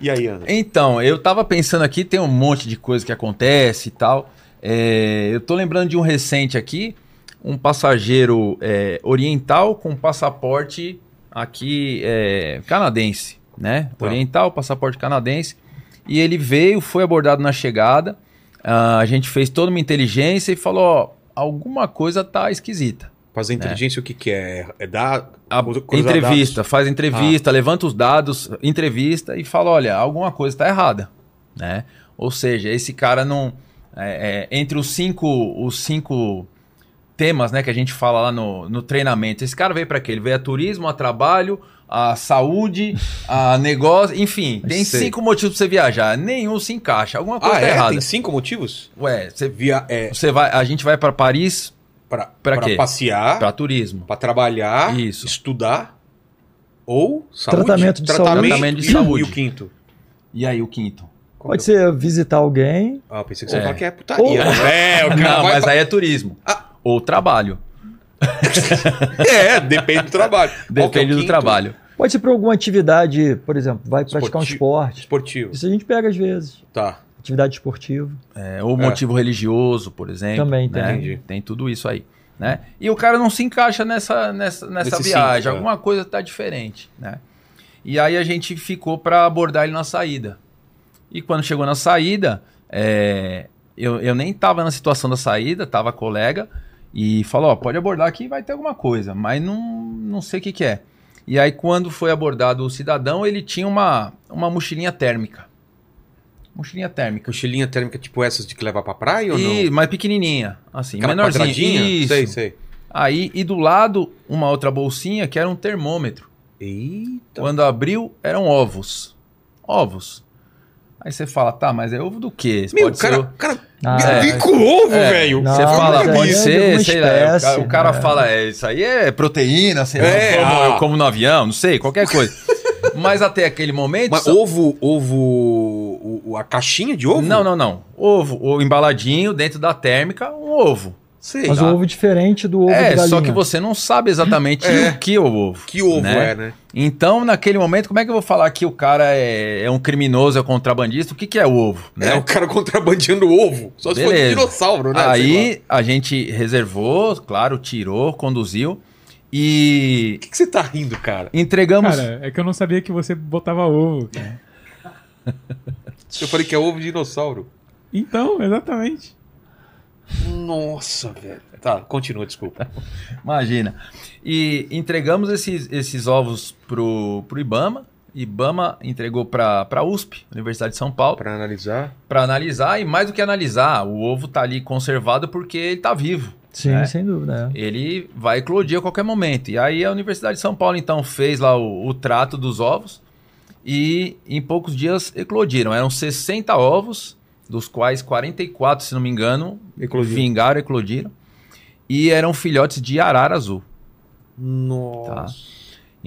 [SPEAKER 6] E aí, Ana?
[SPEAKER 4] Então, eu tava pensando aqui, tem um monte de coisa que acontece e tal. É, eu tô lembrando de um recente aqui, um passageiro é, oriental com passaporte aqui é, canadense, né?
[SPEAKER 6] Tá.
[SPEAKER 4] Oriental, passaporte canadense. E ele veio, foi abordado na chegada. ah, a gente fez toda uma inteligência e falou: ó, alguma coisa tá esquisita.
[SPEAKER 1] Fazer inteligência, o que que é? É dar...
[SPEAKER 4] A-
[SPEAKER 1] cruzar
[SPEAKER 4] entrevista, faz
[SPEAKER 1] Ah.
[SPEAKER 4] entrevista, levanta os dados, entrevista e fala: olha, alguma coisa está errada. Né? Ou seja, esse cara não. é, é, entre os cinco, os cinco temas né, que a gente fala lá no, no treinamento, esse cara veio para quê? Ele veio a turismo, a trabalho, a saúde,
[SPEAKER 1] (laughs)
[SPEAKER 4] a negócio, enfim, tem
[SPEAKER 1] Sei.
[SPEAKER 4] cinco motivos para você viajar. Nenhum se encaixa, alguma coisa
[SPEAKER 1] Ah,
[SPEAKER 4] está
[SPEAKER 1] é?
[SPEAKER 4] errada.
[SPEAKER 1] Tem cinco motivos?
[SPEAKER 4] Ué, você,
[SPEAKER 1] Via, é,
[SPEAKER 4] você vai, a gente vai para Paris
[SPEAKER 1] pra,
[SPEAKER 4] Pra
[SPEAKER 1] pra
[SPEAKER 4] quê?
[SPEAKER 1] passear, pra,
[SPEAKER 4] para turismo.
[SPEAKER 1] trabalhar,
[SPEAKER 4] Isso.
[SPEAKER 1] estudar ou saúde?
[SPEAKER 2] Tratamento de saúde.
[SPEAKER 4] Tratamento de
[SPEAKER 1] e-
[SPEAKER 4] saúde.
[SPEAKER 1] E o quinto?
[SPEAKER 4] E aí, o quinto?
[SPEAKER 1] Qual
[SPEAKER 2] Pode
[SPEAKER 1] que é
[SPEAKER 2] ser visitar alguém.
[SPEAKER 1] o- Ah, pensei que você
[SPEAKER 4] É.
[SPEAKER 1] ia falar que é putaria.
[SPEAKER 2] Ou-
[SPEAKER 1] né? É, o cara
[SPEAKER 4] Não,
[SPEAKER 1] vai... Ah.
[SPEAKER 4] mas aí é turismo. Ou trabalho.
[SPEAKER 1] É, depende do trabalho. Qual que é o
[SPEAKER 4] Depende do
[SPEAKER 1] quinto?
[SPEAKER 4] trabalho.
[SPEAKER 2] Pode ser para alguma atividade, por exemplo, vai praticar um
[SPEAKER 1] Esporti-
[SPEAKER 2] esporte.
[SPEAKER 1] Esportivo.
[SPEAKER 2] Isso a gente pega às vezes.
[SPEAKER 1] Tá.
[SPEAKER 2] Atividade esportiva.
[SPEAKER 4] É, ou motivo religioso, por exemplo.
[SPEAKER 2] Também tem.
[SPEAKER 4] né?
[SPEAKER 1] Entendi.
[SPEAKER 4] Tem tudo isso aí. Né? E o cara não se encaixa nessa, nessa, nessa
[SPEAKER 1] Nesse
[SPEAKER 4] viagem.
[SPEAKER 1] cinto, é.
[SPEAKER 4] Alguma coisa tá diferente. Né? E aí a gente ficou para abordar ele na saída. E quando chegou na saída, é, eu, eu nem tava na situação da saída, tava colega. E falou, ó, pode abordar aqui, vai ter alguma coisa. Mas não, não sei o que que é. E aí quando foi abordado o cidadão, ele tinha uma, uma mochilinha térmica. Mochilinha térmica.
[SPEAKER 1] Mochilinha térmica tipo essas de que leva pra praia ou
[SPEAKER 4] E
[SPEAKER 1] não?
[SPEAKER 4] mais pequenininha, assim,
[SPEAKER 1] Aquela
[SPEAKER 4] menorzinha.
[SPEAKER 1] quadradinha?
[SPEAKER 4] Isso.
[SPEAKER 1] Sei, sei.
[SPEAKER 4] Aí e do lado uma outra bolsinha que era um termômetro.
[SPEAKER 1] Eita.
[SPEAKER 4] Quando abriu eram ovos, ovos. Aí você fala, tá, mas é ovo do quê?
[SPEAKER 1] Meu, o
[SPEAKER 4] pode
[SPEAKER 1] cara, Ah,
[SPEAKER 4] ser. o-
[SPEAKER 1] o cara
[SPEAKER 2] Ah,
[SPEAKER 1] vi-
[SPEAKER 4] é.
[SPEAKER 1] vinca o ovo, velho.
[SPEAKER 2] Não,
[SPEAKER 4] Você fala,
[SPEAKER 2] mas aí
[SPEAKER 4] pode
[SPEAKER 2] é de
[SPEAKER 4] ser,
[SPEAKER 2] alguma
[SPEAKER 4] sei lá. o ca-
[SPEAKER 2] espécie,
[SPEAKER 4] o cara
[SPEAKER 2] né?
[SPEAKER 4] fala, é, isso aí é proteína, sei lá,
[SPEAKER 1] É,
[SPEAKER 4] eu, como,
[SPEAKER 1] ah.
[SPEAKER 4] eu como no avião, não sei, qualquer
[SPEAKER 1] (laughs)
[SPEAKER 4] coisa. mas até aquele
[SPEAKER 2] é
[SPEAKER 4] momento.
[SPEAKER 1] Mas
[SPEAKER 4] só-
[SPEAKER 1] ovo, ovo, o- o- a caixinha de ovo?
[SPEAKER 4] Não, não, não. Ovo, ou embaladinho dentro da térmica, um ovo. Tá.
[SPEAKER 1] Sei.
[SPEAKER 2] Mas o
[SPEAKER 1] lá.
[SPEAKER 2] ovo diferente do ovo de
[SPEAKER 4] é,
[SPEAKER 2] galinha.
[SPEAKER 4] só que você não sabe exatamente
[SPEAKER 1] (laughs) É.
[SPEAKER 4] o que é o ovo.
[SPEAKER 1] Que ovo
[SPEAKER 4] né?
[SPEAKER 1] é, né?
[SPEAKER 4] Então, naquele momento, como é que eu vou falar que o cara é, é um criminoso, é um contrabandista? O que, que é o ovo?
[SPEAKER 1] É, o cara contrabandeando ovo. Só se fosse um
[SPEAKER 4] Beleza.
[SPEAKER 1] dinossauro, né? Sei lá.
[SPEAKER 4] Aí a gente reservou, claro, tirou, conduziu e
[SPEAKER 1] Por que, que você tá rindo, cara?
[SPEAKER 4] entregamos.
[SPEAKER 3] Cara, é que eu não sabia que você botava ovo. cara.
[SPEAKER 1] Eu falei que é ovo de dinossauro.
[SPEAKER 3] Então, exatamente.
[SPEAKER 1] Nossa, velho. Tá, continua, desculpa.
[SPEAKER 2] é.
[SPEAKER 4] Imagina. E entregamos esses, esses ovos pro, pro Ibama. IBAMA entregou para a USP, Universidade de São
[SPEAKER 1] (laughs)
[SPEAKER 4] Paulo,
[SPEAKER 1] Pra analisar.
[SPEAKER 4] para analisar. E mais do que analisar, o ovo tá ali conservado porque ele tá vivo.
[SPEAKER 2] Sim,
[SPEAKER 4] É.
[SPEAKER 2] sem dúvida. é.
[SPEAKER 4] Ele vai eclodir a qualquer momento. E aí a Universidade de São Paulo, então, fez lá o, o trato dos ovos e em poucos dias eclodiram. Eram 60 ovos, dos quais 44, se não me engano,
[SPEAKER 1] Eclodiram.
[SPEAKER 4] vingaram, eclodiram. E eram filhotes de arara azul. Tá.
[SPEAKER 1] Nossa.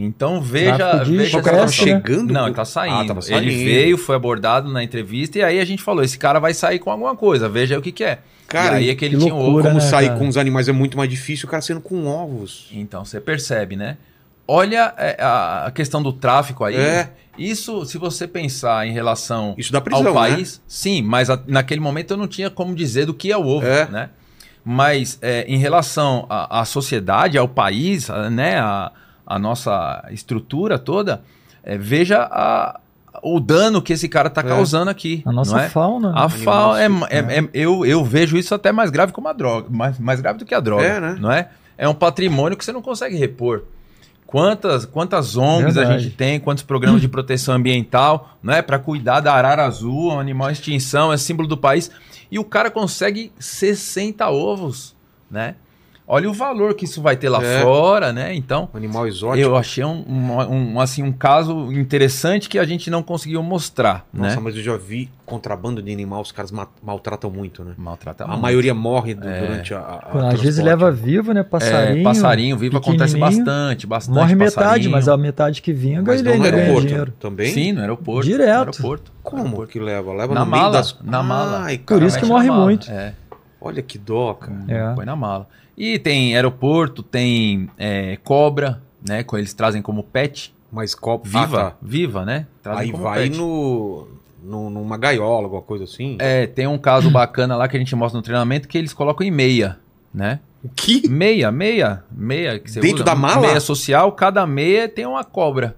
[SPEAKER 4] Então veja,
[SPEAKER 2] Tráfico de
[SPEAKER 4] veja
[SPEAKER 2] chocolate,
[SPEAKER 4] essa situação.
[SPEAKER 2] né?
[SPEAKER 1] Tá Chegando?
[SPEAKER 4] Não, ele tá
[SPEAKER 1] Ah,
[SPEAKER 4] saindo.
[SPEAKER 1] tava saindo.
[SPEAKER 4] Ele veio, foi abordado na entrevista e aí a gente falou: esse cara vai sair com alguma coisa, veja aí o que, que é.
[SPEAKER 1] Cara,
[SPEAKER 4] e aí é que ele
[SPEAKER 2] que
[SPEAKER 4] tinha um ovo.
[SPEAKER 2] loucura.
[SPEAKER 1] como
[SPEAKER 2] né,
[SPEAKER 1] sair
[SPEAKER 2] cara?
[SPEAKER 1] com os animais é muito mais difícil, o cara saindo com ovos.
[SPEAKER 4] Então você percebe, né? Olha é, a a questão do tráfico aí.
[SPEAKER 1] É.
[SPEAKER 4] Isso, se você pensar em relação
[SPEAKER 1] Isso dá
[SPEAKER 4] ao
[SPEAKER 1] prisão, né?
[SPEAKER 4] país, sim, mas a- naquele momento eu não tinha como dizer do que é o ovo,
[SPEAKER 1] É.
[SPEAKER 4] né? Mas é, em relação à à sociedade, ao país, a- né, a, a nossa estrutura toda, é, veja a- o dano que esse cara está
[SPEAKER 1] É.
[SPEAKER 4] causando aqui.
[SPEAKER 2] A nossa
[SPEAKER 4] não é?
[SPEAKER 2] fauna.
[SPEAKER 1] Ah,
[SPEAKER 4] A FAO é,
[SPEAKER 1] Animal
[SPEAKER 4] é- é- eu, eu vejo isso até mais grave como a droga, mais, mais grave do que a droga,
[SPEAKER 1] É, né?
[SPEAKER 4] não é? É um patrimônio que você não consegue repor. Quantas, quantas ONGs a
[SPEAKER 2] Verdade.
[SPEAKER 4] gente tem, quantos programas de proteção ambiental, né, para cuidar da arara azul, é um animal em extinção, é símbolo do país, e o cara consegue 60 ovos, né? Olha o valor que isso vai ter lá
[SPEAKER 1] É.
[SPEAKER 4] fora, né? Então,
[SPEAKER 1] Um Animal exótico.
[SPEAKER 4] eu achei um, um- um, assim, um caso interessante que a gente não conseguiu mostrar,
[SPEAKER 1] Nossa,
[SPEAKER 4] né?
[SPEAKER 1] mas eu já vi contrabando de animal, os caras ma- maltratam muito, né?
[SPEAKER 4] Maltrata
[SPEAKER 1] a
[SPEAKER 4] muito.
[SPEAKER 1] maioria morre do- durante a, a- a
[SPEAKER 2] Às vezes
[SPEAKER 1] transporte.
[SPEAKER 2] leva vivo, né? Passarinho.
[SPEAKER 4] É, passarinho vivo acontece
[SPEAKER 2] pequenininho,
[SPEAKER 4] bastante, bastante.
[SPEAKER 2] Morre metade,
[SPEAKER 4] passarinho.
[SPEAKER 2] mas a metade que vinga
[SPEAKER 1] Mas
[SPEAKER 2] ele
[SPEAKER 1] não é no
[SPEAKER 2] ainda ganha
[SPEAKER 1] aeroporto
[SPEAKER 2] dinheiro.
[SPEAKER 1] também?
[SPEAKER 4] Sim, no aeroporto.
[SPEAKER 2] Direto.
[SPEAKER 4] No aeroporto.
[SPEAKER 1] Como que leva? Leva
[SPEAKER 4] Na
[SPEAKER 1] no meio
[SPEAKER 4] mala,
[SPEAKER 1] das...
[SPEAKER 4] na mala.
[SPEAKER 1] Ai,
[SPEAKER 2] Por
[SPEAKER 1] cara,
[SPEAKER 2] isso que
[SPEAKER 1] mas-
[SPEAKER 4] Mete na
[SPEAKER 2] morre
[SPEAKER 4] mala,
[SPEAKER 2] muito.
[SPEAKER 4] É,
[SPEAKER 1] Olha que dó, cara.
[SPEAKER 2] É.
[SPEAKER 4] põe na mala. E tem aeroporto, tem é, cobra, né? Que eles trazem como pet.
[SPEAKER 1] Mas copo
[SPEAKER 4] Viva,
[SPEAKER 1] Ah, tá.
[SPEAKER 4] viva, né? Trazem
[SPEAKER 1] Aí
[SPEAKER 4] como
[SPEAKER 1] vai
[SPEAKER 4] pet.
[SPEAKER 1] no, no- numa gaiola, alguma coisa assim.
[SPEAKER 4] É, tem um caso bacana lá que a gente mostra no treinamento que eles colocam em meia, né?
[SPEAKER 1] O que?
[SPEAKER 4] Meia, meia, meia. Que você
[SPEAKER 1] Dentro
[SPEAKER 4] usa,
[SPEAKER 1] da mala?
[SPEAKER 4] Meia social, cada meia tem uma cobra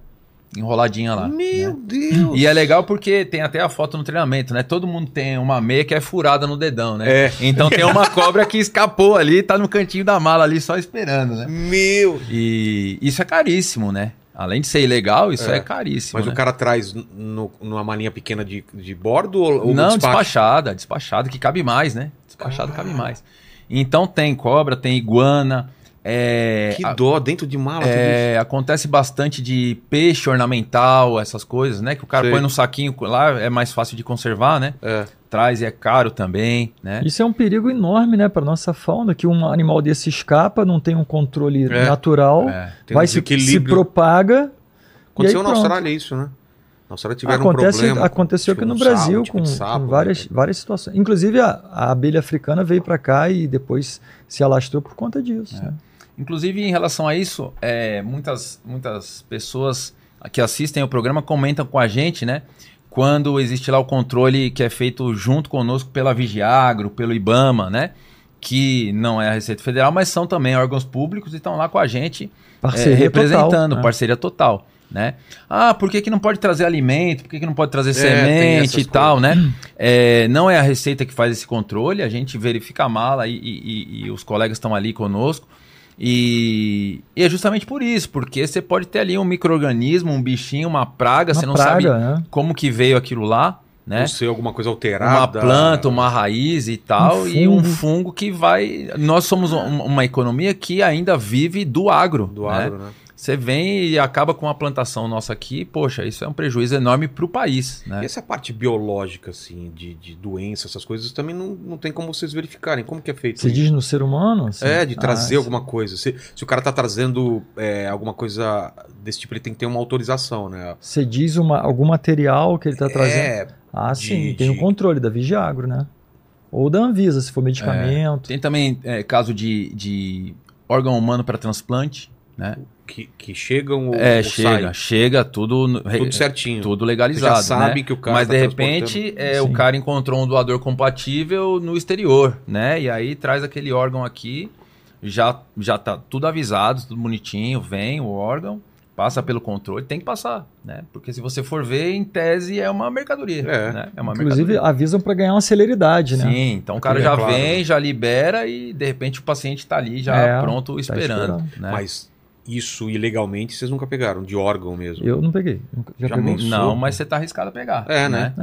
[SPEAKER 4] enroladinha lá. né?
[SPEAKER 1] Meu Deus.
[SPEAKER 4] E é legal porque tem até a foto no treinamento, né? Todo mundo tem uma meia que é furada no dedão, né?
[SPEAKER 1] É.
[SPEAKER 4] Então
[SPEAKER 1] (laughs)
[SPEAKER 4] tem uma cobra que escapou ali, tá no cantinho da mala ali só esperando, né?
[SPEAKER 1] Meu.
[SPEAKER 4] E isso é caríssimo, né? Além de ser ilegal, isso
[SPEAKER 1] É.
[SPEAKER 4] é, caríssimo.
[SPEAKER 1] Mas
[SPEAKER 4] né?
[SPEAKER 1] o cara traz n- no- numa malinha pequena de, de bordo ou, ou
[SPEAKER 4] Não,
[SPEAKER 1] despacho? Ah.
[SPEAKER 4] despachada, despachada, que cabe mais, né? Despachado cabe mais. Então tem cobra, tem iguana, é,
[SPEAKER 1] Que
[SPEAKER 4] a-
[SPEAKER 1] dó, dentro de mala tudo
[SPEAKER 4] É, acontece bastante de peixe ornamental, essas coisas, né? Que o cara
[SPEAKER 1] Sei.
[SPEAKER 4] põe num saquinho lá, é mais fácil de conservar, né?
[SPEAKER 1] É.
[SPEAKER 4] Traz e é caro também, né?
[SPEAKER 2] Isso é um perigo enorme, né, para nossa fauna, que um animal desse escapa, não tem um controle
[SPEAKER 1] É.
[SPEAKER 2] natural,
[SPEAKER 4] É.
[SPEAKER 1] isso. Tem um
[SPEAKER 2] vai se, se
[SPEAKER 1] desequilíbrio.
[SPEAKER 2] propaga. e
[SPEAKER 1] Aconteceu
[SPEAKER 2] aí
[SPEAKER 1] na
[SPEAKER 2] pronto.
[SPEAKER 1] Austrália isso, né? Na Austrália tiveram
[SPEAKER 2] Acontece,
[SPEAKER 1] um problema.
[SPEAKER 2] aconteceu
[SPEAKER 1] tipo,
[SPEAKER 2] aqui no
[SPEAKER 1] um
[SPEAKER 2] Brasil
[SPEAKER 1] sapo, tipo
[SPEAKER 2] com,
[SPEAKER 1] de sapo,
[SPEAKER 2] com
[SPEAKER 1] né,
[SPEAKER 2] várias,
[SPEAKER 1] cara?
[SPEAKER 2] várias situações. Inclusive a, a abelha africana veio para cá e depois se alastrou por conta
[SPEAKER 1] É.
[SPEAKER 2] disso. né?
[SPEAKER 4] Inclusive, em relação a isso, é, muitas, muitas pessoas que assistem o programa comentam com a gente, né? Quando existe lá o controle que é feito junto conosco pela Vigiagro, pelo Ibama, né? Que não é a Receita Federal, mas são também órgãos públicos e estão lá com a gente
[SPEAKER 2] Parceria
[SPEAKER 4] é, representando,
[SPEAKER 2] total, né?
[SPEAKER 4] parceria total, né? Ah, por que, que não pode trazer alimento? Por que, que não pode trazer
[SPEAKER 1] É, tem
[SPEAKER 4] semente
[SPEAKER 1] essas
[SPEAKER 4] e tal, né? É, não é a Receita que faz esse controle, a gente verifica a mala e, e- e- e os colegas estão ali conosco. E, e é justamente por isso, porque você pode ter ali um micro-organismo, um bichinho, uma praga,
[SPEAKER 2] Uma
[SPEAKER 4] você não sabe
[SPEAKER 2] praga, né?
[SPEAKER 4] como que veio aquilo lá, né?
[SPEAKER 1] Não sei, alguma coisa
[SPEAKER 4] uma
[SPEAKER 1] alterada.
[SPEAKER 4] planta, uma raiz e tal,
[SPEAKER 2] Um
[SPEAKER 4] e um
[SPEAKER 2] fungo.
[SPEAKER 4] fungo que vai. Nós somos um- uma economia que ainda vive do agro.
[SPEAKER 1] Do
[SPEAKER 4] né?
[SPEAKER 1] agro, né?
[SPEAKER 4] Você vem e acaba com uma plantação nossa aqui, poxa, isso é um prejuízo enorme para o país, né?
[SPEAKER 1] E essa parte biológica, assim, de, de doença, essas coisas, também não, não tem como vocês verificarem. Como que é feito
[SPEAKER 2] Você
[SPEAKER 1] isso?
[SPEAKER 2] diz no ser humano? assim?
[SPEAKER 1] É, de
[SPEAKER 2] Ah,
[SPEAKER 1] trazer
[SPEAKER 2] sim.
[SPEAKER 1] alguma coisa. Se, se o cara tá trazendo é, alguma coisa desse tipo, ele tem que ter uma autorização, né?
[SPEAKER 2] Você diz uma, algum material que ele está trazendo?
[SPEAKER 1] É,
[SPEAKER 2] Ah, sim,
[SPEAKER 1] de-
[SPEAKER 2] tem o
[SPEAKER 1] de-
[SPEAKER 2] controle da Vigiagro, né? Ou da Anvisa, se for medicamento.
[SPEAKER 4] Tem também é, caso de, de órgão humano para transplante, né?
[SPEAKER 1] que, que chegam ou,
[SPEAKER 4] é,
[SPEAKER 1] ou
[SPEAKER 4] chega,
[SPEAKER 1] saem.
[SPEAKER 4] chega tudo, no- re-
[SPEAKER 1] Tudo certinho.
[SPEAKER 4] tudo
[SPEAKER 1] Você
[SPEAKER 4] legalizado,
[SPEAKER 1] já sabe
[SPEAKER 4] né?
[SPEAKER 1] que o cara
[SPEAKER 4] Mas
[SPEAKER 1] tá
[SPEAKER 4] de
[SPEAKER 1] transportando.
[SPEAKER 4] repente é, o
[SPEAKER 2] Sim.
[SPEAKER 4] cara encontrou um doador compatível no exterior, né? E aí traz aquele órgão aqui, já já tá tudo avisado, tudo bonitinho, vem o órgão, passa pelo controle, tem que passar, né? Porque se você for ver, em tese é uma mercadoria,
[SPEAKER 1] É.
[SPEAKER 4] né? É uma
[SPEAKER 2] Inclusive, avisam para ganhar uma celeridade, né?
[SPEAKER 4] Sim, então o cara
[SPEAKER 1] Aquilo é
[SPEAKER 4] já
[SPEAKER 1] claro,
[SPEAKER 4] vem,
[SPEAKER 1] né?
[SPEAKER 4] já libera e de repente o paciente está ali já
[SPEAKER 2] É,
[SPEAKER 4] pronto, esperando. né?
[SPEAKER 1] Mas isso ilegalmente, vocês nunca pegaram, de órgão mesmo.
[SPEAKER 2] Eu não peguei. nunca- Já, um
[SPEAKER 1] Já
[SPEAKER 2] peguei?
[SPEAKER 1] pensou?
[SPEAKER 4] Não, mas você tá arriscado a pegar.
[SPEAKER 1] É, né?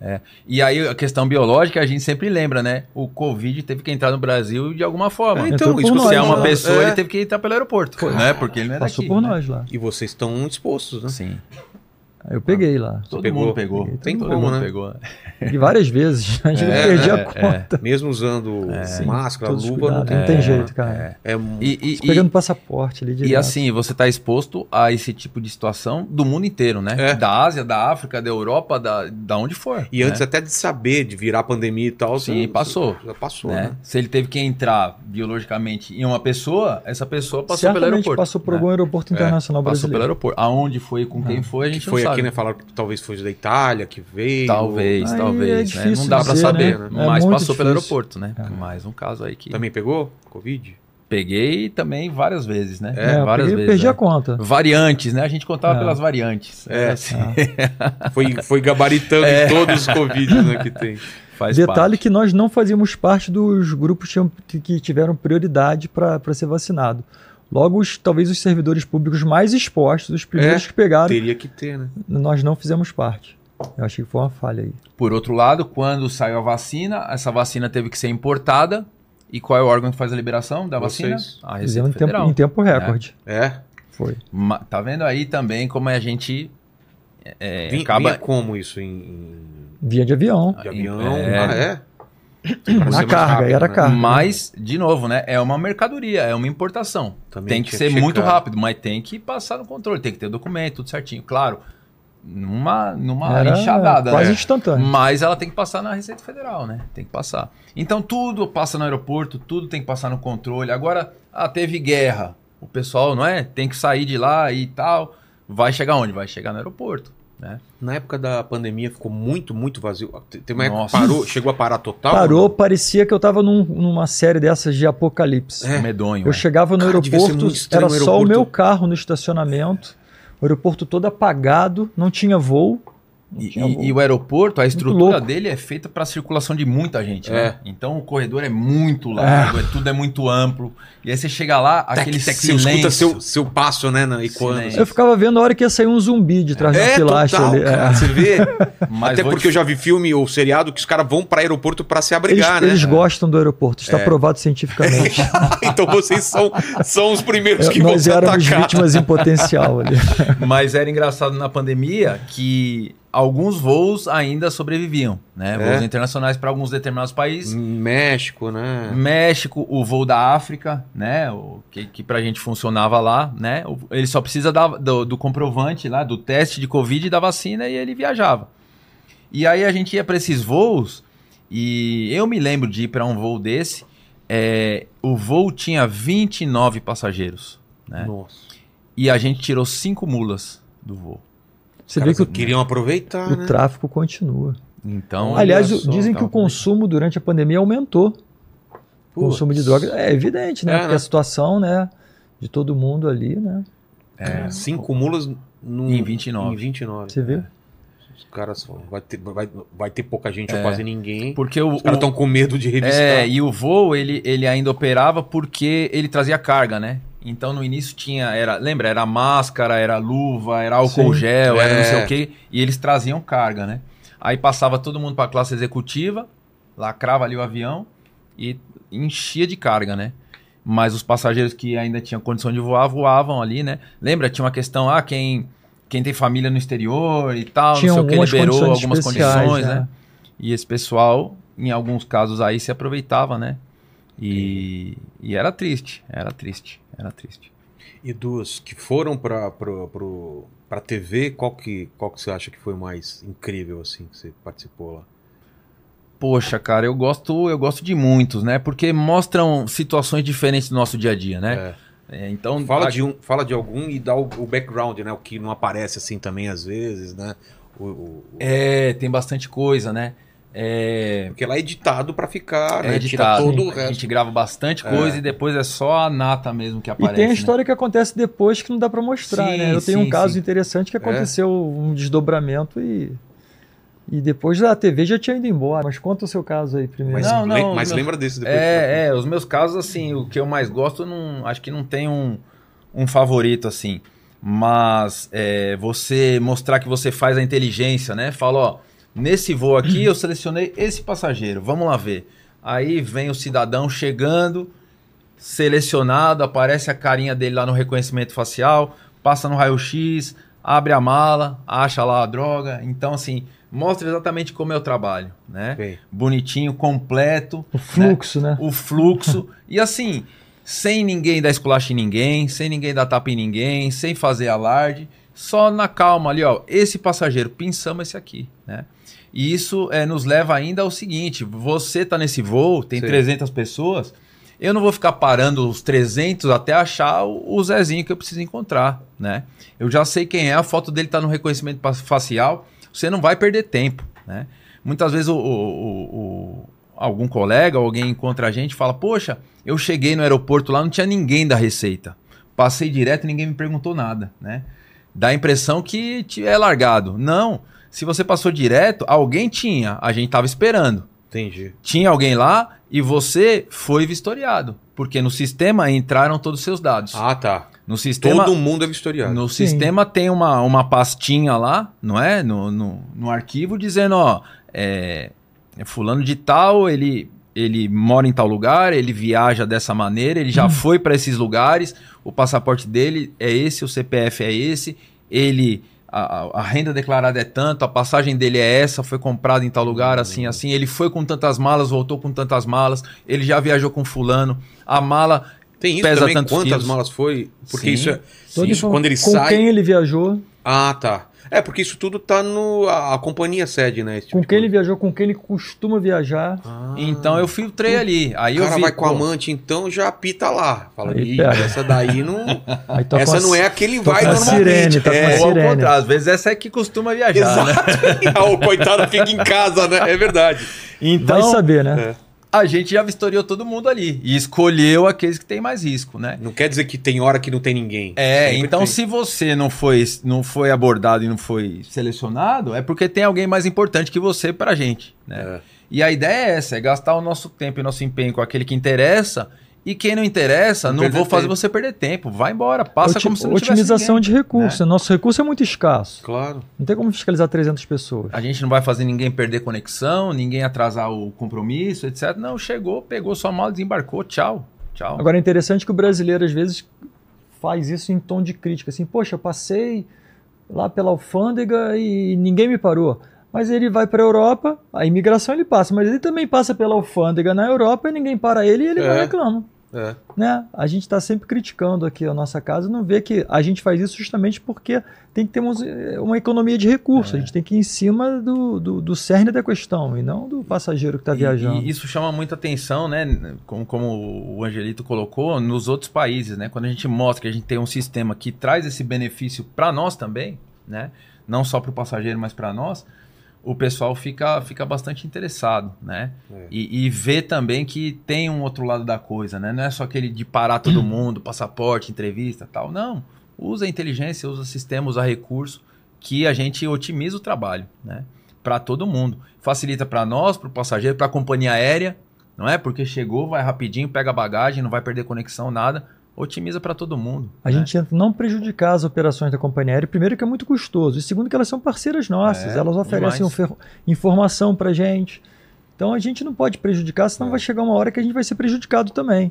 [SPEAKER 2] É.
[SPEAKER 4] E aí a questão biológica, a gente sempre lembra, né? O Covid teve que entrar no Brasil de alguma forma.
[SPEAKER 2] É, então, por
[SPEAKER 1] que eu tô
[SPEAKER 4] Se é uma
[SPEAKER 1] falando,
[SPEAKER 4] pessoa,
[SPEAKER 1] é.
[SPEAKER 4] ele teve que entrar pelo aeroporto, né? Porque ele não era
[SPEAKER 2] Passou
[SPEAKER 4] daqui,
[SPEAKER 2] por
[SPEAKER 4] né?
[SPEAKER 2] nós lá.
[SPEAKER 1] E vocês estão expostos, né?
[SPEAKER 4] Sim.
[SPEAKER 2] Aí Eu peguei lá.
[SPEAKER 4] Todo
[SPEAKER 1] pegou?
[SPEAKER 4] mundo pegou.
[SPEAKER 1] Tem
[SPEAKER 4] todo
[SPEAKER 1] como,
[SPEAKER 4] mundo
[SPEAKER 1] né?
[SPEAKER 4] pegou.
[SPEAKER 2] E várias vezes. (laughs) A gente
[SPEAKER 1] É,
[SPEAKER 2] perdia
[SPEAKER 4] né?
[SPEAKER 2] a conta.
[SPEAKER 1] Mesmo usando
[SPEAKER 2] Então,
[SPEAKER 4] é,
[SPEAKER 2] é, Sim,
[SPEAKER 1] máscara,
[SPEAKER 2] todos os
[SPEAKER 1] luva, não
[SPEAKER 2] cuidados,
[SPEAKER 1] tem,
[SPEAKER 2] não tem jeito, cara.
[SPEAKER 1] é um-
[SPEAKER 4] E, e-
[SPEAKER 2] Tô
[SPEAKER 4] e-
[SPEAKER 2] Pegando passaporte ali direto.
[SPEAKER 4] e assim, você tá exposto a esse tipo de situação do mundo inteiro, né?
[SPEAKER 1] É.
[SPEAKER 4] Da Ásia, da África, da Europa, da, da onde for.
[SPEAKER 1] e antes
[SPEAKER 4] né?
[SPEAKER 1] até de saber, de virar pandemia e tal,
[SPEAKER 4] Sim,
[SPEAKER 1] você-
[SPEAKER 4] passou.
[SPEAKER 1] Já passou,
[SPEAKER 4] né?
[SPEAKER 1] né?
[SPEAKER 4] Se ele teve que entrar biologicamente em uma pessoa, essa pessoa passou pelo
[SPEAKER 2] Certamente
[SPEAKER 4] aeroporto.
[SPEAKER 2] passou por
[SPEAKER 4] né?
[SPEAKER 2] algum aeroporto internacional
[SPEAKER 4] Passou pelo
[SPEAKER 2] brasileiro. É.
[SPEAKER 4] aeroporto. Aonde foi, com quem foi, a
[SPEAKER 1] Que
[SPEAKER 4] gente
[SPEAKER 1] foi
[SPEAKER 4] não
[SPEAKER 1] aqui,
[SPEAKER 4] sabe.
[SPEAKER 1] né? Falaram que talvez foi da Itália, que veio.
[SPEAKER 4] Talvez,
[SPEAKER 2] Aí é
[SPEAKER 4] talvez. né? Não
[SPEAKER 2] difícil
[SPEAKER 4] dá pra
[SPEAKER 2] dizer,
[SPEAKER 4] saber,
[SPEAKER 2] né? É
[SPEAKER 4] mas
[SPEAKER 2] muito
[SPEAKER 4] passou pelo
[SPEAKER 2] difícil. É.
[SPEAKER 4] aeroporto, né? Mais um caso aí que
[SPEAKER 1] Também pegou
[SPEAKER 4] (laughs)
[SPEAKER 1] Covid?
[SPEAKER 4] peguei também várias vezes, né?
[SPEAKER 2] É, eu
[SPEAKER 4] várias
[SPEAKER 2] peguei-
[SPEAKER 4] vezes.
[SPEAKER 2] perdi
[SPEAKER 4] né?
[SPEAKER 2] a conta.
[SPEAKER 4] Variantes, né? A gente contava
[SPEAKER 2] É.
[SPEAKER 4] pelas variantes.
[SPEAKER 1] É.
[SPEAKER 4] assim,
[SPEAKER 1] Foi, foi gabaritando
[SPEAKER 4] É.
[SPEAKER 1] em todos os Covid né, que
[SPEAKER 2] (laughs)
[SPEAKER 1] tem.
[SPEAKER 4] faz
[SPEAKER 2] Detalhe
[SPEAKER 4] parte.
[SPEAKER 2] que nós não fazíamos parte dos grupos tinham- que- que tiveram prioridade para ser vacinado. Logo, os- talvez os servidores públicos mais expostos, os
[SPEAKER 4] É.
[SPEAKER 2] primeiros que pegaram,
[SPEAKER 1] Teria que ter, né?
[SPEAKER 2] nós não fizemos parte. Eu achei que foi uma falha aí.
[SPEAKER 4] Por outro lado, quando saiu a vacina, essa vacina teve que ser importada. E qual é o órgão que faz a liberação da vacina?
[SPEAKER 1] Vocês.
[SPEAKER 4] A Receita
[SPEAKER 2] Fizemos em tempo,
[SPEAKER 4] Federal.
[SPEAKER 2] em tempo recorde.
[SPEAKER 1] É.
[SPEAKER 2] Foi.
[SPEAKER 4] Ma- Tá vendo aí também como a gente é,
[SPEAKER 1] Vim,
[SPEAKER 4] acaba
[SPEAKER 1] vinha como isso em,
[SPEAKER 2] Via de avião.
[SPEAKER 1] em- de avião?
[SPEAKER 4] É.
[SPEAKER 1] Ah, é? Pra
[SPEAKER 2] Na
[SPEAKER 1] ser mais
[SPEAKER 2] carga,
[SPEAKER 1] rápido,
[SPEAKER 2] era
[SPEAKER 1] né?
[SPEAKER 2] carga.
[SPEAKER 4] Mas, de novo, né? É uma mercadoria, é uma importação.
[SPEAKER 1] Também
[SPEAKER 4] tem que
[SPEAKER 1] tinha
[SPEAKER 4] ser muito
[SPEAKER 1] checar.
[SPEAKER 4] rápido, mas tem que passar no controle, tem que ter o documento, tudo certinho. Claro, numa, numa
[SPEAKER 1] É,
[SPEAKER 2] Era
[SPEAKER 4] enxadada,
[SPEAKER 2] quase
[SPEAKER 4] né?
[SPEAKER 2] instantâneo.
[SPEAKER 4] Mas ela tem que passar na Receita Federal, né? Tem que passar. Então tudo passa no aeroporto, tudo tem que passar no controle. Agora, ah, teve guerra. O pessoal, não é? Tem que sair de lá e tal. Vai chegar onde? Vai chegar no aeroporto.
[SPEAKER 1] Na época da pandemia ficou muito, muito vazio. Te- Tem uma época que
[SPEAKER 4] Nossa.
[SPEAKER 1] parou, chegou a parar total?
[SPEAKER 2] Parou, parecia que eu tava num- numa série dessas de apocalipse.
[SPEAKER 1] É.
[SPEAKER 4] Medonho.
[SPEAKER 2] Eu
[SPEAKER 4] é.
[SPEAKER 2] chegava no
[SPEAKER 1] Cara, devia ser
[SPEAKER 2] aeroporto,
[SPEAKER 1] muito estranho
[SPEAKER 2] era
[SPEAKER 1] o
[SPEAKER 2] só o
[SPEAKER 1] aeroporto.
[SPEAKER 2] meu carro no estacionamento, o aeroporto todo apagado, não tinha voo. Não
[SPEAKER 4] E,
[SPEAKER 2] tinha
[SPEAKER 4] e-
[SPEAKER 2] voo.
[SPEAKER 4] e o aeroporto, a estrutura
[SPEAKER 2] louco.
[SPEAKER 4] dele é feita para circulação de muita gente, né?
[SPEAKER 1] É.
[SPEAKER 4] Então o corredor é muito largo, é- tudo é muito amplo. E aí você chega lá,
[SPEAKER 1] Tec,
[SPEAKER 4] aquele
[SPEAKER 1] tec, você escuta
[SPEAKER 4] silêncio.
[SPEAKER 1] seu, seu passo, né? na- E quando.
[SPEAKER 4] Silêncio.
[SPEAKER 2] Eu ficava vendo a hora que ia sair um zumbi de trás da pilastra ali. É.
[SPEAKER 1] cara, você vê.
[SPEAKER 2] (laughs)
[SPEAKER 4] Mas
[SPEAKER 1] Até
[SPEAKER 4] vou
[SPEAKER 1] porque eu já vi filme ou seriado que os caras vão pra aeroporto pra se
[SPEAKER 2] Eles,
[SPEAKER 1] abrigar,
[SPEAKER 2] eles
[SPEAKER 1] né?
[SPEAKER 2] gostam do aeroporto, está provado cientificamente.
[SPEAKER 1] (laughs) então vocês são, são os primeiros
[SPEAKER 2] É,
[SPEAKER 1] que vão
[SPEAKER 2] Nós
[SPEAKER 1] se
[SPEAKER 2] éramos
[SPEAKER 1] atacar.
[SPEAKER 2] vítimas em potencial
[SPEAKER 1] (laughs)
[SPEAKER 2] ali.
[SPEAKER 4] (laughs) Mas era engraçado na pandemia que alguns voos ainda sobreviviam, né?
[SPEAKER 1] É.
[SPEAKER 4] Voos internacionais para alguns determinados países.
[SPEAKER 1] México, né?
[SPEAKER 4] México, o voo da África, né? O que, que pra gente funcionava lá, né? O- Ele só precisa da- do, do comprovante lá, do teste de Covid e da vacina e ele viajava. E aí a gente ia para esses voos e eu me lembro de ir para um voo desse. é, o voo tinha 29 passageiros É.
[SPEAKER 1] Nossa.
[SPEAKER 4] e a gente tirou cinco mulas do voo.
[SPEAKER 2] Você
[SPEAKER 1] Caras
[SPEAKER 2] vê que
[SPEAKER 1] queriam
[SPEAKER 2] o,
[SPEAKER 1] aproveitar,
[SPEAKER 2] o
[SPEAKER 1] né?
[SPEAKER 2] tráfico continua.
[SPEAKER 4] Então,
[SPEAKER 1] Olha
[SPEAKER 2] Aliás, o-
[SPEAKER 1] só,
[SPEAKER 2] dizem que
[SPEAKER 1] cara, é
[SPEAKER 2] o consumo durante a pandemia aumentou. O
[SPEAKER 1] Putz.
[SPEAKER 2] consumo de drogas é evidente, né?
[SPEAKER 1] É,
[SPEAKER 2] Porque
[SPEAKER 1] né?
[SPEAKER 2] a situação, né, de todo mundo ali, né?
[SPEAKER 4] é,
[SPEAKER 1] Cinco mulas num-
[SPEAKER 4] Em 29.
[SPEAKER 1] Em 29.
[SPEAKER 2] Você vê?
[SPEAKER 1] Os caras falam, vai ter, vai, vai ter pouca gente
[SPEAKER 2] É.
[SPEAKER 1] ou quase ninguém.
[SPEAKER 4] porque o,
[SPEAKER 1] Os caras estão com medo de revistar.
[SPEAKER 4] É, e o voo, ele, ele ainda operava porque ele trazia carga, né? Então no início tinha, era, lembra, era máscara, era luva, era álcool
[SPEAKER 2] Sim.
[SPEAKER 4] gel, era não sei
[SPEAKER 1] É.
[SPEAKER 4] o quê, e eles traziam carga, né? Aí passava todo mundo para classe executiva, lacrava ali o avião e enchia de carga, né? Mas os passageiros que ainda tinham condição de voar, voavam ali, né? Lembra, tinha uma questão, ah, quem, quem tem família no exterior e
[SPEAKER 1] Ah,
[SPEAKER 4] tal,
[SPEAKER 2] Tinha
[SPEAKER 4] não sei o que,
[SPEAKER 2] algumas
[SPEAKER 4] liberou
[SPEAKER 2] condições
[SPEAKER 4] algumas
[SPEAKER 2] especiais,
[SPEAKER 4] condições, né?
[SPEAKER 2] né?
[SPEAKER 4] E esse pessoal, em alguns casos aí, se aproveitava, né? E, e era triste, era triste, era triste.
[SPEAKER 1] E dos que foram pra, pro, pro, pra TV, qual que, qual que você acha que foi mais incrível, assim, que você participou lá?
[SPEAKER 4] Poxa, cara, eu gosto, eu gosto de muitos, né? Porque mostram situações diferentes do nosso dia a dia, né?
[SPEAKER 1] É.
[SPEAKER 4] É, então,
[SPEAKER 1] Fala
[SPEAKER 4] a-
[SPEAKER 1] de, um, fala de algum e dá o, o background, né? O que não aparece assim também às vezes, né? O, o- o-
[SPEAKER 4] é, tem bastante coisa, né? É,
[SPEAKER 1] Porque lá é editado pra ficar,
[SPEAKER 4] é
[SPEAKER 1] né?
[SPEAKER 4] editado,
[SPEAKER 1] Tira todo o
[SPEAKER 4] a
[SPEAKER 1] resto.
[SPEAKER 4] gente grava bastante
[SPEAKER 1] É.
[SPEAKER 4] coisa e depois é só a nata mesmo que
[SPEAKER 2] E
[SPEAKER 4] aparece.
[SPEAKER 2] tem a
[SPEAKER 4] né?
[SPEAKER 2] história que acontece depois que não dá pra mostrar,
[SPEAKER 4] Sim,
[SPEAKER 2] né? Eu tenho
[SPEAKER 4] sim,
[SPEAKER 2] um caso
[SPEAKER 4] sim. É?
[SPEAKER 2] interessante que aconteceu um desdobramento e e depois a TV já tinha ido embora. Mas conta o seu caso aí primeiro.
[SPEAKER 1] Mas,
[SPEAKER 4] Não,
[SPEAKER 1] le-
[SPEAKER 4] não,
[SPEAKER 1] mas
[SPEAKER 4] não.
[SPEAKER 1] lembra desse depois.
[SPEAKER 4] É, é, os meus casos, assim, o que eu mais gosto, eu não, acho que não tem um, um um favorito, assim. Mas é, você mostrar que você faz a inteligência, né? Fala, ó, nesse voo aqui eu selecionei esse passageiro, vamos lá ver. Aí vem o cidadão chegando, selecionado, aparece a carinha dele lá no reconhecimento facial, passa no raio-x, abre a mala, acha lá a droga. Então, assim, mostra exatamente como é o trabalho, né?
[SPEAKER 6] Bem,
[SPEAKER 4] Bonitinho, completo
[SPEAKER 2] O fluxo, né?
[SPEAKER 4] o fluxo. e assim, sem ninguém dar esculacho em ninguém, sem ninguém dar tapa em ninguém, sem fazer alarde, só na calma ali, ó. Esse passageiro, pinçamos esse aqui, né? E isso eh, nos leva ainda ao seguinte: você tá nesse voo, tem
[SPEAKER 6] Sim.
[SPEAKER 4] 300 pessoas. Eu não vou ficar parando os 300 até achar o o Zezinho que eu preciso encontrar, né? Eu já sei quem é, a foto dele tá no reconhecimento pa- facial. Você não vai perder tempo, né? Muitas vezes o, o- o- o- algum colega, alguém encontra a gente e fala: Poxa, eu cheguei no aeroporto lá, não tinha ninguém da Receita. Passei direto e ninguém me perguntou nada, né? Dá a impressão que te- é largado. Não. Se você passou direto, alguém tinha. A gente tava esperando
[SPEAKER 6] entendi.
[SPEAKER 4] tinha alguém lá e você foi vistoriado. Porque no sistema entraram todos os seus dados.
[SPEAKER 6] Ah, tá.
[SPEAKER 4] no sistema,
[SPEAKER 6] Todo mundo é vistoriado.
[SPEAKER 4] no
[SPEAKER 2] Sim.
[SPEAKER 4] sistema tem uma, uma pastinha lá, não é? No, no, no arquivo dizendo, ó, é, é fulano de tal, ele, ele mora em tal lugar, ele viaja dessa maneira, ele já foi para esses lugares, o passaporte dele é esse, o CPF é esse, ele... A, a- a renda declarada é tanto, a passagem dele é essa, foi comprada em tal lugar, assim,
[SPEAKER 6] Uhum.
[SPEAKER 4] assim. Ele foi com tantas malas, voltou com tantas malas, ele já viajou com fulano, a mala
[SPEAKER 6] Tem isso
[SPEAKER 4] Pesa
[SPEAKER 6] também,
[SPEAKER 4] tantos
[SPEAKER 6] quantas
[SPEAKER 4] quilos.
[SPEAKER 6] malas foi? Porque
[SPEAKER 4] Sim.
[SPEAKER 6] isso é...
[SPEAKER 2] Todo
[SPEAKER 6] isso, quando ele
[SPEAKER 2] com
[SPEAKER 6] sai...
[SPEAKER 2] quem ele viajou,
[SPEAKER 4] Tipo
[SPEAKER 6] Ah, tá. É, porque isso tudo tá no... A, a companhia sede, né? Esse tipo
[SPEAKER 2] com
[SPEAKER 6] de
[SPEAKER 2] quem
[SPEAKER 6] coisa.
[SPEAKER 2] ele viajou, com quem ele costuma viajar.
[SPEAKER 6] Ah.
[SPEAKER 4] Então eu filtrei ali. Aí
[SPEAKER 6] o
[SPEAKER 4] eu
[SPEAKER 6] cara
[SPEAKER 4] vi,
[SPEAKER 6] vai com
[SPEAKER 4] pô,
[SPEAKER 6] a amante, então já apita lá. Fala,
[SPEAKER 2] Aí
[SPEAKER 6] "Ih,
[SPEAKER 2] pega."
[SPEAKER 6] essa
[SPEAKER 2] (laughs)
[SPEAKER 6] daí não.
[SPEAKER 2] Aí toca
[SPEAKER 6] essa
[SPEAKER 2] uma-
[SPEAKER 6] não é a que ele
[SPEAKER 2] toca
[SPEAKER 6] vai
[SPEAKER 2] uma
[SPEAKER 6] normalmente.
[SPEAKER 2] sirene, tá toca uma
[SPEAKER 6] é,
[SPEAKER 4] Ou ao
[SPEAKER 2] sirene.
[SPEAKER 4] contrário, às vezes essa é que costuma viajar, né?
[SPEAKER 6] exato. (laughs) Ah, o coitado fica em casa, né? É verdade.
[SPEAKER 2] Vai
[SPEAKER 4] Então,
[SPEAKER 2] saber, né?
[SPEAKER 4] a gente já vistoriou todo mundo ali e escolheu aqueles que tem mais risco, né?
[SPEAKER 6] Não quer dizer que tem hora que não tem ninguém.
[SPEAKER 4] É,
[SPEAKER 6] Sempre
[SPEAKER 4] então
[SPEAKER 6] tem.
[SPEAKER 4] se você não foi, não foi abordado e não foi selecionado, é porque tem alguém mais importante que você pra gente, né?
[SPEAKER 6] É.
[SPEAKER 4] E a ideia é essa, é gastar o nosso tempo e nosso empenho com aquele que interessa e quem não interessa,
[SPEAKER 6] Não
[SPEAKER 4] não,
[SPEAKER 6] perder
[SPEAKER 4] vou fazer
[SPEAKER 6] tempo.
[SPEAKER 4] você perder tempo, vai embora, passa
[SPEAKER 2] Oti-
[SPEAKER 4] como se não tivesse
[SPEAKER 2] otimização
[SPEAKER 4] ninguém. né?
[SPEAKER 2] de recursos. Nosso recurso é muito escasso.
[SPEAKER 6] Claro.
[SPEAKER 2] Não tem como fiscalizar 300 pessoas.
[SPEAKER 4] A gente não vai fazer ninguém perder conexão, ninguém atrasar o compromisso, etc. Não, chegou, pegou sua mala, desembarcou, tchau. Tchau.
[SPEAKER 2] Agora é interessante que o brasileiro às vezes faz isso em tom de crítica, assim, poxa, passei lá pela alfândega e ninguém me parou. Mas ele vai para a Europa, a imigração ele passa, mas ele também passa pela alfândega na Europa e ninguém para ele e ele não
[SPEAKER 6] É.
[SPEAKER 2] reclama.
[SPEAKER 6] É.
[SPEAKER 2] Né? A gente está sempre criticando aqui a nossa casa, não vê que a gente faz isso justamente porque tem que ter uns- eh, uma economia de recursos, a gente tem que ir em cima do, do, do cerne da questão e não do passageiro que está
[SPEAKER 4] E-
[SPEAKER 2] tá viajando.
[SPEAKER 4] E isso chama muita atenção, né? Como, como o Angelito colocou, nos outros países, né? Quando a gente mostra que a gente tem um sistema que traz esse benefício para nós também, né? Não só para o passageiro, mas para nós, o pessoal fica, fica bastante interessado, né?
[SPEAKER 6] É.
[SPEAKER 4] E, e vê também que tem um outro lado da coisa, né? Não é só aquele de parar todo mundo, passaporte, entrevista tal. Não. Usa a inteligência, usa sistema, usa recurso, que a gente otimiza o trabalho, né? Para todo mundo. Facilita para nós, para o passageiro, para a companhia aérea, não é? Porque chegou, vai rapidinho, pega a bagagem, não vai perder conexão, nada. Otimiza para todo mundo.
[SPEAKER 2] A
[SPEAKER 4] né?
[SPEAKER 2] gente tenta não prejudicar as operações da companhia aérea. Primeiro, que é muito custoso. E segundo, que elas são parceiras nossas.
[SPEAKER 4] É,
[SPEAKER 2] elas oferecem
[SPEAKER 4] demais.
[SPEAKER 2] ofer- informação para gente. Então, a gente não pode prejudicar,
[SPEAKER 4] É.
[SPEAKER 2] senão vai chegar uma hora que a gente vai ser prejudicado também.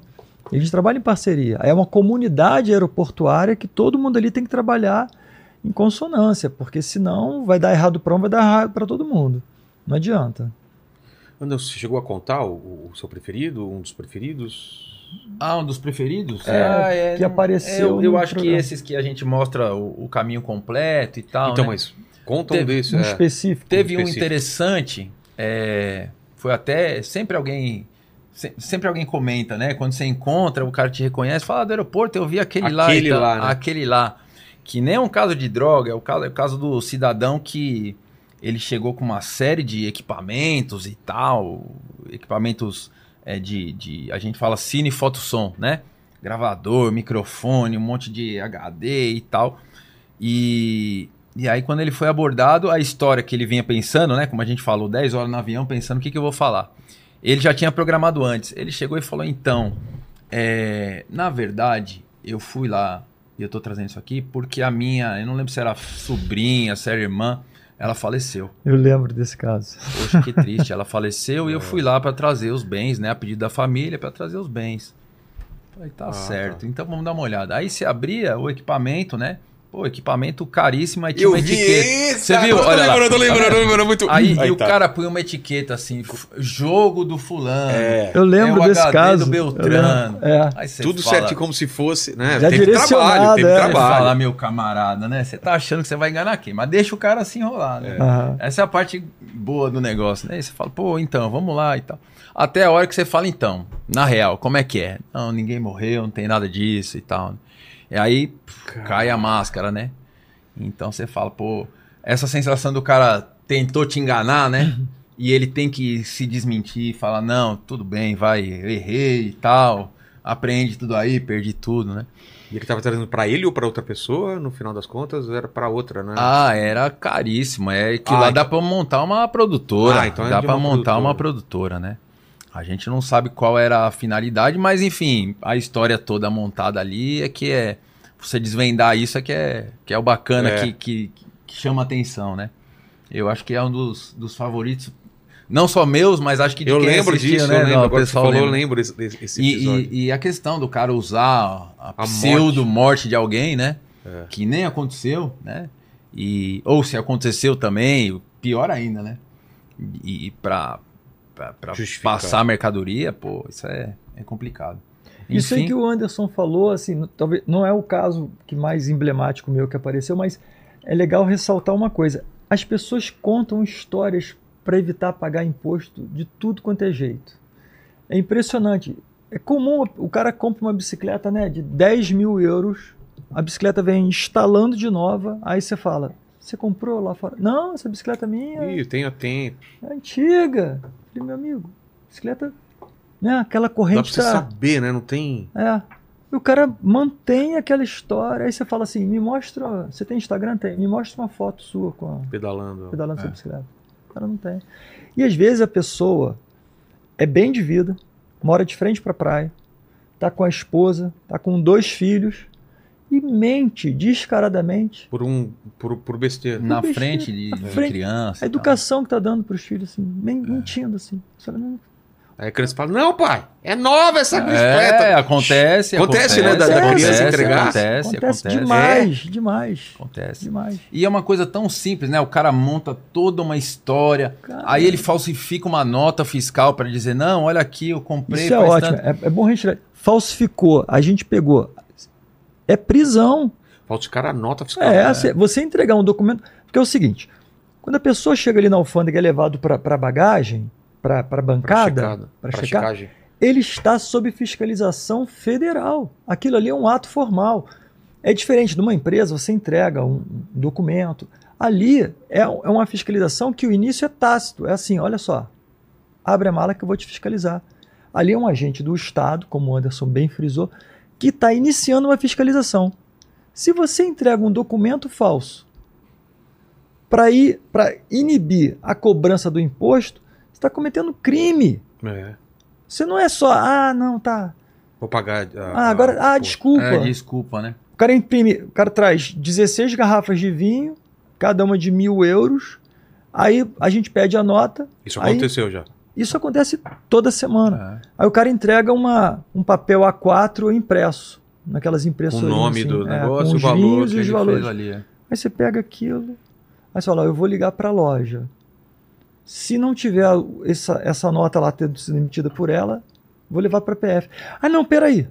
[SPEAKER 2] E a gente trabalha em parceria. É uma comunidade aeroportuária que todo mundo ali tem que trabalhar em consonância, porque senão vai dar errado para um, vai dar errado para todo mundo. Não adianta.
[SPEAKER 6] Anderson, você chegou a contar o, o seu preferido, um dos preferidos?
[SPEAKER 4] Ah, um dos preferidos?
[SPEAKER 2] É,
[SPEAKER 4] Ah,
[SPEAKER 2] que
[SPEAKER 4] não-
[SPEAKER 2] apareceu
[SPEAKER 4] Eu, eu
[SPEAKER 2] no
[SPEAKER 4] acho
[SPEAKER 2] programa.
[SPEAKER 4] que esses que a gente mostra o, o caminho completo e tal.
[SPEAKER 6] então,
[SPEAKER 4] né?
[SPEAKER 6] mas conta um
[SPEAKER 4] Teve-
[SPEAKER 6] desses.
[SPEAKER 2] Um
[SPEAKER 6] é.
[SPEAKER 2] específico.
[SPEAKER 4] Teve um
[SPEAKER 6] específico.
[SPEAKER 4] interessante, é, foi até sempre alguém. se- Sempre alguém comenta, né? Quando você encontra, o cara te reconhece, fala "Ah, do aeroporto, eu vi aquele, lá.
[SPEAKER 6] Aquele
[SPEAKER 4] e tal."
[SPEAKER 6] lá, né?
[SPEAKER 4] Aquele lá. Que nem é um caso de droga, é o caso, é o caso do cidadão que ele chegou com uma série de equipamentos e tal. Equipamentos é, de, de. A gente fala cine, foto, som, né? Gravador, microfone, um monte de HD e tal. E, e aí, quando ele foi abordado, a história que ele vinha pensando, né? Como a gente falou, 10 horas no avião, pensando o que, que eu vou falar. Ele já tinha programado antes. Ele chegou e falou: então, é, na verdade, eu fui lá E eu tô trazendo isso aqui porque a minha, eu não lembro se era sobrinha, se era irmã, ela faleceu.
[SPEAKER 2] Eu lembro desse caso.
[SPEAKER 4] Poxa, que triste. Ela faleceu e eu fui lá para trazer os bens, né? A pedido da família, para trazer os bens. Falei, tá
[SPEAKER 6] Ah,
[SPEAKER 4] certo.
[SPEAKER 6] tá.
[SPEAKER 4] Então vamos dar uma olhada. Aí você abria o equipamento, né? Pô, equipamento caríssimo, aí tinha
[SPEAKER 1] Eu
[SPEAKER 4] uma
[SPEAKER 1] vi
[SPEAKER 4] etiqueta.
[SPEAKER 1] isso!
[SPEAKER 6] ah,
[SPEAKER 4] Você viu?
[SPEAKER 1] agora
[SPEAKER 4] Olha lá.
[SPEAKER 1] eu tô lembrando, eu tô lembrando, eu tô lembrando muito.
[SPEAKER 4] Aí,
[SPEAKER 6] Aí
[SPEAKER 4] e o
[SPEAKER 6] tá.
[SPEAKER 4] cara põe uma etiqueta assim, f- jogo do fulano.
[SPEAKER 6] É.
[SPEAKER 2] Eu lembro
[SPEAKER 4] É o
[SPEAKER 2] desse
[SPEAKER 4] HD do
[SPEAKER 2] caso. eu
[SPEAKER 4] Beltrano.
[SPEAKER 2] lembro. É.
[SPEAKER 4] Aí você
[SPEAKER 1] Tudo
[SPEAKER 4] fala,
[SPEAKER 1] certinho como se fosse, né?
[SPEAKER 2] Já
[SPEAKER 1] teve trabalho,
[SPEAKER 2] direcionado,
[SPEAKER 1] teve
[SPEAKER 2] é.
[SPEAKER 4] Você
[SPEAKER 1] trabalho.
[SPEAKER 4] fala, meu camarada, né? Você tá achando que você vai enganar quem? Mas deixa o cara se enrolar, né?
[SPEAKER 2] Aham.
[SPEAKER 4] Essa é a parte boa do negócio, né? Você fala, pô, então, vamos lá e tal. Até a hora que você fala, então, na real, como é que é? Não, ninguém morreu, não tem nada disso e tal. E aí pff, cai a máscara, né? Então você fala, pô, essa sensação do cara tentou te enganar, né? E ele tem que se desmentir, falar, não, tudo bem, vai, eu errei e tal. Aprende tudo aí, perdi tudo, né?
[SPEAKER 6] E ele tava trazendo pra ele ou pra outra pessoa, no final das contas, era pra outra, né?
[SPEAKER 4] Ah, era caríssimo. É que
[SPEAKER 6] Ah,
[SPEAKER 4] lá
[SPEAKER 6] então-
[SPEAKER 4] dá pra montar uma produtora.
[SPEAKER 6] Ah, então é
[SPEAKER 4] dá
[SPEAKER 6] de
[SPEAKER 4] pra
[SPEAKER 6] uma
[SPEAKER 4] montar
[SPEAKER 6] produtora.
[SPEAKER 4] uma produtora, né? A gente não sabe qual era a finalidade, mas enfim, a história toda montada ali é que é. Você desvendar isso é que é, que é o bacana
[SPEAKER 6] É.
[SPEAKER 4] Que, que, que chama atenção, né? Eu acho que é um dos, dos favoritos. Não só meus, mas acho que de
[SPEAKER 6] eu
[SPEAKER 4] quem
[SPEAKER 6] lembro
[SPEAKER 4] assistia,
[SPEAKER 6] disso,
[SPEAKER 4] né?
[SPEAKER 6] eu lembro.
[SPEAKER 4] Não, o
[SPEAKER 6] Agora que você
[SPEAKER 4] pessoal
[SPEAKER 6] falou,
[SPEAKER 4] lembra.
[SPEAKER 6] eu lembro desse, desse- desse
[SPEAKER 4] E-
[SPEAKER 6] episódio.
[SPEAKER 4] E, e a questão do cara usar a,
[SPEAKER 6] A
[SPEAKER 4] pseudo-morte de alguém, né?
[SPEAKER 6] É.
[SPEAKER 4] Que nem aconteceu, né? E, ou se aconteceu também, pior ainda, né? E, e pra, pra, pra
[SPEAKER 6] Justificar.
[SPEAKER 4] passar a mercadoria, pô, isso é, é complicado.
[SPEAKER 2] Isso aí
[SPEAKER 4] Enfim,
[SPEAKER 2] que o Anderson falou, assim, n- talvez não é o caso que mais emblemático meu que apareceu, mas é legal ressaltar uma coisa. As pessoas contam histórias para evitar pagar imposto de tudo quanto é jeito. É impressionante. É comum o cara compra uma bicicleta né, de 10 mil euros, a bicicleta vem instalando de nova, aí você fala, você comprou lá fora? Não, essa bicicleta é minha.
[SPEAKER 6] Ih, eu tenho, eu tenho.
[SPEAKER 2] É antiga. Falei, meu amigo, bicicleta, né? Aquela
[SPEAKER 6] Dá pra
[SPEAKER 2] corrente
[SPEAKER 6] você
[SPEAKER 2] tá.
[SPEAKER 6] saber, né? Não tem.
[SPEAKER 2] É. E o cara mantém aquela história. Aí você fala assim: me mostra. Você tem Instagram? Tem. Me mostra uma foto sua com a
[SPEAKER 6] Pedalando.
[SPEAKER 2] pedalando sua
[SPEAKER 4] É.
[SPEAKER 2] bicicleta. O cara não tem. E às vezes a pessoa é bem de vida, mora de frente pra praia, tá com a esposa, tá com dois filhos e mente descaradamente.
[SPEAKER 6] Por um. Por, por besteira.
[SPEAKER 4] na
[SPEAKER 2] Besteira.
[SPEAKER 4] frente de,
[SPEAKER 2] Na
[SPEAKER 4] de
[SPEAKER 2] frente.
[SPEAKER 4] criança.
[SPEAKER 2] A
[SPEAKER 4] e tal.
[SPEAKER 2] educação que tá dando pros filhos, assim, men- mentindo assim. Você fala, "Não,
[SPEAKER 6] Aí a criança fala: Não, pai, é nova essa bicicleta.
[SPEAKER 4] É, acontece,
[SPEAKER 6] Acontece, né,
[SPEAKER 2] da- da criança
[SPEAKER 4] acontece,
[SPEAKER 6] entregar?
[SPEAKER 4] Acontece,
[SPEAKER 2] Acontece,
[SPEAKER 4] acontece.
[SPEAKER 2] demais, demais.
[SPEAKER 4] Acontece.
[SPEAKER 2] Demais.
[SPEAKER 4] E é uma coisa tão simples, né? O cara monta toda uma história,
[SPEAKER 2] Cara,
[SPEAKER 4] Aí ele falsifica uma nota fiscal para dizer, não, olha aqui, eu comprei.
[SPEAKER 2] Isso é
[SPEAKER 4] faz
[SPEAKER 2] ótimo.
[SPEAKER 4] tanto."
[SPEAKER 2] É, é bom registrar. Falsificou, a gente pegou. É prisão.
[SPEAKER 6] Falsificar a nota fiscal. né?
[SPEAKER 2] É essa. Você entregar um documento. Porque é o seguinte: quando a pessoa chega ali na alfândega e é levado para bagagem, para bancada,
[SPEAKER 6] Praticada.
[SPEAKER 2] pra checar?
[SPEAKER 6] Praticagem.
[SPEAKER 2] ele está sob fiscalização federal. Aquilo ali é um ato formal. É diferente de uma empresa, você entrega um um documento. Ali é, um- é uma fiscalização que o início é tácito. É assim, olha só, abre a mala que eu vou te fiscalizar. Ali é um agente do Estado, como o Anderson bem frisou, que está iniciando uma fiscalização. Se você entrega um documento falso para ir para inibir a cobrança do imposto, você está cometendo crime.
[SPEAKER 6] É.
[SPEAKER 2] Você não é só, ah, não, tá.
[SPEAKER 6] Vou pagar.
[SPEAKER 2] Ah, agora, ah, desculpa.
[SPEAKER 4] É, desculpa, né?
[SPEAKER 2] O cara imprime, o cara traz 16 garrafas de vinho, cada uma de mil euros. Aí a gente pede a nota.
[SPEAKER 6] Isso
[SPEAKER 2] Aí-
[SPEAKER 6] aconteceu já.
[SPEAKER 2] Isso acontece toda semana.
[SPEAKER 4] É.
[SPEAKER 2] Aí o cara entrega uma, um papel A4 impresso, naquelas impressoras.
[SPEAKER 6] nome do negócio,
[SPEAKER 2] com
[SPEAKER 6] o
[SPEAKER 2] os
[SPEAKER 6] valor
[SPEAKER 2] vinhos
[SPEAKER 6] que
[SPEAKER 2] e os
[SPEAKER 6] ele
[SPEAKER 2] valores.
[SPEAKER 4] Fez ali, é.
[SPEAKER 2] Aí você pega aquilo, aí você fala, eu vou ligar para a loja. Se não tiver essa, essa nota lá tendo sido emitida por ela, vou levar para PF. Ah, não, peraí.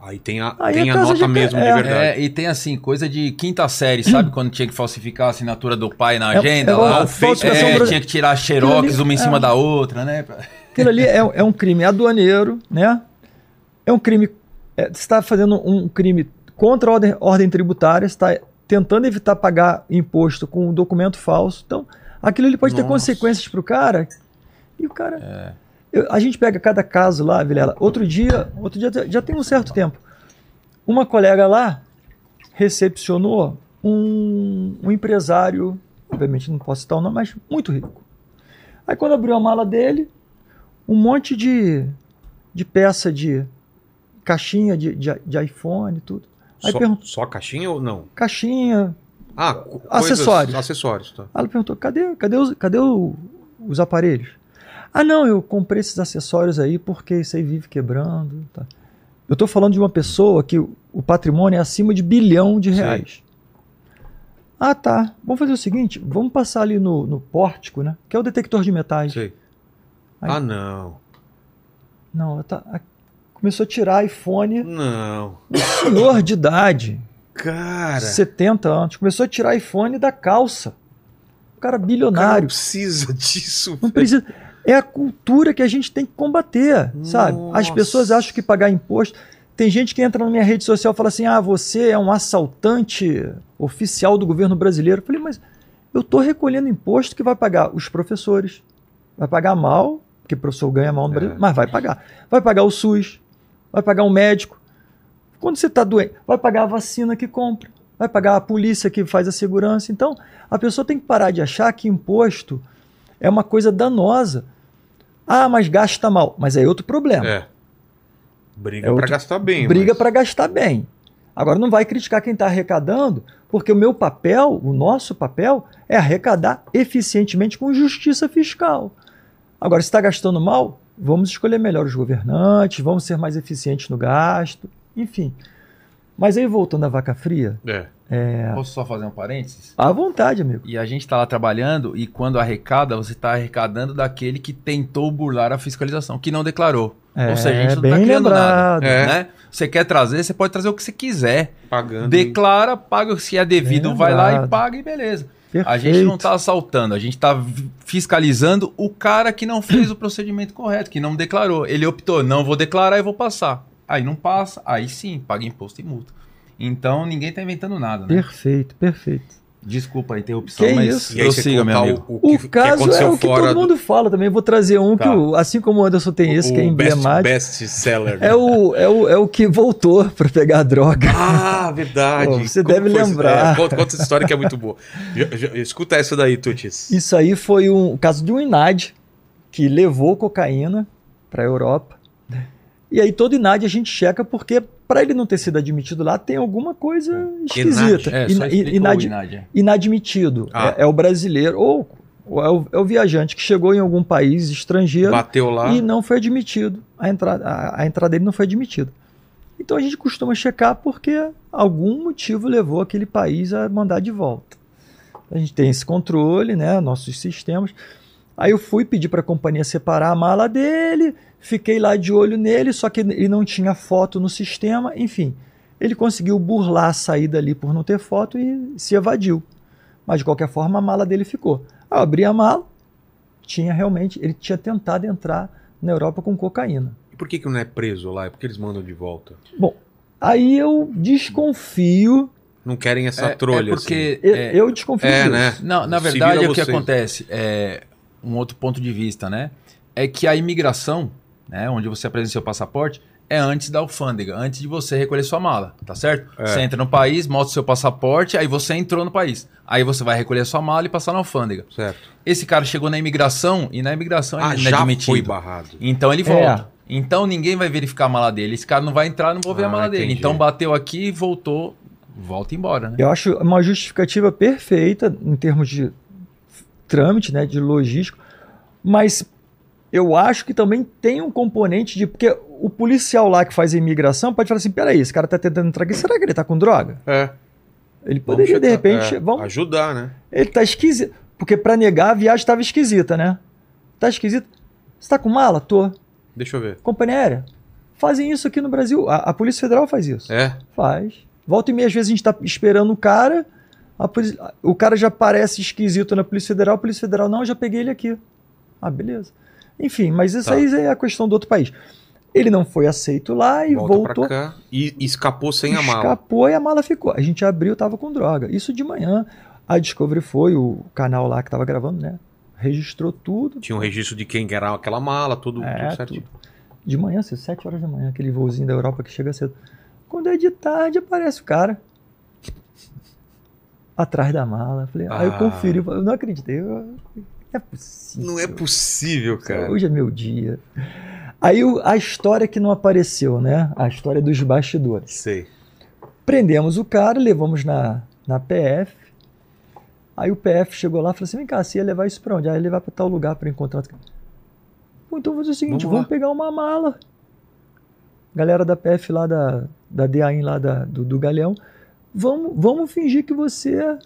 [SPEAKER 6] Aí tem a,
[SPEAKER 2] Aí
[SPEAKER 6] tem
[SPEAKER 2] é
[SPEAKER 6] a
[SPEAKER 2] casa
[SPEAKER 6] nota
[SPEAKER 2] de-
[SPEAKER 6] mesmo, de
[SPEAKER 2] é.
[SPEAKER 6] verdade.
[SPEAKER 4] É, e tem assim, coisa de quinta série, sabe? Quando tinha que falsificar a assinatura do pai na agenda
[SPEAKER 2] é,
[SPEAKER 4] lá.
[SPEAKER 2] uma falsificação
[SPEAKER 4] É,
[SPEAKER 2] bro-
[SPEAKER 4] tinha que tirar xerox
[SPEAKER 2] Aquilo ali-
[SPEAKER 4] uma em cima
[SPEAKER 2] é.
[SPEAKER 4] da outra, né?
[SPEAKER 2] Aquilo ali é, é um crime aduaneiro, né? É um crime. é, Você está fazendo um crime contra a ordem, ordem tributária, você está tentando evitar pagar imposto com um documento falso. Então, aquilo ali pode ter
[SPEAKER 6] Nossa.
[SPEAKER 2] consequências para o cara. E o cara. Eu- a gente pega cada caso lá, Vilela. Outro dia, outro dia já- já tem um certo tempo. Uma colega lá recepcionou um, um empresário, obviamente não posso citar o nome, mas muito rico. Aí quando abriu a mala dele, um monte de, de peça de caixinha de, de, de iPhone e tudo. Aí
[SPEAKER 6] só,
[SPEAKER 2] pergunta-
[SPEAKER 6] só a caixinha ou não?
[SPEAKER 2] Caixinha.
[SPEAKER 6] Ah, co-
[SPEAKER 2] Acessórios.
[SPEAKER 6] acessórios, tá.
[SPEAKER 2] Ela perguntou: cadê, cadê, os, cadê o- os aparelhos? Ah, não, eu comprei esses acessórios aí porque isso aí vive quebrando. tá? Eu tô falando de uma pessoa que o o patrimônio é acima de bilhão de
[SPEAKER 6] Sim.
[SPEAKER 2] reais. Ah, tá. Vamos fazer o seguinte: vamos passar ali no, no pórtico, né? Que é o detector de metais.
[SPEAKER 6] Sei.
[SPEAKER 2] Aí-
[SPEAKER 6] Ah, não.
[SPEAKER 2] Não, ela tá- a- começou a tirar iPhone.
[SPEAKER 6] Não.
[SPEAKER 2] Senhor de idade.
[SPEAKER 6] Cara.
[SPEAKER 2] 70 anos, começou a tirar iPhone da calça. O cara
[SPEAKER 6] o cara não
[SPEAKER 2] bilionário.
[SPEAKER 6] precisa (laughs) disso.
[SPEAKER 2] não
[SPEAKER 6] velho.
[SPEAKER 2] precisa. É a cultura que a gente tem que combater, sabe? As
[SPEAKER 6] Nossa.
[SPEAKER 2] pessoas acham que pagar imposto. Tem gente que entra na minha rede social e fala assim: ah, você é um assaltante oficial do governo brasileiro. Eu falei, mas eu estou recolhendo imposto que vai pagar os professores, vai pagar mal, porque professor ganha mal no
[SPEAKER 6] É.
[SPEAKER 2] Brasil, mas vai pagar. Vai pagar o SUS, vai pagar um médico. Quando você está doente, vai pagar a vacina que compra, vai pagar a polícia que faz a segurança. Então, a pessoa tem que parar de achar que imposto é uma coisa danosa. Ah, mas gasta mal. Mas aí é outro problema.
[SPEAKER 6] É. Briga
[SPEAKER 2] É
[SPEAKER 6] pra
[SPEAKER 2] outro-
[SPEAKER 6] gastar bem.
[SPEAKER 2] Briga
[SPEAKER 6] mas-
[SPEAKER 2] para gastar bem. Agora não vai criticar quem está arrecadando, porque o meu papel, o nosso papel, é arrecadar eficientemente com justiça fiscal. Agora, se está gastando mal, vamos escolher melhor os governantes, vamos ser mais eficientes no gasto, enfim. Mas aí, voltando à vaca fria,
[SPEAKER 6] É.
[SPEAKER 4] Posso só fazer um parênteses?
[SPEAKER 2] à vontade, amigo.
[SPEAKER 4] E a gente tá lá trabalhando e quando arrecada, você tá arrecadando daquele que tentou burlar a fiscalização, que não declarou.
[SPEAKER 2] É,
[SPEAKER 4] Ou seja, a gente não
[SPEAKER 2] bem
[SPEAKER 4] tá criando
[SPEAKER 2] lembrado.
[SPEAKER 4] nada.
[SPEAKER 6] É.
[SPEAKER 4] Né? Você quer trazer, você pode trazer o que você quiser.
[SPEAKER 6] Pagando.
[SPEAKER 4] Declara, paga se é devido,
[SPEAKER 2] Bem
[SPEAKER 4] vai lá e
[SPEAKER 2] lembrado.
[SPEAKER 4] paga e beleza.
[SPEAKER 2] Perfeito.
[SPEAKER 4] A gente não está assaltando, a gente está fiscalizando o cara que não fez o procedimento correto, que não declarou. Ele optou, não vou declarar e vou passar. Aí não passa, aí sim, paga imposto e multa. Então ninguém está inventando nada, né?
[SPEAKER 2] Perfeito, perfeito.
[SPEAKER 4] Desculpa a interrupção,
[SPEAKER 2] Que
[SPEAKER 4] mas
[SPEAKER 2] isso?
[SPEAKER 6] E aí você
[SPEAKER 4] prossiga, meu
[SPEAKER 6] contar
[SPEAKER 4] amigo.
[SPEAKER 6] o,
[SPEAKER 2] O
[SPEAKER 6] que, que
[SPEAKER 2] caso é
[SPEAKER 6] aconteceu
[SPEAKER 2] o que
[SPEAKER 6] fora
[SPEAKER 2] todo
[SPEAKER 6] do-
[SPEAKER 2] mundo fala também. Eu vou trazer um que,
[SPEAKER 6] Tá.
[SPEAKER 2] o- assim como o Anderson tem esse, que é
[SPEAKER 6] o best-
[SPEAKER 2] emblemático,
[SPEAKER 6] Best, né? seller.
[SPEAKER 2] é, o, é, o, é o que voltou (laughs) para pegar a droga.
[SPEAKER 6] Ah, verdade.
[SPEAKER 2] Pô, você
[SPEAKER 6] Como
[SPEAKER 2] deve
[SPEAKER 6] foi isso?
[SPEAKER 2] lembrar.
[SPEAKER 6] É, conta, conta essa história que é muito boa. Já- já- escuta essa daí, Tutis.
[SPEAKER 2] Isso aí foi um o caso de um INAD que levou cocaína para a Europa. E aí todo INAD a gente checa porque, para ele não ter sido admitido lá, tem alguma coisa esquisita.
[SPEAKER 4] É, só
[SPEAKER 2] Ina-
[SPEAKER 4] explica o é.
[SPEAKER 2] inad-
[SPEAKER 4] Inádia.
[SPEAKER 2] inadmitido.
[SPEAKER 6] Ah.
[SPEAKER 2] É, é o brasileiro ou, ou é, o, é o viajante que chegou em algum país estrangeiro
[SPEAKER 6] Bateu lá.
[SPEAKER 2] e não foi admitido. A entrada, a, a entrada dele não foi admitida. Então a gente costuma checar porque algum motivo levou aquele país a mandar de volta. A gente tem esse controle, né? Nossos sistemas. Aí eu fui pedir para a companhia separar a mala dele, fiquei lá de olho nele, só que ele não tinha foto no sistema, enfim. Ele conseguiu burlar a saída ali por não ter foto e se evadiu. Mas de qualquer forma a mala dele ficou. Aí eu abri a mala, tinha realmente, ele tinha tentado entrar na Europa com cocaína.
[SPEAKER 6] E por que, que não é preso lá? É porque eles mandam de volta.
[SPEAKER 2] Aí eu desconfio,
[SPEAKER 6] Não querem essa
[SPEAKER 4] É,
[SPEAKER 6] trolha. assim.
[SPEAKER 4] é porque
[SPEAKER 2] eu,
[SPEAKER 4] é,
[SPEAKER 2] eu desconfio
[SPEAKER 6] É,
[SPEAKER 2] disso.
[SPEAKER 6] né?
[SPEAKER 4] Não, na
[SPEAKER 6] Se
[SPEAKER 4] verdade, é
[SPEAKER 6] vira
[SPEAKER 4] o que
[SPEAKER 6] vocês.
[SPEAKER 4] acontece é um outro ponto de vista, né? É que a imigração, né, onde você apresenta seu passaporte, é antes da alfândega, antes de você recolher sua mala, tá certo?
[SPEAKER 6] É.
[SPEAKER 4] Você entra no país, mostra o seu passaporte, aí você entrou no país. Aí você vai recolher sua mala e passar na alfândega.
[SPEAKER 6] assim. Certo.
[SPEAKER 4] Esse cara chegou na imigração e na imigração
[SPEAKER 6] Ah,
[SPEAKER 4] ele não é
[SPEAKER 6] já foi
[SPEAKER 4] admitido.
[SPEAKER 6] barrado.
[SPEAKER 4] Então ele
[SPEAKER 2] É.
[SPEAKER 4] volta. Então ninguém vai verificar a mala dele. Esse cara não vai entrar, não vou ver a
[SPEAKER 6] Ah,
[SPEAKER 4] mala dele.
[SPEAKER 6] entendi.
[SPEAKER 4] Então bateu aqui, voltou, volta embora, né?
[SPEAKER 2] Eu acho uma justificativa perfeita em termos de trâmite, né, de logística, mas eu acho que também tem um componente de porque o policial lá que faz a imigração pode falar assim, peraí, esse cara tá tentando entrar aqui, será que ele tá com droga?
[SPEAKER 6] É.
[SPEAKER 2] Ele
[SPEAKER 6] Vamos
[SPEAKER 2] poderia de
[SPEAKER 6] checar-
[SPEAKER 2] repente,
[SPEAKER 6] é,
[SPEAKER 2] vamos,
[SPEAKER 6] ajudar, né?
[SPEAKER 2] Ele tá esquisito. Porque pra negar, a viagem tava esquisita, né? Tá esquisito. Você tá com mala? Tô.
[SPEAKER 6] Deixa eu ver.
[SPEAKER 2] Companhia aérea? Fazem isso aqui no Brasil. A, a Polícia Federal faz isso.
[SPEAKER 6] É.
[SPEAKER 2] Faz. Volta e meia, às vezes a gente tá esperando o cara. a poli- O cara já parece esquisito na Polícia Federal. A Polícia Federal, não, eu já peguei ele aqui. Ah, beleza. Enfim, mas isso
[SPEAKER 6] Tá.
[SPEAKER 2] aí é a questão do outro país. Ele não foi aceito lá e
[SPEAKER 6] Volta
[SPEAKER 2] voltou.
[SPEAKER 6] pra cá. E, e escapou sem a mala.
[SPEAKER 2] Escapou e a mala ficou. A gente abriu, tava com droga. Isso de manhã. A Discovery foi, o canal lá que tava gravando, né? Registrou tudo.
[SPEAKER 6] Tinha um registro de quem era aquela mala, tudo,
[SPEAKER 2] É,
[SPEAKER 6] tudo certinho.
[SPEAKER 2] tudo. De manhã, assim, 7 horas da manhã, aquele voozinho da Europa que chega cedo. Quando é de tarde, aparece o cara. Atrás da mala. Falei, aí eu
[SPEAKER 6] Ah.
[SPEAKER 2] conferi, eu não acreditei. eu- Não é possível.
[SPEAKER 6] Não é possível, cara.
[SPEAKER 2] Hoje é meu dia. Aí o- a história que não apareceu, né? A história dos bastidores.
[SPEAKER 6] Sei.
[SPEAKER 2] Prendemos o cara, levamos na, na PF. Aí o PF chegou lá e falou assim: vem cá, você ia levar isso pra onde? Aí ele vai pra tal lugar pra encontrar. outro cara." Pô, então vamos fazer o
[SPEAKER 1] Vamos
[SPEAKER 2] seguinte: vamos,
[SPEAKER 1] lá.
[SPEAKER 2] pegar uma mala. Galera da PF lá da, da DAIN lá da- do, do Galeão, vamos, vamos fingir que você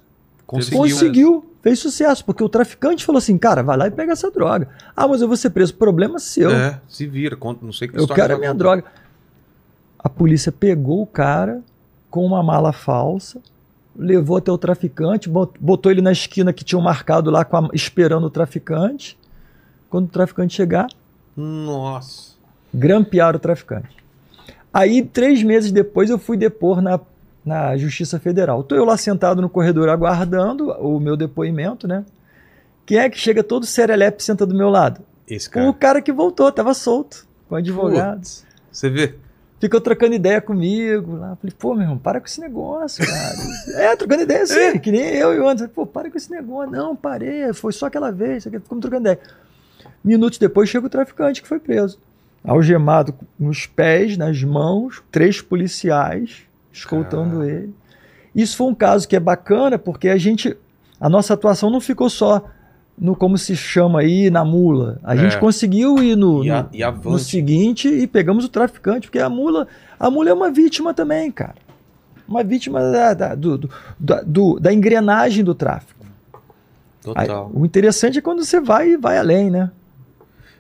[SPEAKER 1] Conseguiu.
[SPEAKER 2] conseguiu, fez sucesso, porque o traficante falou assim: cara, vai lá e pega essa droga. Ah, mas eu vou ser preso, problema seu.
[SPEAKER 6] É, se vira, conta, não sei que
[SPEAKER 2] Eu
[SPEAKER 6] história
[SPEAKER 2] quero a
[SPEAKER 6] vai
[SPEAKER 2] minha
[SPEAKER 6] contar.
[SPEAKER 2] droga. A polícia pegou o cara com uma mala falsa, levou até o traficante, bot- botou ele na esquina que tinham marcado lá com a- esperando o traficante. Quando o traficante chegar,
[SPEAKER 6] Nossa.
[SPEAKER 2] grampearam o traficante. Aí, três meses depois, eu fui depor na, na Justiça Federal. Estou eu lá sentado no corredor aguardando o meu depoimento, né? Quem é que chega todo serelepe e senta do meu lado?
[SPEAKER 6] Esse
[SPEAKER 2] O
[SPEAKER 6] cara.
[SPEAKER 2] cara que voltou, estava solto, com advogado
[SPEAKER 6] Você vê?
[SPEAKER 2] ficou trocando ideia comigo lá. Falei, pô, meu irmão, para com esse negócio,
[SPEAKER 6] (laughs)
[SPEAKER 2] cara. é, trocando ideia assim, que nem eu e o Anderson. Pô, para com esse negócio. Não, parei, foi só aquela vez, aqui, ficamos trocando ideia. Minutos depois chega o traficante que foi preso. Algemado nos pés, nas mãos, três policiais escoltando ele. Isso foi um caso que é bacana porque a gente. A nossa atuação não ficou só no como se chama aí, na mula. A gente
[SPEAKER 6] É.
[SPEAKER 2] conseguiu ir no,
[SPEAKER 6] E,
[SPEAKER 2] no-
[SPEAKER 6] a, e
[SPEAKER 2] no
[SPEAKER 6] avante.
[SPEAKER 2] seguinte e pegamos o traficante, porque a mula, a mula é uma vítima também, cara. Uma vítima da, da, do- do- da, do- da engrenagem do tráfico. Aí,
[SPEAKER 6] Total.
[SPEAKER 2] o interessante é quando você vai e vai além, né?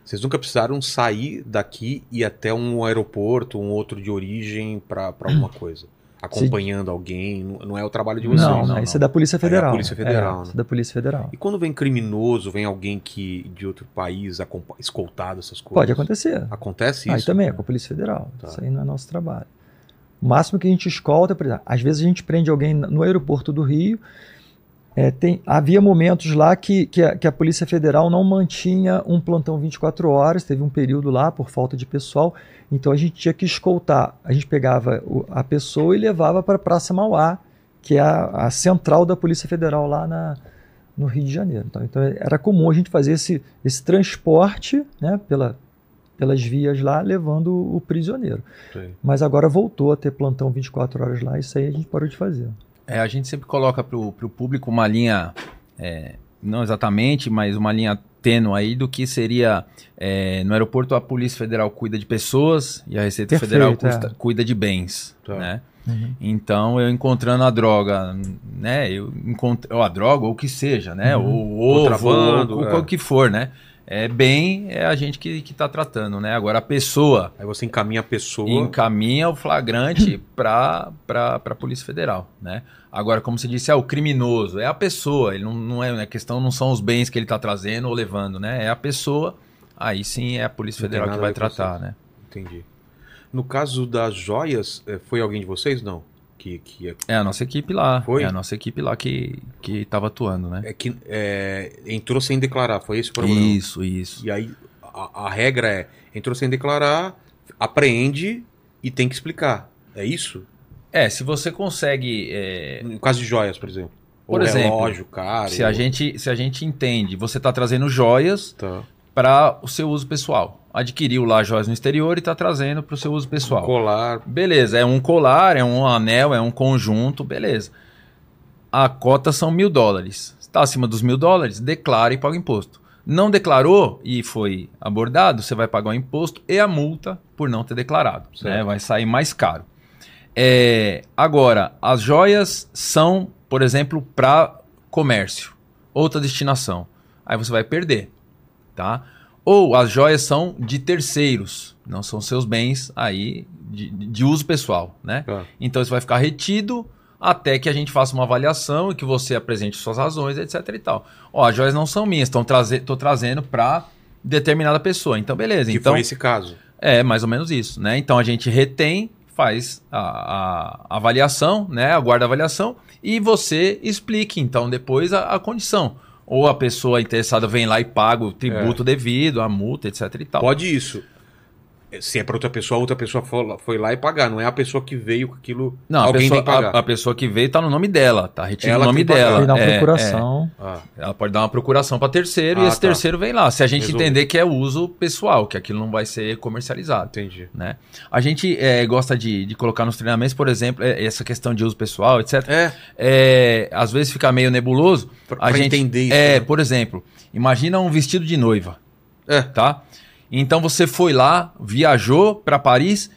[SPEAKER 6] Vocês nunca precisaram sair daqui e ir até um aeroporto, um outro de origem, pra, pra
[SPEAKER 2] (clears throat)
[SPEAKER 6] alguma coisa. Acompanhando alguém. Não, não é o trabalho de vocês.
[SPEAKER 2] não, não, isso é da Polícia Federal.
[SPEAKER 6] Polícia Federal,
[SPEAKER 2] É,
[SPEAKER 6] né?
[SPEAKER 2] isso é da Polícia Federal.
[SPEAKER 6] E quando vem criminoso, vem alguém que de outro país acompa- escoltado, essas coisas?
[SPEAKER 2] Pode acontecer.
[SPEAKER 6] Acontece
[SPEAKER 2] Aí
[SPEAKER 6] isso?
[SPEAKER 2] também é com a Polícia Federal.
[SPEAKER 6] Tá.
[SPEAKER 2] Isso aí não é nosso trabalho. O máximo que a gente escolta, é por exemplo, às vezes a gente prende alguém no aeroporto do Rio. É, tem- havia momentos lá que, que, a, que a Polícia Federal não mantinha um plantão 24 horas, teve um período lá por falta de pessoal, então a gente tinha que escoltar. A gente pegava o- a pessoa e levava para a Praça Mauá, que é a, a central da Polícia Federal lá na, no Rio de Janeiro. Então, então era comum a gente fazer esse, esse transporte né, pela, pelas vias lá, levando o prisioneiro.
[SPEAKER 6] Sim.
[SPEAKER 2] Mas agora voltou a ter plantão 24 horas lá, isso aí a gente parou de fazer.
[SPEAKER 4] É, a gente sempre coloca pro, pro público uma linha, é, não exatamente, mas uma linha tênue aí do que seria é, no aeroporto a Polícia Federal cuida de pessoas e a Receita
[SPEAKER 2] Perfeito,
[SPEAKER 4] Federal
[SPEAKER 2] é.
[SPEAKER 4] custa- cuida de bens,
[SPEAKER 6] Tá.
[SPEAKER 4] né? Então eu encontrando a droga, né? Eu encontro ou a droga ou o que seja, né?
[SPEAKER 2] Uhum.
[SPEAKER 4] Ou o ovo,
[SPEAKER 6] Contrabando,
[SPEAKER 4] ou
[SPEAKER 6] é.
[SPEAKER 4] o que for, né? É bem é a gente que que está tratando, né? Agora a pessoa
[SPEAKER 6] Aí você encaminha a pessoa.
[SPEAKER 4] encaminha o
[SPEAKER 6] (clears throat)
[SPEAKER 4] flagrante para para Polícia Federal, né? Agora como você disse, é o criminoso, é a pessoa, ele não, não é a questão não são os bens que ele está trazendo ou levando, né? É a pessoa. Aí sim é a Polícia
[SPEAKER 6] Não tem
[SPEAKER 4] Federal que
[SPEAKER 6] nada a
[SPEAKER 4] vai
[SPEAKER 6] ver com
[SPEAKER 4] tratar,
[SPEAKER 6] isso.
[SPEAKER 4] né?
[SPEAKER 6] Entendi. No caso das joias, eh, foi alguém de vocês? Não. Que, que é,
[SPEAKER 4] É a nossa equipe lá,
[SPEAKER 6] Foi?
[SPEAKER 4] é a nossa equipe lá que que estava atuando, né?
[SPEAKER 6] é que eh, entrou sem declarar, foi esse o problema?
[SPEAKER 4] Isso, isso.
[SPEAKER 6] E aí a, a regra é: entrou sem declarar, apreende e tem que explicar. É isso?
[SPEAKER 4] É, se você consegue. é,
[SPEAKER 6] No caso de joias, por exemplo.
[SPEAKER 4] Por exemplo,
[SPEAKER 6] relógio, cara.
[SPEAKER 4] se, a gente, se a gente entende, você está trazendo joias
[SPEAKER 6] Tá.
[SPEAKER 4] para o seu uso pessoal. Adquiriu lá joias no exterior e está trazendo para o seu uso pessoal.
[SPEAKER 6] Colar.
[SPEAKER 4] Beleza, é um colar, é um anel, é um conjunto, beleza. A cota são mil dólares. Está acima dos mil dólares, declara e paga o imposto. Não declarou e foi abordado, você vai pagar o imposto e a multa por não ter declarado.
[SPEAKER 6] Certo.
[SPEAKER 4] Né? Vai sair mais caro. É, agora, as joias são, por exemplo, para comércio, outra destinação. Aí você vai perder, tá? Ou as joias são de terceiros, não são seus bens aí de, de uso pessoal, né?
[SPEAKER 6] Tá.
[SPEAKER 4] Então isso vai ficar retido até que a gente faça uma avaliação e que você apresente suas razões, etc e tal. Ó, as joias não são minhas, estão traze tô trazendo para determinada pessoa. Então beleza,
[SPEAKER 6] Que
[SPEAKER 4] então
[SPEAKER 6] foi esse caso.
[SPEAKER 4] é mais ou menos isso, né? Então a gente retém, faz a, a avaliação, né? Aguarda a avaliação e você explique então depois a, a condição. Ou a
[SPEAKER 1] É.
[SPEAKER 4] pessoa interessada vem lá e paga o tributo devido, a multa, etc e tal.
[SPEAKER 6] Pode isso.
[SPEAKER 1] Se é pra outra pessoa, a outra pessoa foi lá- foi lá e pagar. Não é a pessoa que veio com aquilo.
[SPEAKER 4] Não, a
[SPEAKER 1] alguém
[SPEAKER 4] pessoa,
[SPEAKER 1] tem que pagar.
[SPEAKER 4] a- a pessoa que veio tá no nome dela, tá retido
[SPEAKER 1] Ela
[SPEAKER 4] o nome
[SPEAKER 1] tem que pagar.
[SPEAKER 4] dela.
[SPEAKER 2] Fui dar uma
[SPEAKER 4] É, é.
[SPEAKER 2] procuração.
[SPEAKER 1] Ah,
[SPEAKER 4] Ela pode dar uma procuração para terceiro
[SPEAKER 1] Ah,
[SPEAKER 4] e esse
[SPEAKER 1] tá.
[SPEAKER 4] terceiro vem lá. Se a gente
[SPEAKER 1] Resolvido.
[SPEAKER 4] entender que é uso pessoal, que aquilo não vai ser comercializado.
[SPEAKER 1] entendi.
[SPEAKER 4] né? A gente eh, gosta de, de colocar nos treinamentos, por exemplo, eh, essa questão de uso pessoal, etc.
[SPEAKER 1] É,
[SPEAKER 4] Eh, às vezes fica meio nebuloso.
[SPEAKER 1] pra,
[SPEAKER 4] A
[SPEAKER 1] pra
[SPEAKER 4] gente-
[SPEAKER 1] entender isso.
[SPEAKER 4] É,
[SPEAKER 1] né?
[SPEAKER 4] por exemplo, imagina um vestido de noiva,
[SPEAKER 1] É.
[SPEAKER 4] tá? Então você foi lá, viajou para Paris,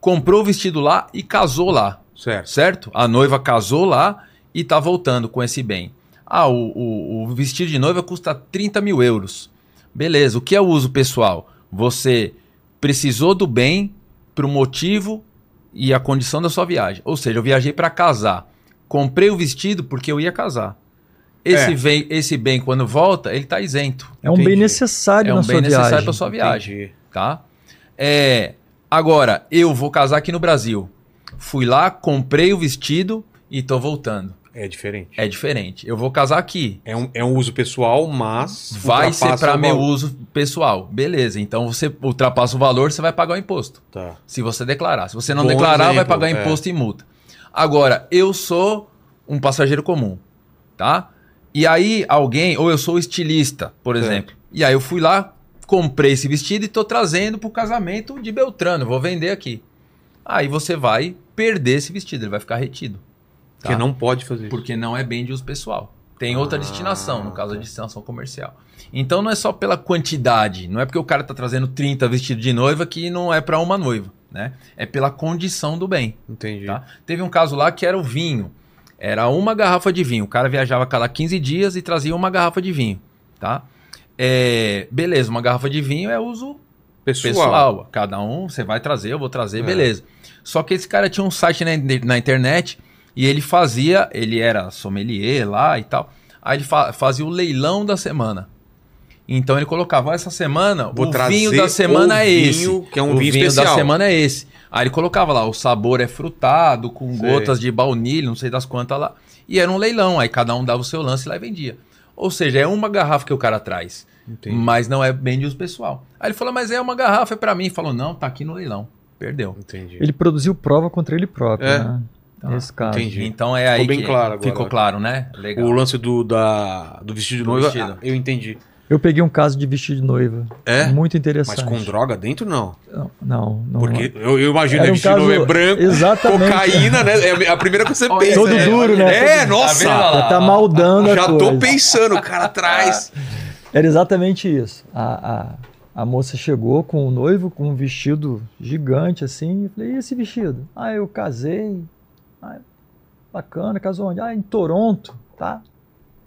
[SPEAKER 4] comprou o vestido lá e casou lá
[SPEAKER 1] Certo.
[SPEAKER 4] certo? A noiva casou lá e tá voltando com esse bem. Ah, o, o- o vestido de noiva custa 30 mil euros. Beleza, o que é o uso pessoal? Você precisou do bem pro motivo e a condição da sua viagem. Ou seja, eu viajei para casar. Comprei o vestido porque eu ia casar. Esse,
[SPEAKER 1] É.
[SPEAKER 4] vem- esse bem, quando volta, ele tá isento,
[SPEAKER 2] É um
[SPEAKER 1] Entendi.
[SPEAKER 2] bem necessário
[SPEAKER 4] É um
[SPEAKER 2] na
[SPEAKER 4] bem
[SPEAKER 2] sua
[SPEAKER 4] necessário
[SPEAKER 2] viagem.
[SPEAKER 4] pra sua viagem
[SPEAKER 1] Entendi.
[SPEAKER 4] tá? É, agora, eu vou casar aqui no Brasil. Fui lá, comprei o vestido e tô voltando.
[SPEAKER 1] É diferente.
[SPEAKER 4] É diferente. Eu vou casar aqui.
[SPEAKER 1] É um, é um uso pessoal, mas.
[SPEAKER 4] Vai ser
[SPEAKER 1] ultrapassa
[SPEAKER 4] para
[SPEAKER 1] o
[SPEAKER 4] meu
[SPEAKER 1] valor.
[SPEAKER 4] uso pessoal. Beleza, então você ultrapassa o valor, você vai pagar o imposto.
[SPEAKER 1] Tá.
[SPEAKER 4] Se você declarar. Se você não
[SPEAKER 1] Bom
[SPEAKER 4] declarar, vai
[SPEAKER 1] exemplo,
[SPEAKER 4] pagar
[SPEAKER 1] é.
[SPEAKER 4] imposto e multa. Agora, eu sou um passageiro comum, tá? E aí alguém, ou eu sou estilista, por
[SPEAKER 1] Certo.
[SPEAKER 4] exemplo. E aí eu fui lá, comprei esse vestido e tô trazendo pro casamento de Beltrano, vou vender aqui. Aí você vai perder esse vestido, ele vai ficar retido. tá?
[SPEAKER 1] Porque não pode fazer isso.
[SPEAKER 4] Porque não é bem de uso pessoal. Tem outra
[SPEAKER 1] Ah,
[SPEAKER 4] destinação, no caso, a
[SPEAKER 1] tá.
[SPEAKER 4] destinação comercial. Então não é só pela quantidade, não é porque o cara tá trazendo 30 vestidos de noiva que não é para uma noiva, né? É pela condição do bem.
[SPEAKER 1] Entendi.
[SPEAKER 4] Tá? Teve um caso lá que era o vinho. Era uma garrafa de vinho. O cara viajava a cada 15 dias e trazia uma garrafa de vinho, tá? É, beleza, uma garrafa de vinho é uso
[SPEAKER 1] Pessoal.
[SPEAKER 4] pessoal. Cada um, você vai trazer, eu vou trazer,
[SPEAKER 1] É.
[SPEAKER 4] beleza. Só que esse cara tinha um site na, na internet e ele fazia, ele era sommelier lá e tal. Aí ele fa- fazia o leilão da semana. Então ele colocava "Ó, essa semana,
[SPEAKER 1] Vou
[SPEAKER 4] o
[SPEAKER 1] trazer
[SPEAKER 4] vinho da semana é esse.
[SPEAKER 1] vinho, que é um
[SPEAKER 4] o
[SPEAKER 1] vinho,
[SPEAKER 4] vinho
[SPEAKER 1] especial.
[SPEAKER 4] da semana é esse. Aí ele colocava lá, o sabor é frutado, com
[SPEAKER 1] Sei.
[SPEAKER 4] gotas de baunilha, não sei das quantas lá. E era um leilão, aí cada um dava o seu lance lá e vendia. Ou seja, é uma garrafa que o cara traz,
[SPEAKER 1] Entendi.
[SPEAKER 4] mas não é bem de uso pessoal. Aí ele falou, mas é uma garrafa, é pra mim. Ele falou, não, tá aqui no leilão. Perdeu.
[SPEAKER 1] Entendi.
[SPEAKER 2] Ele produziu prova contra ele próprio,
[SPEAKER 1] É.
[SPEAKER 2] né? Nesse caso.
[SPEAKER 1] Entendi.
[SPEAKER 4] Então é aí
[SPEAKER 1] bem
[SPEAKER 4] que
[SPEAKER 1] claro agora.
[SPEAKER 4] ficou claro, né? Legal.
[SPEAKER 1] O lance do, da, do vestido de
[SPEAKER 4] Do
[SPEAKER 1] noiva,
[SPEAKER 4] vestido.
[SPEAKER 1] ah, eu entendi.
[SPEAKER 2] Eu peguei um caso de vestido de noiva.
[SPEAKER 1] É?
[SPEAKER 2] Muito
[SPEAKER 1] Mas
[SPEAKER 2] interessante.
[SPEAKER 1] com droga dentro, não.
[SPEAKER 2] Não, não. não
[SPEAKER 1] Porque eu, eu imagino
[SPEAKER 2] Era
[SPEAKER 1] que
[SPEAKER 2] um
[SPEAKER 1] o vestido de noiva é
[SPEAKER 2] caso-
[SPEAKER 1] branco,
[SPEAKER 2] Exatamente.
[SPEAKER 1] cocaína, né? É a primeira coisa que você
[SPEAKER 4] Olha,
[SPEAKER 1] pensa.
[SPEAKER 2] Todo
[SPEAKER 1] né?
[SPEAKER 2] duro, né?
[SPEAKER 1] É,
[SPEAKER 2] Todo-
[SPEAKER 1] nossa.
[SPEAKER 4] Tá vendo?
[SPEAKER 2] Já tá
[SPEAKER 4] Ah,
[SPEAKER 2] maldando
[SPEAKER 1] Já
[SPEAKER 2] a coisa.
[SPEAKER 1] tô pensando, o cara atrás.
[SPEAKER 2] Era exatamente isso. A, a, a moça chegou com o noivo com um vestido gigante assim. Eu falei, e esse vestido? Ah, eu casei. Ah, bacana, casou onde? Ah, em Toronto, tá?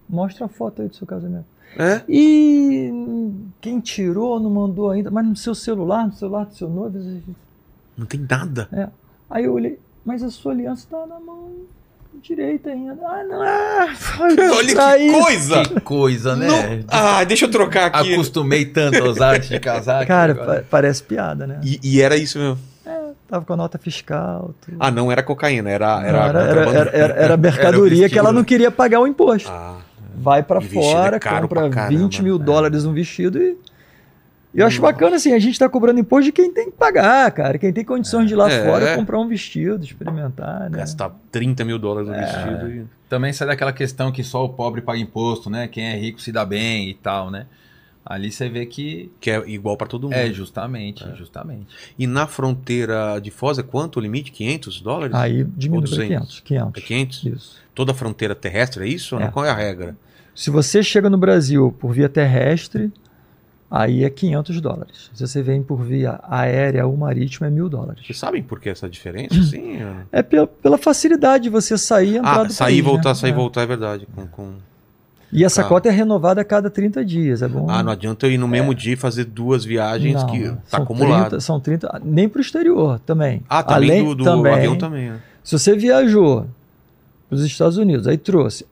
[SPEAKER 2] Mostra a foto aí do seu casamento.
[SPEAKER 1] É?
[SPEAKER 2] E quem tirou não mandou ainda, mas no seu celular, no celular do seu noivo.
[SPEAKER 1] Não tem nada.
[SPEAKER 2] Aí eu olhei, mas a sua aliança tá na mão direita ainda. Ah, não, (laughs) ah, foi
[SPEAKER 1] Olha que
[SPEAKER 2] distraído.
[SPEAKER 1] coisa.
[SPEAKER 4] Que coisa, né?
[SPEAKER 1] Não- Ah, deixa eu trocar aqui.
[SPEAKER 4] Acostumei tanto aos artes de casar. que
[SPEAKER 2] Cara,
[SPEAKER 4] agora-
[SPEAKER 2] pa- parece piada, né?
[SPEAKER 1] E, e era isso mesmo.
[SPEAKER 2] Tava com a nota fiscal. Tudo.
[SPEAKER 1] Ah, não era cocaína, era.
[SPEAKER 2] Não,
[SPEAKER 1] Era,
[SPEAKER 2] era, era,
[SPEAKER 1] contrabando.
[SPEAKER 2] era, era- era mercadoria que ela não queria pagar o imposto.
[SPEAKER 1] Ah,
[SPEAKER 2] Vai pra
[SPEAKER 1] E vestido é
[SPEAKER 2] fora,
[SPEAKER 1] caro pra
[SPEAKER 2] compra
[SPEAKER 1] caramba, Hum.
[SPEAKER 2] 20 mil
[SPEAKER 1] né?
[SPEAKER 2] dólares um vestido e. e Eu acho bacana assim, a gente tá cobrando imposto de quem tem que pagar, cara. Quem tem condições de ir lá
[SPEAKER 1] É.
[SPEAKER 2] fora comprar um vestido, experimentar, né?
[SPEAKER 1] gastar 30 mil dólares no vestido. e-
[SPEAKER 4] Também sai daquela questão que só o pobre paga imposto, né? Quem é rico se dá bem e tal, né? Ali você vê que
[SPEAKER 1] Que é igual pra todo mundo.
[SPEAKER 4] é justamente, justamente.
[SPEAKER 1] E na fronteira de Foz é quanto o limite? 500 dólares?
[SPEAKER 2] Aí diminui pra
[SPEAKER 1] 200.
[SPEAKER 2] 500.
[SPEAKER 1] É
[SPEAKER 2] 500.
[SPEAKER 1] 500?
[SPEAKER 2] Isso.
[SPEAKER 1] Toda a fronteira terrestre é isso?
[SPEAKER 2] É.
[SPEAKER 1] Qual é a regra?
[SPEAKER 2] Se você chega no Brasil por via terrestre, aí é 500 dólares. Se você vem por via aérea ou marítima, é mil dólares.
[SPEAKER 1] Vocês sabem por que essa
[SPEAKER 2] (laughs)
[SPEAKER 1] diferença? Sim. eu-
[SPEAKER 2] É pela, pela facilidade de você sair e entrar
[SPEAKER 1] Ah,
[SPEAKER 2] do
[SPEAKER 1] sair e
[SPEAKER 2] país, né?
[SPEAKER 1] voltar, sair e
[SPEAKER 2] É.
[SPEAKER 1] voltar é verdade. Com, com-
[SPEAKER 2] E essa
[SPEAKER 1] Tá.
[SPEAKER 2] cota é renovada a cada 30 dias, é bom?
[SPEAKER 1] Ah, não adianta eu ir no mesmo dia e fazer duas viagens
[SPEAKER 2] Não,
[SPEAKER 1] que tá
[SPEAKER 2] são
[SPEAKER 1] acumulado.
[SPEAKER 2] 30 são 30, nem para o exterior também.
[SPEAKER 1] Ah, também
[SPEAKER 2] Além,
[SPEAKER 1] do, do
[SPEAKER 2] também,
[SPEAKER 1] avião também. né?
[SPEAKER 2] Se você viajou para os Estados Unidos, aí trouxe.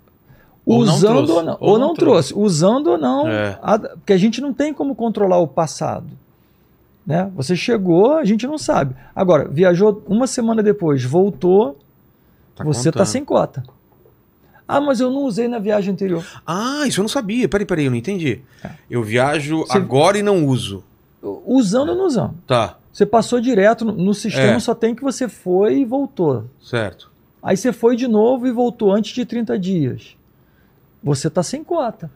[SPEAKER 4] Ou não
[SPEAKER 2] usando
[SPEAKER 4] trouxe,
[SPEAKER 2] ou não, ou não trouxe. usando ou não,
[SPEAKER 1] É.
[SPEAKER 2] a- porque a gente não tem como controlar o passado. Né? Você chegou, a gente não sabe. Agora, viajou uma semana depois, voltou, você
[SPEAKER 1] Tá
[SPEAKER 2] está
[SPEAKER 1] contando.
[SPEAKER 2] sem cota. Ah, mas eu não usei na viagem anterior.
[SPEAKER 1] Ah, isso eu não sabia. Peraí, peraí, eu não entendi.
[SPEAKER 2] É.
[SPEAKER 1] Eu viajo
[SPEAKER 2] Você-
[SPEAKER 1] agora e não uso.
[SPEAKER 2] Usando ou não usando?
[SPEAKER 1] Tá.
[SPEAKER 2] Você passou direto no, no sistema,
[SPEAKER 1] É.
[SPEAKER 2] só tem que você foi e voltou.
[SPEAKER 1] Certo.
[SPEAKER 2] Aí você foi de novo e voltou antes de 30 dias. Você está sem cota.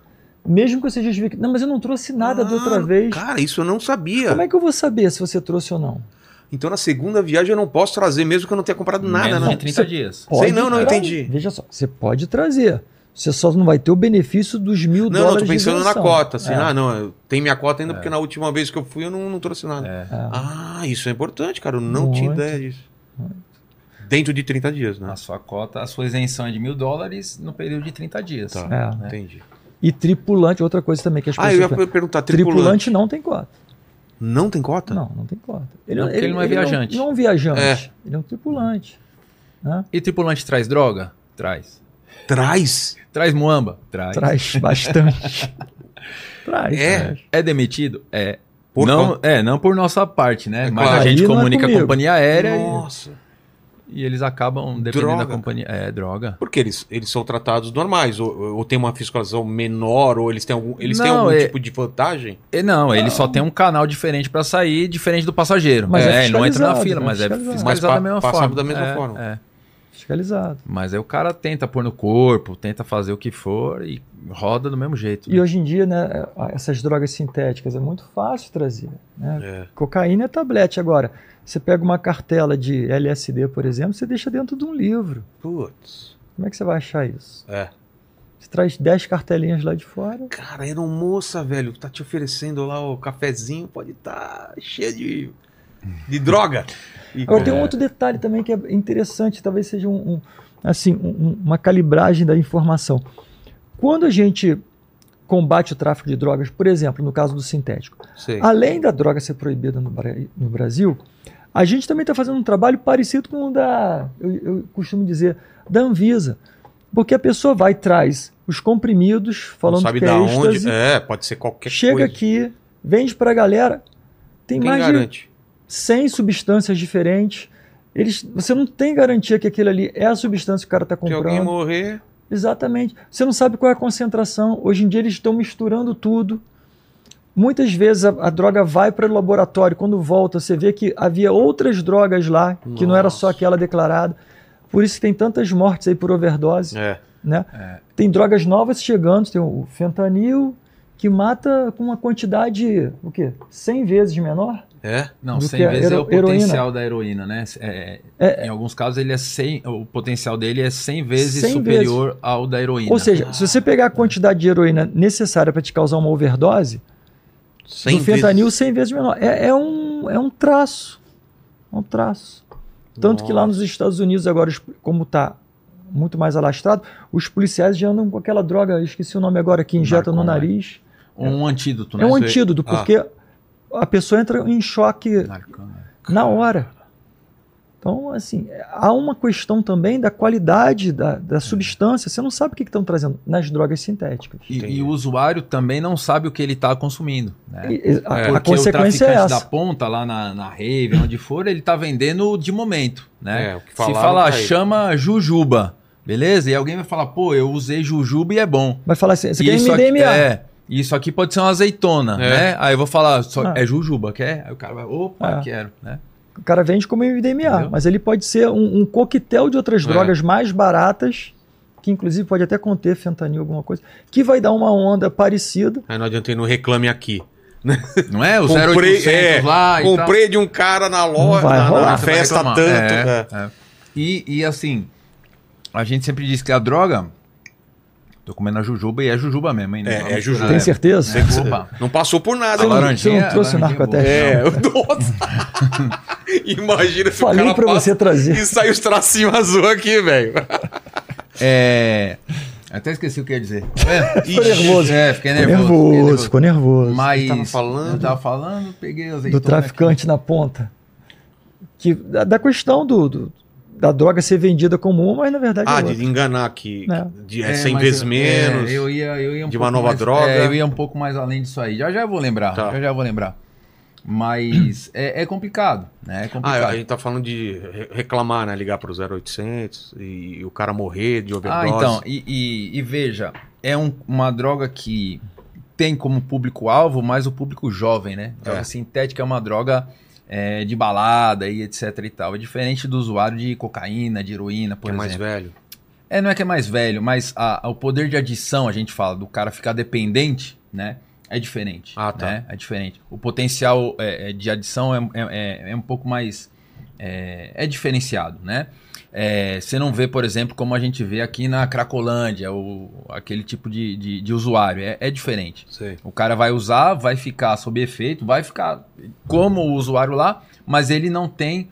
[SPEAKER 2] Mesmo que você justifique, não, mas eu não trouxe nada da outra
[SPEAKER 1] Ah,
[SPEAKER 2] vez.
[SPEAKER 1] Cara, isso eu não sabia.
[SPEAKER 2] Como é que eu vou saber se você trouxe ou não?
[SPEAKER 1] Então na segunda viagem eu não posso trazer, mesmo que eu não tenha comprado nada,
[SPEAKER 4] Menos
[SPEAKER 1] né?
[SPEAKER 4] de 30 dias.
[SPEAKER 1] Sei não, não,
[SPEAKER 2] trazer.
[SPEAKER 1] entendi.
[SPEAKER 2] Veja só, você pode trazer. Você só não vai ter o benefício dos mil
[SPEAKER 1] Não, não,
[SPEAKER 2] dólares
[SPEAKER 1] tô
[SPEAKER 2] de
[SPEAKER 1] pensando na
[SPEAKER 2] isenção.
[SPEAKER 1] cota. Assim,
[SPEAKER 2] É,
[SPEAKER 1] ah, não, eu- tem minha cota ainda porque na última vez que eu fui eu não, não trouxe nada.
[SPEAKER 4] É.
[SPEAKER 2] é.
[SPEAKER 1] Ah, isso é importante, cara. Eu não tinha
[SPEAKER 2] Muito.
[SPEAKER 1] ideia disso. Dentro de 30 dias, né?
[SPEAKER 4] A sua cota, a sua isenção é de mil dólares no período de 30 dias.
[SPEAKER 1] Tá.
[SPEAKER 2] É.
[SPEAKER 1] Entendi.
[SPEAKER 2] E tripulante, outra coisa também que as
[SPEAKER 1] Ah,
[SPEAKER 2] pessoas.
[SPEAKER 1] eu ia
[SPEAKER 2] pensam.
[SPEAKER 1] per- perguntar,
[SPEAKER 2] assim, tipo, tripulante.
[SPEAKER 1] tripulante,
[SPEAKER 2] não tem cota.
[SPEAKER 1] não tem cota?
[SPEAKER 2] Não, não tem cota.
[SPEAKER 4] Não, porque ele não é viajante.
[SPEAKER 2] Não, é um viajante.
[SPEAKER 1] É.
[SPEAKER 2] Ele é um tripulante. né?
[SPEAKER 4] E tripulante traz droga? Traz.
[SPEAKER 1] Traz?
[SPEAKER 4] Traz muamba?
[SPEAKER 2] (laughs)
[SPEAKER 4] Traz.
[SPEAKER 2] Traz bastante. Traz.
[SPEAKER 1] É.
[SPEAKER 2] traz.
[SPEAKER 4] É demitido? É.
[SPEAKER 1] Por
[SPEAKER 4] não, é, não por nossa parte, né?
[SPEAKER 1] É
[SPEAKER 4] Mas
[SPEAKER 1] claro.
[SPEAKER 4] a
[SPEAKER 2] Aí
[SPEAKER 4] gente
[SPEAKER 2] não é
[SPEAKER 4] comunica a
[SPEAKER 2] comigo.
[SPEAKER 4] companhia aérea e,
[SPEAKER 1] Nossa.
[SPEAKER 4] e eles acabam dependendo
[SPEAKER 1] Droga,
[SPEAKER 4] da companhia. É, droga.
[SPEAKER 1] Porque eles, eles são tratados normais, ou, ou tem uma fiscalização menor, ou eles têm algum, eles têm
[SPEAKER 4] Não,
[SPEAKER 1] algum
[SPEAKER 4] é-
[SPEAKER 1] tipo de vantagem?
[SPEAKER 4] E não, ele só tem um canal diferente pra sair, diferente do passageiro.
[SPEAKER 2] Mas é
[SPEAKER 4] é, ele não entra na
[SPEAKER 2] fiscalizado,
[SPEAKER 4] fila,
[SPEAKER 2] né?
[SPEAKER 4] mas é
[SPEAKER 2] Fiscalizado.
[SPEAKER 4] fiscalizado
[SPEAKER 1] Mas pa-
[SPEAKER 4] da mesma
[SPEAKER 1] passa
[SPEAKER 4] forma.
[SPEAKER 1] da mesma
[SPEAKER 4] É,
[SPEAKER 1] forma.
[SPEAKER 4] é.
[SPEAKER 2] Fiscalizado.
[SPEAKER 4] Mas aí o cara tenta pôr no corpo, tenta fazer o que for e roda do mesmo jeito.
[SPEAKER 2] E hoje em dia, né, essas drogas sintéticas é muito fácil trazer. né?
[SPEAKER 1] É.
[SPEAKER 2] Cocaína é tablete. Agora, você pega uma cartela de LSD, por exemplo, você deixa dentro de um livro.
[SPEAKER 1] Putz.
[SPEAKER 2] Como é que você vai achar isso?
[SPEAKER 1] É.
[SPEAKER 2] Você traz 10 cartelinhas lá de fora.
[SPEAKER 1] Cara, era um moça, velho, tá te oferecendo lá o cafezinho, pode estar cheio de, de droga. E-
[SPEAKER 2] Agora tem um outro detalhe também que é interessante, talvez seja um, um- assim, um- um- uma calibragem da informação. Quando a gente combate o tráfico de drogas, por exemplo, no caso do sintético,
[SPEAKER 1] Sei.
[SPEAKER 2] além da droga ser proibida no, Bra- no Brasil, a gente também está fazendo um trabalho parecido com o da, eu, eu costumo dizer, da Anvisa. Porque a pessoa vai e traz os comprimidos, falando
[SPEAKER 1] Não sabe
[SPEAKER 2] que é
[SPEAKER 1] da
[SPEAKER 2] êxtase,
[SPEAKER 1] onde. É, pode ser qualquer
[SPEAKER 2] chega
[SPEAKER 1] coisa.
[SPEAKER 2] aqui, vende para a galera, tem
[SPEAKER 1] Quem
[SPEAKER 2] mais de
[SPEAKER 1] garante?
[SPEAKER 2] 100 substâncias diferentes. Eles, você não tem garantia que aquilo ali é a substância que o cara está
[SPEAKER 1] Se alguém
[SPEAKER 2] comprando.
[SPEAKER 1] morrer,
[SPEAKER 2] Exatamente. Você não sabe qual é a concentração. Hoje em dia eles estão misturando tudo. Muitas vezes a, a droga vai para o laboratório. Quando volta, você vê que havia outras drogas lá, que não era só
[SPEAKER 1] Nossa.
[SPEAKER 2] aquela declarada. Por isso que tem tantas mortes aí por overdose.
[SPEAKER 1] é.
[SPEAKER 2] Né?
[SPEAKER 4] É.
[SPEAKER 2] Tem drogas novas chegando. Tem o fentanil, que mata com uma quantidade, o quê? 100 vezes menor?
[SPEAKER 1] É?
[SPEAKER 4] Não,
[SPEAKER 2] do
[SPEAKER 4] 100
[SPEAKER 2] que a
[SPEAKER 4] vezes é o
[SPEAKER 2] hero- heroína.
[SPEAKER 4] potencial da heroína, né? É,
[SPEAKER 2] É.
[SPEAKER 4] Em alguns casos, ele é 100, o potencial dele é 100 vezes
[SPEAKER 2] 100
[SPEAKER 4] superior ao da heroína.
[SPEAKER 2] Ou seja, se você pegar a quantidade de heroína necessária para te causar uma overdose,
[SPEAKER 1] Cem
[SPEAKER 2] o fentanil
[SPEAKER 1] vezes.
[SPEAKER 2] 100 vezes menor. É, é um, é um traço. É um traço. Tanto que lá nos Estados Unidos, agora, os- como está muito mais alastrado, os policiais já andam com aquela droga, eu esqueci o nome agora, que injeta no
[SPEAKER 4] Narcon, né?
[SPEAKER 2] nariz.
[SPEAKER 4] um antídoto, né?
[SPEAKER 2] É um
[SPEAKER 4] Isso aí-
[SPEAKER 2] antídoto,
[SPEAKER 1] ah.
[SPEAKER 2] porque a pessoa entra em choque
[SPEAKER 4] Narcan, né?
[SPEAKER 2] na hora. Então, assim, há uma questão também da qualidade da, da substância. Você não sabe o que que estão trazendo nas drogas sintéticas.
[SPEAKER 4] E,
[SPEAKER 1] Entendi.
[SPEAKER 4] e o usuário também não sabe o que ele está consumindo. Né?
[SPEAKER 2] E- e- a, a
[SPEAKER 4] Porque
[SPEAKER 2] consequência
[SPEAKER 4] o
[SPEAKER 2] é
[SPEAKER 4] traficante
[SPEAKER 2] essa.
[SPEAKER 4] da ponta, lá na, na rave, onde for, ele tá vendendo de momento, né?
[SPEAKER 1] É, o que
[SPEAKER 4] Se
[SPEAKER 1] falaram
[SPEAKER 4] falar,
[SPEAKER 1] tá aí.
[SPEAKER 4] chama jujuba, beleza? E alguém vai falar, pô, eu usei jujuba e é bom.
[SPEAKER 2] Vai falar assim, você
[SPEAKER 4] E
[SPEAKER 2] quer
[SPEAKER 4] isso, aqui,
[SPEAKER 2] MDMA?
[SPEAKER 4] é, isso aqui pode ser uma azeitona,
[SPEAKER 1] É.
[SPEAKER 4] né? Aí eu vou falar, só,
[SPEAKER 2] Ah.
[SPEAKER 4] é jujuba, quer? Aí o cara vai, opa,
[SPEAKER 2] Ah.
[SPEAKER 4] quero, né?
[SPEAKER 2] O cara vende como MDMA,
[SPEAKER 4] Entendeu?
[SPEAKER 2] mas ele pode ser um, um coquetel de outras
[SPEAKER 1] É.
[SPEAKER 2] drogas mais baratas, que inclusive pode até conter fentanil, alguma coisa, que vai dar uma onda parecida.
[SPEAKER 1] Aí não adianta ir no reclame aqui.
[SPEAKER 4] Não é? O
[SPEAKER 1] Comprei,
[SPEAKER 4] 0800
[SPEAKER 1] é,
[SPEAKER 4] lá e tal.
[SPEAKER 1] comprei de um cara na loja,
[SPEAKER 2] Não vai
[SPEAKER 1] na, na
[SPEAKER 2] rolar.
[SPEAKER 1] festa
[SPEAKER 4] Você vai
[SPEAKER 1] tanto.
[SPEAKER 4] reclamar.
[SPEAKER 1] É.
[SPEAKER 4] E, e assim, a gente sempre diz que a droga... Tô comendo a jujuba e é jujuba mesmo, hein?
[SPEAKER 1] É,
[SPEAKER 4] Não
[SPEAKER 1] é jujuba.
[SPEAKER 2] Tem
[SPEAKER 1] É.
[SPEAKER 2] certeza?
[SPEAKER 4] É, opa.
[SPEAKER 1] Não passou por nada.
[SPEAKER 4] Você
[SPEAKER 2] Você,
[SPEAKER 4] A
[SPEAKER 1] mano.
[SPEAKER 2] não, você
[SPEAKER 4] laranjinha-
[SPEAKER 2] não trouxe
[SPEAKER 4] a
[SPEAKER 2] o
[SPEAKER 4] laranjinha é boa.
[SPEAKER 2] narcoteste?
[SPEAKER 1] É, (laughs)
[SPEAKER 4] (laughs)
[SPEAKER 1] nossa. Imagina se o
[SPEAKER 2] (laughs) Falei
[SPEAKER 1] cara
[SPEAKER 2] pra
[SPEAKER 1] passa
[SPEAKER 2] você trazer.
[SPEAKER 1] e sai os tracinhos azul aqui, velho.
[SPEAKER 4] É. Até esqueci o que eu
[SPEAKER 2] (laughs)
[SPEAKER 4] ia dizer.
[SPEAKER 2] Ficou nervoso.
[SPEAKER 4] É, fiquei
[SPEAKER 2] Ficou
[SPEAKER 4] nervoso.
[SPEAKER 2] nervoso,
[SPEAKER 4] fiquei
[SPEAKER 2] ficou nervoso.
[SPEAKER 4] Mas. então, é
[SPEAKER 1] Tava falando-
[SPEAKER 4] eu tava falando, peguei os
[SPEAKER 2] do traficante na ponta. Que, da, da questão do, do- da droga ser vendida como uma, mas na verdade
[SPEAKER 1] Ah,
[SPEAKER 2] é
[SPEAKER 1] de
[SPEAKER 2] outra.
[SPEAKER 1] enganar que
[SPEAKER 2] É.
[SPEAKER 1] de, é 100 vezes menos.
[SPEAKER 4] eu ia, eu ia um
[SPEAKER 1] de
[SPEAKER 4] pouco
[SPEAKER 1] uma nova
[SPEAKER 4] mais-
[SPEAKER 1] droga.
[SPEAKER 4] é, eu ia um pouco mais além disso aí. Já já eu vou lembrar.
[SPEAKER 1] Tá.
[SPEAKER 4] Já já eu vou lembrar. Mas é, é complicado, né? É
[SPEAKER 1] Ah,
[SPEAKER 4] complicado.
[SPEAKER 1] a gente tá falando de re- reclamar, né? Ligar pro 0800 e o cara morrer de
[SPEAKER 4] Ah,
[SPEAKER 1] overdose.
[SPEAKER 4] então,
[SPEAKER 6] é
[SPEAKER 4] e, e- e veja, é um- uma droga que tem como público-alvo mais o público jovem, né? Droga
[SPEAKER 1] É.
[SPEAKER 4] sintética é uma droga é, de balada e etc e tal. É diferente do usuário de cocaína, de heroína, por
[SPEAKER 6] é mais
[SPEAKER 4] exemplo.
[SPEAKER 6] velho.
[SPEAKER 4] É, não é que é mais velho, mas a- a- o poder de adição, a gente fala, do cara ficar dependente, né? É diferente.
[SPEAKER 6] Ah, tá.
[SPEAKER 4] né? É diferente. O potencial é, é, de adição é, é- é- é um pouco mais. É, é diferenciado, né? É, você não vê, por exemplo, como a gente vê aqui na Cracolândia, o, aquele tipo de, de- de usuário. É- é diferente.
[SPEAKER 6] Sei.
[SPEAKER 4] O cara vai usar, vai ficar sob efeito, vai ficar como o usuário lá, mas ele não tem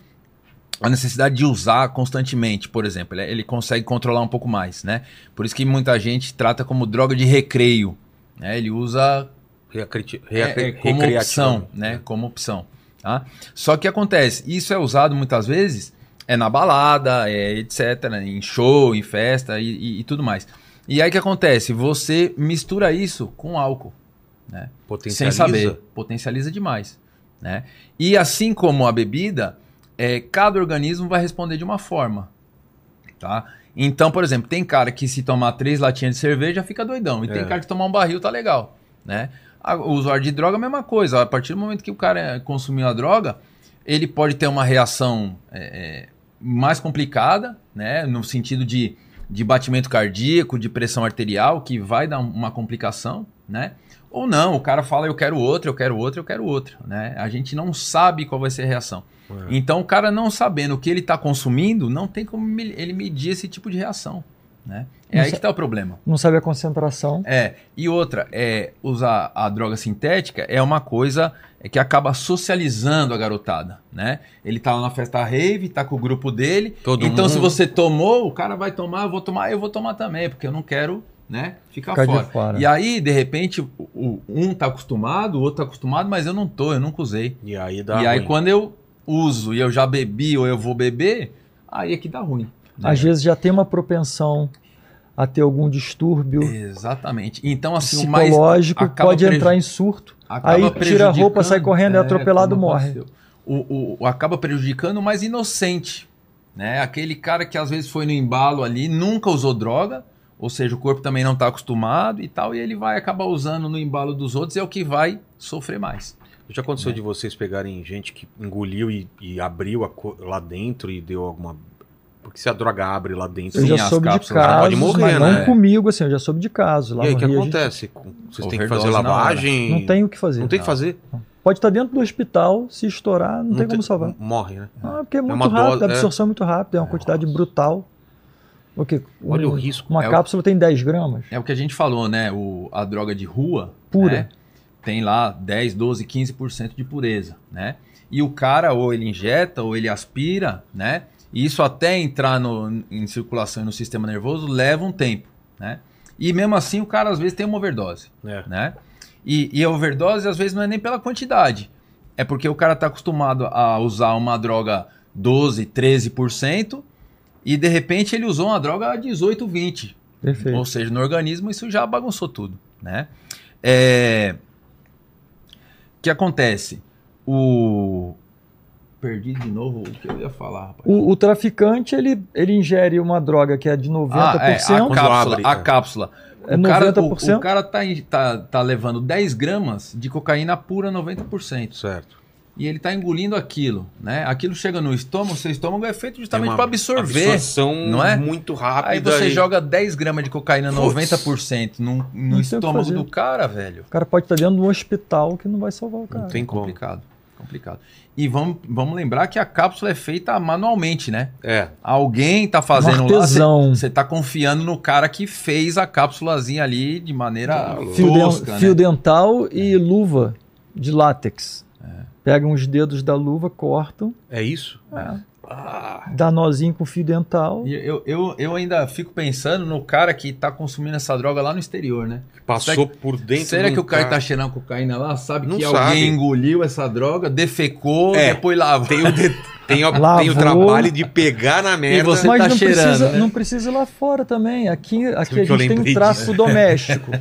[SPEAKER 4] a necessidade de usar constantemente, por exemplo. Ele, ele consegue controlar um pouco mais, né? Por isso que muita gente trata como droga de recreio. né? Ele usa
[SPEAKER 6] Reacreti...
[SPEAKER 4] é, é, como opção, né? Como opção. Tá? Só que acontece, isso é usado muitas vezes é na balada, é etc, né, em show, em festa e, e- e tudo mais. E aí o que acontece? Você mistura isso com álcool sem
[SPEAKER 6] Potencializa.
[SPEAKER 4] saber. Potencializa demais. Né? E assim como a bebida, é, cada organismo vai responder de uma forma. Tá? Então, por exemplo, tem cara que se tomar três latinhas de cerveja fica doidão. E tem
[SPEAKER 6] É.
[SPEAKER 4] cara que tomar um barril tá legal. Né? A- O usuário de droga é a mesma coisa. A partir do momento que o cara eh, consumiu a droga, ele pode ter uma reação eh, eh, mais complicada, né? no sentido de, de batimento cardíaco, de pressão arterial, que vai dar um- uma complicação. Né? Ou não, o cara fala eu quero outro, eu quero outro, eu quero outro, né? A gente não sabe qual vai ser a reação.
[SPEAKER 6] É.
[SPEAKER 4] Então o cara não sabendo o que ele está consumindo, não tem como me- ele medir esse tipo de reação, né? É
[SPEAKER 2] Não
[SPEAKER 4] aí
[SPEAKER 2] sa-
[SPEAKER 4] que tá o problema.
[SPEAKER 2] Não sabe a concentração.
[SPEAKER 4] É, e outra, é usar a droga sintética é uma coisa é, que acaba socializando a garotada, né? Ele tá lá na festa rave, tá com o grupo dele.
[SPEAKER 6] Todo
[SPEAKER 4] então se
[SPEAKER 6] mundo-
[SPEAKER 4] você tomou, o cara vai tomar, eu vou tomar, eu vou tomar também, porque eu não quero, né, ficar
[SPEAKER 2] Ficar
[SPEAKER 4] fora.
[SPEAKER 2] de fora.
[SPEAKER 4] E aí, de repente, o- o- um tá acostumado, o outro tá acostumado, mas eu não tô, eu nunca usei.
[SPEAKER 6] E aí dá.
[SPEAKER 4] e aí,
[SPEAKER 6] ruim.
[SPEAKER 4] quando eu uso e eu já bebi ou eu vou beber, aí é que dá ruim. né?
[SPEAKER 2] Às vezes já tem uma propensão a ter algum distúrbio
[SPEAKER 4] Exatamente. Então, assim, É. o mais.
[SPEAKER 2] psicológico,
[SPEAKER 4] acaba
[SPEAKER 2] pode
[SPEAKER 4] preju-
[SPEAKER 2] entrar em surto.
[SPEAKER 4] acaba
[SPEAKER 2] aí tira a roupa,
[SPEAKER 4] prejudicando-
[SPEAKER 2] sai correndo, é atropelado,
[SPEAKER 4] como
[SPEAKER 2] morre.
[SPEAKER 4] aconteceu. O, o- o- acaba prejudicando o mais inocente. Né? Aquele cara que às vezes foi no embalo ali, nunca usou droga, ou seja, o corpo também não está acostumado e tal, e ele vai acabar usando no embalo dos outros, é o que vai sofrer mais.
[SPEAKER 6] Já aconteceu
[SPEAKER 4] É.
[SPEAKER 6] de vocês pegarem gente que engoliu e, e abriu a co- lá dentro e deu alguma. Porque se a droga abre lá dentro.
[SPEAKER 2] Eu já
[SPEAKER 4] as
[SPEAKER 2] soube de
[SPEAKER 4] cápsulas, cara,
[SPEAKER 2] casos,
[SPEAKER 6] pode morrer,
[SPEAKER 2] mas não
[SPEAKER 6] né?
[SPEAKER 2] comigo, assim, eu já soube de casos. Lá
[SPEAKER 6] E aí,
[SPEAKER 2] no
[SPEAKER 6] o que
[SPEAKER 2] Rio, a gente
[SPEAKER 6] acontece? Vocês têm que
[SPEAKER 4] Overdose
[SPEAKER 6] fazer
[SPEAKER 4] na hora.
[SPEAKER 6] lavagem?
[SPEAKER 2] Não tem o que fazer.
[SPEAKER 6] Não tem que fazer.
[SPEAKER 2] Pode estar dentro do hospital, se estourar, não, tem como salvar.
[SPEAKER 6] Morre, né?
[SPEAKER 2] Ah, porque é muito
[SPEAKER 6] uma
[SPEAKER 2] rápido,
[SPEAKER 6] dose,
[SPEAKER 2] a absorção é muito rápida, é uma
[SPEAKER 6] É,
[SPEAKER 2] quantidade brutal. O quê?
[SPEAKER 6] Olha o
[SPEAKER 2] Um-
[SPEAKER 6] risco.
[SPEAKER 2] Uma
[SPEAKER 4] É o-
[SPEAKER 2] cápsula tem 10 gramas.
[SPEAKER 4] É o que a gente falou, né? O, a droga de rua
[SPEAKER 2] Pura.
[SPEAKER 4] né? tem lá 10, 12, 15% de pureza, né? E o cara ou ele injeta ou ele aspira, né? E isso até entrar no, em circulação e no sistema nervoso leva um tempo, né? E mesmo assim o cara às vezes tem uma overdose,
[SPEAKER 6] É.
[SPEAKER 4] né? E, e a overdose às vezes não é nem pela quantidade, é porque o cara tá acostumado a usar uma droga 12, 13% e de repente ele usou uma droga 18, 20%.
[SPEAKER 2] Perfeito.
[SPEAKER 4] Ou seja, no organismo isso já bagunçou tudo, né? É... O que acontece? O... Perdi de novo o que eu ia falar, rapaz.
[SPEAKER 2] O, o traficante, ele, ele ingere uma droga que é de 90%,
[SPEAKER 4] Ah, é, a
[SPEAKER 6] Quando
[SPEAKER 4] cápsula,
[SPEAKER 6] abre,
[SPEAKER 4] a
[SPEAKER 6] é.
[SPEAKER 4] cápsula.
[SPEAKER 2] é
[SPEAKER 4] O cara, o, o
[SPEAKER 2] 90%.
[SPEAKER 4] cara tá, em- tá, tá levando 10 gramas de cocaína pura 90%.
[SPEAKER 6] Certo.
[SPEAKER 4] E ele tá engolindo aquilo, né? Aquilo chega no estômago, seu estômago é feito
[SPEAKER 6] Tem
[SPEAKER 4] justamente
[SPEAKER 6] uma
[SPEAKER 4] para absorver.
[SPEAKER 6] Absorção
[SPEAKER 4] não é?
[SPEAKER 6] muito rápida.
[SPEAKER 4] Aí você
[SPEAKER 6] e-
[SPEAKER 4] joga 10 gramas de cocaína
[SPEAKER 6] Putz.
[SPEAKER 4] 90% num-
[SPEAKER 2] tem
[SPEAKER 4] no
[SPEAKER 2] o que
[SPEAKER 4] estômago
[SPEAKER 2] fazer.
[SPEAKER 4] do cara, velho.
[SPEAKER 2] O cara pode estar dentro de um hospital que não vai salvar o cara. é
[SPEAKER 6] Não tem como.
[SPEAKER 4] Complicado, complicado. E vamos, vamos lembrar que a cápsula é feita manualmente, né?
[SPEAKER 6] É.
[SPEAKER 4] Alguém tá
[SPEAKER 2] um
[SPEAKER 4] fazendo lá, você-
[SPEAKER 2] artesão.
[SPEAKER 4] você tá confiando no cara que fez a cápsulazinha ali de maneira
[SPEAKER 6] Tá louco.
[SPEAKER 2] fio, den-
[SPEAKER 4] tosca,
[SPEAKER 2] fio
[SPEAKER 4] né?
[SPEAKER 2] dental
[SPEAKER 6] É.
[SPEAKER 2] e luva de látex. Pegam os dedos da luva, cortam,
[SPEAKER 6] É isso?
[SPEAKER 4] É.
[SPEAKER 6] Ah,
[SPEAKER 2] dá nozinho com fio dental.
[SPEAKER 4] E Eu, eu, eu ainda fico pensando no cara que tá consumindo essa droga lá no exterior, né?
[SPEAKER 6] passou
[SPEAKER 4] Será
[SPEAKER 6] por dentro.
[SPEAKER 4] Será
[SPEAKER 6] de um
[SPEAKER 4] que o cara tá cheirando cocaína lá? Sabe
[SPEAKER 6] Não
[SPEAKER 4] que
[SPEAKER 6] sabe.
[SPEAKER 4] alguém engoliu essa droga, defecou,
[SPEAKER 6] É.
[SPEAKER 4] depois lavou.
[SPEAKER 6] Tem o, de- (laughs) tem, o...
[SPEAKER 2] Lavou.
[SPEAKER 6] tem o trabalho de pegar na merda.
[SPEAKER 4] você-
[SPEAKER 2] Mas
[SPEAKER 4] tá
[SPEAKER 2] não,
[SPEAKER 4] cheirando,
[SPEAKER 2] precisa,
[SPEAKER 4] né?
[SPEAKER 2] não precisa ir lá fora também. Aqui, aqui
[SPEAKER 6] viu
[SPEAKER 2] a
[SPEAKER 6] que eu
[SPEAKER 2] gente tem
[SPEAKER 6] lembrei
[SPEAKER 2] um traço doméstico.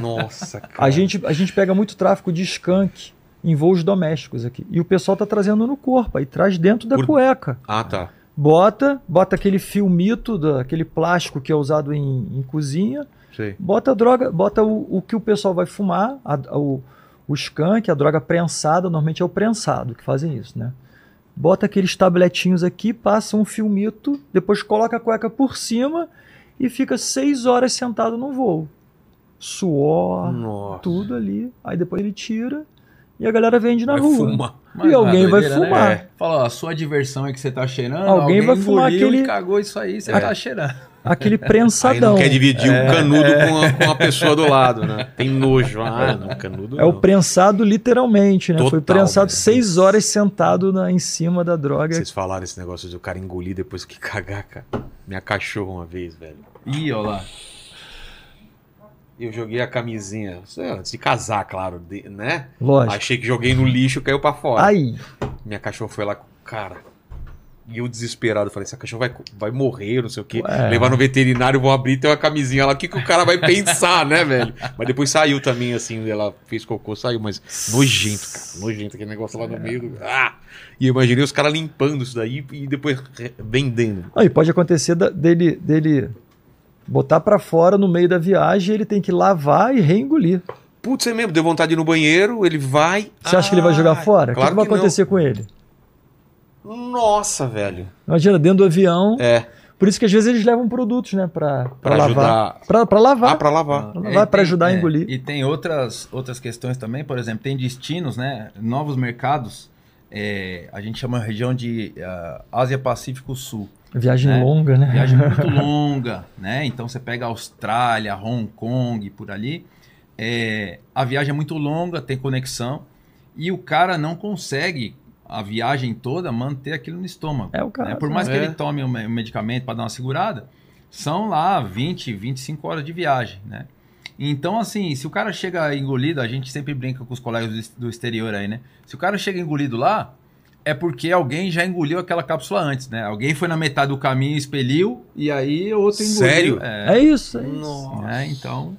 [SPEAKER 6] Nossa, (laughs) cara.
[SPEAKER 2] A gente, a gente pega muito tráfico de skunk em voos domésticos aqui. E o pessoal tá trazendo no corpo, aí traz dentro da
[SPEAKER 6] Por-
[SPEAKER 2] cueca.
[SPEAKER 6] Ah, tá.
[SPEAKER 2] Bota, bota aquele filmito, da, aquele plástico que é usado em, em cozinha,
[SPEAKER 6] Sei.
[SPEAKER 2] Bota a droga, bota o, o que o pessoal vai fumar, a- a- o, O skunk, a droga prensada, normalmente é o prensado que fazem isso, né? Bota aqueles tabletinhos aqui, passa um filmito, depois coloca a cueca por cima e fica seis horas sentado no voo. Suor,
[SPEAKER 1] Nossa.
[SPEAKER 2] Ah, tudo ali. Aí depois ele tira e a galera vende na
[SPEAKER 6] É
[SPEAKER 1] Vai
[SPEAKER 2] rua.
[SPEAKER 1] fumar.
[SPEAKER 2] E alguém vai
[SPEAKER 4] né?
[SPEAKER 2] fumar.
[SPEAKER 4] É. Fala, ó, a sua diversão é que você tá cheirando.
[SPEAKER 2] Alguém vai fumar
[SPEAKER 4] engoliu
[SPEAKER 2] aquele-
[SPEAKER 4] e cagou isso aí, você
[SPEAKER 6] É.
[SPEAKER 4] tá cheirando.
[SPEAKER 1] (laughs)
[SPEAKER 2] Aquele
[SPEAKER 1] Aí não
[SPEAKER 2] prensadão.
[SPEAKER 1] quer dividir
[SPEAKER 2] É.
[SPEAKER 1] o canudo com, a,
[SPEAKER 2] (laughs)
[SPEAKER 1] com a pessoa do lado, né? Tem nojo. Ah, não, canudo
[SPEAKER 2] É o
[SPEAKER 1] não.
[SPEAKER 2] prensado literalmente, né? Foi
[SPEAKER 1] Total,
[SPEAKER 2] prensado
[SPEAKER 1] né?
[SPEAKER 2] seis horas sentado na, em cima da droga.
[SPEAKER 1] Vocês falaram esse negócio de o cara engolir depois que (laughs) cagar, cara. Me acachou uma vez, velho.
[SPEAKER 4] Ih, ó lá.
[SPEAKER 1] Eu joguei a camisinha, sei lá, antes de casar, claro, de- né?
[SPEAKER 2] Lógico.
[SPEAKER 1] Achei que joguei no lixo, caiu pra fora.
[SPEAKER 2] Aí,
[SPEAKER 1] Minha cachorra foi lá, com o cara. E eu desesperado, falei, essa cachorra vai, vai morrer, não sei o quê.
[SPEAKER 2] Ué.
[SPEAKER 1] Levar no veterinário, vão abrir, tem uma camisinha lá. O que, que o cara vai pensar, né, velho? Mas depois saiu também, assim, ela fez cocô, saiu, mas nojento, cara. Nojento aquele negócio
[SPEAKER 2] É.
[SPEAKER 1] lá no meio. do- Ah! E eu imaginei os caras limpando isso daí e depois re- vendendo.
[SPEAKER 2] aí pode acontecer da- dele, dele botar pra fora no meio da viagem, ele tem que lavar e reengolir.
[SPEAKER 1] Putz, é mesmo, deu vontade de ir no banheiro, ele vai.
[SPEAKER 2] Você acha que ele vai jogar
[SPEAKER 1] Ah,
[SPEAKER 2] fora?
[SPEAKER 1] Claro
[SPEAKER 2] o que, que
[SPEAKER 1] que
[SPEAKER 2] vai acontecer com ele?
[SPEAKER 1] não. Nossa, velho.
[SPEAKER 2] Imagina, dentro do avião.
[SPEAKER 1] É.
[SPEAKER 2] Por isso que às vezes eles levam produtos, né? Pra, pra,
[SPEAKER 1] Pra
[SPEAKER 2] lavar.
[SPEAKER 1] ajudar.
[SPEAKER 2] Pra, pra lavar.
[SPEAKER 1] Ah, pra lavar.
[SPEAKER 2] Ela vai
[SPEAKER 4] E tem-
[SPEAKER 2] pra ajudar a
[SPEAKER 4] é,
[SPEAKER 2] engolir.
[SPEAKER 4] E tem outras, outras questões também, por exemplo, tem destinos, né? Novos mercados. é, a gente chama a região de ah, Ásia-Pacífico Sul.
[SPEAKER 2] Viagem
[SPEAKER 4] É.
[SPEAKER 2] longa, né? (laughs)
[SPEAKER 4] Viagem muito longa, né? Então você pega Austrália, Hong Kong, por ali. É, a viagem é muito longa, tem conexão. E o cara não consegue, a viagem toda, manter aquilo no estômago.
[SPEAKER 2] É o cara.
[SPEAKER 4] Né? Por mais que
[SPEAKER 1] É.
[SPEAKER 4] ele tome o me- o medicamento para dar uma segurada, são lá 20, 25 horas de viagem, né? Então, assim, se o cara chega engolido, a gente sempre brinca com os colegas do ex- do exterior aí, né? Se o cara chega engolido lá, é porque alguém já engoliu aquela cápsula antes, né? Alguém foi na metade do caminho, expeliu, e aí outro engoliu.
[SPEAKER 1] Sério?
[SPEAKER 4] É.
[SPEAKER 2] É isso. É isso.
[SPEAKER 4] né? Então,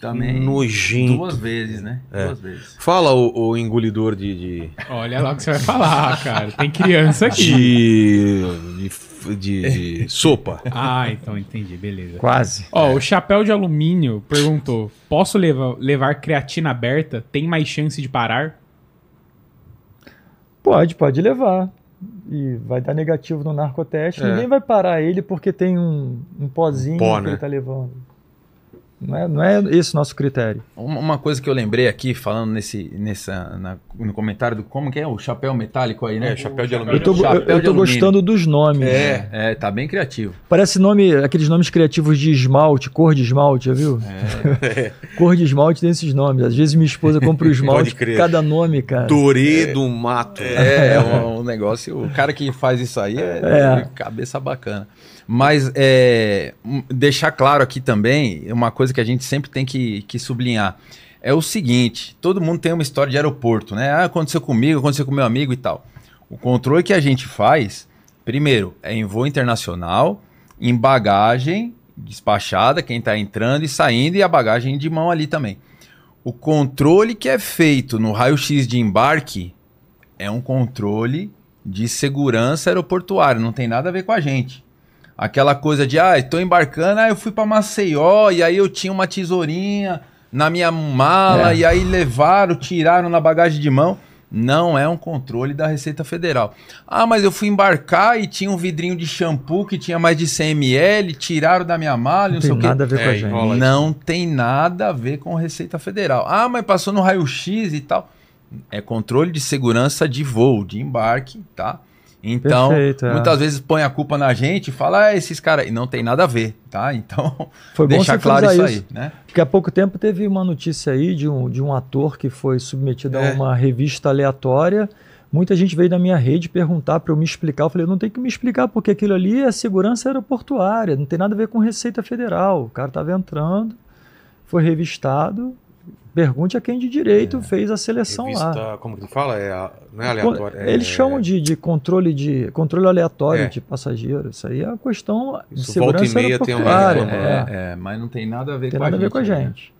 [SPEAKER 4] também
[SPEAKER 1] Nojento. É.
[SPEAKER 4] duas vezes, né? Duas vezes.
[SPEAKER 1] Fala o, o engolidor de. de,
[SPEAKER 3] Olha lá o que você vai falar, cara. Tem criança (laughs) aqui.
[SPEAKER 1] (laughs) de, de- de- de (laughs) sopa.
[SPEAKER 3] Ah, então entendi, beleza.
[SPEAKER 2] Quase.
[SPEAKER 3] Ó, o Chapéu de Alumínio perguntou: posso levar, levar creatina aberta? Tem mais chance de parar?
[SPEAKER 2] Pode, pode levar. E vai dar negativo no narcoteste.
[SPEAKER 1] É.
[SPEAKER 2] Ninguém vai parar ele porque tem um, um pozinho
[SPEAKER 1] Pó,
[SPEAKER 2] que
[SPEAKER 1] né?
[SPEAKER 2] ele tá levando. Não é, não é esse o nosso critério.
[SPEAKER 4] Uma uma coisa que eu lembrei aqui, falando nesse, nessa, na- no comentário do como que é o chapéu metálico aí, né?
[SPEAKER 1] É, chapéu de
[SPEAKER 2] Eu
[SPEAKER 1] alumínio.
[SPEAKER 2] tô, eu, eu
[SPEAKER 4] Chapéu de
[SPEAKER 2] tô
[SPEAKER 4] alumínio.
[SPEAKER 2] gostando dos nomes.
[SPEAKER 4] É, tá bem criativo.
[SPEAKER 2] Parece nome, aqueles nomes criativos de esmalte, cor de esmalte, já viu? (laughs) Cor de esmalte tem esses nomes. Às vezes minha esposa compra o esmalte,
[SPEAKER 1] É. Pode crer.
[SPEAKER 2] cada nome, cara.
[SPEAKER 1] Dorê do mato.
[SPEAKER 4] É,
[SPEAKER 1] (laughs)
[SPEAKER 4] é um, um negócio. O cara que faz isso aí é,
[SPEAKER 2] É.
[SPEAKER 4] cabeça bacana. Mas é, um, deixar claro aqui também, é uma coisa que a gente sempre tem que, que sublinhar. É o seguinte: todo mundo tem uma história de aeroporto, né? Ah, aconteceu comigo, aconteceu com meu amigo e tal. O controle que a gente faz, primeiro, é em voo internacional, em bagagem despachada, quem está entrando e saindo, e a bagagem de mão ali também. O controle que é feito no raio-x de embarque é um controle de segurança aeroportuária, não tem nada a ver com a gente. Aquela coisa de, ah, estou embarcando, ah, eu fui para Maceió e aí eu tinha uma tesourinha na minha
[SPEAKER 2] É.
[SPEAKER 4] mala e aí levaram, tiraram na bagagem de mão. Não é um controle da Receita Federal. Ah, mas eu fui embarcar e tinha um vidrinho de shampoo que tinha mais de 100 ml, tiraram da minha mala, e
[SPEAKER 2] Não
[SPEAKER 4] não sei
[SPEAKER 2] tem
[SPEAKER 4] o quê.
[SPEAKER 2] nada a ver com
[SPEAKER 1] É,
[SPEAKER 2] a gente.
[SPEAKER 1] enrola. Fala isso.
[SPEAKER 4] Não tem nada a ver com Receita Federal. Ah, mas passou no raio-x e tal. É controle de segurança de voo, de embarque, tá? Então,
[SPEAKER 2] Perfeito, é.
[SPEAKER 4] muitas vezes põe a culpa na gente e fala, ah, esses caras. E não tem nada a ver, tá? (laughs) Então,
[SPEAKER 2] Foi bom
[SPEAKER 4] deixar
[SPEAKER 2] você
[SPEAKER 4] claro
[SPEAKER 2] frisar
[SPEAKER 4] isso,
[SPEAKER 2] isso.
[SPEAKER 4] aí, né?
[SPEAKER 2] Porque há pouco tempo teve uma notícia aí de um, de um ator que foi submetido a
[SPEAKER 1] É.
[SPEAKER 2] uma revista aleatória. Muita gente veio na minha rede perguntar para eu me explicar. Eu falei, não tem que me explicar, porque aquilo ali é segurança aeroportuária, não tem nada a ver com Receita Federal. O cara estava entrando, foi revistado. Pergunte a quem de direito fez a seleção lá.
[SPEAKER 1] É. Revista, como que ele fala? É a- não é aleatório. é-
[SPEAKER 2] Eles chamam de, de controle de controle aleatório
[SPEAKER 1] É.
[SPEAKER 2] de passageiro. Isso aí é uma questão de
[SPEAKER 1] Isso, volta e
[SPEAKER 2] segurança
[SPEAKER 1] meia tem uma né?
[SPEAKER 2] aeroportuária.
[SPEAKER 1] reclama-
[SPEAKER 2] é.
[SPEAKER 4] É, é, mas não tem nada a ver,
[SPEAKER 2] Não tem
[SPEAKER 4] com,
[SPEAKER 2] nada a
[SPEAKER 4] a
[SPEAKER 2] ver com a
[SPEAKER 4] né?
[SPEAKER 2] gente.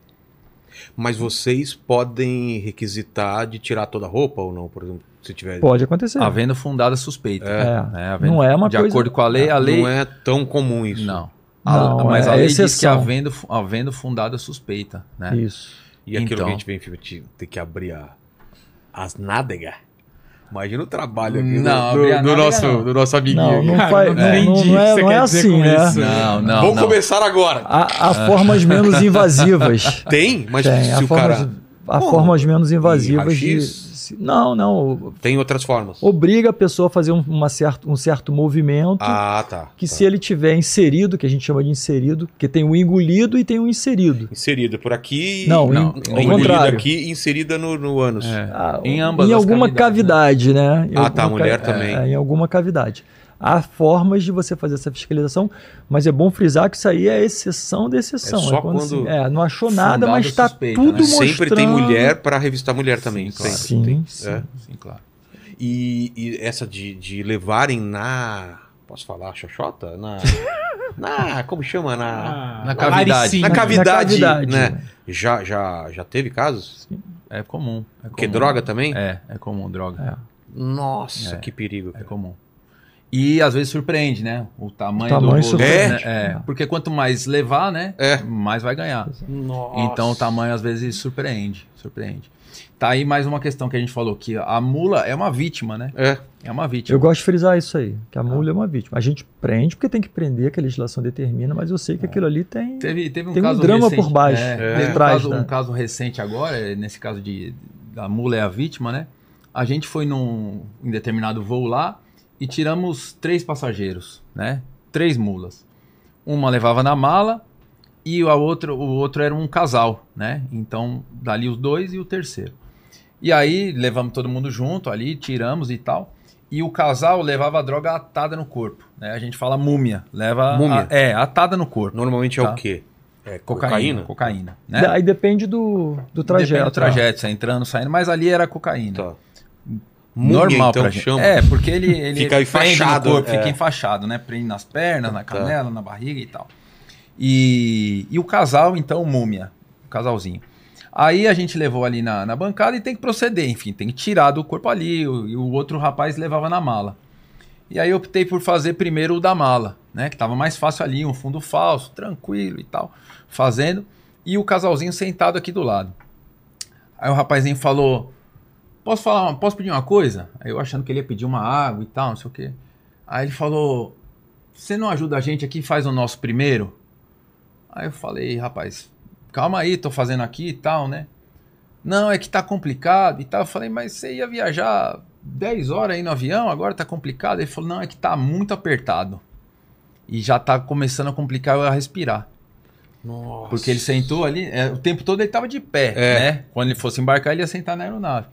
[SPEAKER 1] Mas vocês podem requisitar de tirar toda a roupa ou não, por exemplo, se tiver.
[SPEAKER 2] É. Pode acontecer.
[SPEAKER 4] Havendo fundada suspeita.
[SPEAKER 2] É.
[SPEAKER 4] né? Havendo-
[SPEAKER 2] Não é uma
[SPEAKER 4] de
[SPEAKER 2] coisa.
[SPEAKER 4] acordo com a lei, a lei.
[SPEAKER 1] Não é tão comum isso.
[SPEAKER 4] Não. A-
[SPEAKER 2] Não,
[SPEAKER 4] mas
[SPEAKER 2] é
[SPEAKER 4] a lei diz que
[SPEAKER 2] exceção.
[SPEAKER 4] havendo, havendo fundada suspeita, né?
[SPEAKER 2] Isso.
[SPEAKER 6] E aquilo
[SPEAKER 4] Então.
[SPEAKER 6] que a gente vem em filme, te- ter que abrir a- as nádegas. Imagina o trabalho aqui do-
[SPEAKER 4] Não,
[SPEAKER 6] do,
[SPEAKER 4] abrir a
[SPEAKER 6] do
[SPEAKER 4] nádega
[SPEAKER 6] nosso,
[SPEAKER 4] não.
[SPEAKER 6] do nosso amiguinho.
[SPEAKER 2] Não, não
[SPEAKER 3] Cara,
[SPEAKER 2] faz-
[SPEAKER 3] eu
[SPEAKER 2] não-
[SPEAKER 3] entendi
[SPEAKER 2] não
[SPEAKER 3] o que
[SPEAKER 2] é-
[SPEAKER 3] você
[SPEAKER 2] não é
[SPEAKER 3] quer dizer
[SPEAKER 2] assim,
[SPEAKER 3] com
[SPEAKER 2] né?
[SPEAKER 3] isso.
[SPEAKER 4] Não, não.
[SPEAKER 6] Vamos
[SPEAKER 4] não.
[SPEAKER 6] começar agora.
[SPEAKER 3] (laughs)
[SPEAKER 2] Há, há formas menos invasivas.
[SPEAKER 6] Tem, mas
[SPEAKER 2] Tem,
[SPEAKER 6] se
[SPEAKER 2] há
[SPEAKER 6] o
[SPEAKER 2] formas,
[SPEAKER 6] cara.
[SPEAKER 2] há
[SPEAKER 6] Bom,
[SPEAKER 2] formas menos invasivas de.
[SPEAKER 6] raio-x?
[SPEAKER 2] se- Não, não.
[SPEAKER 6] Tem outras formas.
[SPEAKER 2] Obriga a pessoa a fazer um, uma certo, um certo movimento.
[SPEAKER 6] Ah, tá.
[SPEAKER 2] que
[SPEAKER 6] tá.
[SPEAKER 2] se ele tiver inserido, que a gente chama de inserido, que tem o engolido e tem o inserido.
[SPEAKER 6] Inserida por aqui. e-
[SPEAKER 2] Não,
[SPEAKER 4] Não,
[SPEAKER 2] en-
[SPEAKER 4] é
[SPEAKER 2] ao
[SPEAKER 6] Engolida
[SPEAKER 2] contrário.
[SPEAKER 6] aqui e inserida no, no ânus.
[SPEAKER 4] É.
[SPEAKER 2] Ah,
[SPEAKER 4] Em ambas
[SPEAKER 2] em
[SPEAKER 4] as
[SPEAKER 2] alguma cavidade, né? Em
[SPEAKER 6] Ah, tá,
[SPEAKER 2] alguma
[SPEAKER 6] a mulher
[SPEAKER 2] ca-
[SPEAKER 6] também.
[SPEAKER 2] é, em alguma cavidade. Há formas de você fazer essa fiscalização, mas é bom frisar que isso aí é exceção da exceção.
[SPEAKER 6] É só
[SPEAKER 2] se-
[SPEAKER 6] quando-
[SPEAKER 2] é, não achou nada,
[SPEAKER 4] Fundado
[SPEAKER 2] mas está
[SPEAKER 4] suspeita,
[SPEAKER 2] tudo
[SPEAKER 4] né?
[SPEAKER 2] mostrando.
[SPEAKER 6] Sempre tem mulher para revistar mulher também.
[SPEAKER 4] Sim, claro.
[SPEAKER 6] sempre tem.
[SPEAKER 2] Sim, sim.
[SPEAKER 6] É.
[SPEAKER 4] Sim, claro.
[SPEAKER 6] E, e essa de, de levarem na. Posso falar, Xoxota? Na. na como chama? Ah, Na.
[SPEAKER 3] Ah,
[SPEAKER 4] Na cavidade.
[SPEAKER 6] Na
[SPEAKER 3] Laricinha.
[SPEAKER 6] cavidade, né? Já, já, já teve casos?
[SPEAKER 4] É comum. É comum.
[SPEAKER 6] Porque droga também?
[SPEAKER 4] É, é comum, droga.
[SPEAKER 6] Nossa,
[SPEAKER 4] É.
[SPEAKER 6] que perigo.
[SPEAKER 4] É
[SPEAKER 6] cara.
[SPEAKER 4] comum. E às vezes surpreende, né? O tamanho,
[SPEAKER 2] O tamanho
[SPEAKER 4] do rosto.
[SPEAKER 2] surpreende.
[SPEAKER 4] né? É, porque quanto mais levar, né?
[SPEAKER 6] É.
[SPEAKER 4] Mais vai ganhar.
[SPEAKER 6] Nossa.
[SPEAKER 4] Então o tamanho às vezes surpreende. Surpreende. Tá aí mais uma questão que a gente falou que a mula é uma vítima, né?
[SPEAKER 6] É.
[SPEAKER 4] É uma vítima.
[SPEAKER 2] Eu gosto de frisar isso aí, que a mulher é uma vítima. A gente prende porque tem que prender, que a legislação determina, mas eu sei que aquilo ali tem.
[SPEAKER 4] Teve, teve um
[SPEAKER 2] Tem um
[SPEAKER 4] caso
[SPEAKER 2] drama
[SPEAKER 4] recente,
[SPEAKER 2] por baixo,
[SPEAKER 4] é,
[SPEAKER 2] por
[SPEAKER 4] teve um
[SPEAKER 2] trás,
[SPEAKER 4] caso,
[SPEAKER 2] né?
[SPEAKER 4] um caso recente agora, é, nesse caso de a mula é a vítima, né? A gente foi num em determinado voo lá e tiramos três passageiros, né? Três mulas. Uma levava na mala e a outra, o outro era um casal, né? Então, dali os dois e o terceiro. E aí levamos todo mundo junto ali, tiramos e tal. E o casal levava a droga atada no corpo, né? A gente fala múmia, leva a-
[SPEAKER 6] Múmia.
[SPEAKER 4] é, atada no corpo.
[SPEAKER 6] Normalmente é
[SPEAKER 4] Tá.
[SPEAKER 6] o quê? É
[SPEAKER 4] Cocaína.
[SPEAKER 6] cocaína?
[SPEAKER 4] Cocaína, né?
[SPEAKER 2] Aí depende do, do é um trajeto. né?
[SPEAKER 4] Depende do trajeto, você é entrando, saindo, mas ali era cocaína.
[SPEAKER 6] Tá. Múmia,
[SPEAKER 4] Normal
[SPEAKER 6] então,
[SPEAKER 4] pra gente.
[SPEAKER 6] chama.
[SPEAKER 4] É, porque ele, ele prende
[SPEAKER 6] Fica
[SPEAKER 4] no
[SPEAKER 6] enfaixado,
[SPEAKER 4] corpo,
[SPEAKER 6] é.
[SPEAKER 4] fica enfaixado, né? Prende nas pernas, na canela, na barriga e tal. E, e o casal, então, múmia, o casalzinho. Aí a gente levou ali na, na bancada e tem que proceder, enfim, tem que tirar do corpo ali, o- e o outro rapaz levava na mala. E aí eu optei por fazer primeiro o da mala, né? Que tava mais fácil ali, um fundo falso, tranquilo e tal, fazendo. E o casalzinho sentado aqui do lado. Aí o rapazinho falou: Posso falar, uma- posso pedir uma coisa? Aí eu achando que ele ia pedir uma água e tal, não sei o quê. Aí ele falou: Você não ajuda a gente aqui, faz o nosso primeiro? Aí eu falei, rapaz, calma aí, tô fazendo aqui e tal, né? Não, é que tá complicado e tal. Eu falei, mas você ia viajar 10 horas aí no avião, agora tá complicado. Ele falou, não, é que tá muito apertado. E já tá começando a complicar eu a respirar.
[SPEAKER 6] Nossa.
[SPEAKER 4] Porque ele sentou ali, é, o tempo todo ele tava de pé,
[SPEAKER 6] É.
[SPEAKER 4] né? Quando ele fosse embarcar, ele ia sentar na aeronave.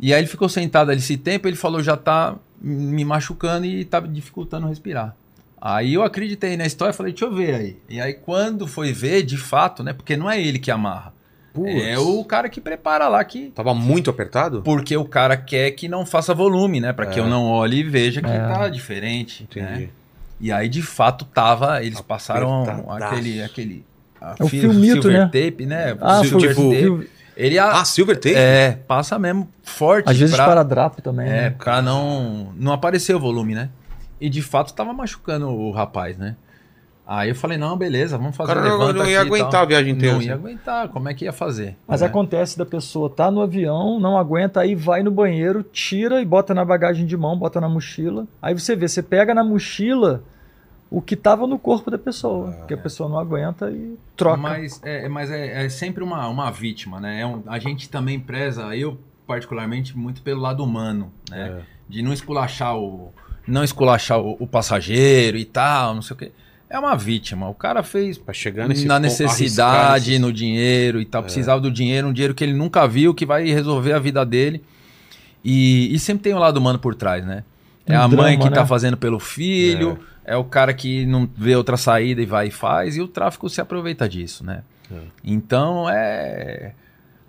[SPEAKER 4] E aí ele ficou sentado ali esse tempo, ele falou, já tá me machucando e tá dificultando respirar. Aí eu acreditei na história, falei, deixa eu ver aí. E aí quando foi ver, de fato, né? Porque não é ele que amarra.
[SPEAKER 6] Putz.
[SPEAKER 4] É o cara que prepara lá, que...
[SPEAKER 6] Tava muito apertado?
[SPEAKER 4] Porque o cara quer que não faça volume, né? Pra que
[SPEAKER 6] É.
[SPEAKER 4] eu não olhe e veja que
[SPEAKER 2] É.
[SPEAKER 4] tá diferente. né?
[SPEAKER 6] Entendi.
[SPEAKER 4] E aí, de fato, tava. Eles passaram
[SPEAKER 6] Apertadaço.
[SPEAKER 4] aquele. aquele a
[SPEAKER 2] É o
[SPEAKER 4] fil-
[SPEAKER 2] filmito,
[SPEAKER 4] silver
[SPEAKER 2] né?
[SPEAKER 4] tape, né?
[SPEAKER 2] Ah, foi,
[SPEAKER 4] Silver
[SPEAKER 6] tipo-
[SPEAKER 2] viu-
[SPEAKER 4] Ele a-
[SPEAKER 6] Ah, Silver Tape?
[SPEAKER 4] é, passa mesmo forte.
[SPEAKER 2] às vezes
[SPEAKER 4] pra,
[SPEAKER 2] paradrapo também.
[SPEAKER 4] é,
[SPEAKER 2] né?
[SPEAKER 4] pra não, não aparecer o volume, né? E de fato tava machucando o rapaz, né? Aí eu falei, não, beleza, vamos fazer
[SPEAKER 6] Cara,
[SPEAKER 4] um
[SPEAKER 6] eu
[SPEAKER 4] levanta
[SPEAKER 6] não ia
[SPEAKER 4] aqui e
[SPEAKER 6] aguentar
[SPEAKER 4] tal.
[SPEAKER 6] a viagem inteira,
[SPEAKER 4] Não
[SPEAKER 6] assim.
[SPEAKER 4] ia aguentar, como é que ia fazer?
[SPEAKER 2] Mas
[SPEAKER 4] né?
[SPEAKER 2] acontece da pessoa tá no avião, não aguenta, aí vai no banheiro, tira e bota na bagagem de mão, bota na mochila. Aí você vê, você pega na mochila o que tava no corpo da pessoa,
[SPEAKER 4] Ah,
[SPEAKER 2] que
[SPEAKER 4] é.
[SPEAKER 2] a pessoa não aguenta e troca.
[SPEAKER 4] Mas é, mas é, é sempre uma, uma vítima, né? É um- a gente também preza, eu particularmente, muito pelo lado humano, né? De não esculachar o. Não esculachar o, o passageiro e tal, não sei o quê. É uma vítima. O cara fez
[SPEAKER 6] Pra chegar nesse
[SPEAKER 4] na
[SPEAKER 6] ponto, arriscar
[SPEAKER 4] necessidade,
[SPEAKER 6] esses-
[SPEAKER 4] no dinheiro e tal. Precisava do dinheiro, um dinheiro que ele nunca viu, que vai resolver a vida dele. E, e sempre tem o lado humano por trás, né? É
[SPEAKER 2] Um
[SPEAKER 4] a mãe
[SPEAKER 2] drama,
[SPEAKER 4] que tá
[SPEAKER 2] né?
[SPEAKER 4] fazendo pelo filho, é. o cara que não vê outra saída e vai e faz, e o tráfico se aproveita disso, né?
[SPEAKER 6] É.
[SPEAKER 4] Então é.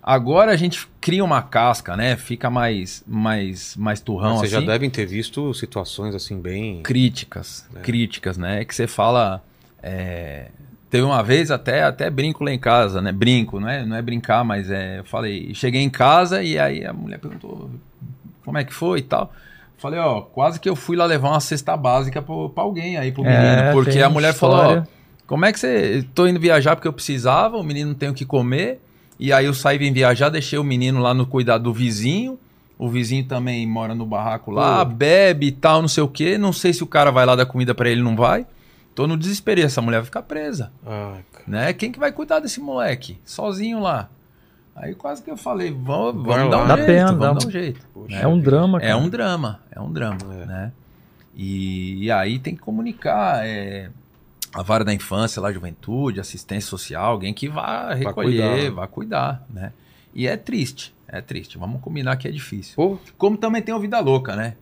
[SPEAKER 4] Agora a gente cria uma casca, né? Fica mais, mais, mais turrão
[SPEAKER 6] Mas
[SPEAKER 4] assim
[SPEAKER 6] Vocês já devem ter visto situações assim bem.
[SPEAKER 4] críticas, críticas, né? Que você fala. é, Teve uma vez até, até brinco lá em casa, né? Brinco, não é, não é brincar, mas é. Eu falei, cheguei em casa e aí a mulher perguntou como é que foi e tal. Falei, ó, quase que eu fui lá levar uma cesta básica pro- pra alguém aí, pro menino.
[SPEAKER 2] É,
[SPEAKER 4] porque
[SPEAKER 2] tem
[SPEAKER 4] a mulher falou, ó,
[SPEAKER 2] história.
[SPEAKER 4] como é que você. Tô indo viajar porque eu precisava, o menino não tem o que comer. E aí eu saí, vim viajar, deixei o menino lá no cuidado do vizinho. O vizinho também mora no barraco lá, bebe e tal, não sei o quê. Não sei se o cara vai lá dar comida pra ele, não vai. Tô no desespero, e essa mulher vai ficar presa,
[SPEAKER 6] Ai, cara.
[SPEAKER 4] né? Quem que vai cuidar desse moleque? Sozinho lá. Aí quase que eu falei, vamos,
[SPEAKER 6] Vai
[SPEAKER 4] vamos dar
[SPEAKER 6] lá.
[SPEAKER 4] um
[SPEAKER 2] Dá
[SPEAKER 4] jeito,
[SPEAKER 2] pena,
[SPEAKER 4] vamos
[SPEAKER 2] dá
[SPEAKER 4] dar
[SPEAKER 2] um-
[SPEAKER 4] um jeito.
[SPEAKER 6] Poxa
[SPEAKER 2] É um
[SPEAKER 6] vida.
[SPEAKER 2] drama, cara.
[SPEAKER 4] É um drama, é um drama,
[SPEAKER 6] É.
[SPEAKER 4] né? E, e aí tem que comunicar é, a vara da infância, lá, juventude, assistência social, alguém que vá recolher,
[SPEAKER 6] cuidar.
[SPEAKER 4] vá cuidar, né? E é triste, é triste. Vamos combinar que é difícil.
[SPEAKER 6] Pô,
[SPEAKER 4] Como também tem o Vida Louca, né?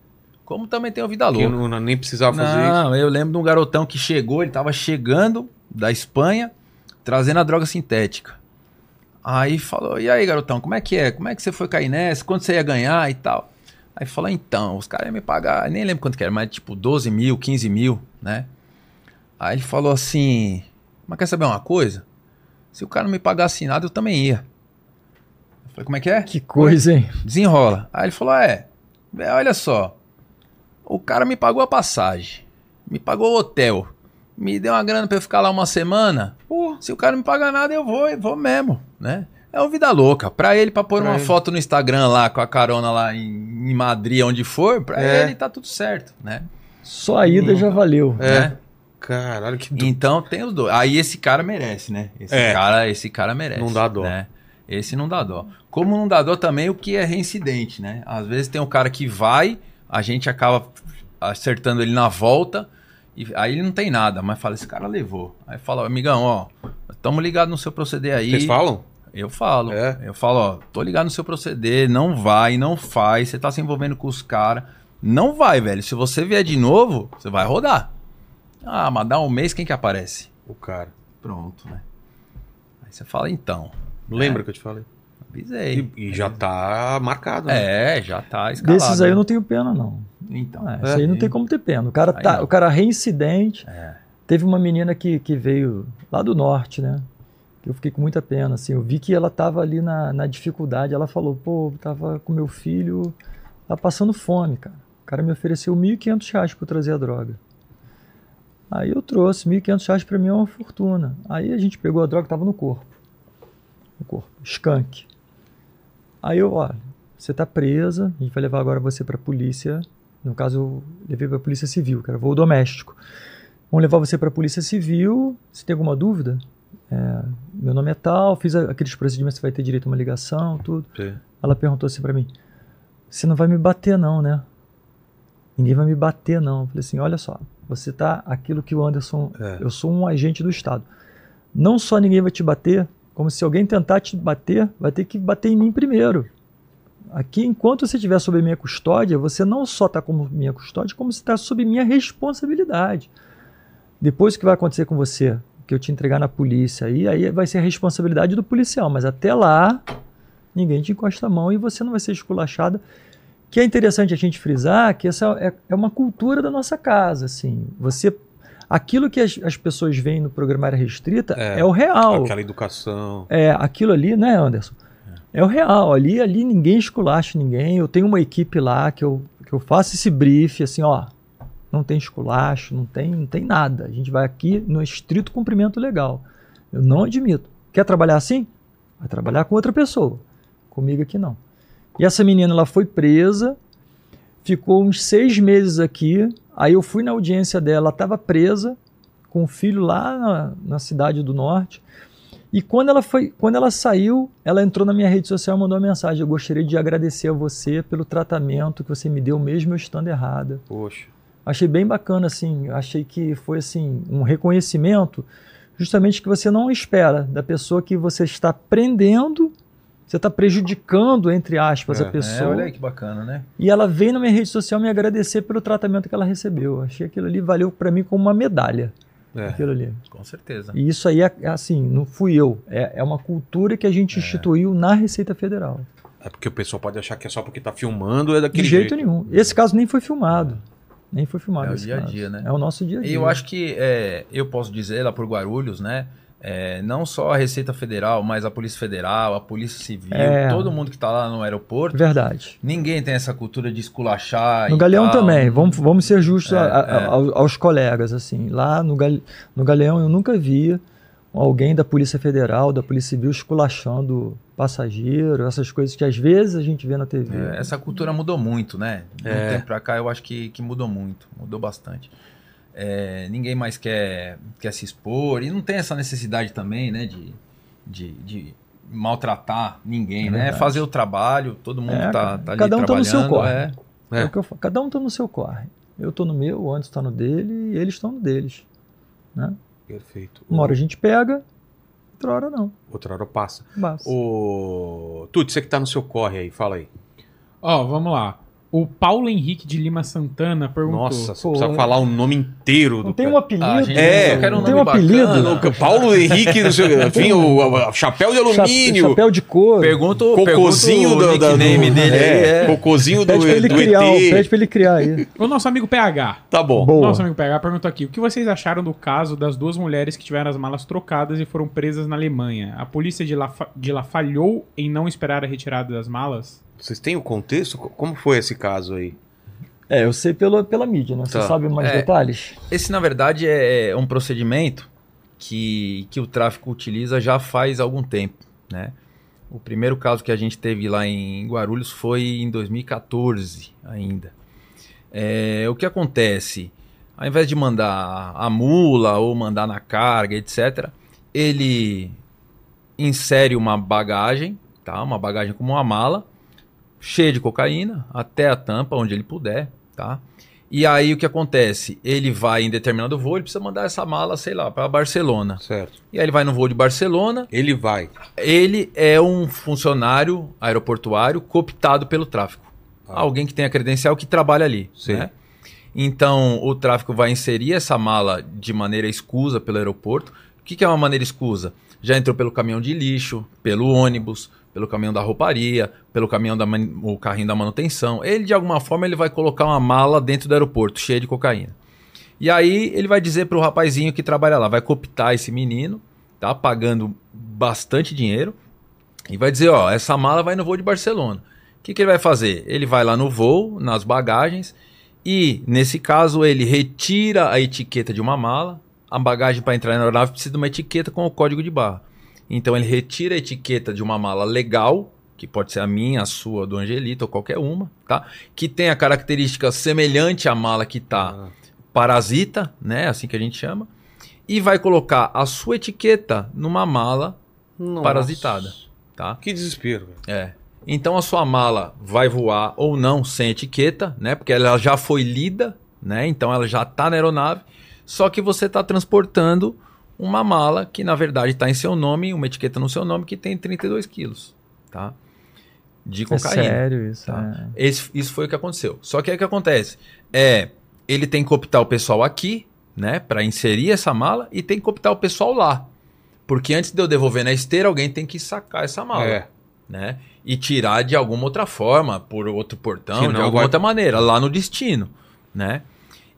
[SPEAKER 4] Como também tem o Vida
[SPEAKER 6] que eu
[SPEAKER 4] Louca.
[SPEAKER 6] não, não- nem precisava fazer isso.
[SPEAKER 4] Não, eu lembro de um garotão que chegou, ele tava chegando da Espanha, trazendo a droga sintética. Aí falou, e aí, garotão, como é que é? Como é que você foi cair nessa? Quanto você ia ganhar e tal? Aí falou, então, os caras iam me pagar, nem lembro quanto que era, mas tipo 12 mil, 15 mil, né? Aí ele falou assim, mas quer saber uma coisa? Se o cara não me pagasse nada, eu também ia. Eu falei, como é que é?
[SPEAKER 2] Que coisa, hein?
[SPEAKER 4] desenrola. Aí ele falou: é, é, olha só, o cara me pagou a passagem, me pagou o hotel, me deu uma grana pra eu ficar lá uma semana. Pô, se o cara não me pagar nada, eu vou, eu vou mesmo, né? É uma vida louca. Pra ele, pra pôr
[SPEAKER 6] Pra
[SPEAKER 4] uma
[SPEAKER 6] ele.
[SPEAKER 4] foto no Instagram lá com a carona lá em, em Madrid, onde for, pra
[SPEAKER 6] É.
[SPEAKER 4] ele tá tudo certo, né?
[SPEAKER 2] Só a ida já valeu.
[SPEAKER 6] É.
[SPEAKER 4] Né?
[SPEAKER 6] Caralho, que do...
[SPEAKER 4] Então tem os dois. Aí esse cara merece, né? Esse
[SPEAKER 6] É.
[SPEAKER 4] cara, esse cara merece.
[SPEAKER 6] Não dá dó.
[SPEAKER 4] Né? Esse não dá dó. Como não dá dó também o que é reincidente, né? Às vezes tem um cara que vai, a gente acaba acertando ele na volta, e aí ele não tem nada, mas fala, esse cara levou. Aí fala, amigão, ó, estamos ligados no seu proceder aí.
[SPEAKER 6] Vocês falam?
[SPEAKER 4] Eu falo.
[SPEAKER 6] É?
[SPEAKER 4] Eu falo, ó, tô ligado no seu proceder, não vai, não faz, você tá se envolvendo com os caras. Não vai, velho. Se você vier de novo, você vai rodar. Ah, mas dá um mês, quem que aparece?
[SPEAKER 6] O cara.
[SPEAKER 4] Pronto, né? Aí você fala, então,
[SPEAKER 6] Lembra que eu te falei?
[SPEAKER 4] avisei.
[SPEAKER 6] E, e já tá marcado, né?
[SPEAKER 4] É, já tá escalado.
[SPEAKER 2] Desses aí eu
[SPEAKER 4] né?
[SPEAKER 2] não tenho pena, não.
[SPEAKER 4] Então,
[SPEAKER 2] Ah, isso aí não tem como ter pena. O cara,
[SPEAKER 4] Aí
[SPEAKER 2] tá,
[SPEAKER 4] não.
[SPEAKER 2] o cara reincidente.
[SPEAKER 4] É.
[SPEAKER 2] Teve uma menina que, que veio lá do norte, né? Que eu fiquei com muita pena, assim. Eu vi que ela tava ali na, na dificuldade. Ela falou, pô, tava com meu filho, tá passando fome, cara. O cara me ofereceu 1.500 reais pra eu trazer a droga. Aí eu trouxe, 1.500 reais pra mim é uma fortuna. Aí a gente pegou a droga, tava no corpo. No corpo, skunk. Aí eu, olha, você tá presa, a gente vai levar agora você pra polícia no caso, eu levei para a Polícia Civil, que era voo doméstico. Vamos levar você para a Polícia Civil. Se tem alguma dúvida, é, meu nome é tal, fiz a- aqueles procedimentos, você vai ter direito a uma ligação, tudo.
[SPEAKER 6] Sim.
[SPEAKER 2] Ela perguntou assim para mim: Você não vai me bater, não, né? Ninguém vai me bater, não. Eu falei assim: Olha só, você tá aquilo que o Anderson.
[SPEAKER 6] É.
[SPEAKER 2] Eu sou um agente do Estado. Não só ninguém vai te bater, como se alguém tentar te bater, vai ter que bater em mim primeiro. Aqui, enquanto você estiver sob minha custódia, você não só está como minha custódia, como você está sob minha responsabilidade. Depois o que vai acontecer com você, que eu te entregar na polícia, aí, aí vai ser a responsabilidade do policial. Mas até lá, ninguém te encosta a mão e você não vai ser esculachada. Que é interessante a gente frisar que essa é, é uma cultura da nossa casa, assim. Você, aquilo que as, as pessoas veem no programa Área Restrita
[SPEAKER 6] É.
[SPEAKER 2] é, o real.
[SPEAKER 6] Aquela educação.
[SPEAKER 2] É, aquilo ali, né, Anderson? É o real. Ali, ali ninguém esculacha ninguém. Eu tenho uma equipe lá que eu, que eu faço esse brief, assim, ó. Não tem esculacho, não tem, não tem nada. A gente vai aqui no estrito cumprimento legal. Eu não admito. Quer trabalhar assim? Vai trabalhar com outra pessoa. Comigo aqui não. E essa menina, ela foi presa, ficou uns seis meses aqui. Aí eu fui na audiência dela, ela estava presa, com o filho lá na, na cidade do norte. E quando ela, foi, quando ela saiu, ela entrou na minha rede social e mandou uma mensagem. Eu gostaria de agradecer a você pelo tratamento que você me deu, mesmo eu estando errada.
[SPEAKER 6] Poxa.
[SPEAKER 2] Achei bem bacana, assim. Achei que foi, assim, um reconhecimento justamente que você não espera da pessoa que você está prendendo, você está prejudicando, entre aspas,
[SPEAKER 6] É,
[SPEAKER 2] a
[SPEAKER 6] é,
[SPEAKER 4] É,
[SPEAKER 2] pessoa.
[SPEAKER 4] olha aí que bacana, né?
[SPEAKER 2] E ela veio na minha rede social me agradecer pelo tratamento que ela recebeu. Achei aquilo ali valeu para mim como uma medalha.
[SPEAKER 6] É.
[SPEAKER 2] Aquilo ali.
[SPEAKER 4] Com certeza.
[SPEAKER 2] E isso aí é é assim, não fui eu. É, é uma cultura que a
[SPEAKER 4] É.
[SPEAKER 2] gente instituiu na Receita Federal.
[SPEAKER 6] É porque o pessoal pode achar que é só porque tá filmando, é
[SPEAKER 2] De
[SPEAKER 6] daquele
[SPEAKER 2] jeito, nenhum. Esse caso nem foi filmado. Nem foi filmado.
[SPEAKER 4] É o
[SPEAKER 2] esse
[SPEAKER 4] dia a
[SPEAKER 2] caso.
[SPEAKER 4] dia, né?
[SPEAKER 2] É o nosso dia a dia.
[SPEAKER 4] E eu acho que é, eu posso dizer lá por Guarulhos, né? é, não só a Receita Federal, mas a Polícia Federal, a Polícia Civil,
[SPEAKER 2] É.
[SPEAKER 4] todo mundo que tá lá no aeroporto,
[SPEAKER 2] Verdade.
[SPEAKER 4] ninguém tem essa cultura de esculachar.
[SPEAKER 2] No
[SPEAKER 4] e
[SPEAKER 2] Galeão
[SPEAKER 4] tal.
[SPEAKER 2] também, vamos, vamos ser justos
[SPEAKER 4] então, É,
[SPEAKER 2] a- a-
[SPEAKER 4] é.
[SPEAKER 2] ao- aos colegas, assim. Lá no, Gal- no Galeão eu nunca vi alguém da Polícia Federal, da Polícia Civil esculachando passageiro, essas coisas que às vezes a gente vê na TV.
[SPEAKER 4] É, essa cultura mudou muito, né? De um
[SPEAKER 6] É.
[SPEAKER 4] tempo pra cá eu acho que, que mudou muito, mudou bastante. É, ninguém mais quer, quer se expor e não tem essa necessidade também, né? De, de, de maltratar ninguém,
[SPEAKER 2] É
[SPEAKER 4] né? É
[SPEAKER 2] verdade.
[SPEAKER 4] fazer o trabalho, todo mundo
[SPEAKER 2] É,
[SPEAKER 4] tá, tá ali
[SPEAKER 2] cada um tá no
[SPEAKER 4] trabalhando.
[SPEAKER 2] seu corre.
[SPEAKER 4] é.
[SPEAKER 6] É.
[SPEAKER 2] É o que eu falo. Cada um tá no seu corre. Eu tô no meu, o Anderson tá no dele e eles estão no deles.
[SPEAKER 6] Perfeito.
[SPEAKER 2] Uma hora a gente pega, outra hora não.
[SPEAKER 6] Outra hora passa.
[SPEAKER 2] Basta.
[SPEAKER 6] Ô, Tuti, você que tá no seu corre aí, fala aí.
[SPEAKER 3] Ó, vamos lá. O Paulo Henrique de Lima Santana perguntou.
[SPEAKER 6] Nossa, você
[SPEAKER 2] Pô,
[SPEAKER 6] precisa
[SPEAKER 2] eu-
[SPEAKER 6] falar o nome inteiro do
[SPEAKER 2] Não tem
[SPEAKER 6] cara.
[SPEAKER 2] um apelido.
[SPEAKER 4] Ah, gente,
[SPEAKER 6] É,
[SPEAKER 4] eu quero um
[SPEAKER 2] tem
[SPEAKER 4] nome
[SPEAKER 2] um apelido.
[SPEAKER 4] bacana.
[SPEAKER 6] Não, que- Paulo Henrique, não sei, enfim, o, a- a- chapéu de
[SPEAKER 2] Cha-
[SPEAKER 6] alumínio,
[SPEAKER 2] Chapéu de couro.
[SPEAKER 4] Pergunta o
[SPEAKER 6] cocôzinho
[SPEAKER 4] pergunta
[SPEAKER 6] do,
[SPEAKER 4] o
[SPEAKER 6] da- do-
[SPEAKER 4] nickname dele aí,
[SPEAKER 6] é,
[SPEAKER 4] é.
[SPEAKER 6] Cocôzinho do,
[SPEAKER 2] Pede pra ele
[SPEAKER 6] do
[SPEAKER 2] criar, um-
[SPEAKER 6] ET.
[SPEAKER 2] pede pra ele criar aí.
[SPEAKER 3] O nosso amigo PH.
[SPEAKER 6] Tá bom.
[SPEAKER 2] Boa.
[SPEAKER 3] Nosso amigo PH perguntou aqui: o que vocês acharam do caso das duas mulheres que tiveram as malas trocadas e foram presas na Alemanha? A polícia de lá, fa- de lá falhou em não esperar a retirada das malas?
[SPEAKER 6] Vocês têm o contexto? Co- Como foi esse caso aí?
[SPEAKER 2] É, eu sei pela, pela mídia, né? Você
[SPEAKER 6] Tá.
[SPEAKER 2] sabe mais
[SPEAKER 4] É.
[SPEAKER 2] detalhes?
[SPEAKER 4] Esse, na verdade, é um procedimento que, que o tráfico utiliza já faz algum tempo, né? O primeiro caso que a gente teve lá em Guarulhos foi em 2014 ainda. É, o que acontece? Ao invés de mandar a mula ou mandar na carga, etc., ele insere uma bagagem, tá? Uma bagagem como uma mala, cheia de cocaína, até a tampa, onde ele puder, tá? E aí o que acontece? Ele vai em determinado voo, ele precisa mandar essa mala, sei lá, para Barcelona.
[SPEAKER 6] Certo.
[SPEAKER 4] E aí ele vai no voo de Barcelona.
[SPEAKER 6] Ele vai.
[SPEAKER 4] Ele é um funcionário aeroportuário cooptado pelo tráfico.
[SPEAKER 6] Ah.
[SPEAKER 4] Alguém que tem a credencial que trabalha ali.
[SPEAKER 6] Sim.
[SPEAKER 4] né? Então o tráfico vai inserir essa mala de maneira escusa pelo aeroporto. O que, que é uma maneira escusa? Já entrou pelo caminhão de lixo, pelo ônibus, pelo caminhão da rouparia, pelo caminhão da man- o carrinho da manutenção. Ele de alguma forma ele vai colocar uma mala dentro do aeroporto cheia de cocaína. E aí ele vai dizer pro rapazinho que trabalha lá, vai cooptar esse menino, tá pagando bastante dinheiro e vai dizer, ó, essa mala vai no voo de Barcelona. O que, que ele vai fazer? Ele vai lá no voo, nas bagagens, e nesse caso ele retira a etiqueta de uma mala. A bagagem para entrar na aeronave precisa de uma etiqueta com o código de barra. Então ele retira a etiqueta de uma mala legal, que pode ser a minha, a sua, do Angelito ou qualquer uma, tá? Que tem a característica semelhante à mala que tá
[SPEAKER 6] Ah,
[SPEAKER 4] parasita, né? Assim que a gente chama. E vai colocar a sua etiqueta numa mala,
[SPEAKER 6] nossa.
[SPEAKER 4] Parasitada. tá?
[SPEAKER 6] Que desespero. velho.
[SPEAKER 4] É. Então a sua mala vai voar ou não sem etiqueta, né? Porque ela já foi lida, né? Então ela já tá na aeronave. Só que você está transportando uma mala que na verdade está em seu nome, uma etiqueta no seu nome que tem 32 quilos, tá? De
[SPEAKER 2] É
[SPEAKER 4] cocaína.
[SPEAKER 2] sério isso.
[SPEAKER 4] Tá.
[SPEAKER 2] né?
[SPEAKER 4] Esse- isso foi o que aconteceu. Só que aí o que acontece? É, ele tem que optar o pessoal aqui, né, Pra inserir essa mala e tem que optar o pessoal lá. Porque antes de eu devolver na esteira, alguém tem que sacar essa mala,
[SPEAKER 6] É.
[SPEAKER 4] né? E tirar de alguma outra forma, por outro portão,
[SPEAKER 6] Senão
[SPEAKER 4] de alguma
[SPEAKER 6] vai-
[SPEAKER 4] outra maneira, lá no destino, né?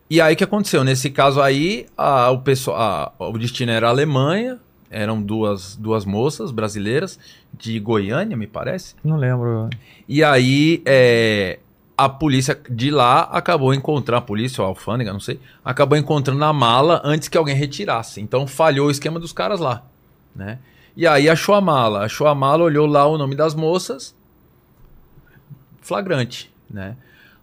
[SPEAKER 4] E aí o que aconteceu? Nesse caso aí, a- o, pessoal, a- o destino era a Alemanha, eram duas, duas moças brasileiras de Goiânia, me parece.
[SPEAKER 2] Não lembro.
[SPEAKER 4] E aí, é, a polícia de lá acabou encontrando, a polícia ou a alfândega, não sei, acabou encontrando a mala antes que alguém retirasse. Então falhou o esquema dos caras lá, né? E aí achou a mala, achou a mala, olhou lá o nome das moças, flagrante, né?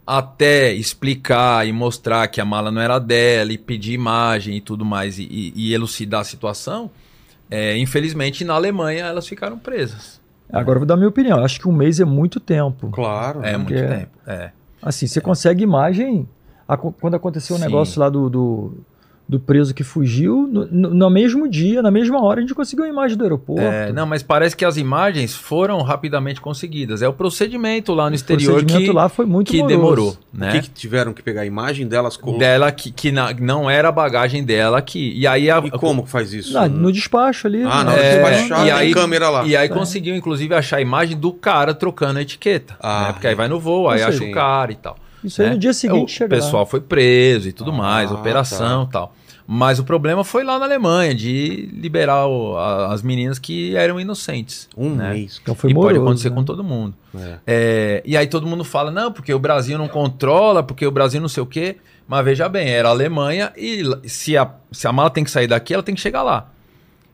[SPEAKER 4] Até explicar e mostrar que a mala não era dela e pedir imagem e tudo mais e, e- e elucidar a situação, é, infelizmente na Alemanha elas ficaram presas.
[SPEAKER 2] Agora eu vou dar minha opinião. Eu acho que um mês é muito tempo.
[SPEAKER 6] Claro.
[SPEAKER 1] Ah,
[SPEAKER 4] É
[SPEAKER 6] né?
[SPEAKER 4] muito
[SPEAKER 2] É.
[SPEAKER 4] tempo. É.
[SPEAKER 2] Assim, você consegue imagem. A co- Quando aconteceu o
[SPEAKER 4] Sim.
[SPEAKER 2] negócio lá do, do, do preso que fugiu, no, no- no mesmo dia, na mesma hora, a gente conseguiu a imagem do aeroporto.
[SPEAKER 4] É, não, mas parece que as imagens foram rapidamente conseguidas. É o procedimento lá no exterior
[SPEAKER 2] O procedimento
[SPEAKER 4] que,
[SPEAKER 2] lá foi muito
[SPEAKER 4] que
[SPEAKER 2] moroso.
[SPEAKER 4] demorou,
[SPEAKER 6] O
[SPEAKER 4] né?
[SPEAKER 6] que, que tiveram que pegar a imagem delas com...
[SPEAKER 4] Dela que, que na- não era a bagagem dela que. E aí a,
[SPEAKER 6] E como que faz isso? Hum.
[SPEAKER 4] né?
[SPEAKER 2] Ah, no despacho ali. né?
[SPEAKER 6] Ah, na hora de
[SPEAKER 4] É,
[SPEAKER 6] baixar,
[SPEAKER 4] e
[SPEAKER 6] tem
[SPEAKER 4] aí-
[SPEAKER 6] câmera lá.
[SPEAKER 4] E
[SPEAKER 2] É.
[SPEAKER 4] aí conseguiu, inclusive, achar a imagem do cara trocando a etiqueta.
[SPEAKER 6] Ah.
[SPEAKER 4] né? Porque aí vai no voo, aí
[SPEAKER 2] Isso
[SPEAKER 4] acha
[SPEAKER 6] aí.
[SPEAKER 4] o cara e tal.
[SPEAKER 2] Isso aí
[SPEAKER 4] né?
[SPEAKER 2] no dia seguinte
[SPEAKER 4] o
[SPEAKER 2] chega lá.
[SPEAKER 4] pessoal foi preso e tudo
[SPEAKER 6] Ah,
[SPEAKER 4] mais, operação e tal. Mas o problema foi lá na Alemanha, de liberar o- a- as meninas que eram inocentes.
[SPEAKER 6] Um
[SPEAKER 4] né?
[SPEAKER 6] mês.
[SPEAKER 2] Então foi
[SPEAKER 4] e
[SPEAKER 2] moroso.
[SPEAKER 4] pode acontecer
[SPEAKER 2] né?
[SPEAKER 4] com todo mundo.
[SPEAKER 6] É.
[SPEAKER 4] É, e aí todo mundo fala, não, porque o Brasil não controla, porque o Brasil não sei o quê. Mas veja bem, era a Alemanha e l- se a, se a mala tem que sair daqui, ela tem que chegar lá.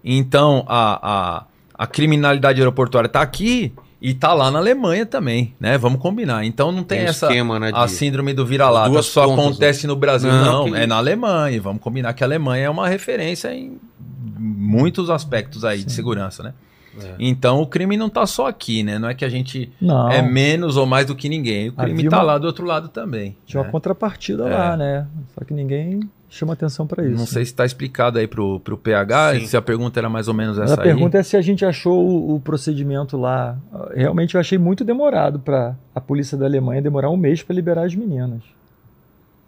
[SPEAKER 4] Então, a, a, a criminalidade aeroportuária está aqui e está lá na Alemanha também, né? Vamos combinar. Então não tem,
[SPEAKER 6] Tem um
[SPEAKER 4] essa assim-
[SPEAKER 6] esquema, né, de-
[SPEAKER 4] a síndrome do vira-lata
[SPEAKER 6] Duas
[SPEAKER 4] só
[SPEAKER 6] pontas, né?
[SPEAKER 4] acontece no Brasil,
[SPEAKER 6] Não,
[SPEAKER 4] não.
[SPEAKER 6] que
[SPEAKER 4] É
[SPEAKER 6] isso.
[SPEAKER 4] na Alemanha. Vamos combinar que a Alemanha é uma referência em muitos aspectos aí de segurança, né?
[SPEAKER 6] É.
[SPEAKER 4] Então o crime não está só aqui, né? Não é que a gente
[SPEAKER 2] Não.
[SPEAKER 4] é menos ou mais do que ninguém. O crime
[SPEAKER 2] Então, Havia
[SPEAKER 4] está
[SPEAKER 2] uma-
[SPEAKER 4] lá do outro lado também.
[SPEAKER 2] Tinha uma
[SPEAKER 4] né?
[SPEAKER 2] contrapartida lá, né? Só que ninguém chama atenção para isso.
[SPEAKER 4] Não sei se está explicado aí pro, pro PH,
[SPEAKER 6] Sim.
[SPEAKER 4] se a pergunta era mais ou menos
[SPEAKER 2] Mas
[SPEAKER 4] essa
[SPEAKER 2] a pergunta é se a gente achou o, o procedimento lá. Realmente eu achei muito demorado para a polícia da Alemanha demorar um mês para liberar as meninas.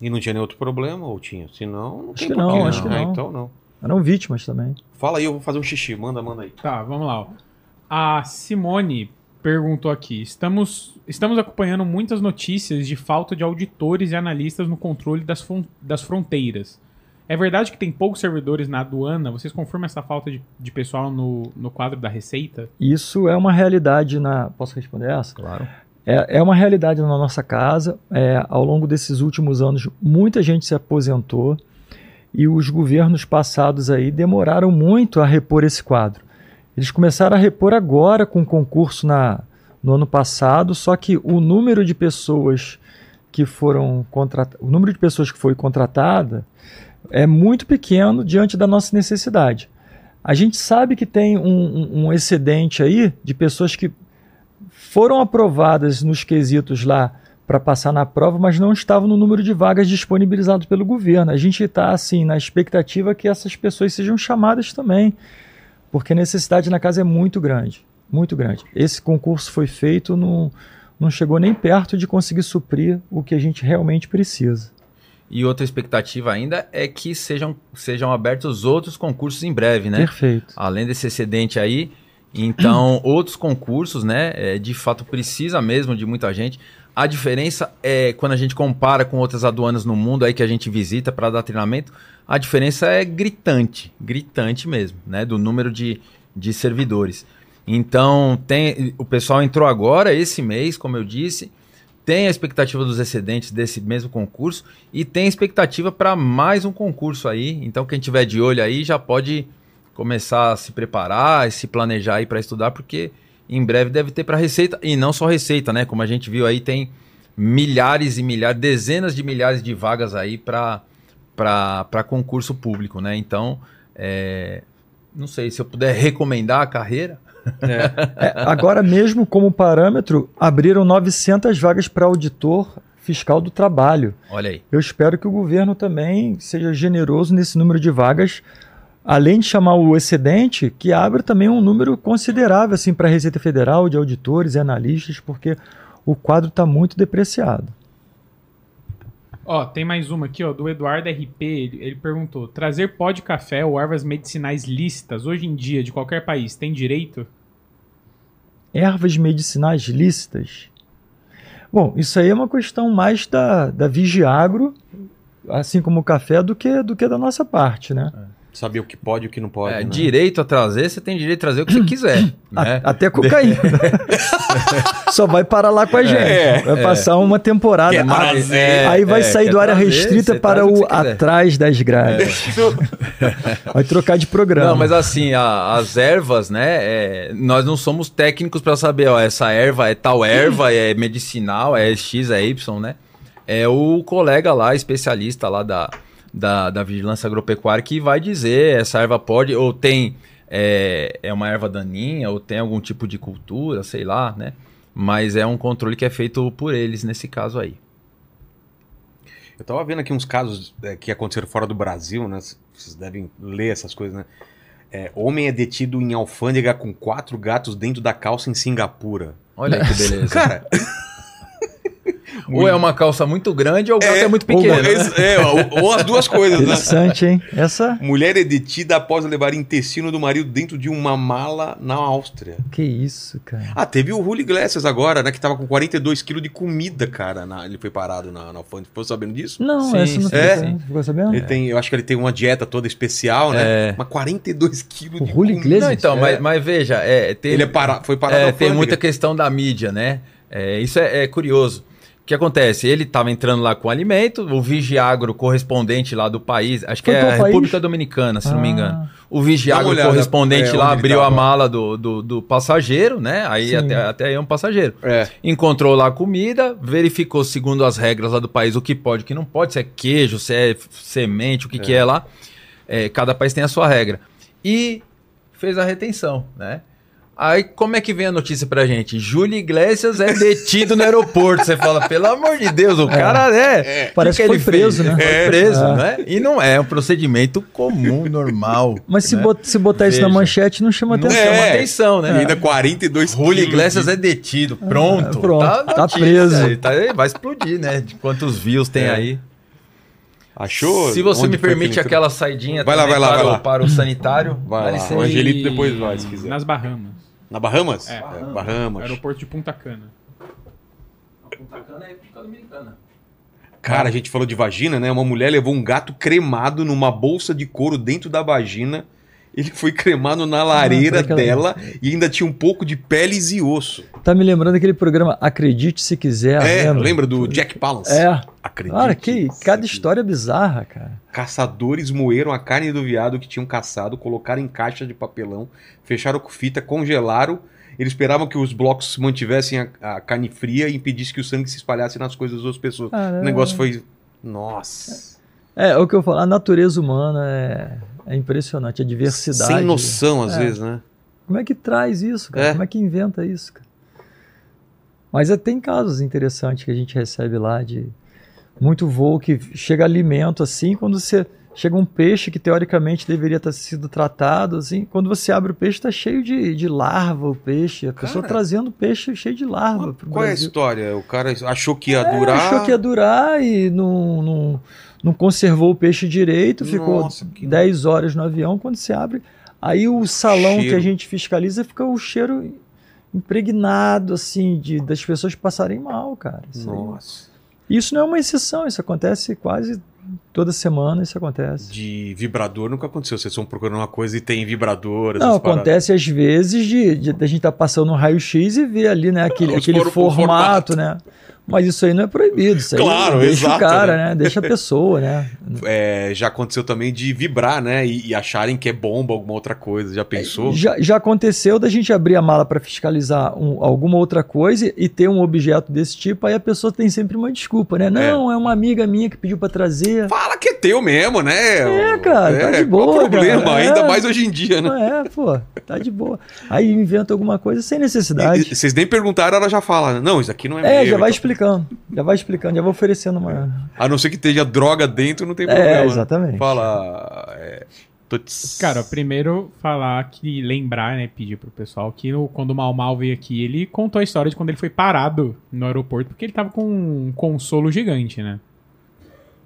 [SPEAKER 6] E não tinha nenhum outro problema, ou tinha? Se não, não tem
[SPEAKER 2] que
[SPEAKER 6] porquê,
[SPEAKER 2] não,
[SPEAKER 6] né?
[SPEAKER 4] acho que
[SPEAKER 6] Ah,
[SPEAKER 2] não.
[SPEAKER 6] Então não.
[SPEAKER 2] Eram vítimas também.
[SPEAKER 6] Fala aí, eu vou fazer um xixi. Manda, manda aí.
[SPEAKER 3] Tá, vamos lá. ó. A Simone perguntou aqui: estamos, estamos acompanhando muitas notícias de falta de auditores e analistas no controle das, fron- das fronteiras. É verdade que tem poucos servidores na aduana? Vocês confirmam essa falta de, de pessoal no, no quadro da Receita?
[SPEAKER 2] Isso é uma realidade na. Posso responder essa?
[SPEAKER 4] Claro.
[SPEAKER 2] É, é uma realidade na nossa casa. É, ao longo desses últimos anos, muita gente se aposentou e os governos passados aí demoraram muito a repor esse quadro. Eles começaram a repor agora com o concurso na, no ano passado, só que o número de pessoas que foram contratadas, o número de pessoas que foi contratada é muito pequeno diante da nossa necessidade. A gente sabe que tem um- um- um excedente aí de pessoas que foram aprovadas nos quesitos lá para passar na prova, mas não estavam no número de vagas disponibilizadas pelo governo. A gente está assim na expectativa que essas pessoas sejam chamadas também, porque a necessidade na casa é muito grande, muito grande. Esse concurso foi feito não não chegou nem perto de conseguir suprir o que a gente realmente precisa.
[SPEAKER 4] E outra expectativa ainda é que sejam, sejam abertos outros concursos em breve, né?
[SPEAKER 2] Perfeito.
[SPEAKER 4] Além desse excedente aí, então (clears throat) outros concursos, né? é, de fato precisa mesmo de muita gente. A diferença é quando a gente compara com outras aduanas no mundo aí que a gente visita para dar treinamento, a diferença é gritante, gritante mesmo, né? Do número de, de servidores. Então tem o pessoal entrou agora esse mês, como eu disse. Tem a expectativa dos excedentes desse mesmo concurso e tem expectativa para mais um concurso aí. Então, quem tiver de olho aí já pode começar a se preparar e se planejar aí para estudar, porque em breve deve ter para receita e não só receita, né? Como a gente viu aí, tem milhares e milhares, dezenas de milhares de vagas aí para para concurso público, né? Então, é, não sei se eu puder recomendar a carreira.
[SPEAKER 2] É, agora mesmo como parâmetro, abriram 900 vagas para auditor fiscal do trabalho.
[SPEAKER 4] Olha aí.
[SPEAKER 2] Eu espero que o governo também seja generoso nesse número de vagas, além de chamar o excedente, que abra também um número considerável assim para a Receita Federal, de auditores e analistas, porque o quadro está muito depreciado.
[SPEAKER 3] Ó, tem mais uma aqui, ó, do Eduardo RP. Ele, ele perguntou: trazer pó de café ou ervas medicinais lícitas hoje em dia de qualquer país tem direito?
[SPEAKER 2] Ervas medicinais lícitas. Bom, isso aí é uma questão mais da, da Vigiagro, assim como o café, do que, do que da nossa parte, né?
[SPEAKER 6] Saber o que pode e o que não pode.
[SPEAKER 4] É,
[SPEAKER 6] né?
[SPEAKER 4] Direito a trazer, você tem direito a trazer o que você quiser,
[SPEAKER 6] (coughs)
[SPEAKER 4] né? É.
[SPEAKER 2] A- Até
[SPEAKER 4] (laughs)
[SPEAKER 2] cocaína. Só vai parar lá com a gente. vai passar uma temporada.
[SPEAKER 6] Quer
[SPEAKER 2] Ah,
[SPEAKER 6] trazer?
[SPEAKER 2] Aí vai
[SPEAKER 4] é,
[SPEAKER 2] sair
[SPEAKER 4] quer
[SPEAKER 2] do área
[SPEAKER 4] trazer,
[SPEAKER 2] restrita
[SPEAKER 4] você
[SPEAKER 2] para
[SPEAKER 4] traz o
[SPEAKER 2] o
[SPEAKER 4] que você quiser. É.
[SPEAKER 2] atrás das grades. Vai trocar de programa.
[SPEAKER 4] Não, mas assim, a- as ervas, né? é, nós não somos técnicos para saber, ó, essa erva é tal erva, é medicinal, é X, é Y, né? É o colega lá, especialista lá da, da, da vigilância agropecuária, que vai dizer essa erva pode, ou tem, é, é uma erva daninha, ou tem algum tipo de cultura, sei lá, né? Mas é um controle que é feito por eles nesse caso aí.
[SPEAKER 6] Eu tava vendo aqui uns casos é, que aconteceram fora do Brasil, né? C- Vocês devem ler essas coisas, né? É, homem é detido em alfândega com quatro gatos dentro da calça em Singapura.
[SPEAKER 4] Olha aí que beleza.
[SPEAKER 6] Cara,
[SPEAKER 4] ou é uma calça muito grande ou o gato é, muito
[SPEAKER 2] ou-
[SPEAKER 4] pequeno. né?
[SPEAKER 6] é, é, ou, ou as duas coisas, né?
[SPEAKER 2] Interessante, hein? Essa.
[SPEAKER 6] Mulher é detida após levar intestino do marido dentro de uma mala na Áustria.
[SPEAKER 2] Que isso, cara.
[SPEAKER 6] Ah, teve o Julio Iglesias agora, né? Que tava com 42 quilos de comida, cara. na- ele foi parado na, na alfândega. Ficou sabendo disso?
[SPEAKER 2] Não,
[SPEAKER 4] Sim,
[SPEAKER 2] essa não
[SPEAKER 4] sim, É?
[SPEAKER 2] fica-
[SPEAKER 4] sim.
[SPEAKER 2] ficou sabendo?
[SPEAKER 6] Ele tem, eu acho que ele tem uma dieta toda especial, né?
[SPEAKER 4] É.
[SPEAKER 6] Mas 42 quilos
[SPEAKER 2] O
[SPEAKER 6] de
[SPEAKER 2] Julio
[SPEAKER 6] comida.
[SPEAKER 4] Não,
[SPEAKER 2] Iglesias?
[SPEAKER 4] então, mas, mas veja, é, tem,
[SPEAKER 6] Ele é para, foi parado
[SPEAKER 4] É,
[SPEAKER 6] na
[SPEAKER 4] tem
[SPEAKER 6] alfândega.
[SPEAKER 4] muita questão da mídia, né? É, isso é, é curioso. O que acontece? Ele estava entrando lá com alimento, o Vigiagro correspondente lá do país, acho que
[SPEAKER 2] Foi
[SPEAKER 4] é
[SPEAKER 2] pro
[SPEAKER 4] a
[SPEAKER 2] país? Ah.
[SPEAKER 4] República Dominicana, se não me engano. O
[SPEAKER 7] Dá
[SPEAKER 4] Vigiagro
[SPEAKER 7] uma olhada, é,
[SPEAKER 4] correspondente
[SPEAKER 7] onde
[SPEAKER 4] lá
[SPEAKER 7] ele
[SPEAKER 4] abriu
[SPEAKER 7] tava.
[SPEAKER 4] a mala do, do, do passageiro, né? Aí
[SPEAKER 2] Sim.
[SPEAKER 4] até, até aí é um passageiro.
[SPEAKER 1] É.
[SPEAKER 4] Encontrou lá a comida, verificou segundo as regras lá do país o que pode, o que não pode, se é queijo, se é f- semente, o que é, que é lá. É, cada país tem a sua regra. E fez a retenção, né? Aí como é que vem a notícia pra gente? Júlio Iglesias é detido no aeroporto. Você fala, pelo amor de Deus, o cara é.
[SPEAKER 1] É.
[SPEAKER 4] o
[SPEAKER 2] Parece que
[SPEAKER 4] ele
[SPEAKER 2] foi preso,
[SPEAKER 4] fez?
[SPEAKER 2] né?
[SPEAKER 4] Foi preso,
[SPEAKER 2] É.
[SPEAKER 4] né? E não é, é um procedimento comum, normal.
[SPEAKER 2] Mas se,
[SPEAKER 4] né?
[SPEAKER 2] bot- se botar isso na
[SPEAKER 4] Veja.
[SPEAKER 2] manchete, não chama
[SPEAKER 4] Não
[SPEAKER 2] atenção.
[SPEAKER 4] chama
[SPEAKER 1] É.
[SPEAKER 4] atenção,
[SPEAKER 1] E
[SPEAKER 4] né?
[SPEAKER 1] ainda 42
[SPEAKER 4] Julio
[SPEAKER 1] quilos
[SPEAKER 4] Iglesias
[SPEAKER 1] de-
[SPEAKER 4] é detido, pronto.
[SPEAKER 2] Ah, pronto, tá
[SPEAKER 4] notícia,
[SPEAKER 2] preso.
[SPEAKER 4] ele tá- ele vai explodir, né? De quantos views tem
[SPEAKER 1] É.
[SPEAKER 4] aí.
[SPEAKER 1] Achou?
[SPEAKER 4] Se você
[SPEAKER 1] Onde
[SPEAKER 4] me
[SPEAKER 1] foi que
[SPEAKER 4] permite
[SPEAKER 1] ele entrou?
[SPEAKER 4] aquela saidinha
[SPEAKER 1] Vai lá,
[SPEAKER 4] também
[SPEAKER 1] vai lá,
[SPEAKER 4] para,
[SPEAKER 1] vai
[SPEAKER 4] o-
[SPEAKER 1] lá.
[SPEAKER 4] para o sanitário.
[SPEAKER 1] Vai lá,
[SPEAKER 4] licença.
[SPEAKER 1] o Angelito depois vai, se quiser.
[SPEAKER 3] Nas Bahamas.
[SPEAKER 1] Na Bahamas?
[SPEAKER 3] É.
[SPEAKER 1] Bahamas.
[SPEAKER 3] Aeroporto de Punta Cana.
[SPEAKER 1] Cara, a gente falou de vagina, né? Uma mulher levou um gato cremado numa bolsa de couro dentro da vagina. Ele foi cremado na lareira
[SPEAKER 2] foi aquela-
[SPEAKER 1] dela e ainda tinha um pouco de peles e osso.
[SPEAKER 2] Tá me lembrando aquele programa Acredite Se Quiser.
[SPEAKER 1] é,
[SPEAKER 2] lembra?
[SPEAKER 1] lembra do Jack Palance?
[SPEAKER 2] Tá É.
[SPEAKER 1] Acredite.
[SPEAKER 2] Cara, que
[SPEAKER 1] se
[SPEAKER 2] cada
[SPEAKER 1] quiser.
[SPEAKER 2] história bizarra, cara.
[SPEAKER 1] Caçadores moeram a carne do veado que tinham caçado, colocaram em caixa de papelão, fecharam com fita, congelaram. Eles esperavam que os blocos mantivessem a, a carne fria e impedisse que o sangue se espalhasse nas coisas das outras pessoas.
[SPEAKER 2] Caramba.
[SPEAKER 1] O negócio foi. Nossa!
[SPEAKER 2] É, é o que eu falo, a natureza humana é, é impressionante, a diversidade.
[SPEAKER 1] Sem noção, às
[SPEAKER 2] É.
[SPEAKER 1] vezes, né?
[SPEAKER 2] Como é que traz isso, cara?
[SPEAKER 1] É.
[SPEAKER 2] Como é que inventa isso, cara? Mas é, tem casos interessantes que a gente recebe lá de muito voo que chega alimento assim, quando você chega um peixe que teoricamente deveria ter sido tratado assim, quando você abre o peixe tá cheio de, de larva o peixe, a pessoa
[SPEAKER 1] Cara.
[SPEAKER 2] trazendo peixe cheio de larva Ah, pro
[SPEAKER 1] Qual é a
[SPEAKER 2] Brasil.
[SPEAKER 1] história? O cara achou que ia
[SPEAKER 2] É,
[SPEAKER 1] durar.
[SPEAKER 2] achou que ia durar e não, não, não conservou o peixe direito, ficou
[SPEAKER 1] Nossa, que-
[SPEAKER 2] 10 horas no avião, quando se abre, aí o salão
[SPEAKER 1] Cheiro.
[SPEAKER 2] que a gente fiscaliza fica o cheiro impregnado, assim, de, das pessoas passarem mal, cara. Isso, aí-
[SPEAKER 1] Nossa.
[SPEAKER 2] isso não é uma exceção, isso acontece quase toda semana, isso acontece.
[SPEAKER 1] De vibrador nunca aconteceu. Vocês estão procurando uma coisa e tem vibrador.
[SPEAKER 2] Não,
[SPEAKER 1] essas paradas.
[SPEAKER 2] acontece às vezes de, de, de a gente estar passando um raio-x e ver ali, né, aquele,
[SPEAKER 1] Os
[SPEAKER 2] aquele
[SPEAKER 1] por- o
[SPEAKER 2] formato, né? Mas isso aí não é proibido, isso aí
[SPEAKER 1] Claro,
[SPEAKER 2] deixa
[SPEAKER 1] exato,
[SPEAKER 2] o cara, né? Deixa a pessoa, né?
[SPEAKER 1] É, já aconteceu também de vibrar, né? E, e acharem que é bomba, alguma outra coisa. Já pensou?
[SPEAKER 2] É, Já, já aconteceu da gente abrir a mala para fiscalizar um- alguma outra coisa e ter um objeto desse tipo, aí a pessoa tem sempre uma desculpa, né? Não, é, uma amiga minha que pediu para trazer.
[SPEAKER 1] Fala que é teu mesmo, né?
[SPEAKER 2] É, cara, tá de
[SPEAKER 1] Qual o
[SPEAKER 2] boa,
[SPEAKER 1] problema?
[SPEAKER 2] cara, é.
[SPEAKER 1] Ainda mais hoje em dia, né?
[SPEAKER 2] Não é, pô, tá de boa. Aí inventa alguma coisa sem
[SPEAKER 1] E-
[SPEAKER 2] necessidade.
[SPEAKER 1] e- Vocês nem perguntaram, ela já fala. Não, isso aqui não é,
[SPEAKER 2] É,
[SPEAKER 1] meu.
[SPEAKER 2] já vai
[SPEAKER 1] então.
[SPEAKER 2] explicando, já vai explicando, já vai oferecendo uma.
[SPEAKER 1] A não ser que esteja droga dentro, não tem problema.
[SPEAKER 2] É,
[SPEAKER 1] né?
[SPEAKER 2] exatamente.
[SPEAKER 1] Fala. É... tuts.
[SPEAKER 3] Cara, primeiro falar que lembrar, né, pedir pro pessoal que o- quando o Mal Mal veio aqui, ele contou a história de quando ele foi parado no aeroporto porque ele tava com um consolo gigante, né?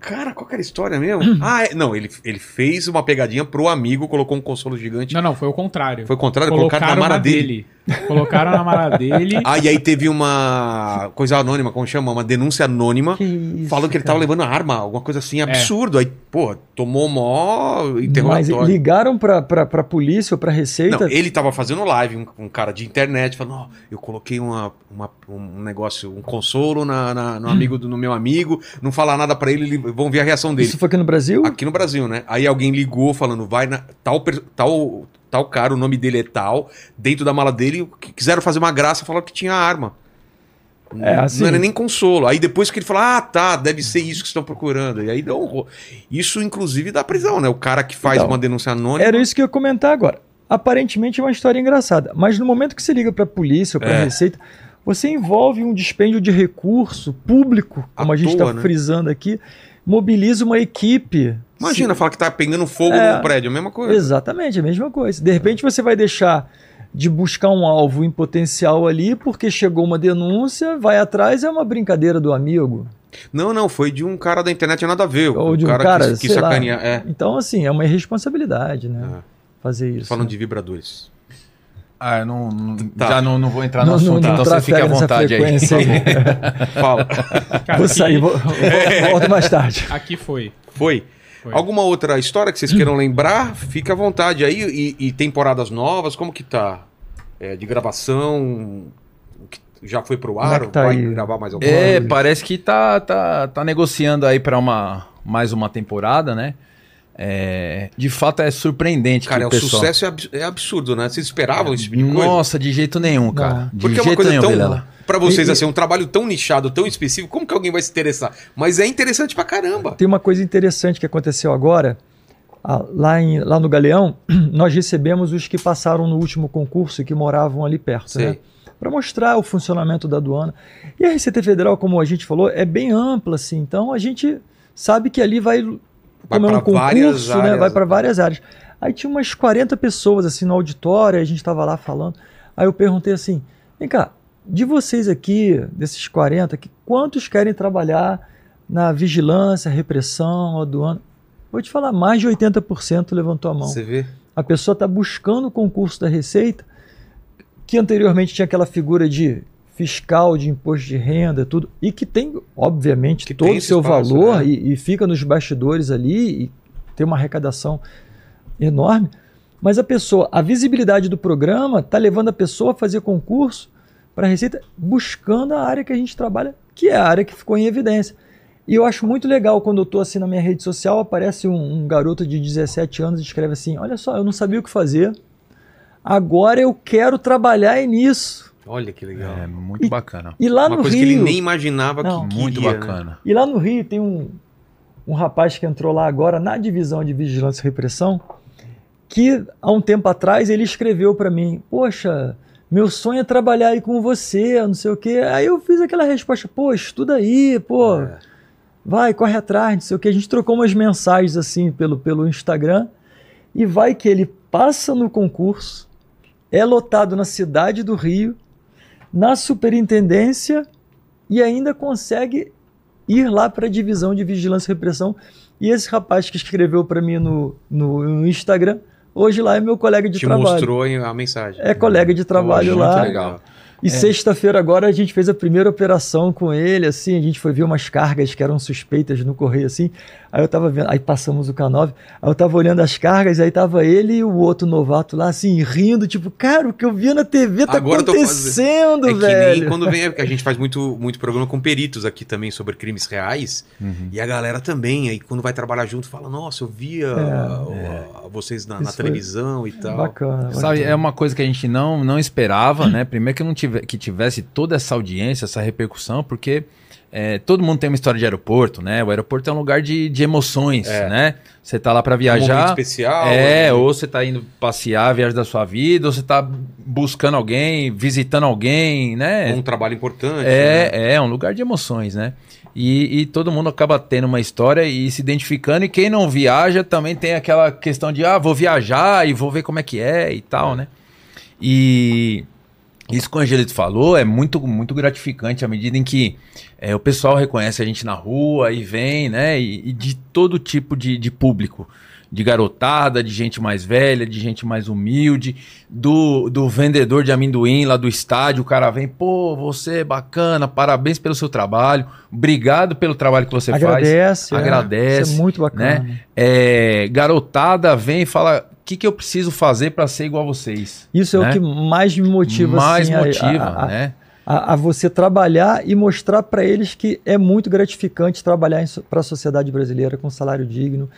[SPEAKER 1] Cara, qual que era a história mesmo?
[SPEAKER 2] Hum.
[SPEAKER 1] ah, é- não, ele, ele fez uma pegadinha pro amigo, colocou um consolo gigante.
[SPEAKER 3] Não, não, foi o contrário.
[SPEAKER 1] Foi o contrário,
[SPEAKER 3] Colocaram
[SPEAKER 1] colocaram na mara dele.
[SPEAKER 3] Colocaram na
[SPEAKER 1] (laughs)
[SPEAKER 3] mara dele.
[SPEAKER 1] Ah, e aí teve uma coisa anônima, como chama? Uma denúncia anônima.
[SPEAKER 2] Que isso,
[SPEAKER 1] falando que ele tá tava
[SPEAKER 2] cara. É.
[SPEAKER 1] levando arma, alguma coisa assim, absurdo. Aí, pô, tomou mó
[SPEAKER 2] Mas
[SPEAKER 1] interrogatório.
[SPEAKER 2] ligaram pra, pra, pra polícia ou pra
[SPEAKER 1] Não, é
[SPEAKER 2] Receita?
[SPEAKER 1] ele tava fazendo live, um, um cara de internet, falando, ó, eu coloquei uma, uma- um negócio, um consolo na, na-
[SPEAKER 2] Hum.
[SPEAKER 1] no amigo do no meu amigo, não falar nada pra ele, ele- vão ver a reação dele.
[SPEAKER 2] Isso foi aqui no Brasil?
[SPEAKER 1] um Aqui no Brasil, né? Aí alguém ligou falando, vai na tal, per- tal, tal cara, o nome dele é tal, dentro da mala dele, qu- quiseram fazer uma graça, falaram que tinha arma.
[SPEAKER 2] É, assim-
[SPEAKER 1] Não era nem consolo. Aí depois que ele falou, ah, tá, deve ser isso que estão procurando. E aí deu um... ro- Isso, inclusive, dá prisão, né? O cara que faz
[SPEAKER 2] Então,
[SPEAKER 1] uma denúncia anônima.
[SPEAKER 2] Era isso que eu ia comentar agora. Aparentemente é uma história engraçada, mas no momento que você liga para a polícia ou para a
[SPEAKER 1] É.
[SPEAKER 2] Receita, você envolve um dispêndio de recurso público, como
[SPEAKER 1] À
[SPEAKER 2] a gente
[SPEAKER 1] toa,
[SPEAKER 2] está
[SPEAKER 1] né?
[SPEAKER 2] frisando aqui, mobiliza uma equipe.
[SPEAKER 1] Imagina, fala que tá pegando fogo
[SPEAKER 2] É.
[SPEAKER 1] num prédio, a mesma
[SPEAKER 2] Se-
[SPEAKER 1] coisa.
[SPEAKER 2] Exatamente, a mesma coisa. De repente você vai deixar de buscar um alvo em potencial ali, porque chegou uma denúncia, vai atrás, é uma brincadeira do amigo.
[SPEAKER 1] Não, não, foi de um cara da internet, nada a ver.
[SPEAKER 2] Ou
[SPEAKER 1] o
[SPEAKER 2] de um cara,
[SPEAKER 1] que, que
[SPEAKER 2] sei lá.
[SPEAKER 1] sacanear. É,
[SPEAKER 2] Então, assim, é uma irresponsabilidade, né?
[SPEAKER 1] É.
[SPEAKER 2] Fazer isso. né?
[SPEAKER 1] falando de vibradores.
[SPEAKER 4] Ah, eu não, não-
[SPEAKER 1] Tá.
[SPEAKER 4] já não, não vou entrar no
[SPEAKER 2] Não, não,
[SPEAKER 4] assunto,
[SPEAKER 2] não
[SPEAKER 4] então você fique à
[SPEAKER 2] trafega nessa
[SPEAKER 4] vontade aí.
[SPEAKER 2] frequência
[SPEAKER 4] (laughs)
[SPEAKER 2] né? aí. (laughs)
[SPEAKER 1] Fala.
[SPEAKER 3] Cara,
[SPEAKER 1] Ah,
[SPEAKER 2] Vou
[SPEAKER 3] aqui-
[SPEAKER 2] sair, vou, vou- volto mais tarde.
[SPEAKER 3] Aqui foi.
[SPEAKER 1] Foi.
[SPEAKER 3] Foi.
[SPEAKER 1] Alguma outra história que vocês queiram lembrar? Fica à vontade aí. E, e temporadas novas, como que tá? É, de gravação? o que-
[SPEAKER 6] Já foi pro
[SPEAKER 2] Como é
[SPEAKER 6] ar?
[SPEAKER 2] que tá
[SPEAKER 6] vai
[SPEAKER 2] aí?
[SPEAKER 6] gravar mais alguma
[SPEAKER 4] É,
[SPEAKER 6] coisa?
[SPEAKER 4] parece que tá, tá, tá negociando aí para uma, mais uma temporada, né? É, de fato é surpreendente
[SPEAKER 6] Cara,
[SPEAKER 1] um
[SPEAKER 4] que
[SPEAKER 6] é,
[SPEAKER 4] o
[SPEAKER 6] o
[SPEAKER 4] pessoal...
[SPEAKER 6] sucesso é abs- é absurdo, né? Vocês
[SPEAKER 2] É,
[SPEAKER 6] esperavam esse tipo de coisa?
[SPEAKER 4] Nossa, de jeito nenhum, cara. De
[SPEAKER 6] Porque é
[SPEAKER 4] jeito
[SPEAKER 6] uma coisa
[SPEAKER 4] nenhum,
[SPEAKER 6] tão.
[SPEAKER 4] Vilela.
[SPEAKER 6] Pra vocês,
[SPEAKER 2] E-
[SPEAKER 6] assim, um trabalho tão nichado, tão específico, como que alguém vai se interessar? Mas é interessante pra caramba.
[SPEAKER 2] Tem uma coisa interessante que aconteceu agora. Ah, Lá, em- lá no Galeão, (clears throat) nós recebemos os que passaram no último concurso e que moravam ali perto,
[SPEAKER 6] Sei.
[SPEAKER 2] né? Para mostrar o funcionamento da aduana. E a Receita Federal, como a gente falou, é bem ampla, assim. Então a gente sabe que ali vai, como é
[SPEAKER 6] pra
[SPEAKER 2] um
[SPEAKER 6] várias
[SPEAKER 2] concurso, né?
[SPEAKER 6] áreas,
[SPEAKER 2] Vai para
[SPEAKER 6] né?
[SPEAKER 2] várias áreas. Aí tinha umas 40 pessoas assim no auditório, a gente estava lá falando. Aí eu perguntei assim: vem cá, de vocês aqui, desses 40, aqui, quantos querem trabalhar na vigilância, repressão, aduana? Vou te falar, mais de 80% levantou a mão.
[SPEAKER 6] Você vê?
[SPEAKER 2] A pessoa está buscando o concurso da Receita, que anteriormente tinha aquela figura de fiscal de imposto de renda, tudo, e que tem, obviamente,
[SPEAKER 6] Que tem
[SPEAKER 2] todo o
[SPEAKER 6] esse
[SPEAKER 2] seu
[SPEAKER 6] espaço,
[SPEAKER 2] valor
[SPEAKER 6] né?
[SPEAKER 2] e, e fica nos bastidores ali e tem uma arrecadação enorme. Mas a pessoa, a visibilidade do programa está levando a pessoa a fazer concurso para a Receita, buscando a área que a gente trabalha, que é a área que ficou em evidência. E eu acho muito legal quando eu tô assim na minha rede social, aparece um, um garoto de 17 anos e escreve assim: Olha só, eu não sabia o que fazer, agora eu quero trabalhar é nisso.
[SPEAKER 6] Olha que legal.
[SPEAKER 4] É muito
[SPEAKER 2] E-
[SPEAKER 4] bacana.
[SPEAKER 2] E lá
[SPEAKER 6] Uma
[SPEAKER 2] Tá no
[SPEAKER 6] coisa
[SPEAKER 2] Rio.
[SPEAKER 6] que ele nem imaginava
[SPEAKER 2] Não.
[SPEAKER 6] que
[SPEAKER 4] Muito
[SPEAKER 6] queria, né?
[SPEAKER 4] bacana.
[SPEAKER 2] E lá no Rio tem um, um rapaz que entrou lá agora na divisão de vigilância e repressão, que há um tempo atrás ele escreveu para mim: Poxa, meu sonho é trabalhar aí com você, não sei o quê. Aí eu fiz aquela resposta: Pô, estuda aí, pô.
[SPEAKER 6] É.
[SPEAKER 2] vai, corre atrás, não sei o que. A gente trocou umas mensagens assim pelo, pelo Instagram e vai que ele passa no concurso, é lotado na cidade do Rio, na superintendência e ainda consegue ir lá para a divisão de vigilância e repressão. E esse rapaz que escreveu para mim no, no, no Instagram, hoje lá é meu colega de
[SPEAKER 6] Te
[SPEAKER 2] trabalho.
[SPEAKER 6] mostrou hein, a mensagem.
[SPEAKER 2] É colega de trabalho
[SPEAKER 4] muito
[SPEAKER 2] lá.
[SPEAKER 4] legal.
[SPEAKER 6] É.
[SPEAKER 2] E sexta-feira agora a gente fez a primeira operação com ele, assim, a gente foi ver umas cargas que eram suspeitas no correio, assim. Aí eu tava vendo, aí passamos o K9, aí eu tava olhando as cargas, aí tava ele e o outro novato lá, assim, rindo, tipo, cara, o que eu vi na TV tá
[SPEAKER 6] Agora eu tô
[SPEAKER 2] acontecendo,
[SPEAKER 6] É que
[SPEAKER 2] velho.
[SPEAKER 6] nem quando vem, a gente faz muito, muito programa com peritos aqui também sobre crimes reais.
[SPEAKER 4] Uhum.
[SPEAKER 6] E a galera também, aí quando vai trabalhar junto, fala: Nossa, eu via o-
[SPEAKER 4] é.
[SPEAKER 6] a- vocês na, na
[SPEAKER 2] É, Isso foi
[SPEAKER 6] televisão e tal.
[SPEAKER 2] Bacana.
[SPEAKER 4] Sabe,
[SPEAKER 6] então.
[SPEAKER 2] bacana.
[SPEAKER 4] é uma coisa que a gente não, não esperava, né? Primeiro que não tive, que tivesse toda essa audiência, essa repercussão, porque é, todo mundo tem uma história de aeroporto, né? O aeroporto é um lugar de, de emoções, né? Você tá lá para
[SPEAKER 6] É. Um momento
[SPEAKER 4] viajar.
[SPEAKER 6] especial. né?
[SPEAKER 4] É, ou você tá indo passear, viagem da sua vida, ou você tá buscando alguém, visitando alguém, né?
[SPEAKER 6] um trabalho importante. né?
[SPEAKER 4] É, é um lugar de emoções, né? E, e todo mundo acaba tendo uma história e se identificando. E quem não viaja também tem aquela questão de, ah, vou viajar e vou ver como é que é e tal, né? E isso que o Angelito falou é muito, muito gratificante à medida em que é, o pessoal reconhece a gente na rua e vem, né? E, e de todo tipo de, de público. De garotada, de gente mais velha, de gente mais humilde, do, do vendedor de amendoim lá do estádio, o cara vem, pô, você é bacana, parabéns pelo seu trabalho, obrigado pelo trabalho que você faz.
[SPEAKER 2] agradece, é.
[SPEAKER 4] agradece, né?
[SPEAKER 2] Isso é muito bacana.
[SPEAKER 4] É, garotada vem e fala, o que, que eu preciso fazer pra ser igual a vocês?
[SPEAKER 2] Isso é
[SPEAKER 4] né?
[SPEAKER 2] o que mais me motiva,
[SPEAKER 4] Mais
[SPEAKER 2] assim, a-
[SPEAKER 4] motiva,
[SPEAKER 2] a, a,
[SPEAKER 4] né?
[SPEAKER 2] a, a você trabalhar e mostrar para eles que é muito gratificante trabalhar para a sociedade brasileira com salário digno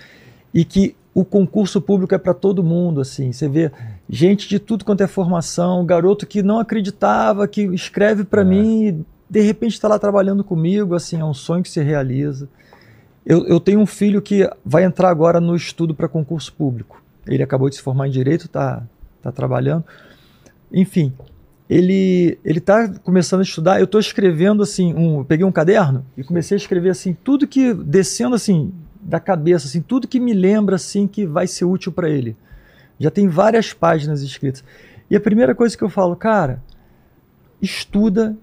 [SPEAKER 2] e que o concurso público é para todo mundo. Assim, você vê gente de tudo quanto é formação, garoto que não acreditava, que escreve para
[SPEAKER 4] É.
[SPEAKER 2] mim e de repente está lá trabalhando comigo. Assim, é um sonho que se realiza. Eu, eu tenho um filho que vai entrar agora no estudo para concurso público. Ele acabou de se formar em direito, está tá trabalhando. Enfim, ele ele tá começando a estudar. Eu estou escrevendo assim, um, eu peguei um caderno e comecei a escrever assim tudo que descendo assim da cabeça, assim tudo que me lembra assim que vai ser útil para ele. Já tem várias páginas escritas. E a primeira coisa que eu falo, cara, estuda,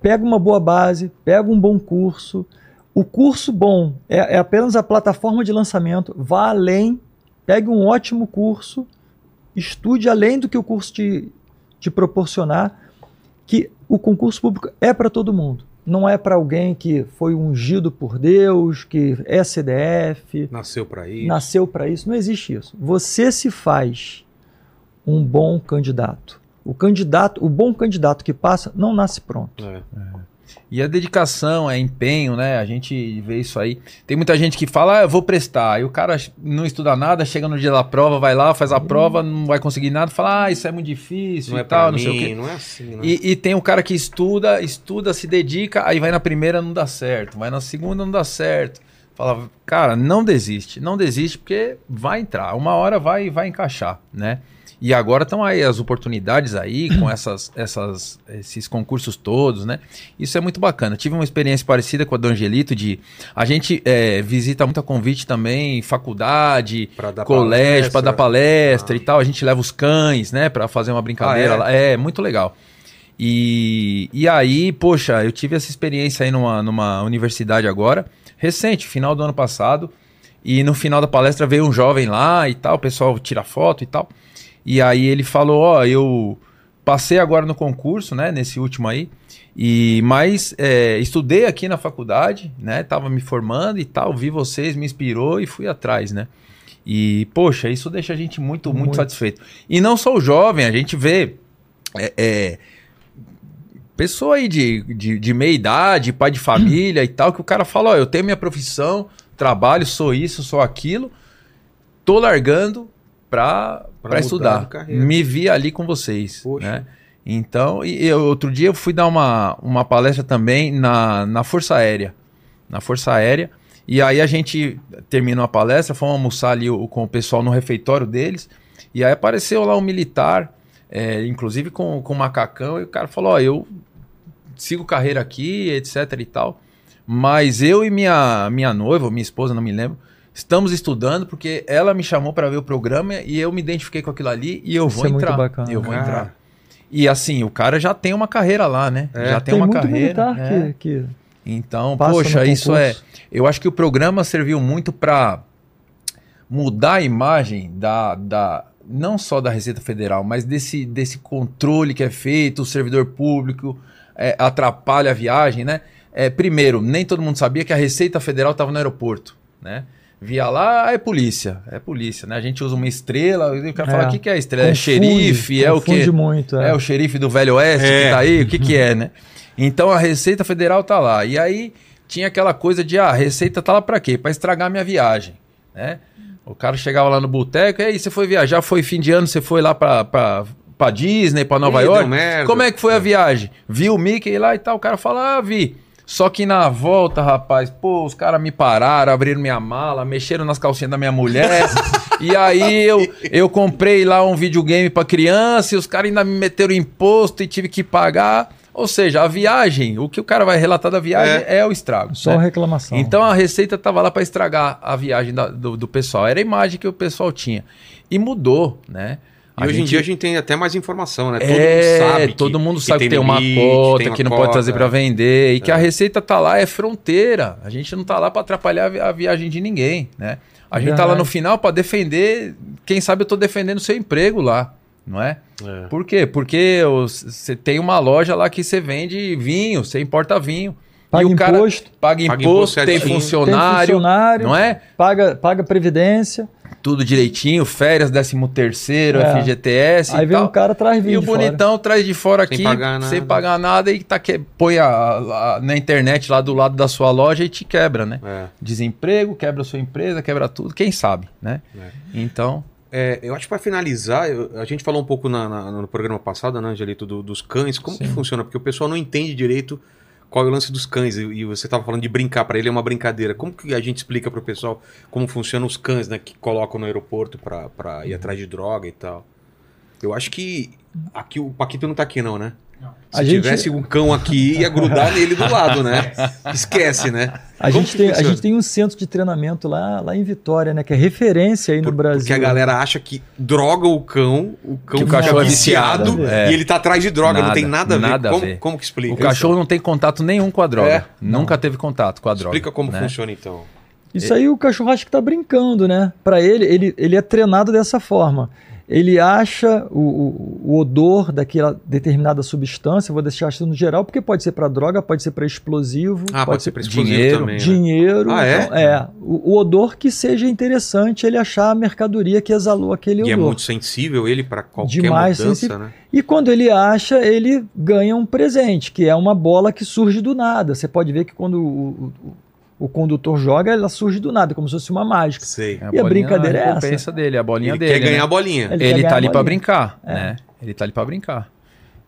[SPEAKER 2] pega uma boa base, pega um bom curso. O curso bom é, é apenas a plataforma de lançamento. Vá além, pegue um ótimo curso, estude além do que o curso te, te proporcionar, que o concurso público é para todo mundo. Não é para alguém que foi ungido por Deus, que é CDF,
[SPEAKER 6] Nasceu pra isso.
[SPEAKER 2] nasceu para isso. Não existe isso. Você se faz um bom candidato. O candidato, o bom candidato que passa, não nasce
[SPEAKER 6] É,
[SPEAKER 2] pronto.
[SPEAKER 4] E a dedicação, é empenho, né? A gente vê isso aí. Tem muita gente que fala, ah, eu vou prestar. E o cara não estuda nada, chega no dia da prova, vai lá, faz a prova, não vai conseguir nada, fala, ah, isso é muito difícil
[SPEAKER 6] Uhum. Não
[SPEAKER 4] e
[SPEAKER 6] é
[SPEAKER 4] tal,
[SPEAKER 6] pra
[SPEAKER 4] não sei o
[SPEAKER 6] mim,
[SPEAKER 4] quê.
[SPEAKER 6] não é assim, né?
[SPEAKER 4] E, e tem o cara que estuda, estuda, se dedica, aí vai na primeira, não dá certo. Vai na segunda, não dá certo. Fala, cara, não desiste, não desiste, porque vai entrar. Uma hora vai, vai encaixar, né? E agora estão aí as oportunidades aí,
[SPEAKER 6] (coughs)
[SPEAKER 4] com essas, essas, esses concursos todos, né? Isso é muito bacana. Tive uma experiência parecida com a do Angelito de a gente eh, visita muita convite também, faculdade,
[SPEAKER 6] Pra dar
[SPEAKER 4] colégio para
[SPEAKER 6] palestra.
[SPEAKER 4] dar palestra
[SPEAKER 6] Ah.
[SPEAKER 4] e tal. A gente leva os cães, né, para fazer uma brincadeira
[SPEAKER 6] Ah, é?
[SPEAKER 4] lá. É muito legal. E, e aí, poxa, eu tive essa experiência aí numa, numa universidade agora, recente, final do ano passado. E no final da palestra veio um jovem lá e tal, o pessoal tira foto e tal. E aí ele falou: Ó, eu passei agora no concurso, né, nesse último aí, e mas é, estudei aqui na faculdade, né, tava me formando e tal, vi vocês, me inspirou e fui atrás, né. E, poxa, isso deixa a gente muito, muito,
[SPEAKER 2] Muito.
[SPEAKER 4] satisfeito. E não só o jovem, a gente vê. é, é, pessoa aí de, de, de meia idade, pai de família e tal, que o cara fala: Ó, eu tenho minha profissão, trabalho, sou isso, sou aquilo, tô largando pra, pra,
[SPEAKER 6] Pra mudar de
[SPEAKER 4] estudar.
[SPEAKER 6] carreira.
[SPEAKER 4] Me vi ali com vocês.
[SPEAKER 6] Poxa.
[SPEAKER 4] Né? Então, e eu- outro dia eu fui dar uma, uma palestra também na, na Força Aérea. Na Força Aérea. E aí a gente terminou a palestra, fomos almoçar ali o- com o pessoal no refeitório deles. E aí apareceu lá um militar, é, inclusive com, com macacão, e o cara falou: Ó, eu sigo carreira aqui, etc e tal. Mas eu e minha, minha noiva, ou minha esposa, não me lembro, estamos estudando porque ela me chamou para ver o programa e eu me identifiquei com aquilo ali e eu
[SPEAKER 2] Isso
[SPEAKER 4] vou
[SPEAKER 2] é muito
[SPEAKER 4] entrar.
[SPEAKER 2] bacana.
[SPEAKER 4] Eu vou
[SPEAKER 6] Cara.
[SPEAKER 4] entrar. E assim, o cara já tem uma carreira lá, né?
[SPEAKER 6] É.
[SPEAKER 4] Já tem, uma
[SPEAKER 2] muito
[SPEAKER 4] carreira.
[SPEAKER 2] militar
[SPEAKER 4] é.
[SPEAKER 2] que, que
[SPEAKER 4] Então,
[SPEAKER 2] passa
[SPEAKER 4] poxa,
[SPEAKER 2] no
[SPEAKER 4] isso é.
[SPEAKER 2] concurso.
[SPEAKER 4] Eu acho que o programa serviu muito para mudar a imagem da, da não só da Receita Federal, mas desse, desse controle que é feito, o servidor público é, atrapalha a viagem, né? É, primeiro, nem todo mundo sabia que a Receita Federal estava no aeroporto, né? Via lá, ah, é polícia, é polícia, né? A gente usa uma estrela, e o cara
[SPEAKER 2] É.
[SPEAKER 4] fala, o que, que é estrela? é
[SPEAKER 2] confunde,
[SPEAKER 4] xerife, é o quê?
[SPEAKER 2] Confunde muito,
[SPEAKER 4] É,
[SPEAKER 2] é.
[SPEAKER 4] o xerife do Velho Oeste
[SPEAKER 6] É.
[SPEAKER 4] que tá aí, o que que é, né? Então a Receita Federal tá lá. E aí tinha aquela coisa de, ah, a Receita tá lá pra quê? Pra estragar minha viagem, né? O cara chegava lá no boteco, e aí você foi viajar, foi fim de ano, você foi lá pra, pra, pra Disney, pra Nova
[SPEAKER 6] Ih, deu
[SPEAKER 4] York.
[SPEAKER 6] merda.
[SPEAKER 4] Como é que foi a viagem? Viu o Mickey lá e tal, o cara fala, ah, vi. Só que na volta, rapaz, pô, os caras me pararam, abriram minha mala, mexeram nas calcinhas da minha (laughs) mulher. e aí eu, eu comprei lá um videogame pra criança e os caras ainda me meteram imposto e tive que pagar. Ou seja, a viagem, o que o cara vai relatar da viagem é, o estrago.
[SPEAKER 2] Só
[SPEAKER 4] né?
[SPEAKER 2] reclamação.
[SPEAKER 4] Então a receita tava lá para estragar a viagem da- do, do pessoal. Era a imagem que o pessoal tinha. E mudou, né?
[SPEAKER 6] E hoje em dia a gente tem até mais informação, né?
[SPEAKER 4] é, todo mundo sabe que tem uma
[SPEAKER 6] limite,
[SPEAKER 4] cota,
[SPEAKER 6] tem uma
[SPEAKER 4] que não pode trazer
[SPEAKER 6] cota. né?
[SPEAKER 4] para vender e que a receita tá lá é fronteira. A gente não tá lá para atrapalhar a vi- a viagem de ninguém, né? A gente tá lá no
[SPEAKER 2] Verdade.
[SPEAKER 4] final para defender, quem sabe eu tô defendendo o seu emprego lá, não é?
[SPEAKER 6] É.
[SPEAKER 4] Por quê? Porque você tem uma loja lá que você vende vinho, você importa vinho,
[SPEAKER 2] paga
[SPEAKER 4] e o cara-
[SPEAKER 2] imposto,
[SPEAKER 4] paga
[SPEAKER 6] Paga
[SPEAKER 4] imposto,
[SPEAKER 6] imposto é assim.
[SPEAKER 4] tem
[SPEAKER 6] certinho.
[SPEAKER 2] tem
[SPEAKER 4] funcionário,
[SPEAKER 2] funcionário,
[SPEAKER 4] não é?
[SPEAKER 2] paga, paga previdência,
[SPEAKER 4] Tudo direitinho, férias, 13 terceiro,
[SPEAKER 2] É.
[SPEAKER 4] FGTS
[SPEAKER 2] aí
[SPEAKER 4] e
[SPEAKER 2] vem
[SPEAKER 4] tal.
[SPEAKER 2] o cara traz
[SPEAKER 4] E
[SPEAKER 2] vídeo
[SPEAKER 4] o bonitão traz de fora
[SPEAKER 6] Sem
[SPEAKER 4] aqui,
[SPEAKER 6] pagar
[SPEAKER 4] sem
[SPEAKER 6] nada.
[SPEAKER 4] pagar nada, e tá que... põe a- a- na internet lá do lado da sua loja e te quebra, né?
[SPEAKER 6] É.
[SPEAKER 4] Desemprego, quebra a sua empresa, quebra tudo, quem sabe, né?
[SPEAKER 6] É.
[SPEAKER 4] Então,
[SPEAKER 6] É, eu acho que para finalizar, eu- a gente falou um pouco na- na- no programa passado, né, Angelito, do- dos cães. Como que funciona? Porque o pessoal não entende direito qual é o lance dos cães. E, e você estava falando de brincar, para ele é uma brincadeira. Como que a gente explica para o pessoal como funcionam os cães, né? Que colocam no aeroporto para ir atrás de droga e tal. Eu acho que aqui o Paquito não tá aqui não, né?
[SPEAKER 3] Não.
[SPEAKER 6] Se
[SPEAKER 2] A gente-
[SPEAKER 6] tivesse um cão aqui, ia grudar nele do
[SPEAKER 2] (laughs)
[SPEAKER 6] lado, né? Esquece, né?
[SPEAKER 2] A
[SPEAKER 6] Como
[SPEAKER 2] gente,
[SPEAKER 6] que
[SPEAKER 2] tem, a
[SPEAKER 6] funciona?
[SPEAKER 2] gente tem um centro de treinamento lá, lá em Vitória, né? Que é referência aí no
[SPEAKER 6] Por-
[SPEAKER 2] Brasil. né?
[SPEAKER 6] Porque a galera acha que droga o cão, o cão
[SPEAKER 4] Que o
[SPEAKER 6] fica
[SPEAKER 4] cachorro é
[SPEAKER 6] viciado
[SPEAKER 2] viciado,
[SPEAKER 4] é.
[SPEAKER 6] e ele tá atrás de droga, não
[SPEAKER 4] Nada,
[SPEAKER 6] tem nada a ver.
[SPEAKER 4] nada a
[SPEAKER 6] como,
[SPEAKER 4] ver.
[SPEAKER 6] como que explica?
[SPEAKER 4] o cachorro é
[SPEAKER 2] é
[SPEAKER 4] não tem contato nenhum com a droga.
[SPEAKER 6] É,
[SPEAKER 4] Nunca teve contato com a droga.
[SPEAKER 6] Explica como
[SPEAKER 4] né?
[SPEAKER 6] funciona então.
[SPEAKER 2] Isso aí o cachorro acha que tá brincando, né? Pra ele, ele, ele é treinado dessa forma. Ele acha o, o, o odor daquela determinada substância, eu vou deixar isso no geral, porque pode ser para droga, pode ser para explosivo,
[SPEAKER 6] Ah, pode, ser pra explosivo
[SPEAKER 4] dinheiro,
[SPEAKER 6] também. né?
[SPEAKER 2] dinheiro.
[SPEAKER 6] Ah, é?
[SPEAKER 2] então, O, o odor que seja interessante ele achar a mercadoria que exalou aquele odor.
[SPEAKER 6] E é muito sensível ele pra qualquer
[SPEAKER 2] Demais
[SPEAKER 6] mudança,
[SPEAKER 2] sensível.
[SPEAKER 6] né?
[SPEAKER 2] E quando ele acha, ele ganha um presente, que é uma bola que surge do nada. Você pode ver que quando o, o- o condutor joga, ela surge do nada, como se fosse uma mágica.
[SPEAKER 6] Sei.
[SPEAKER 2] E a brincadeira é essa?
[SPEAKER 4] pensa dele, é a bolinha
[SPEAKER 6] Ele
[SPEAKER 4] dele.
[SPEAKER 6] quer ganhar
[SPEAKER 4] né?
[SPEAKER 6] a bolinha.
[SPEAKER 2] Ele
[SPEAKER 4] Ele,
[SPEAKER 2] quer ganhar
[SPEAKER 4] tá
[SPEAKER 2] a
[SPEAKER 4] ali pra
[SPEAKER 2] bolinha. É.
[SPEAKER 4] brincar, né? Ele tá ali pra brincar.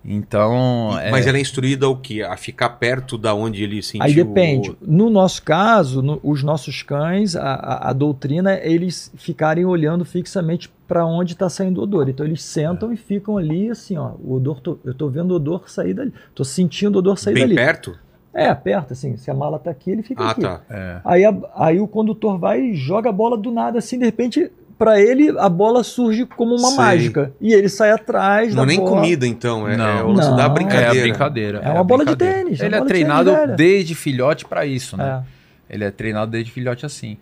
[SPEAKER 4] Então, é,
[SPEAKER 6] Mas ela é instruída ao quê? A ficar perto da onde ele sentiu...
[SPEAKER 2] Aí depende.
[SPEAKER 6] o-
[SPEAKER 2] No nosso caso, no- os nossos cães, a, a- a doutrina é eles ficarem olhando fixamente para onde está saindo o odor. Então eles
[SPEAKER 6] É.
[SPEAKER 2] sentam e ficam ali assim, ó, o odor, tô- eu tô vendo o odor sair dali, tô sentindo o odor sair
[SPEAKER 6] Bem
[SPEAKER 2] dali.
[SPEAKER 6] perto?
[SPEAKER 2] É, aperta assim, se a mala tá aqui, ele fica
[SPEAKER 6] Ah,
[SPEAKER 2] aqui.
[SPEAKER 6] tá.
[SPEAKER 4] é,
[SPEAKER 2] Aí, a- aí o condutor vai e joga a bola do nada, assim, de repente, para ele, a bola surge como uma
[SPEAKER 6] Sei.
[SPEAKER 2] mágica. E ele sai atrás
[SPEAKER 6] Não
[SPEAKER 2] da
[SPEAKER 6] é nem
[SPEAKER 2] bola.
[SPEAKER 6] comida, então. É,
[SPEAKER 4] Não.
[SPEAKER 6] é o lance da
[SPEAKER 2] Não.
[SPEAKER 6] brincadeira.
[SPEAKER 4] é a brincadeira.
[SPEAKER 2] É
[SPEAKER 4] a
[SPEAKER 2] uma bola de
[SPEAKER 4] brincadeira.
[SPEAKER 2] tênis, é
[SPEAKER 4] Ele
[SPEAKER 2] uma
[SPEAKER 4] é
[SPEAKER 2] bola de tênis,
[SPEAKER 4] treinado
[SPEAKER 2] velho.
[SPEAKER 4] desde filhote pra isso, né?
[SPEAKER 2] É.
[SPEAKER 4] Ele é treinado desde filhote assim.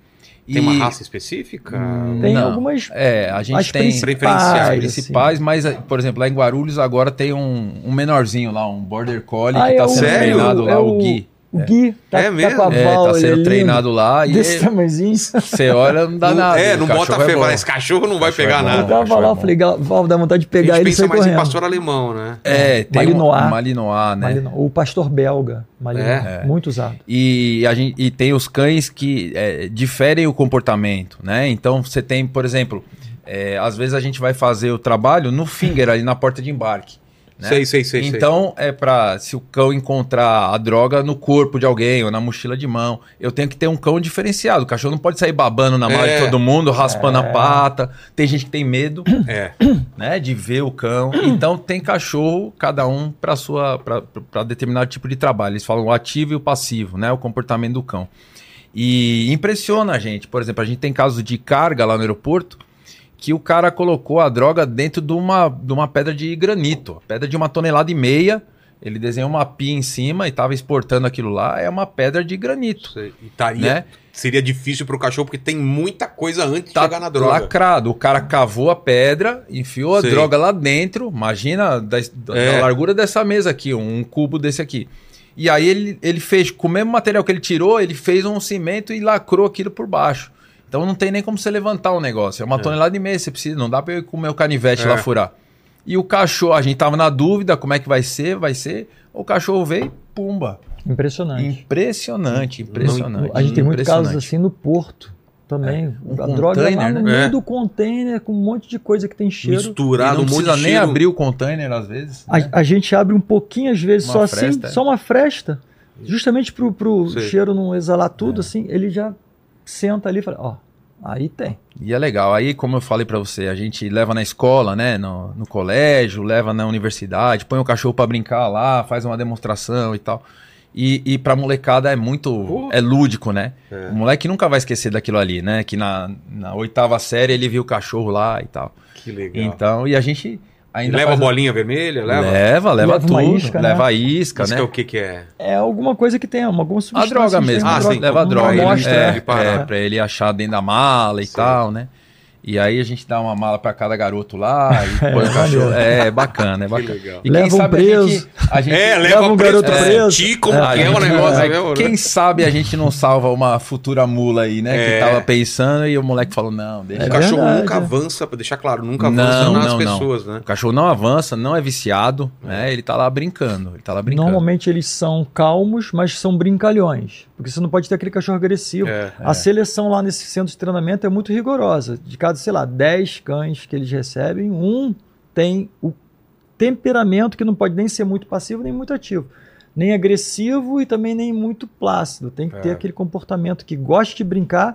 [SPEAKER 6] Tem
[SPEAKER 4] E-
[SPEAKER 6] uma raça específica?
[SPEAKER 4] Hum,
[SPEAKER 2] Tem
[SPEAKER 4] Não.
[SPEAKER 2] algumas
[SPEAKER 4] É, a gente
[SPEAKER 2] as
[SPEAKER 4] tem
[SPEAKER 2] principais,
[SPEAKER 6] preferenciais,
[SPEAKER 2] assim.
[SPEAKER 4] as principais, mas, eh, por exemplo, lá em Guarulhos agora tem um, um menorzinho lá, um Border Collie,
[SPEAKER 2] Ah,
[SPEAKER 4] que
[SPEAKER 2] é
[SPEAKER 4] tá
[SPEAKER 2] o-
[SPEAKER 4] sendo
[SPEAKER 6] Sério?
[SPEAKER 4] treinado lá,
[SPEAKER 2] é
[SPEAKER 4] o,
[SPEAKER 2] o-
[SPEAKER 4] Gui.
[SPEAKER 2] O Gui tá,
[SPEAKER 6] É
[SPEAKER 2] tá
[SPEAKER 6] mesmo?
[SPEAKER 2] com a
[SPEAKER 4] É,
[SPEAKER 2] válvula
[SPEAKER 4] tá sendo
[SPEAKER 2] lindo,
[SPEAKER 4] treinado lá e
[SPEAKER 2] desse tamanhozinho.
[SPEAKER 4] você olha,
[SPEAKER 6] (laughs)
[SPEAKER 4] não dá
[SPEAKER 6] Não-
[SPEAKER 4] nada.
[SPEAKER 6] é,
[SPEAKER 4] o
[SPEAKER 6] não bota
[SPEAKER 4] cachorro
[SPEAKER 6] fé.
[SPEAKER 4] bom.
[SPEAKER 6] mas esse cachorro não vai
[SPEAKER 4] Cachorro é
[SPEAKER 6] pegar
[SPEAKER 2] (laughs)
[SPEAKER 4] bom.
[SPEAKER 2] Eu
[SPEAKER 6] nada.
[SPEAKER 4] Dá-
[SPEAKER 2] tava
[SPEAKER 4] achou
[SPEAKER 2] lá,
[SPEAKER 4] bom.
[SPEAKER 2] eu falei, "Gal- Val, dá vontade de
[SPEAKER 6] A
[SPEAKER 2] pegar ele
[SPEAKER 6] gente
[SPEAKER 2] e
[SPEAKER 6] pensa
[SPEAKER 2] sair
[SPEAKER 6] mais em
[SPEAKER 2] correndo.
[SPEAKER 6] pastor alemão, né?
[SPEAKER 4] É, tem
[SPEAKER 2] Malinois.
[SPEAKER 4] um Malinois, né?
[SPEAKER 2] Malinois, O pastor belga, Malinois,
[SPEAKER 6] É.
[SPEAKER 2] muito usado.
[SPEAKER 4] E, a gente, e tem os cães que é, diferem o comportamento, né? Então você tem, por exemplo, é, às vezes a gente vai fazer o trabalho no finger ali na porta de embarque. Né?
[SPEAKER 6] Sei, sei, sei. sei.
[SPEAKER 4] então é pra se o cão encontrar a droga no corpo de alguém ou na mochila de mão, eu tenho que ter um cão diferenciado. O cachorro não pode sair babando na mala
[SPEAKER 6] É.
[SPEAKER 4] de todo mundo, raspando a pata. Tem gente que tem medo,
[SPEAKER 6] (coughs) É.
[SPEAKER 4] né, de ver o cão. Então tem cachorro, cada um para sua para determinado tipo de trabalho. Eles falam o ativo e o passivo, né, o comportamento do cão. E impressiona a gente. Por exemplo, a gente tem casos de carga lá no aeroporto que o cara colocou a droga dentro de uma, de uma pedra de granito, pedra de uma tonelada e meia. Ele desenhou uma pia em cima e estava exportando aquilo lá. É uma pedra de granito,
[SPEAKER 6] Sei. E tá-
[SPEAKER 1] é
[SPEAKER 6] e
[SPEAKER 4] né?
[SPEAKER 6] Seria difícil pro cachorro, porque tem muita coisa antes
[SPEAKER 4] tá
[SPEAKER 6] de chegar na droga.
[SPEAKER 4] lacrado. O cara cavou a pedra, enfiou
[SPEAKER 6] Sei.
[SPEAKER 4] a droga lá dentro. Imagina da, da
[SPEAKER 6] É.
[SPEAKER 4] largura dessa mesa aqui, um cubo desse aqui. E aí ele, ele fez, com o mesmo material que ele tirou, ele fez um cimento e lacrou aquilo por baixo. Então não tem nem como você levantar o negócio. É uma tonelada e meia, você precisa. Não dá pra eu ir com o meu canivete
[SPEAKER 6] É.
[SPEAKER 4] lá furar. E o cachorro, a gente tava na dúvida como é que vai ser, vai ser. O cachorro veio e pumba.
[SPEAKER 2] Impressionante.
[SPEAKER 4] Impressionante, impressionante.
[SPEAKER 2] A gente tem muitos casos
[SPEAKER 4] impressionante.
[SPEAKER 2] assim no Porto também.
[SPEAKER 4] um
[SPEAKER 2] a droga é lá
[SPEAKER 4] container,
[SPEAKER 2] no
[SPEAKER 6] né? É.
[SPEAKER 2] meio do container com um monte de coisa que tem cheiro.
[SPEAKER 6] Misturado,
[SPEAKER 4] E não
[SPEAKER 6] um monte
[SPEAKER 4] precisa
[SPEAKER 6] de
[SPEAKER 4] nem
[SPEAKER 6] cheiro.
[SPEAKER 4] abrir o container às vezes. né?
[SPEAKER 2] A, a gente abre um pouquinho, às vezes,
[SPEAKER 4] Uma
[SPEAKER 2] só
[SPEAKER 4] fresta, é.
[SPEAKER 2] assim, só uma fresta. Justamente pro, pro
[SPEAKER 6] Sei.
[SPEAKER 2] cheiro não exalar
[SPEAKER 4] É.
[SPEAKER 2] tudo, assim, ele já senta ali e fala, ó, aí tem.
[SPEAKER 4] E é legal. Aí, como eu falei pra você, a gente leva na escola, né? No, no colégio, leva na universidade, põe o cachorro pra brincar lá, faz uma demonstração e tal. E, e pra molecada é muito.
[SPEAKER 6] Pô.
[SPEAKER 4] É lúdico, né?
[SPEAKER 6] É.
[SPEAKER 4] O moleque nunca vai esquecer daquilo ali, né? Que na, na oitava série ele viu o cachorro lá e tal.
[SPEAKER 6] Que legal.
[SPEAKER 4] Então, e a gente
[SPEAKER 6] E
[SPEAKER 4] ainda.
[SPEAKER 6] leva a
[SPEAKER 4] faz- um
[SPEAKER 6] bolinha vermelha, leva.
[SPEAKER 4] Leva, leva,
[SPEAKER 2] Leva uma
[SPEAKER 4] tudo.
[SPEAKER 2] isca, né?
[SPEAKER 4] leva a isca,
[SPEAKER 6] Isso
[SPEAKER 4] né?
[SPEAKER 6] que é o que que é?
[SPEAKER 2] É alguma coisa que tem, alguma
[SPEAKER 4] A
[SPEAKER 2] substância.
[SPEAKER 4] droga
[SPEAKER 2] que tem
[SPEAKER 4] mesmo.
[SPEAKER 2] uma
[SPEAKER 6] Ah,
[SPEAKER 4] droga,
[SPEAKER 6] sim.
[SPEAKER 4] Leva a
[SPEAKER 2] uma
[SPEAKER 4] droga.
[SPEAKER 2] amostra,
[SPEAKER 4] ele,
[SPEAKER 2] né?
[SPEAKER 4] é, é, pra ele achar dentro da mala e
[SPEAKER 6] Sim.
[SPEAKER 4] tal, né? E aí a gente dá uma mala pra cada garoto lá e
[SPEAKER 2] (laughs)
[SPEAKER 4] põe o
[SPEAKER 2] maneiro.
[SPEAKER 4] cachorro. É, é bacana, é bacana.
[SPEAKER 6] legal.
[SPEAKER 4] E
[SPEAKER 2] Leva um
[SPEAKER 4] a gente...
[SPEAKER 2] preso.
[SPEAKER 4] A gente
[SPEAKER 6] É,
[SPEAKER 2] leva
[SPEAKER 6] leva
[SPEAKER 2] um
[SPEAKER 6] o preso
[SPEAKER 2] garoto
[SPEAKER 6] pra
[SPEAKER 2] preso.
[SPEAKER 6] sentir como
[SPEAKER 4] a
[SPEAKER 6] que é o
[SPEAKER 4] gente-
[SPEAKER 6] negócio
[SPEAKER 4] é,
[SPEAKER 6] mesmo, né?
[SPEAKER 4] Quem sabe a gente não salva uma futura mula aí, né?
[SPEAKER 6] É.
[SPEAKER 4] Que tava pensando e o moleque falou, não, deixa.
[SPEAKER 6] O
[SPEAKER 2] É
[SPEAKER 6] cachorro
[SPEAKER 2] verdade,
[SPEAKER 6] nunca
[SPEAKER 2] é.
[SPEAKER 6] avança, pra deixar claro, nunca
[SPEAKER 4] Não,
[SPEAKER 6] avança nas
[SPEAKER 4] não, não.
[SPEAKER 6] pessoas, né?
[SPEAKER 4] O cachorro não avança, não é viciado, né? Ele tá lá brincando, ele tá lá brincando.
[SPEAKER 2] Normalmente eles são calmos, mas são brincalhões. Porque você não pode ter aquele cachorro agressivo.
[SPEAKER 6] É.
[SPEAKER 2] A seleção lá nesse centro de treinamento é muito rigorosa. De cada, sei lá, 10 cães que eles recebem, um tem o temperamento que não pode nem ser muito passivo nem muito ativo. Nem agressivo e também nem muito plácido. Tem que
[SPEAKER 6] É.
[SPEAKER 2] ter aquele comportamento que goste de brincar,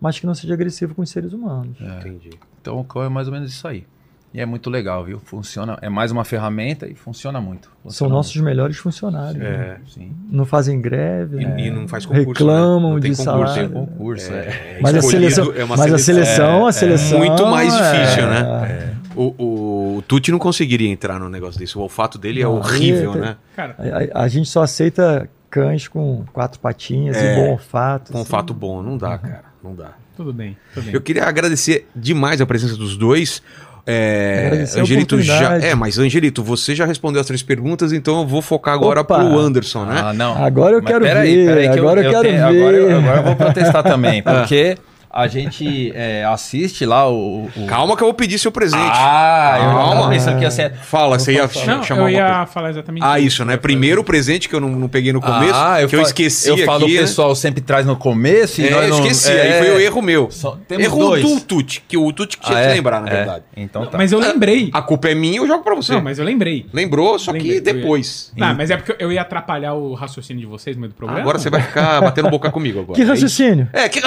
[SPEAKER 2] mas que não seja agressivo com os seres humanos.
[SPEAKER 6] Entendi.
[SPEAKER 4] Então o cão é mais ou menos isso aí. E é muito legal, viu? Funciona, é mais uma ferramenta e funciona muito.
[SPEAKER 2] São
[SPEAKER 4] Funciona
[SPEAKER 2] nossos melhores funcionários. né?
[SPEAKER 6] É.
[SPEAKER 4] muito, sim.
[SPEAKER 2] Não fazem greve.
[SPEAKER 6] E,
[SPEAKER 2] né?
[SPEAKER 6] e não faz concurso.
[SPEAKER 2] Reclamam
[SPEAKER 6] né? Não tem
[SPEAKER 2] de
[SPEAKER 6] concurso,
[SPEAKER 4] Tem
[SPEAKER 2] salário.
[SPEAKER 6] é
[SPEAKER 4] concurso, é.
[SPEAKER 2] Mas a
[SPEAKER 6] escolhido,
[SPEAKER 2] seleção,
[SPEAKER 6] é uma
[SPEAKER 2] mas a
[SPEAKER 6] seleção.
[SPEAKER 2] seleção, a seleção
[SPEAKER 6] muito mais
[SPEAKER 2] é-
[SPEAKER 6] difícil, né? O, o, o Tuti não conseguiria entrar num negócio desse. O olfato dele é
[SPEAKER 2] Não,
[SPEAKER 6] horrível,
[SPEAKER 2] ele-
[SPEAKER 6] né?
[SPEAKER 3] Cara,
[SPEAKER 2] A, a- a gente só aceita cães com quatro patinhas
[SPEAKER 6] É.
[SPEAKER 2] e bom
[SPEAKER 4] tá
[SPEAKER 2] olfato.
[SPEAKER 6] Com
[SPEAKER 1] um
[SPEAKER 2] assim.
[SPEAKER 6] olfato
[SPEAKER 4] Uhum.
[SPEAKER 6] bom, não dá, cara. Não dá.
[SPEAKER 3] tudo bem, tudo bem.
[SPEAKER 6] Eu queria agradecer demais a presença dos dois.
[SPEAKER 1] É,
[SPEAKER 2] Agradecer a
[SPEAKER 1] Angelito já.
[SPEAKER 2] oportunidade.
[SPEAKER 1] É, mas Angelito, você já respondeu as três perguntas, então eu vou focar agora
[SPEAKER 2] Opa!
[SPEAKER 1] pro Anderson, né?
[SPEAKER 4] Ah, não.
[SPEAKER 2] Agora eu
[SPEAKER 4] Mas
[SPEAKER 2] quero
[SPEAKER 4] peraí,
[SPEAKER 2] ver,
[SPEAKER 4] peraí que
[SPEAKER 2] agora eu quero
[SPEAKER 4] tenho-
[SPEAKER 2] ver.
[SPEAKER 4] Agora, eu- agora eu vou
[SPEAKER 1] (laughs)
[SPEAKER 4] protestar também,
[SPEAKER 1] Ah.
[SPEAKER 4] porque a gente é, assiste lá o. o-
[SPEAKER 1] Calma que eu vou pedir seu presente.
[SPEAKER 4] Ah, eu já
[SPEAKER 1] Calma.
[SPEAKER 4] tava pensando que ia ser.
[SPEAKER 1] Fala, você ia ch-
[SPEAKER 3] Não,
[SPEAKER 1] chamar
[SPEAKER 3] eu
[SPEAKER 1] uma
[SPEAKER 3] ia
[SPEAKER 1] coisa.
[SPEAKER 3] falar exatamente
[SPEAKER 1] Ah, isso, né? Primeiro o presente que eu não, não peguei no começo,
[SPEAKER 4] ah,
[SPEAKER 1] que eu
[SPEAKER 4] fa-
[SPEAKER 1] esqueci
[SPEAKER 4] Eu falo,
[SPEAKER 1] aqui. né?
[SPEAKER 4] o pessoal sempre traz no começo e
[SPEAKER 1] É,
[SPEAKER 4] nós
[SPEAKER 1] eu
[SPEAKER 4] não.
[SPEAKER 1] esqueci,
[SPEAKER 4] é,
[SPEAKER 1] aí foi o erro meu.
[SPEAKER 4] Só, temos
[SPEAKER 1] Errou um
[SPEAKER 4] dois.
[SPEAKER 1] do o Tuti, que o Tuti que tinha
[SPEAKER 4] Ah,
[SPEAKER 1] que
[SPEAKER 4] é?
[SPEAKER 1] lembrar, na
[SPEAKER 4] É,
[SPEAKER 1] verdade.
[SPEAKER 4] Então tá.
[SPEAKER 3] Mas eu lembrei.
[SPEAKER 1] A culpa é minha, eu jogo pra você.
[SPEAKER 3] Não, mas eu lembrei.
[SPEAKER 1] Lembrou, só
[SPEAKER 3] Lembrei,
[SPEAKER 1] que
[SPEAKER 3] eu ia.
[SPEAKER 1] depois.
[SPEAKER 3] Ah, mas é porque eu ia atrapalhar o raciocínio de vocês no meio do programa.
[SPEAKER 1] Agora você vai ficar batendo boca comigo agora.
[SPEAKER 2] Que
[SPEAKER 1] É isso?
[SPEAKER 2] raciocínio,
[SPEAKER 1] É, (laughs) que...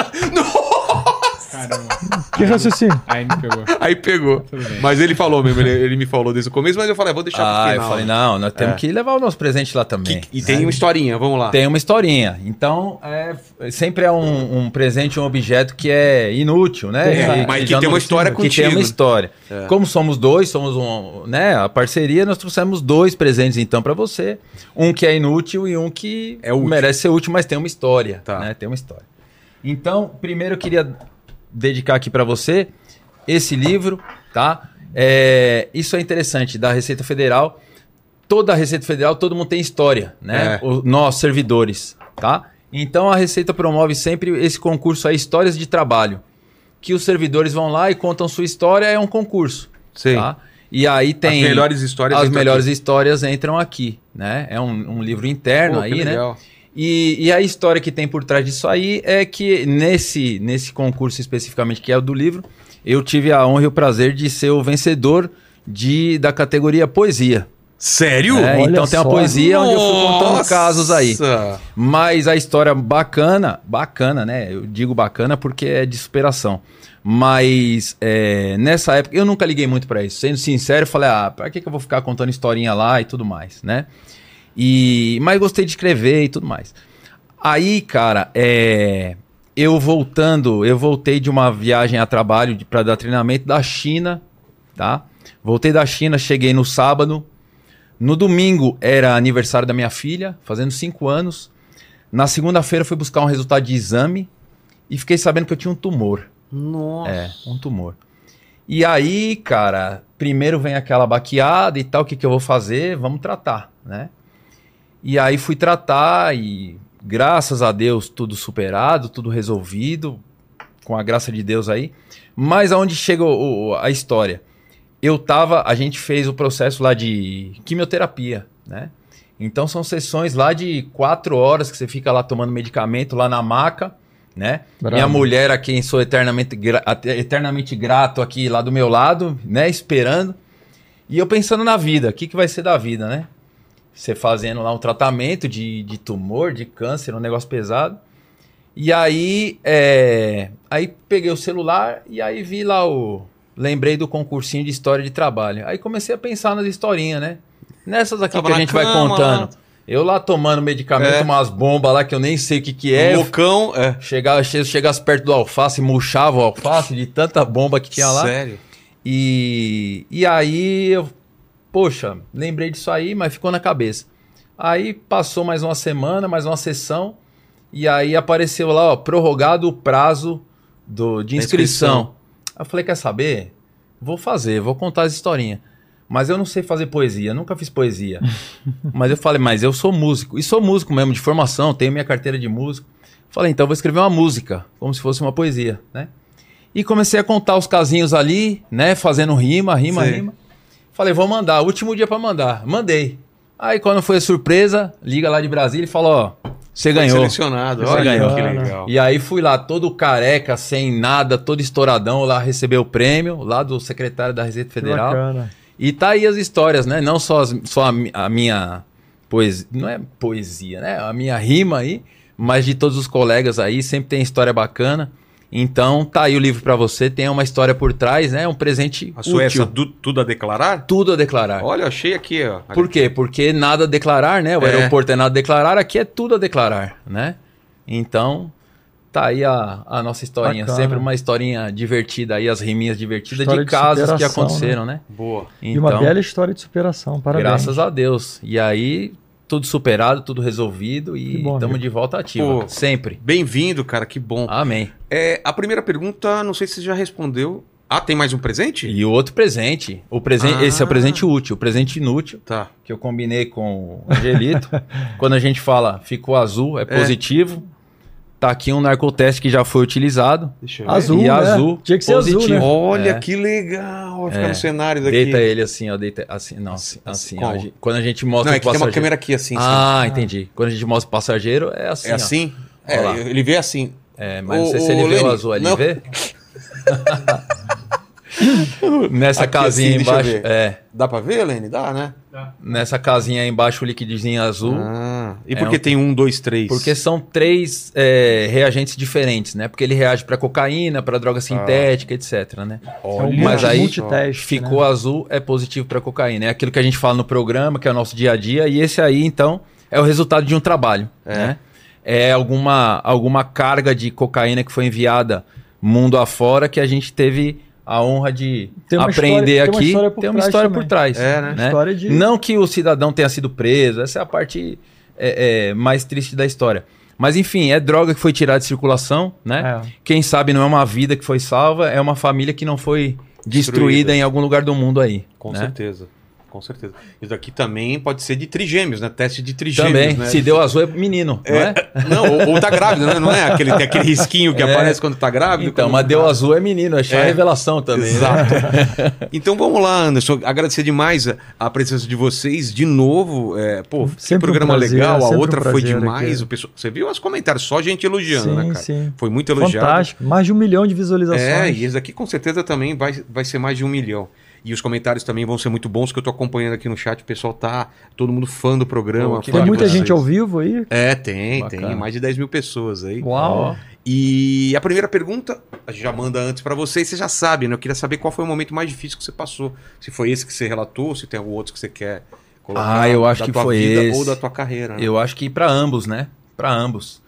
[SPEAKER 3] Caramba.
[SPEAKER 2] que raciocínio.
[SPEAKER 3] Aí me pegou.
[SPEAKER 1] Aí pegou.
[SPEAKER 3] Tudo bem.
[SPEAKER 1] Mas ele falou mesmo, ele, ele me falou desde o começo, mas eu falei, ah, vou deixar
[SPEAKER 4] Ah,
[SPEAKER 1] pro
[SPEAKER 4] eu
[SPEAKER 1] final. É.
[SPEAKER 4] falei, não, nós temos que levar o nosso presente lá também.
[SPEAKER 1] E tem uma historinha, vamos lá.
[SPEAKER 4] Tem uma historinha. Então, é, sempre é um, um presente, um objeto que é inútil, né?
[SPEAKER 1] É,
[SPEAKER 4] E-
[SPEAKER 1] mas
[SPEAKER 4] e
[SPEAKER 1] que
[SPEAKER 4] já
[SPEAKER 1] tem uma história
[SPEAKER 4] que tem
[SPEAKER 1] contigo. É.
[SPEAKER 4] uma história. Como somos dois, somos um, né? A parceria, nós trouxemos dois presentes então pra você. Um que é inútil e um que
[SPEAKER 1] É útil.
[SPEAKER 4] merece ser útil, mas tem uma história,
[SPEAKER 1] Tá.
[SPEAKER 4] né? Tem uma história. Então, primeiro eu queria dedicar aqui pra você esse livro, tá? É, isso é interessante da Receita Federal. Toda a Receita Federal, todo mundo tem história, né?
[SPEAKER 1] É.
[SPEAKER 4] O- nós, servidores, tá? Então a Receita promove sempre esse concurso aí, Histórias de Trabalho. Que os servidores vão lá e contam sua história, é um concurso,
[SPEAKER 1] Sim.
[SPEAKER 4] tá? E aí tem
[SPEAKER 1] As melhores histórias.
[SPEAKER 4] as
[SPEAKER 1] entram
[SPEAKER 4] melhores
[SPEAKER 1] aqui.
[SPEAKER 4] histórias entram aqui, né? É um, um livro
[SPEAKER 1] Pô,
[SPEAKER 4] interno
[SPEAKER 1] que
[SPEAKER 4] aí, né?
[SPEAKER 1] legal.
[SPEAKER 4] E, e a história que tem por trás disso aí é que nesse, nesse concurso especificamente, que é o do livro, eu tive a honra e o prazer de ser o vencedor de, da categoria poesia.
[SPEAKER 1] Sério?
[SPEAKER 4] né?
[SPEAKER 2] olha
[SPEAKER 4] então tem a
[SPEAKER 2] só.
[SPEAKER 4] poesia onde eu fui contando
[SPEAKER 1] Nossa!
[SPEAKER 4] casos aí. Mas a história bacana, bacana, né? Eu digo bacana porque é de superação. Mas é, nessa época eu nunca liguei muito pra isso. Sendo sincero, eu falei, ah, pra que, que eu vou ficar contando historinha lá e tudo mais, né? E, mas gostei de escrever e tudo mais. Aí, cara, é, eu voltando, eu voltei de uma viagem a trabalho de- pra dar treinamento da China, tá? Voltei da China, cheguei no sábado. No domingo era aniversário da minha filha, fazendo cinco anos. Na segunda-feira eu fui buscar um resultado de exame e fiquei sabendo que eu tinha um tumor.
[SPEAKER 1] Nossa.
[SPEAKER 4] É, um tumor. E aí, cara, primeiro vem aquela baqueada e tal, o que, que eu vou fazer? Vamos tratar, né? E aí fui tratar e graças a Deus tudo superado, tudo resolvido, com a graça de Deus aí. Mas aonde chega o- o- a história? Eu tava, a gente fez o processo lá de quimioterapia, né? Então são sessões lá de quatro horas que você fica lá tomando medicamento lá na maca, né? Minha mulher a quem sou eternamente, gra- at- eternamente grato aqui lá do meu lado, né? Esperando. E eu pensando na vida, o que, que vai ser da vida, né? Você fazendo lá um tratamento de, de tumor, de câncer, um negócio pesado. E aí, é, aí peguei o celular e aí vi lá o. Lembrei do concursinho de história de trabalho. Aí comecei a pensar nas historinhas, né? Nessas aqui
[SPEAKER 1] Tava
[SPEAKER 4] que a
[SPEAKER 1] na
[SPEAKER 4] gente vai
[SPEAKER 1] cama,
[SPEAKER 4] contando.
[SPEAKER 1] lá.
[SPEAKER 4] Eu lá tomando medicamento,
[SPEAKER 1] É.
[SPEAKER 4] umas bombas lá que eu nem sei o que, que é. eu
[SPEAKER 1] Loucão, é.
[SPEAKER 4] Chegava, che- chegasse perto do alface, murchava o alface de tanta bomba que tinha lá.
[SPEAKER 1] Sério?
[SPEAKER 4] E, e aí eu, poxa, lembrei disso aí, mas ficou na cabeça. Aí passou mais uma semana, mais uma sessão, e aí apareceu lá, ó, prorrogado o prazo do, de
[SPEAKER 1] Da
[SPEAKER 4] inscrição.
[SPEAKER 1] inscrição.
[SPEAKER 4] Aí eu falei, quer saber? Vou fazer, vou contar as historinhas. Mas eu não sei fazer poesia, nunca fiz poesia. mas eu falei, mas eu sou músico. E sou músico mesmo, de formação, tenho minha carteira de músico. Falei, então eu vou escrever uma música, como se fosse uma poesia, né? E comecei a contar os casinhos ali, né? Fazendo rima, rima,
[SPEAKER 1] Sim.
[SPEAKER 4] rima. Falei, vou mandar, último dia pra mandar. Mandei. Aí quando foi a surpresa, liga lá de Brasília e fala, ó, você ganhou.
[SPEAKER 1] Selecionado.
[SPEAKER 4] Você
[SPEAKER 1] Olha
[SPEAKER 4] ganhou.
[SPEAKER 1] que legal.
[SPEAKER 4] E aí fui lá, todo careca, sem nada, todo estouradão, lá receber o prêmio, lá do secretário da Receita
[SPEAKER 2] Que
[SPEAKER 4] Federal.
[SPEAKER 2] bacana.
[SPEAKER 4] E tá aí as histórias, né? Não só, as- só a, mi- a minha poesia, não é poesia, né? A minha rima aí, mas de todos os colegas aí, sempre tem história bacana. Então tá aí o livro pra você, tem uma história por trás, né? Um presente
[SPEAKER 1] A sua é
[SPEAKER 4] útil.
[SPEAKER 1] essa du- tudo a declarar?
[SPEAKER 4] Tudo a declarar.
[SPEAKER 1] Olha, achei aqui, ó.
[SPEAKER 4] Por quê? Porque nada a declarar, né? O
[SPEAKER 1] É.
[SPEAKER 4] aeroporto é nada a declarar, aqui é tudo a declarar, né? Então, tá aí a, a nossa historinha.
[SPEAKER 2] Bacana.
[SPEAKER 4] Sempre uma historinha divertida aí, as riminhas divertidas
[SPEAKER 2] História
[SPEAKER 4] de
[SPEAKER 2] de
[SPEAKER 4] casos que
[SPEAKER 2] superação,
[SPEAKER 4] aconteceram, né?
[SPEAKER 1] Boa.
[SPEAKER 2] E uma bela história de superação, parabéns.
[SPEAKER 4] Graças a Deus. E aí, tudo superado, tudo resolvido e
[SPEAKER 2] Que bom,
[SPEAKER 4] estamos
[SPEAKER 2] amigo.
[SPEAKER 4] de volta ativa.
[SPEAKER 1] Pô.
[SPEAKER 4] Sempre.
[SPEAKER 1] Bem-vindo, cara, que bom.
[SPEAKER 4] Amém.
[SPEAKER 1] É, a primeira pergunta, não sei se você já respondeu. Ah, tem mais um presente?
[SPEAKER 4] E o outro presente. O presen
[SPEAKER 1] Ah.
[SPEAKER 4] Esse é o presente útil. O presente inútil,
[SPEAKER 1] Tá.
[SPEAKER 4] que eu combinei com o
[SPEAKER 2] (laughs)
[SPEAKER 4] Angelito. Quando a gente fala ficou azul, é positivo. Tá aqui um narcoteste que já foi utilizado.
[SPEAKER 1] Deixa eu ver.
[SPEAKER 2] Azul,
[SPEAKER 4] E
[SPEAKER 2] né?
[SPEAKER 4] azul,
[SPEAKER 2] Tinha que ser azul,
[SPEAKER 4] positivo.
[SPEAKER 2] né?
[SPEAKER 1] Olha
[SPEAKER 4] É.
[SPEAKER 1] que legal. Vai ficar
[SPEAKER 4] É.
[SPEAKER 1] no cenário daqui.
[SPEAKER 4] Deita ele assim, ó. Deita assim. Não, assim. assim, ó.
[SPEAKER 1] Como?
[SPEAKER 4] A gente- quando a gente
[SPEAKER 1] Não,
[SPEAKER 4] mostra
[SPEAKER 1] é que
[SPEAKER 4] pro
[SPEAKER 1] tem uma
[SPEAKER 4] passageiro.
[SPEAKER 1] câmera aqui assim. assim.
[SPEAKER 4] Ah, entendi. Quando a gente mostra o passageiro, é assim.
[SPEAKER 1] é
[SPEAKER 4] ó.
[SPEAKER 1] assim?
[SPEAKER 4] Olha lá.
[SPEAKER 1] É, ele vê assim.
[SPEAKER 4] É, mas não sei
[SPEAKER 1] Ô,
[SPEAKER 4] se ele
[SPEAKER 1] ô,
[SPEAKER 4] vê
[SPEAKER 1] Leni,
[SPEAKER 4] o azul ali,
[SPEAKER 1] não. (laughs)
[SPEAKER 4] vê? nessa
[SPEAKER 1] Aqui
[SPEAKER 4] casinha
[SPEAKER 1] assim,
[SPEAKER 4] aí
[SPEAKER 1] deixa
[SPEAKER 4] embaixo.
[SPEAKER 1] eu ver.
[SPEAKER 4] É.
[SPEAKER 1] Dá pra ver, Lene? Dá, né?
[SPEAKER 4] Nessa casinha aí embaixo, o liquidinho azul.
[SPEAKER 1] Ah, e
[SPEAKER 4] É
[SPEAKER 1] por que
[SPEAKER 4] um-
[SPEAKER 1] tem um, dois, três?
[SPEAKER 4] Porque são três é, reagentes diferentes, né? Porque ele reage para cocaína, para
[SPEAKER 1] Ah.
[SPEAKER 4] droga sintética, etc, né?
[SPEAKER 2] É um
[SPEAKER 1] Olha
[SPEAKER 4] Mas
[SPEAKER 2] multi-
[SPEAKER 4] aí
[SPEAKER 2] multiteste,
[SPEAKER 4] Ficou
[SPEAKER 2] né?
[SPEAKER 4] azul, é positivo para cocaína. É aquilo que a gente fala no programa, que é o nosso dia a dia. E esse aí, então, é o resultado de um trabalho, né? É alguma, alguma carga de cocaína que foi enviada mundo afora que a gente teve a honra de
[SPEAKER 2] Tem uma
[SPEAKER 4] aprender
[SPEAKER 2] história- tem uma
[SPEAKER 4] aqui.
[SPEAKER 2] história por
[SPEAKER 4] tem uma
[SPEAKER 2] trás
[SPEAKER 4] história
[SPEAKER 2] também.
[SPEAKER 4] por trás.
[SPEAKER 1] É, né?
[SPEAKER 4] né?
[SPEAKER 2] História de...
[SPEAKER 4] Não que o cidadão tenha sido preso, essa é a parte é, é, mais triste da história. Mas enfim, é droga que foi tirada de circulação, né?
[SPEAKER 2] É.
[SPEAKER 4] Quem sabe não é uma vida que foi salva, é uma família que não foi destruída,
[SPEAKER 1] Destruída.
[SPEAKER 4] em algum lugar do mundo aí.
[SPEAKER 1] Com
[SPEAKER 4] né?
[SPEAKER 1] certeza. Com certeza. Isso daqui também pode ser de trigêmeos, né? Teste de trigêmeos,
[SPEAKER 4] Também,
[SPEAKER 1] né?
[SPEAKER 4] se deu azul é menino, não é?
[SPEAKER 1] Não, ou, ou tá grávida, né? Não é aquele, tem aquele risquinho que
[SPEAKER 4] (laughs) É.
[SPEAKER 1] aparece quando tá grávida.
[SPEAKER 4] Então,
[SPEAKER 1] quando
[SPEAKER 4] mas
[SPEAKER 1] não
[SPEAKER 4] deu
[SPEAKER 1] tá.
[SPEAKER 4] azul é menino, achei
[SPEAKER 1] É.
[SPEAKER 4] a revelação também. né?
[SPEAKER 1] Exato. então vamos lá, Anderson. Agradecer demais a, a presença de vocês de novo. É, pô, que
[SPEAKER 2] Sempre um
[SPEAKER 1] programa
[SPEAKER 2] prazer,
[SPEAKER 1] legal. A
[SPEAKER 2] sempre um
[SPEAKER 1] outra foi
[SPEAKER 2] prazer
[SPEAKER 1] demais.
[SPEAKER 2] aqui.
[SPEAKER 1] O pessoal, você viu os comentários, só gente elogiando,
[SPEAKER 2] Sim,
[SPEAKER 1] né, cara?
[SPEAKER 2] sim.
[SPEAKER 1] Foi muito elogiado.
[SPEAKER 2] Fantástico. Mais de um milhão de visualizações.
[SPEAKER 1] É, e esse daqui com certeza também vai, vai ser mais de um milhão. E os comentários também vão ser muito bons, que eu tô acompanhando aqui no chat. O pessoal tá, todo mundo fã do programa.
[SPEAKER 4] Pô, que
[SPEAKER 1] fã
[SPEAKER 2] Tem
[SPEAKER 1] de
[SPEAKER 2] muita
[SPEAKER 1] vocês.
[SPEAKER 2] gente ao vivo aí.
[SPEAKER 1] É, tem,
[SPEAKER 4] Bacana.
[SPEAKER 1] tem. Mais de 10 mil pessoas aí.
[SPEAKER 2] Uau.
[SPEAKER 1] E a primeira pergunta, a gente já manda antes pra vocês, você já sabe, né? Eu queria saber qual foi o momento mais difícil que você passou. Se foi esse que você relatou, se tem algum outro que você quer colocar.
[SPEAKER 4] Ah, eu acho
[SPEAKER 1] da
[SPEAKER 4] que
[SPEAKER 1] tua
[SPEAKER 4] foi
[SPEAKER 1] vida
[SPEAKER 4] esse.
[SPEAKER 1] Ou da tua carreira. né?
[SPEAKER 4] (laughs) Eu acho que para ambos, né? Para ambos.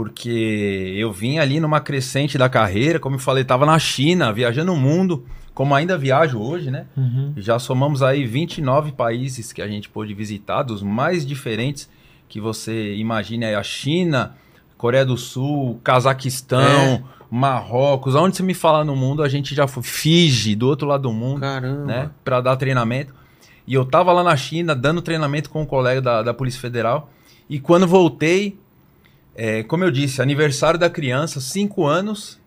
[SPEAKER 4] Porque eu vim ali numa crescente da carreira, como eu falei, tava na China, viajando o mundo, como ainda viajo hoje, né?
[SPEAKER 2] Uhum.
[SPEAKER 4] Já somamos aí 29 países que a gente pôde visitar, dos mais diferentes que você imagina aí a China, Coreia do Sul, Cazaquistão, Marrocos, aonde você me falar no mundo, a gente já foi Fiji, do outro lado do mundo
[SPEAKER 1] Caramba.
[SPEAKER 4] né, para dar treinamento. E eu tava lá na China dando treinamento com um colega da, da Polícia Federal. E quando voltei, é, como eu disse, aniversário da criança, 5 anos.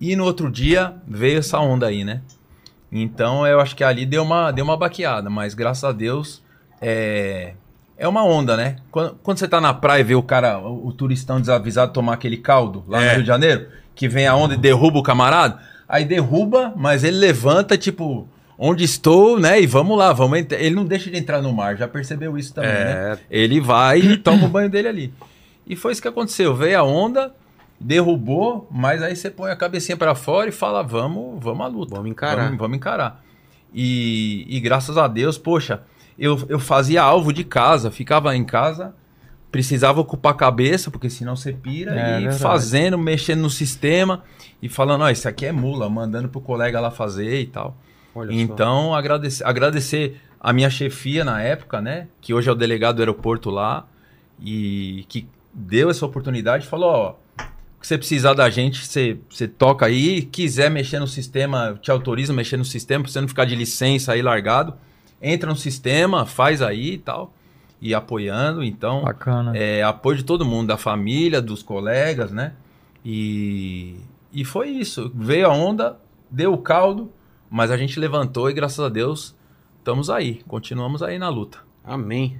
[SPEAKER 4] E no outro dia veio essa onda aí, né? Então eu acho que ali deu uma, deu uma baqueada, mas graças a Deus é, é uma onda, né? Quando, quando você tá na praia e vê o cara, o, o turistão desavisado tomar aquele caldo lá no Rio de Janeiro, que vem a onda e derruba o camarada, aí derruba, mas ele levanta, tipo, onde estou, né? E vamos lá, vamos entrar. Ele não deixa de entrar no mar, já percebeu isso também, né?
[SPEAKER 1] É,
[SPEAKER 4] Ele vai e toma o banho dele ali. E foi isso que aconteceu. Veio a onda, derrubou, mas aí você põe a cabecinha pra fora e fala: vamos, vamos à luta.
[SPEAKER 1] Vamos encarar.
[SPEAKER 4] Vamos, vamos encarar. E, e graças a Deus, poxa, eu, eu fazia alvo de casa, ficava em casa, precisava ocupar a cabeça, porque senão você pira,
[SPEAKER 2] É,
[SPEAKER 4] e
[SPEAKER 2] verdade.
[SPEAKER 4] fazendo, mexendo no sistema e falando: ó, isso aqui é mula, mandando pro colega lá fazer e tal.
[SPEAKER 1] olha só.
[SPEAKER 4] Então, agradecer, agradecer a minha chefia na época, né? Que hoje é o delegado do aeroporto lá e que deu essa oportunidade e falou, ó, o que você precisar da gente, você, você toca aí, quiser mexer no sistema, eu te autorizo a mexer no sistema, pra você não ficar de licença aí largado, entra no sistema, faz aí e tal, e apoiando, então
[SPEAKER 2] Bacana.
[SPEAKER 4] é, apoio de todo mundo, da família, dos colegas, né? E, e foi isso. Veio a onda, deu o caldo, mas a gente levantou e graças a Deus estamos aí, continuamos aí na luta.
[SPEAKER 1] Amém.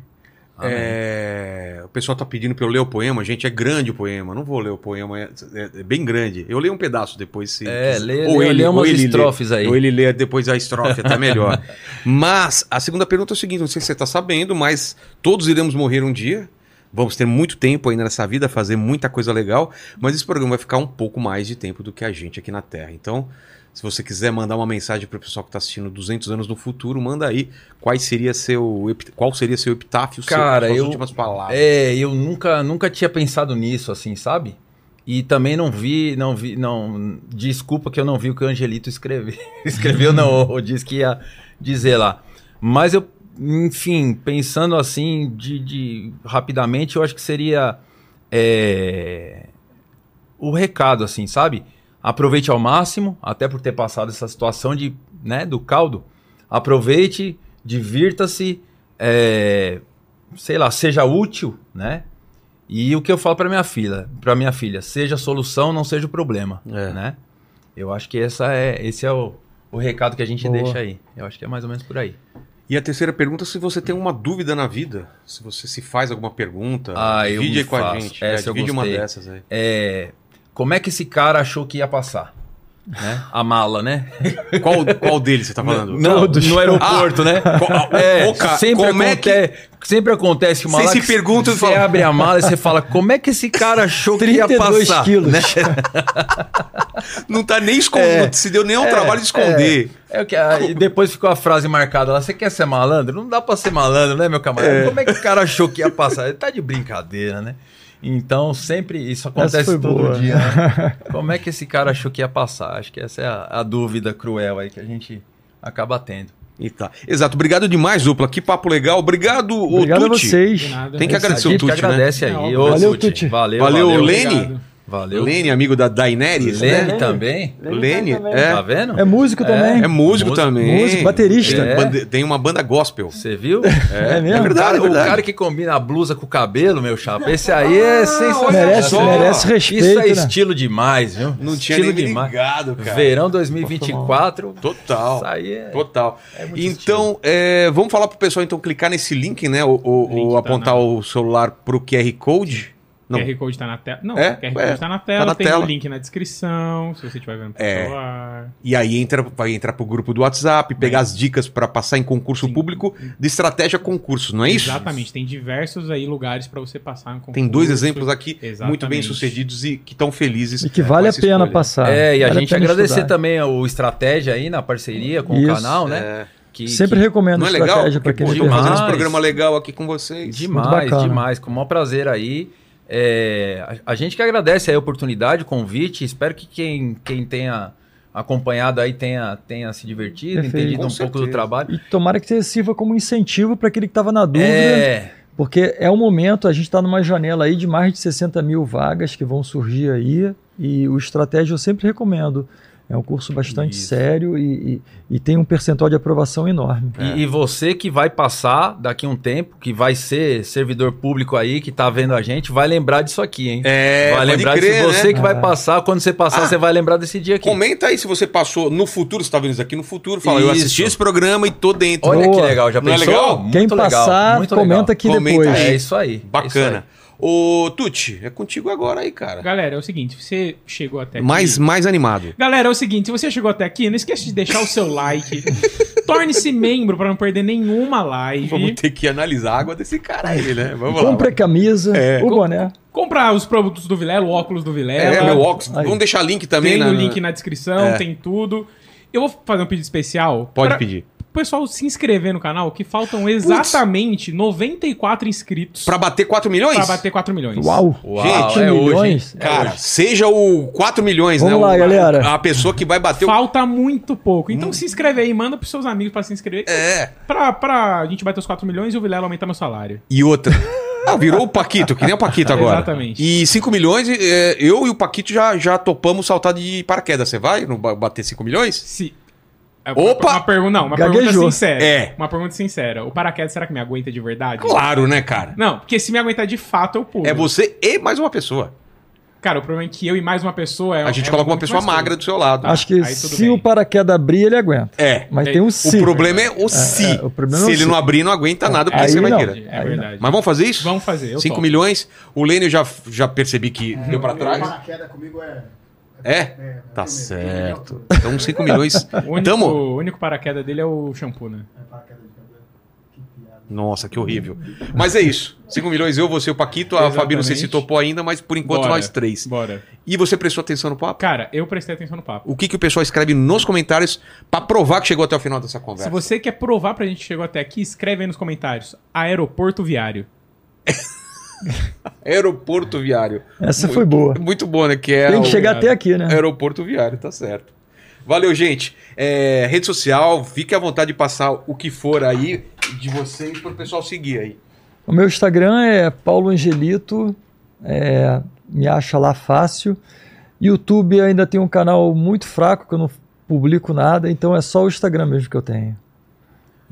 [SPEAKER 4] Amém.
[SPEAKER 1] É, O pessoal tá pedindo pra eu ler o poema. Gente, é grande o poema. Não vou ler o poema, é, é- é bem grande. Eu leio um pedaço depois. Se,
[SPEAKER 4] É,
[SPEAKER 1] se-
[SPEAKER 4] lê, lê, lê umas estrofes aí.
[SPEAKER 1] Ou ele lê depois a estrofe, tá melhor. (laughs) Mas a segunda pergunta é o seguinte: não sei se você está sabendo, mas todos iremos morrer um dia. Vamos ter muito tempo ainda nessa vida, fazer muita coisa legal, mas esse programa vai ficar um pouco mais de tempo do que a gente aqui na Terra. Então, se você quiser mandar uma mensagem para o pessoal que está assistindo 200 anos no futuro, manda aí quais seria seu, epi- qual seria seu epitáfio, seu-
[SPEAKER 4] Cara,
[SPEAKER 1] suas
[SPEAKER 4] eu-
[SPEAKER 1] últimas palavras.
[SPEAKER 4] É, eu nunca, nunca tinha pensado nisso, assim, sabe? E também não vi, não vi, não. Desculpa que eu não vi o que o Angelito escreveu. (laughs) escreveu, não, ou disse que ia dizer lá. Mas eu, enfim, pensando assim, de, de- rapidamente, eu acho que seria é, o recado, assim, sabe? aproveite ao máximo, até por ter passado essa situação de, né, do caldo. Aproveite, divirta-se, é, sei lá, seja útil, né? E o que eu falo para minha filha, para minha filha, seja a solução, não seja o problema,
[SPEAKER 1] É.
[SPEAKER 4] né? Eu acho que essa é, esse é o, o recado que a gente
[SPEAKER 2] Boa.
[SPEAKER 4] deixa aí. Eu acho que é mais ou menos por aí.
[SPEAKER 1] E a terceira pergunta, se você tem uma dúvida na vida, se você se faz alguma pergunta,
[SPEAKER 4] Ah, eu
[SPEAKER 1] divide
[SPEAKER 4] me
[SPEAKER 1] aí com a
[SPEAKER 4] faço.
[SPEAKER 1] gente. né?
[SPEAKER 4] Essa eu
[SPEAKER 1] divide uma
[SPEAKER 4] gostei.
[SPEAKER 1] dessas aí.
[SPEAKER 4] É, como é que esse cara achou que ia passar? Né? A mala, né?
[SPEAKER 1] Qual, qual deles você tá falando?
[SPEAKER 4] Não, no aeroporto, (laughs) né?
[SPEAKER 1] Co-
[SPEAKER 4] É,
[SPEAKER 1] Ô, cara,
[SPEAKER 4] sempre,
[SPEAKER 1] como é
[SPEAKER 4] aconte-
[SPEAKER 1] que...
[SPEAKER 4] sempre acontece uma
[SPEAKER 1] Vocês
[SPEAKER 4] lá
[SPEAKER 1] se
[SPEAKER 4] que
[SPEAKER 1] perguntam e
[SPEAKER 4] Você
[SPEAKER 1] falam-
[SPEAKER 4] abre a mala e você fala, como é que esse cara achou que ia
[SPEAKER 2] 32
[SPEAKER 4] passar?
[SPEAKER 1] né?
[SPEAKER 2] quilos.
[SPEAKER 1] Não tá nem escondendo, não se deu nem ao trabalho de esconder.
[SPEAKER 4] É o que, ah, e depois ficou a frase marcada lá, você quer ser malandro? Não dá pra ser malandro, né, meu camarada? Como é que o cara achou que ia passar? Ele tá de brincadeira, né? Então, sempre isso acontece
[SPEAKER 2] foi
[SPEAKER 4] todo
[SPEAKER 2] boa.
[SPEAKER 1] (laughs)
[SPEAKER 4] dia. né? Como é que esse cara achou que ia passar? Acho que essa é a, a dúvida cruel aí que a gente acaba tendo.
[SPEAKER 1] E tá. Exato, obrigado demais, Dupla. Que papo legal. Obrigado, ô
[SPEAKER 2] Obrigado a
[SPEAKER 1] Tuti.
[SPEAKER 2] vocês.
[SPEAKER 3] nada.
[SPEAKER 1] Tem que
[SPEAKER 3] É
[SPEAKER 4] A
[SPEAKER 1] agradecer o
[SPEAKER 4] gente que
[SPEAKER 1] Tuti, né?
[SPEAKER 4] agradece
[SPEAKER 3] É,
[SPEAKER 4] aí.
[SPEAKER 3] óbvio.
[SPEAKER 4] Ô,
[SPEAKER 2] Valeu, Tuti.
[SPEAKER 4] Valeu,
[SPEAKER 1] Valeu,
[SPEAKER 4] valeu.
[SPEAKER 1] Lene.
[SPEAKER 3] Obrigado.
[SPEAKER 4] Valeu.
[SPEAKER 1] Lene, amigo da Daenerys,
[SPEAKER 4] Lene
[SPEAKER 1] né?
[SPEAKER 4] também.
[SPEAKER 1] Lene,
[SPEAKER 4] Tá
[SPEAKER 1] é.
[SPEAKER 4] vendo?
[SPEAKER 2] É músico também.
[SPEAKER 1] É músico
[SPEAKER 4] Músico, É.
[SPEAKER 1] também.
[SPEAKER 2] músico, baterista.
[SPEAKER 1] Tem, bande- tem uma banda gospel.
[SPEAKER 4] Você viu?
[SPEAKER 2] É,
[SPEAKER 1] É
[SPEAKER 2] mesmo?
[SPEAKER 1] verdade,
[SPEAKER 4] Cara,
[SPEAKER 1] é
[SPEAKER 4] o
[SPEAKER 1] verdade.
[SPEAKER 4] cara que combina a blusa com o cabelo, meu chapa, esse aí é sensacional.
[SPEAKER 2] merece- merece
[SPEAKER 4] Isso é
[SPEAKER 2] respeito, né?
[SPEAKER 4] estilo demais, viu?
[SPEAKER 1] Não tinha
[SPEAKER 4] estilo
[SPEAKER 1] nem me ligado, cara.
[SPEAKER 4] Verão 2024.
[SPEAKER 1] Total.
[SPEAKER 4] Isso aí é.
[SPEAKER 1] Total.
[SPEAKER 4] é muito
[SPEAKER 1] Então, é, vamos falar pro pessoal então clicar nesse link, né? Ou, ou-
[SPEAKER 3] Link
[SPEAKER 1] ou
[SPEAKER 3] tá
[SPEAKER 1] apontar
[SPEAKER 3] na-
[SPEAKER 1] o celular pro QR Code. Não.
[SPEAKER 3] O QR Code tá na tela. Não,
[SPEAKER 1] É,
[SPEAKER 3] o QR
[SPEAKER 1] é,
[SPEAKER 3] Code tá na tela,
[SPEAKER 1] na
[SPEAKER 3] tem
[SPEAKER 1] tela.
[SPEAKER 3] o link na descrição, se você estiver vendo pelo
[SPEAKER 1] É.
[SPEAKER 3] celular.
[SPEAKER 1] E aí entra, vai entrar pro grupo do WhatsApp,
[SPEAKER 4] Né?
[SPEAKER 1] pegar as dicas para passar em concurso
[SPEAKER 3] Sim.
[SPEAKER 1] público de estratégia concurso, não é isso?
[SPEAKER 3] Exatamente, tem diversos aí lugares pra você passar em concurso.
[SPEAKER 1] Tem dois exemplos aqui muito
[SPEAKER 3] Exatamente.
[SPEAKER 1] bem sucedidos e que estão felizes.
[SPEAKER 2] E que vale
[SPEAKER 1] com
[SPEAKER 2] a
[SPEAKER 1] essa
[SPEAKER 2] pena
[SPEAKER 1] escolha.
[SPEAKER 2] passar.
[SPEAKER 4] É, e a
[SPEAKER 2] Vale
[SPEAKER 4] gente
[SPEAKER 2] pena
[SPEAKER 4] agradecer
[SPEAKER 2] estudar.
[SPEAKER 4] também o Estratégia aí na parceria com o
[SPEAKER 2] Isso.
[SPEAKER 4] canal, né?
[SPEAKER 1] É.
[SPEAKER 4] Que,
[SPEAKER 2] Sempre
[SPEAKER 4] que-
[SPEAKER 2] recomendo
[SPEAKER 1] Não é legal?
[SPEAKER 2] estratégia para
[SPEAKER 1] Porque,
[SPEAKER 2] quem
[SPEAKER 1] pô,
[SPEAKER 4] Muito
[SPEAKER 1] tô fazendo esse
[SPEAKER 4] mais.
[SPEAKER 1] programa legal aqui com vocês.
[SPEAKER 4] Demais,
[SPEAKER 2] bacana.
[SPEAKER 4] demais. Com o maior prazer aí. É, a, a gente que agradece aí a oportunidade, o convite. Espero que quem, quem tenha acompanhado aí tenha, tenha se divertido,
[SPEAKER 2] Perfeito.
[SPEAKER 4] entendido
[SPEAKER 1] Com
[SPEAKER 4] um pouco
[SPEAKER 1] certeza.
[SPEAKER 4] do trabalho.
[SPEAKER 2] E tomara que você sirva como incentivo para aquele que estava na dúvida.
[SPEAKER 4] É,
[SPEAKER 2] Porque é o momento, a gente está numa janela aí de mais de 60 mil vagas que vão surgir aí. E o Estratégia eu sempre recomendo. É um curso bastante
[SPEAKER 4] Isso.
[SPEAKER 2] sério e, e- e tem um percentual de aprovação enorme.
[SPEAKER 4] E, e você que vai passar daqui a um tempo, que vai ser servidor público aí, que tá vendo a gente, vai lembrar disso aqui, hein?
[SPEAKER 1] É,
[SPEAKER 4] vai
[SPEAKER 1] pode
[SPEAKER 4] lembrar
[SPEAKER 1] crer,
[SPEAKER 4] disso.
[SPEAKER 1] né?
[SPEAKER 4] Você que vai
[SPEAKER 2] Ah.
[SPEAKER 4] passar, quando você passar,
[SPEAKER 1] Ah.
[SPEAKER 4] você vai lembrar desse dia aqui.
[SPEAKER 1] Comenta aí se você passou no futuro, você tá vendo isso aqui no futuro, fala, eu assisti
[SPEAKER 4] Isso.
[SPEAKER 1] esse programa e tô dentro.
[SPEAKER 4] Olha que
[SPEAKER 2] Boa.
[SPEAKER 4] legal, já
[SPEAKER 1] Não é
[SPEAKER 4] pensou?
[SPEAKER 1] legal?
[SPEAKER 4] Muito
[SPEAKER 2] quem
[SPEAKER 4] legal,
[SPEAKER 2] passar,
[SPEAKER 4] muito legal.
[SPEAKER 2] comenta aqui
[SPEAKER 1] Comenta
[SPEAKER 2] depois.
[SPEAKER 4] É isso aí.
[SPEAKER 1] Bacana. Ô, Tuti, é contigo agora aí, cara.
[SPEAKER 3] Galera, é o seguinte, você chegou até aqui.
[SPEAKER 1] Mais, mais animado.
[SPEAKER 3] Galera, é o seguinte, se você chegou até aqui, não esquece de deixar o seu
[SPEAKER 1] (laughs)
[SPEAKER 3] like. Torne-se membro pra não perder nenhuma live.
[SPEAKER 1] Vamos ter que analisar a água desse cara aí,
[SPEAKER 3] (laughs)
[SPEAKER 1] né? Vamos É. lá.
[SPEAKER 2] Compre a camisa, o boné.
[SPEAKER 3] Comprar os produtos do Vilela, o óculos do Vilela.
[SPEAKER 1] É, meu óculos.
[SPEAKER 2] Aí.
[SPEAKER 1] Vamos deixar link também
[SPEAKER 3] tem
[SPEAKER 1] na-
[SPEAKER 3] o link na descrição,
[SPEAKER 1] É.
[SPEAKER 3] tem tudo. Eu vou fazer um pedido especial.
[SPEAKER 1] Pode
[SPEAKER 3] pra-
[SPEAKER 1] pedir.
[SPEAKER 3] O pessoal se inscrever no canal, que faltam exatamente 94 inscritos
[SPEAKER 1] Pra bater 4 milhões?
[SPEAKER 3] pra bater 4 milhões.
[SPEAKER 2] Uau!
[SPEAKER 4] Uau,
[SPEAKER 1] Gente,
[SPEAKER 4] é hoje, hein?
[SPEAKER 2] milhões?
[SPEAKER 1] Cara, seja o 4 milhões,
[SPEAKER 2] Vamos
[SPEAKER 1] né?
[SPEAKER 2] lá,
[SPEAKER 1] o-
[SPEAKER 2] galera.
[SPEAKER 1] A pessoa que vai bater o.
[SPEAKER 3] Falta muito pouco. Então se inscreve aí, manda pros seus amigos pra se inscrever.
[SPEAKER 1] (laughs) Hum. É.
[SPEAKER 3] Pra, pra gente bater os 4 milhões e o Vilela aumentar meu salário.
[SPEAKER 1] E outra. Ah, virou o Paquito, que nem o
[SPEAKER 3] (laughs)
[SPEAKER 1] Paquito agora.
[SPEAKER 3] Exatamente.
[SPEAKER 1] E 5 milhões, é, eu e o Paquito já, já topamos saltar de paraquedas. Você vai no ba- bater 5 milhões?
[SPEAKER 3] Se. é
[SPEAKER 1] Opa!
[SPEAKER 3] Uma, pergunta, não, uma
[SPEAKER 2] Gaguejou.
[SPEAKER 3] pergunta sincera.
[SPEAKER 1] É.
[SPEAKER 3] Uma pergunta sincera. O paraquedas, será que me aguenta de verdade?
[SPEAKER 1] Claro, né, cara?
[SPEAKER 3] Não, porque se me aguentar de fato, eu pulo.
[SPEAKER 1] É você e mais uma pessoa.
[SPEAKER 3] Cara, o problema é que eu e mais uma pessoa é
[SPEAKER 1] A gente
[SPEAKER 3] é
[SPEAKER 1] coloca uma
[SPEAKER 3] muito
[SPEAKER 1] pessoa
[SPEAKER 3] mais
[SPEAKER 1] magra
[SPEAKER 3] coisa.
[SPEAKER 1] do seu lado.
[SPEAKER 2] Acho que
[SPEAKER 3] aí tudo
[SPEAKER 2] se
[SPEAKER 3] bem.
[SPEAKER 2] o paraquedas abrir, ele aguenta.
[SPEAKER 1] É.
[SPEAKER 2] Mas
[SPEAKER 3] É,
[SPEAKER 2] tem um
[SPEAKER 3] o
[SPEAKER 2] se.
[SPEAKER 1] O problema é o se.
[SPEAKER 2] é, o problema
[SPEAKER 1] se
[SPEAKER 2] é o
[SPEAKER 1] ele
[SPEAKER 2] se. É,
[SPEAKER 1] não abrir, não aguenta nada, porque
[SPEAKER 2] Aí
[SPEAKER 1] você vai
[SPEAKER 2] não.
[SPEAKER 1] querer.
[SPEAKER 3] É verdade.
[SPEAKER 1] Mas vamos fazer isso?
[SPEAKER 3] Vamos fazer, eu
[SPEAKER 1] 5
[SPEAKER 3] topo.
[SPEAKER 1] milhões. O Lênio já, já percebi que deu pra trás.
[SPEAKER 6] Paraquedas comigo é.
[SPEAKER 1] É?
[SPEAKER 6] é
[SPEAKER 1] Tá
[SPEAKER 6] primeiro,
[SPEAKER 1] certo.
[SPEAKER 6] primeiro,
[SPEAKER 1] Então 5 milhões.
[SPEAKER 3] O (laughs) único,
[SPEAKER 1] Tamo.
[SPEAKER 3] o único paraquedas dele é o shampoo, né?
[SPEAKER 6] é paraquedas de cabelo. Que piada.
[SPEAKER 1] Nossa, que horrível. Mas é isso. 5 milhões, eu, você, o Paquito. A
[SPEAKER 3] Exatamente.
[SPEAKER 1] Fabi não sei se topou ainda, mas por enquanto
[SPEAKER 3] Bora.
[SPEAKER 1] nós três.
[SPEAKER 3] Bora.
[SPEAKER 1] E você prestou atenção no papo?
[SPEAKER 3] Cara, eu prestei atenção no papo.
[SPEAKER 1] O que, que o pessoal escreve nos comentários pra provar que chegou até o final dessa
[SPEAKER 3] Se
[SPEAKER 1] conversa?
[SPEAKER 3] você quer provar pra gente que chegou até aqui, escreve aí nos comentários. Aeroporto Viário.
[SPEAKER 1] Aeroporto Viário.
[SPEAKER 4] é
[SPEAKER 2] Essa
[SPEAKER 1] Muito-
[SPEAKER 2] foi boa.
[SPEAKER 1] Muito bom, né? Que é
[SPEAKER 2] Tem
[SPEAKER 1] o-
[SPEAKER 2] que chegar até aqui,
[SPEAKER 4] Ah.
[SPEAKER 2] né?
[SPEAKER 1] Aeroporto Viário, tá certo. Valeu, gente. É, rede social, fique à vontade de passar o que for aí de vocês pro pessoal seguir aí.
[SPEAKER 2] O meu Instagram é Paulo Angelito, é, me acha lá fácil. YouTube ainda tem um canal muito fraco que eu não publico nada, então é só o Instagram mesmo que eu tenho.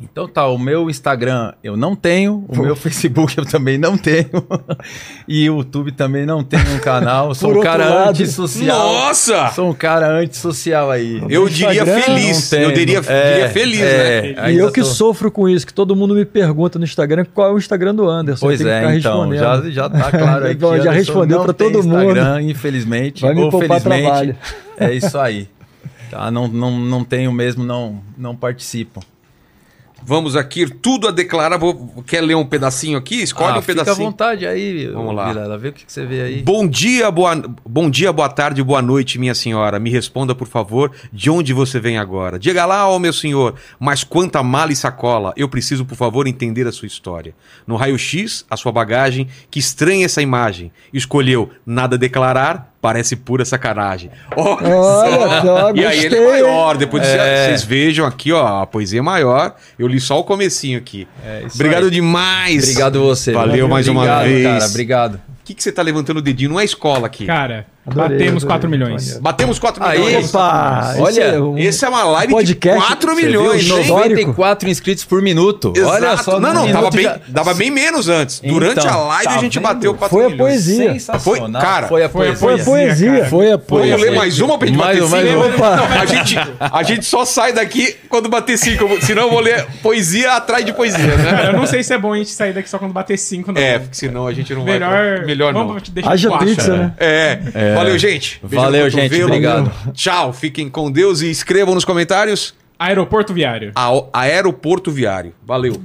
[SPEAKER 4] Então tá, o meu Instagram eu não tenho, o meu Facebook eu também não tenho, (laughs) e o YouTube também não tem um
[SPEAKER 2] (laughs)
[SPEAKER 4] canal. Sou
[SPEAKER 2] Por
[SPEAKER 4] um
[SPEAKER 2] outro
[SPEAKER 4] cara
[SPEAKER 2] lado-
[SPEAKER 4] antissocial.
[SPEAKER 6] Nossa!
[SPEAKER 4] Sou um cara antissocial aí.
[SPEAKER 1] Eu diria
[SPEAKER 2] Instagram,
[SPEAKER 1] feliz.
[SPEAKER 4] não tem,
[SPEAKER 1] eu diria,
[SPEAKER 4] não- é,
[SPEAKER 1] diria feliz, né?
[SPEAKER 4] é,
[SPEAKER 2] e
[SPEAKER 4] ainda
[SPEAKER 2] eu que
[SPEAKER 4] tô-
[SPEAKER 2] sofro com isso, que todo mundo me pergunta no Instagram qual é o Instagram do Anderson. eu
[SPEAKER 4] Pois
[SPEAKER 2] tenho que
[SPEAKER 4] é,
[SPEAKER 2] ficar
[SPEAKER 4] então,
[SPEAKER 2] respondendo.
[SPEAKER 4] já, já tá claro
[SPEAKER 2] (laughs)
[SPEAKER 4] aí. que
[SPEAKER 2] Bom, já
[SPEAKER 4] Anderson
[SPEAKER 2] respondeu
[SPEAKER 4] não
[SPEAKER 2] pra
[SPEAKER 4] tem
[SPEAKER 2] todo mundo.
[SPEAKER 4] Instagram, infelizmente,
[SPEAKER 2] Vai me
[SPEAKER 4] ou
[SPEAKER 2] poupar
[SPEAKER 4] felizmente.
[SPEAKER 2] trabalho.
[SPEAKER 4] (laughs) É isso aí. Tá, não, não, não tenho mesmo, não, não participo.
[SPEAKER 1] Vamos aqui, tudo a declarar. Vou- quer ler um pedacinho aqui? Escolhe
[SPEAKER 4] Ah,
[SPEAKER 1] um
[SPEAKER 4] fica à
[SPEAKER 1] pedacinho.
[SPEAKER 4] vontade aí,
[SPEAKER 1] Vamos lá.
[SPEAKER 4] Vilela, vê o que, que você vê aí.
[SPEAKER 1] Bom dia, boa, bom dia, boa tarde, boa noite, minha senhora. Me responda, por favor, de onde você vem agora. Diga lá, ó meu senhor, mas quanta mala e sacola. Eu preciso, por favor, entender a sua história. No raio-x, a sua bagagem, que estranha essa imagem. Escolheu nada declarar, parece pura sacanagem. Olha (laughs)
[SPEAKER 2] Olha só,
[SPEAKER 1] E aí ele é
[SPEAKER 2] gostei.
[SPEAKER 1] maior, depois
[SPEAKER 4] É.
[SPEAKER 1] vocês vejam aqui, ó, a poesia é maior. Eu li só o comecinho aqui.
[SPEAKER 4] É isso
[SPEAKER 1] Obrigado
[SPEAKER 4] aí.
[SPEAKER 1] demais.
[SPEAKER 4] Obrigado você.
[SPEAKER 1] Valeu
[SPEAKER 4] Vilela.
[SPEAKER 1] mais uma
[SPEAKER 4] Obrigado,
[SPEAKER 1] vez.
[SPEAKER 4] Cara, obrigado.
[SPEAKER 1] O que, que você tá levantando o dedinho? Não é escola aqui.
[SPEAKER 3] Cara,
[SPEAKER 2] Adorei,
[SPEAKER 3] batemos
[SPEAKER 2] adorei,
[SPEAKER 3] 4
[SPEAKER 2] muito
[SPEAKER 3] milhões.
[SPEAKER 2] maneiro.
[SPEAKER 1] Batemos 4
[SPEAKER 4] Aí,
[SPEAKER 1] milhões.
[SPEAKER 2] Opa!
[SPEAKER 4] Olha,
[SPEAKER 2] esse é um-
[SPEAKER 1] Esse é uma live
[SPEAKER 2] Podcast,
[SPEAKER 1] de 4
[SPEAKER 4] Você viu?
[SPEAKER 1] milhões, hein?
[SPEAKER 2] Nossa,
[SPEAKER 4] 94 inscritos por minuto.
[SPEAKER 1] Exato.
[SPEAKER 4] Olha só.
[SPEAKER 1] não,
[SPEAKER 4] um
[SPEAKER 1] não,
[SPEAKER 4] minuto
[SPEAKER 1] dava bem,
[SPEAKER 4] já-
[SPEAKER 1] dava bem menos antes. Durante
[SPEAKER 4] Então,
[SPEAKER 1] a live
[SPEAKER 4] tá
[SPEAKER 1] a gente
[SPEAKER 4] vendo?
[SPEAKER 1] bateu 4
[SPEAKER 2] Foi a
[SPEAKER 1] milhões.
[SPEAKER 2] poesia.
[SPEAKER 4] Sensacional.
[SPEAKER 1] Foi- cara,
[SPEAKER 4] foi a
[SPEAKER 3] foi a
[SPEAKER 4] poesia.
[SPEAKER 2] Foi a poesia.
[SPEAKER 3] cara.
[SPEAKER 2] Foi a
[SPEAKER 1] Vamos
[SPEAKER 4] Foi,
[SPEAKER 1] ler
[SPEAKER 4] foi.
[SPEAKER 1] mais uma pra gente
[SPEAKER 4] Mais
[SPEAKER 1] bater
[SPEAKER 4] uma, mais
[SPEAKER 1] 5?
[SPEAKER 4] uma.
[SPEAKER 1] a, gente, a gente só sai daqui quando bater 5. Senão eu vou ler poesia atrás de poesia, né?
[SPEAKER 3] Cara, eu não sei se é bom a gente sair daqui só quando bater 5, não.
[SPEAKER 1] É, porque senão a gente não vai.
[SPEAKER 3] melhor,
[SPEAKER 1] pra- Melhor não.
[SPEAKER 3] Vamos te deixar
[SPEAKER 2] Haja
[SPEAKER 3] quatro.
[SPEAKER 2] pizza, né?
[SPEAKER 1] É. Valeu, gente. no
[SPEAKER 4] Valeu, gente.
[SPEAKER 1] cotovelo.
[SPEAKER 4] Obrigado.
[SPEAKER 1] Tchau. Fiquem com Deus e escrevam nos comentários
[SPEAKER 3] Aeroporto Viário.
[SPEAKER 1] a- Aeroporto Viário. Valeu.